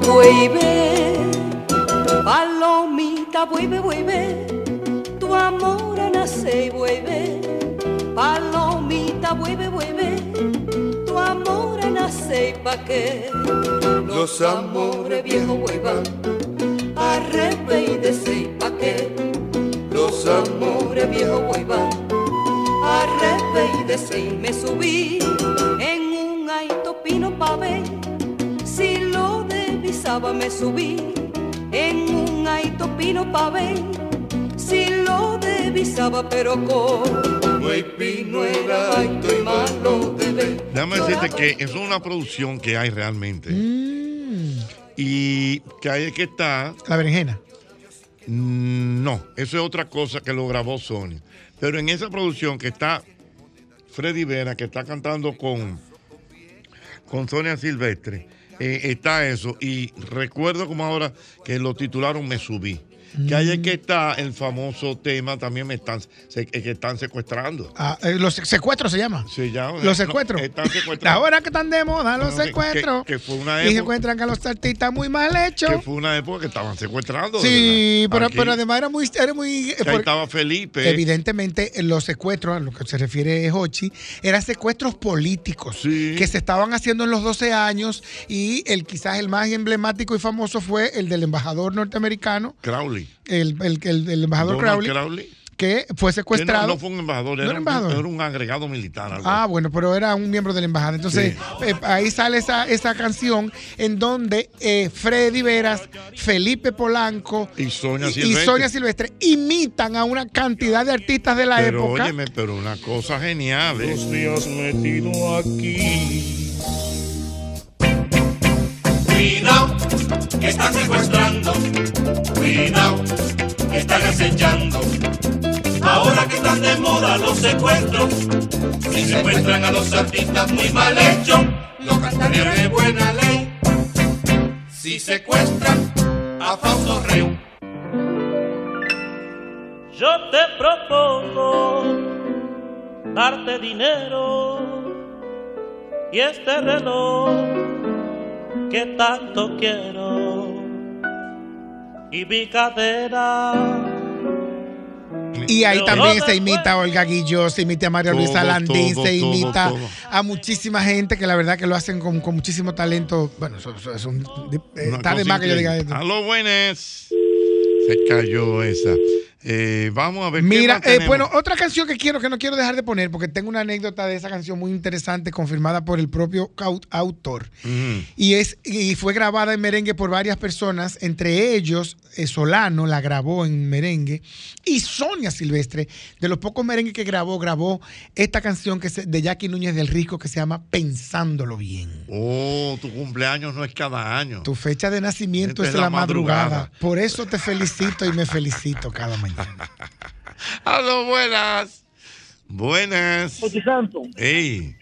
[SPEAKER 17] Vuelve, palomita, vuelve, vuelve, tu amor a nacer, vuelve. Palomita, vuelve, vuelve, tu amor a nacer, pa' que
[SPEAKER 6] Los amores viejos vuelvan,
[SPEAKER 17] arrepentese, pa' que
[SPEAKER 6] los amores
[SPEAKER 17] viejos vuelvan, arrepentese. Y me subí en un alto pino pa' ver si lo devisaba me subí en un alto pino pa' ver si lo devisaba pero como el pino era alto y malo de ver
[SPEAKER 2] Déjame decirte que es una producción que hay realmente. Hmm. Y que hay que estar.
[SPEAKER 21] La berenjena.
[SPEAKER 2] Mm, No, eso es otra cosa que lo grabó Sony. Pero en esa producción que está Freddy Vera, que está cantando con, con Sonia Silvestre, eh, está eso. Y recuerdo como ahora que lo titularon Me Subí. Que ahí es
[SPEAKER 21] Mm.
[SPEAKER 2] que está el famoso tema también me están, se- eh, que están secuestrando.
[SPEAKER 21] Ah, eh, los secuestros se llama.
[SPEAKER 2] Se llama-
[SPEAKER 21] Los secuestros.
[SPEAKER 2] No, están secuestrando.
[SPEAKER 21] Ahora que están de moda los
[SPEAKER 2] Bueno, que-
[SPEAKER 21] secuestros.
[SPEAKER 2] que- que fue una
[SPEAKER 21] y se
[SPEAKER 2] época-
[SPEAKER 21] encuentran que los artistas muy mal
[SPEAKER 2] Que
[SPEAKER 21] hechos.
[SPEAKER 2] fue una época que estaban secuestrando.
[SPEAKER 21] Sí,
[SPEAKER 2] ¿verdad?
[SPEAKER 21] pero,
[SPEAKER 2] Aquí,
[SPEAKER 21] pero además era muy... Era muy
[SPEAKER 2] que ahí
[SPEAKER 21] porque-
[SPEAKER 2] estaba Felipe.
[SPEAKER 21] Evidentemente, en los secuestros, a lo que se refiere Hochi, eran secuestros políticos que se estaban haciendo en los 12 años y el quizás el más emblemático y famoso fue el del embajador norteamericano,
[SPEAKER 2] Crowley.
[SPEAKER 21] el, el- el- el embajador
[SPEAKER 2] Donald
[SPEAKER 21] Crowley, que fue secuestrado.
[SPEAKER 2] No, no fue un embajador,
[SPEAKER 21] ¿No
[SPEAKER 2] era,
[SPEAKER 21] era
[SPEAKER 2] un-
[SPEAKER 21] embajador?
[SPEAKER 2] era un agregado militar. algo.
[SPEAKER 21] Ah, bueno, pero era un miembro de la embajada. Entonces, eh, ahí sale esa, esa canción en donde eh, Freddy Veras, Felipe Polanco
[SPEAKER 2] y Sonia
[SPEAKER 21] Ah, y
[SPEAKER 2] Silvestre.
[SPEAKER 21] Sonia Silvestre imitan a una cantidad de artistas de la
[SPEAKER 2] pero
[SPEAKER 21] época.
[SPEAKER 2] óyeme, pero una cosa genial. ¿eh?
[SPEAKER 6] metido aquí.
[SPEAKER 11] Cuidado, que están secuestrando. Cuidado, que están acechando. Ahora que están de moda los secuestros. Si secuestran a los artistas muy mal hechos, lo cantarían de buena ley. Si secuestran a Fausto Reu.
[SPEAKER 28] Yo te propongo darte dinero y este reloj que tanto quiero y mi cadera.
[SPEAKER 21] Y ahí
[SPEAKER 28] Pero
[SPEAKER 21] también
[SPEAKER 28] no
[SPEAKER 21] se imita a Olga Guillot, se imita a María
[SPEAKER 2] Todo,
[SPEAKER 21] Luisa Landín,
[SPEAKER 2] todo,
[SPEAKER 21] se
[SPEAKER 2] todo,
[SPEAKER 21] imita
[SPEAKER 2] todo.
[SPEAKER 21] a muchísima gente que la verdad que lo hacen con, con muchísimo talento. Bueno, eso, eso- eso, eh,
[SPEAKER 2] Una
[SPEAKER 21] está de
[SPEAKER 2] cosa
[SPEAKER 21] más que yo diga
[SPEAKER 2] increíble.
[SPEAKER 21] esto.
[SPEAKER 2] A los buenos. Se cayó esa. Eh, vamos a ver.
[SPEAKER 21] Mira,
[SPEAKER 2] ¿qué más
[SPEAKER 21] eh,
[SPEAKER 2] tenemos?
[SPEAKER 21] bueno, otra canción que quiero, que no quiero dejar de poner, porque tengo una anécdota de esa canción muy interesante, confirmada por el propio cau- autor. Y, es, y fue grabada en merengue por varias personas, entre ellos eh, Solano la grabó en merengue y Sonia Silvestre, de los pocos merengues que grabó, grabó esta canción que se- de Jackie Núñez del Risco que se llama Pensándolo Bien.
[SPEAKER 2] Oh, tu cumpleaños no es cada año.
[SPEAKER 21] Tu fecha de nacimiento
[SPEAKER 2] Esta
[SPEAKER 21] es,
[SPEAKER 2] es
[SPEAKER 21] la,
[SPEAKER 2] la
[SPEAKER 21] madrugada.
[SPEAKER 2] madrugada.
[SPEAKER 21] por eso te felicito y me felicito cada mañana.
[SPEAKER 2] A los buenas. Buenas.
[SPEAKER 1] Oye, Santo,
[SPEAKER 2] Ey,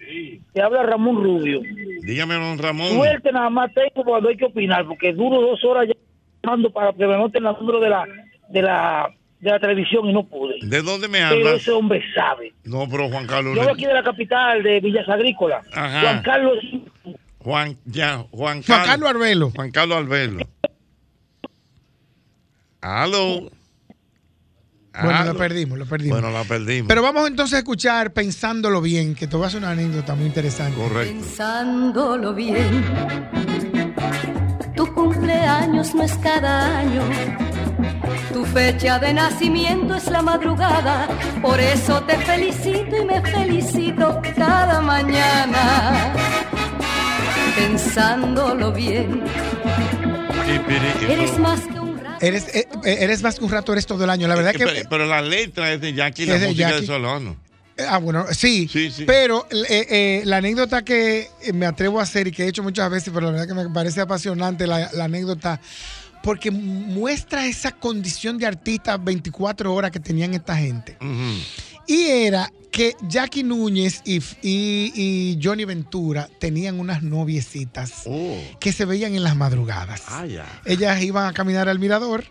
[SPEAKER 1] te habla Ramón Rubio.
[SPEAKER 2] dígame, don Ramón.
[SPEAKER 1] Suerte nada más tengo cuando hay que opinar, porque duro dos horas ya llamando para que me noten el número de la, de la, de la televisión y no pude.
[SPEAKER 2] ¿De dónde me
[SPEAKER 1] Pero
[SPEAKER 2] hablas?
[SPEAKER 1] ese hombre sabe.
[SPEAKER 2] No, pero Juan Carlos.
[SPEAKER 1] Yo hablo aquí de la capital, de Villas Agrícolas.
[SPEAKER 2] Ajá.
[SPEAKER 1] Juan Carlos,
[SPEAKER 2] Juan, ya, Juan Carlos. Juan Carlos
[SPEAKER 21] Arbelo.
[SPEAKER 2] Juan Carlos Arbelo. Aló.
[SPEAKER 21] Bueno,
[SPEAKER 2] Aló.
[SPEAKER 21] Ah, lo perdimos, lo perdimos.
[SPEAKER 2] Bueno, la perdimos.
[SPEAKER 21] Pero vamos entonces a escuchar pensándolo bien, que te voy a hacer una anécdota muy interesante.
[SPEAKER 2] Correcto.
[SPEAKER 17] pensándolo bien. Tu cumpleaños no es cada año. Tu fecha de nacimiento es la madrugada. Por eso te felicito y me felicito cada mañana. Pensándolo bien. Eres más que un rato.
[SPEAKER 21] Eres, eh, eh, eres más que un rato, eres todo el año. La verdad que.
[SPEAKER 2] pero, pero la letra es de Jackie, la
[SPEAKER 21] Es de
[SPEAKER 2] música de
[SPEAKER 21] Jackie.
[SPEAKER 2] Solano.
[SPEAKER 21] eh, Ah, bueno, sí. Pero eh, eh, la anécdota que eh, me atrevo a hacer y que he hecho muchas veces, pero la verdad que me parece apasionante la, la anécdota, porque muestra esa condición de artista 24 horas que tenían esta gente. Y era que Jackie Núñez y, y- y Johnny Ventura tenían unas noviecitas que se veían en las madrugadas.
[SPEAKER 2] Ah, ya.
[SPEAKER 21] Ellas iban a caminar al mirador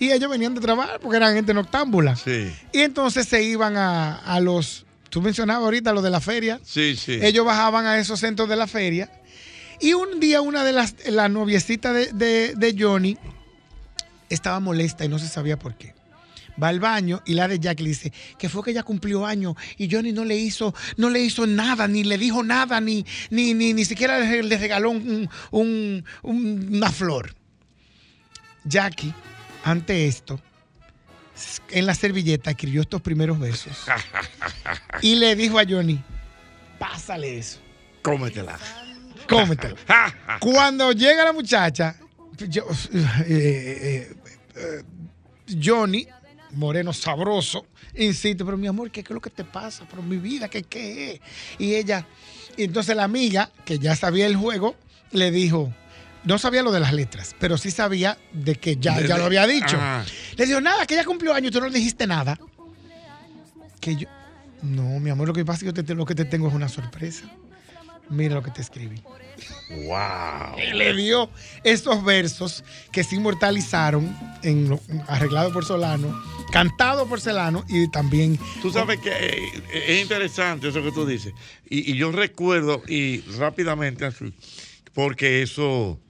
[SPEAKER 21] y ellos venían de trabajar porque eran gente noctámbula.
[SPEAKER 2] Sí.
[SPEAKER 21] Y entonces se iban a, a los, tú mencionabas ahorita lo de la feria.
[SPEAKER 2] Sí, sí.
[SPEAKER 21] Ellos bajaban a esos centros de la feria. Y un día una de las la noviecita de, de- de Johnny estaba molesta y no se sabía por qué. Va al baño y la de Jack le dice que fue que ella cumplió año y Johnny no le hizo, no le hizo nada, ni le dijo nada, ni, ni, ni, ni siquiera le le regaló un- un- un- una flor. Jackie, ante esto, en la servilleta escribió estos primeros versos y le dijo a Johnny, pásale eso.
[SPEAKER 2] Cómetela.
[SPEAKER 21] Cómetela. Cuando llega la muchacha, yo- eh, eh, eh, Johnny, moreno sabroso, insiste, pero mi amor, ¿qué, qué es lo que te pasa? Pero mi vida, ¿qué, qué es? Y ella, y entonces la amiga, que ya sabía el juego, le dijo, no sabía lo de las letras, pero sí sabía de que ya,
[SPEAKER 2] De-
[SPEAKER 21] ya
[SPEAKER 2] de-
[SPEAKER 21] lo había dicho.
[SPEAKER 2] Ajá.
[SPEAKER 21] Le dijo, nada, que ella cumplió años, tú no le dijiste nada. Que yo, no, mi amor, lo que pasa es que yo te- te- lo que te tengo es una sorpresa. Mira lo que te escribí.
[SPEAKER 2] Wow.
[SPEAKER 21] Y le dio estos versos que se inmortalizaron, en lo- arreglado por Solano, cantado por Solano y también...
[SPEAKER 2] Tú sabes que eh, eh, es interesante eso que tú dices. Y, y yo recuerdo, y rápidamente, así, porque eso,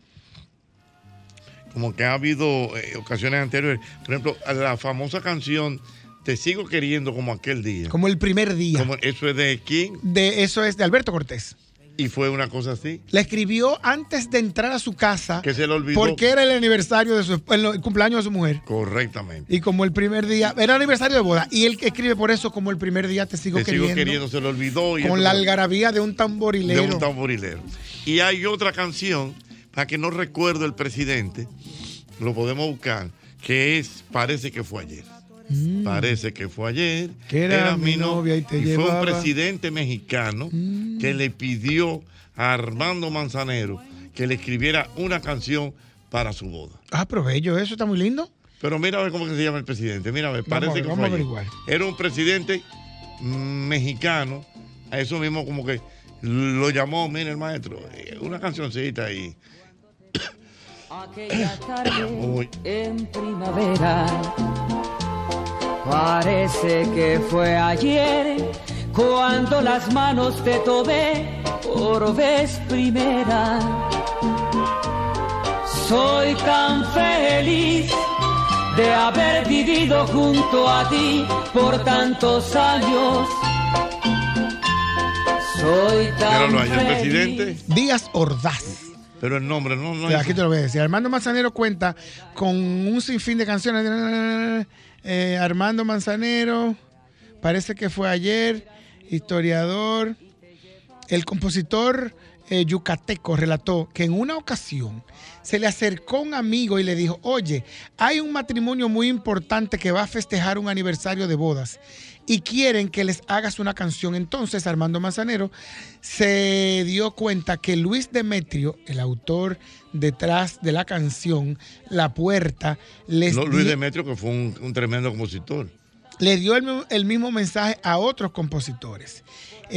[SPEAKER 2] como que ha habido eh, ocasiones anteriores, por ejemplo, a la famosa canción Te sigo queriendo como aquel día.
[SPEAKER 21] Como el primer día.
[SPEAKER 2] Como- eso es de quién
[SPEAKER 21] De, eso es de Alberto Cortés.
[SPEAKER 2] y fue una cosa así.
[SPEAKER 21] La escribió antes de entrar a su casa
[SPEAKER 2] Ah, Que se le olvidó.
[SPEAKER 21] porque era el aniversario de su esp- el, el cumpleaños de su mujer.
[SPEAKER 2] Correctamente.
[SPEAKER 21] Y como el primer día, era aniversario de boda. Y él que escribe por eso, como el primer día te sigo,
[SPEAKER 2] Te sigo queriendo, se lo olvidó. Y
[SPEAKER 21] con
[SPEAKER 2] esto-
[SPEAKER 21] la algarabía de un tamborilero.
[SPEAKER 2] De un tamborilero. Y hay otra canción, para que no recuerdo el presidente, lo podemos buscar, que es Parece que fue ayer.
[SPEAKER 21] Mm.
[SPEAKER 2] Parece que fue ayer.
[SPEAKER 21] Que era mi novia y te llevaba. Mm.
[SPEAKER 2] fue un presidente mexicano que le pidió a Armando Manzanero que le escribiera una canción para su boda.
[SPEAKER 21] Ah, pero bello, eso está muy lindo.
[SPEAKER 2] Pero mira a ver cómo que se llama el presidente. Mira a ver,
[SPEAKER 21] Vamos a
[SPEAKER 2] parece
[SPEAKER 21] ver,
[SPEAKER 2] que
[SPEAKER 21] vamos a
[SPEAKER 2] fue ayer.
[SPEAKER 21] averiguar.
[SPEAKER 2] Era un presidente mm, mexicano. A eso mismo como que lo llamó, mire el maestro, eh, una cancioncita ahí.
[SPEAKER 14] Aquella
[SPEAKER 2] Uy.
[SPEAKER 14] tarde en primavera parece que fue ayer cuando las manos te tomé por vez primera. Soy tan feliz de haber vivido junto a ti por tantos años. Soy tan
[SPEAKER 2] Míralo ahí, el
[SPEAKER 14] feliz.
[SPEAKER 2] presidente.
[SPEAKER 21] Díaz Ordaz.
[SPEAKER 2] Pero el nombre no, no
[SPEAKER 21] O sea,
[SPEAKER 2] es-
[SPEAKER 21] aquí te lo voy a decir. Armando Manzanero cuenta con un sinfín de canciones. Eh, Armando Manzanero, parece que fue ayer, historiador. El compositor eh, yucateco relató que en una ocasión se le acercó un amigo y le dijo, oye, hay un matrimonio muy importante que va a festejar un aniversario de bodas y quieren que les hagas una canción. Entonces Armando Manzanero se dio cuenta que Luis Demetrio, el autor detrás de la canción La Puerta, les
[SPEAKER 2] Lu- Luis
[SPEAKER 21] di-
[SPEAKER 2] Demetrio, que fue un, un tremendo compositor.
[SPEAKER 21] le dio el, mi- el mismo mensaje a otros compositores.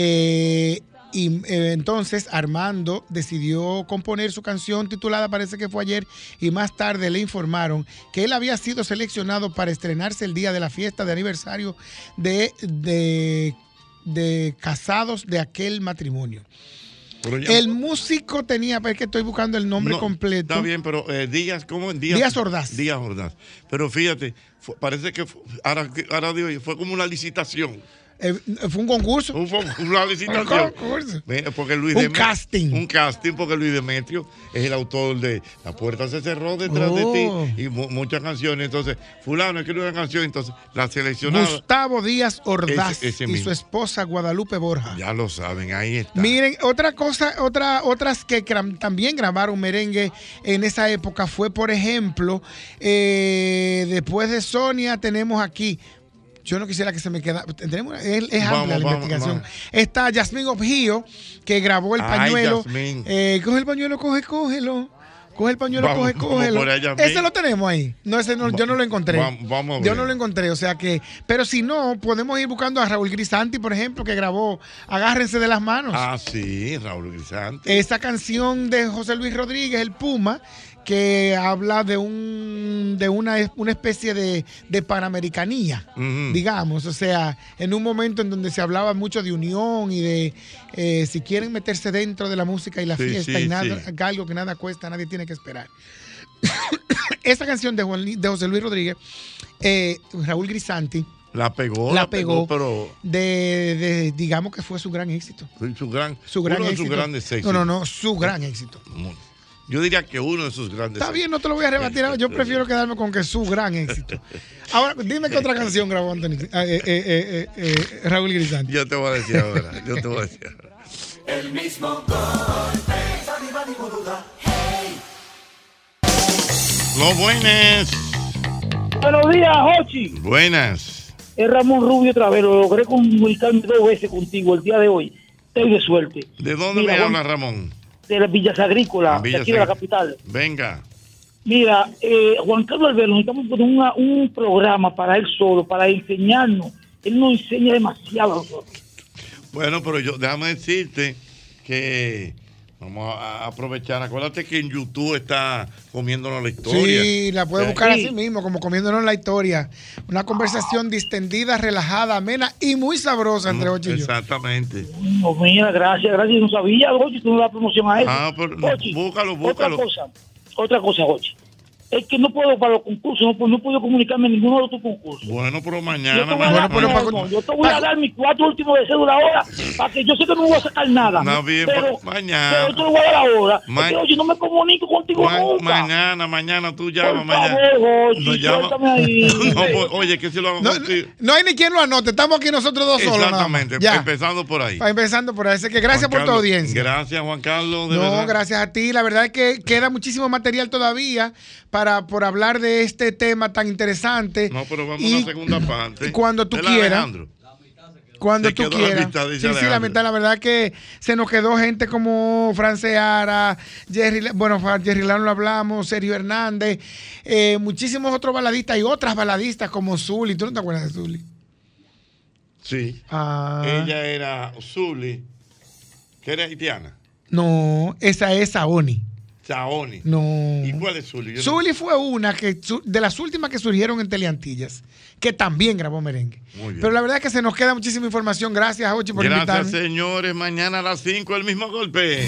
[SPEAKER 21] Eh, y eh, entonces Armando decidió componer su canción titulada, parece que fue ayer, y más tarde le informaron que él había sido seleccionado para estrenarse el día de la fiesta de aniversario de, de, de casados de aquel matrimonio.
[SPEAKER 2] Pero ya-
[SPEAKER 21] El músico tenía, es que estoy buscando el nombre
[SPEAKER 2] No,
[SPEAKER 21] completo.
[SPEAKER 2] Está bien, pero eh, Díaz, ¿cómo? Díaz,
[SPEAKER 21] Díaz Ordaz.
[SPEAKER 2] Díaz Ordaz. Pero fíjate, fue- parece que fue- ahora, ahora digo yo, fue como una licitación.
[SPEAKER 21] Eh, fue un concurso.
[SPEAKER 2] Una licitación.
[SPEAKER 21] Un concurso.
[SPEAKER 2] Mira, Porque Luis
[SPEAKER 21] Un
[SPEAKER 2] Demetrio-
[SPEAKER 21] casting.
[SPEAKER 2] Un casting, porque Luis Demetrio es el autor de La puerta se cerró detrás
[SPEAKER 21] Oh.
[SPEAKER 2] de ti y mu- muchas canciones. Entonces, Fulano escribe una canción, entonces la seleccionaba.
[SPEAKER 21] Gustavo Díaz Ordaz
[SPEAKER 2] Ese- ese
[SPEAKER 21] y su
[SPEAKER 2] mismo.
[SPEAKER 21] esposa Guadalupe Borja.
[SPEAKER 2] Ya lo saben, ahí está.
[SPEAKER 21] Miren, otra cosa, otra, otras que cram- también grabaron merengue en esa época fue, por ejemplo, eh, después de Sonia tenemos aquí, yo no quisiera que se me queda, tenemos, es, es
[SPEAKER 2] Vamos,
[SPEAKER 21] amplia la
[SPEAKER 2] vamos,
[SPEAKER 21] investigación.
[SPEAKER 2] vamos.
[SPEAKER 21] Está Yasmín Objío, que grabó el
[SPEAKER 2] Ay,
[SPEAKER 21] pañuelo.
[SPEAKER 2] Yasmín.
[SPEAKER 21] Eh, coge el pañuelo, coge, cógelo. Coge el pañuelo,
[SPEAKER 2] Vamos,
[SPEAKER 21] coge,
[SPEAKER 2] vamos
[SPEAKER 21] cógelo.
[SPEAKER 2] por ahí, Yasmín.
[SPEAKER 21] Ese lo tenemos ahí. No, ese no, yo no lo encontré.
[SPEAKER 2] Va- vamos a ver.
[SPEAKER 21] Yo no lo encontré, o sea que, pero si no, podemos ir buscando a Raúl Grisanti, por ejemplo, que grabó Agárrense de las manos.
[SPEAKER 2] Ah, sí, Raúl Grisante.
[SPEAKER 21] Esa canción de José Luis Rodríguez, El Puma, que habla de un de una, es- una especie de, de panamericanía,
[SPEAKER 2] Ujú.
[SPEAKER 21] digamos. O sea, en un momento en donde se hablaba mucho de unión y de eh, si quieren meterse dentro de la música y la
[SPEAKER 2] Sí,
[SPEAKER 21] fiesta
[SPEAKER 2] sí,
[SPEAKER 21] y nada,
[SPEAKER 2] sí.
[SPEAKER 21] algo que nada cuesta, nadie tiene que esperar. Esa canción de, Juan Li- de José Luis Rodríguez, eh, Raúl Grisanti,
[SPEAKER 2] La pegó.
[SPEAKER 21] la pegó,
[SPEAKER 2] pero
[SPEAKER 21] de, de- digamos que fue su gran éxito.
[SPEAKER 2] fue su gran,
[SPEAKER 21] Su gran
[SPEAKER 2] uno de
[SPEAKER 21] éxito.
[SPEAKER 2] sus grandes éxitos.
[SPEAKER 21] No, no, no, su gran éxito.
[SPEAKER 2] Yo diría que uno de sus grandes
[SPEAKER 21] Está bien, no te lo voy a rebatir. Yo prefiero quedarme con que su gran éxito. Ahora, dime qué otra canción grabó Anthony, eh, eh, eh, eh, eh, Raúl Grisante.
[SPEAKER 2] Yo te voy a decir ahora. Yo te voy a decir ahora.
[SPEAKER 12] El mismo golpe. Badi, badi, boluda. Hey.
[SPEAKER 2] Los buenas.
[SPEAKER 1] Buenos días, Hochi.
[SPEAKER 2] Buenas.
[SPEAKER 1] Es Ramón Rubio otra vez. Lo logré comunicarme dos veces contigo el día de hoy. Estoy de suerte.
[SPEAKER 2] ¿De dónde
[SPEAKER 1] Mira,
[SPEAKER 2] me
[SPEAKER 1] Juan-
[SPEAKER 2] habla Ramón?
[SPEAKER 1] De las Villas Agrícolas,
[SPEAKER 2] Villas
[SPEAKER 1] de aquí de la
[SPEAKER 2] Agrícolas.
[SPEAKER 1] capital.
[SPEAKER 2] Venga.
[SPEAKER 1] Mira, eh, Juan Carlos Alberto, necesitamos poner una- un programa para él solo, para enseñarnos. Él nos enseña demasiado. a nosotros.
[SPEAKER 2] Bueno, pero yo déjame decirte que vamos a a aprovechar. Acuérdate que en YouTube está comiéndonos la historia.
[SPEAKER 21] Sí, la puedes
[SPEAKER 2] O sea,
[SPEAKER 21] buscar así mismo, como comiéndonos la historia. Una conversación distendida, relajada, amena y muy sabrosa entre ocho y yo.
[SPEAKER 2] Exactamente.
[SPEAKER 1] Dios mío, gracias, gracias. No sabía, Hochi, tú no das promoción a él.
[SPEAKER 2] Ah, pero no, búscalo, búscalo.
[SPEAKER 1] Otra cosa, otra cosa, Hochi. Es que no puedo para los concursos, no, puedo- no puedo comunicarme en ninguno de los tus concursos.
[SPEAKER 2] Bueno, pero
[SPEAKER 1] Yo te
[SPEAKER 2] mañana,
[SPEAKER 1] voy a
[SPEAKER 2] mañana.
[SPEAKER 1] dar, no, no, yo te voy a dar mis cuatro últimos de cédula ahora, para que yo sé que no voy a sacar nada.
[SPEAKER 2] Está bien,
[SPEAKER 1] pero,
[SPEAKER 2] pa- mañana.
[SPEAKER 1] Pero yo te lo voy a dar ahora.
[SPEAKER 2] Ma-
[SPEAKER 1] Porque, oye, no me comunico contigo
[SPEAKER 2] Ma-
[SPEAKER 1] nunca.
[SPEAKER 2] mañana, mañana tú llamas.
[SPEAKER 1] Por
[SPEAKER 2] mañana.
[SPEAKER 1] favor, Jochi,
[SPEAKER 2] Nos llama-
[SPEAKER 1] suéltame ahí.
[SPEAKER 2] No, pues, oye, que si lo hago contigo.
[SPEAKER 21] No hay ni quien lo anote, estamos aquí nosotros dos solos. nada más.
[SPEAKER 2] Exactamente,
[SPEAKER 21] Ya.
[SPEAKER 2] empezando por ahí.
[SPEAKER 21] Pa- Empezando por ahí. Así que gracias
[SPEAKER 2] Juan
[SPEAKER 21] por tu
[SPEAKER 2] Carlos,
[SPEAKER 21] audiencia.
[SPEAKER 2] Gracias, Juan Carlos. de
[SPEAKER 21] No,
[SPEAKER 2] verdad.
[SPEAKER 21] gracias a ti. La verdad es que queda muchísimo material todavía para por hablar de este tema tan interesante.
[SPEAKER 2] No, pero vamos
[SPEAKER 21] Y
[SPEAKER 2] a la segunda parte.
[SPEAKER 21] cuando tú
[SPEAKER 2] Del
[SPEAKER 21] quieras.
[SPEAKER 2] Alejandro.
[SPEAKER 21] Cuando
[SPEAKER 2] Se
[SPEAKER 21] tú
[SPEAKER 2] quedó la
[SPEAKER 21] quieras.
[SPEAKER 2] mitad, dice
[SPEAKER 21] sí, sí, la
[SPEAKER 2] Alejandro.
[SPEAKER 21] mitad. La verdad que se nos quedó gente como France Ara, Jerry, Le- bueno, a Jerry Lano lo hablamos, Sergio Hernández, eh, muchísimos otros baladistas y otras baladistas como Zully. ¿Tú no te acuerdas de Zully?
[SPEAKER 2] Sí.
[SPEAKER 21] Ah.
[SPEAKER 2] Ella era Zuli, que era haitiana.
[SPEAKER 21] No, esa es Saoni.
[SPEAKER 2] Saoni.
[SPEAKER 21] No.
[SPEAKER 2] ¿Y cuál es Zuli? Yo no-
[SPEAKER 21] Zully fue una que su- de las últimas que surgieron en Teleantillas, que también grabó merengue.
[SPEAKER 2] Muy bien.
[SPEAKER 21] Pero la verdad es que se nos queda muchísima información. Gracias, Ochi, por
[SPEAKER 2] Gracias,
[SPEAKER 21] invitarme.
[SPEAKER 2] señores. Mañana a las 5 el mismo golpe.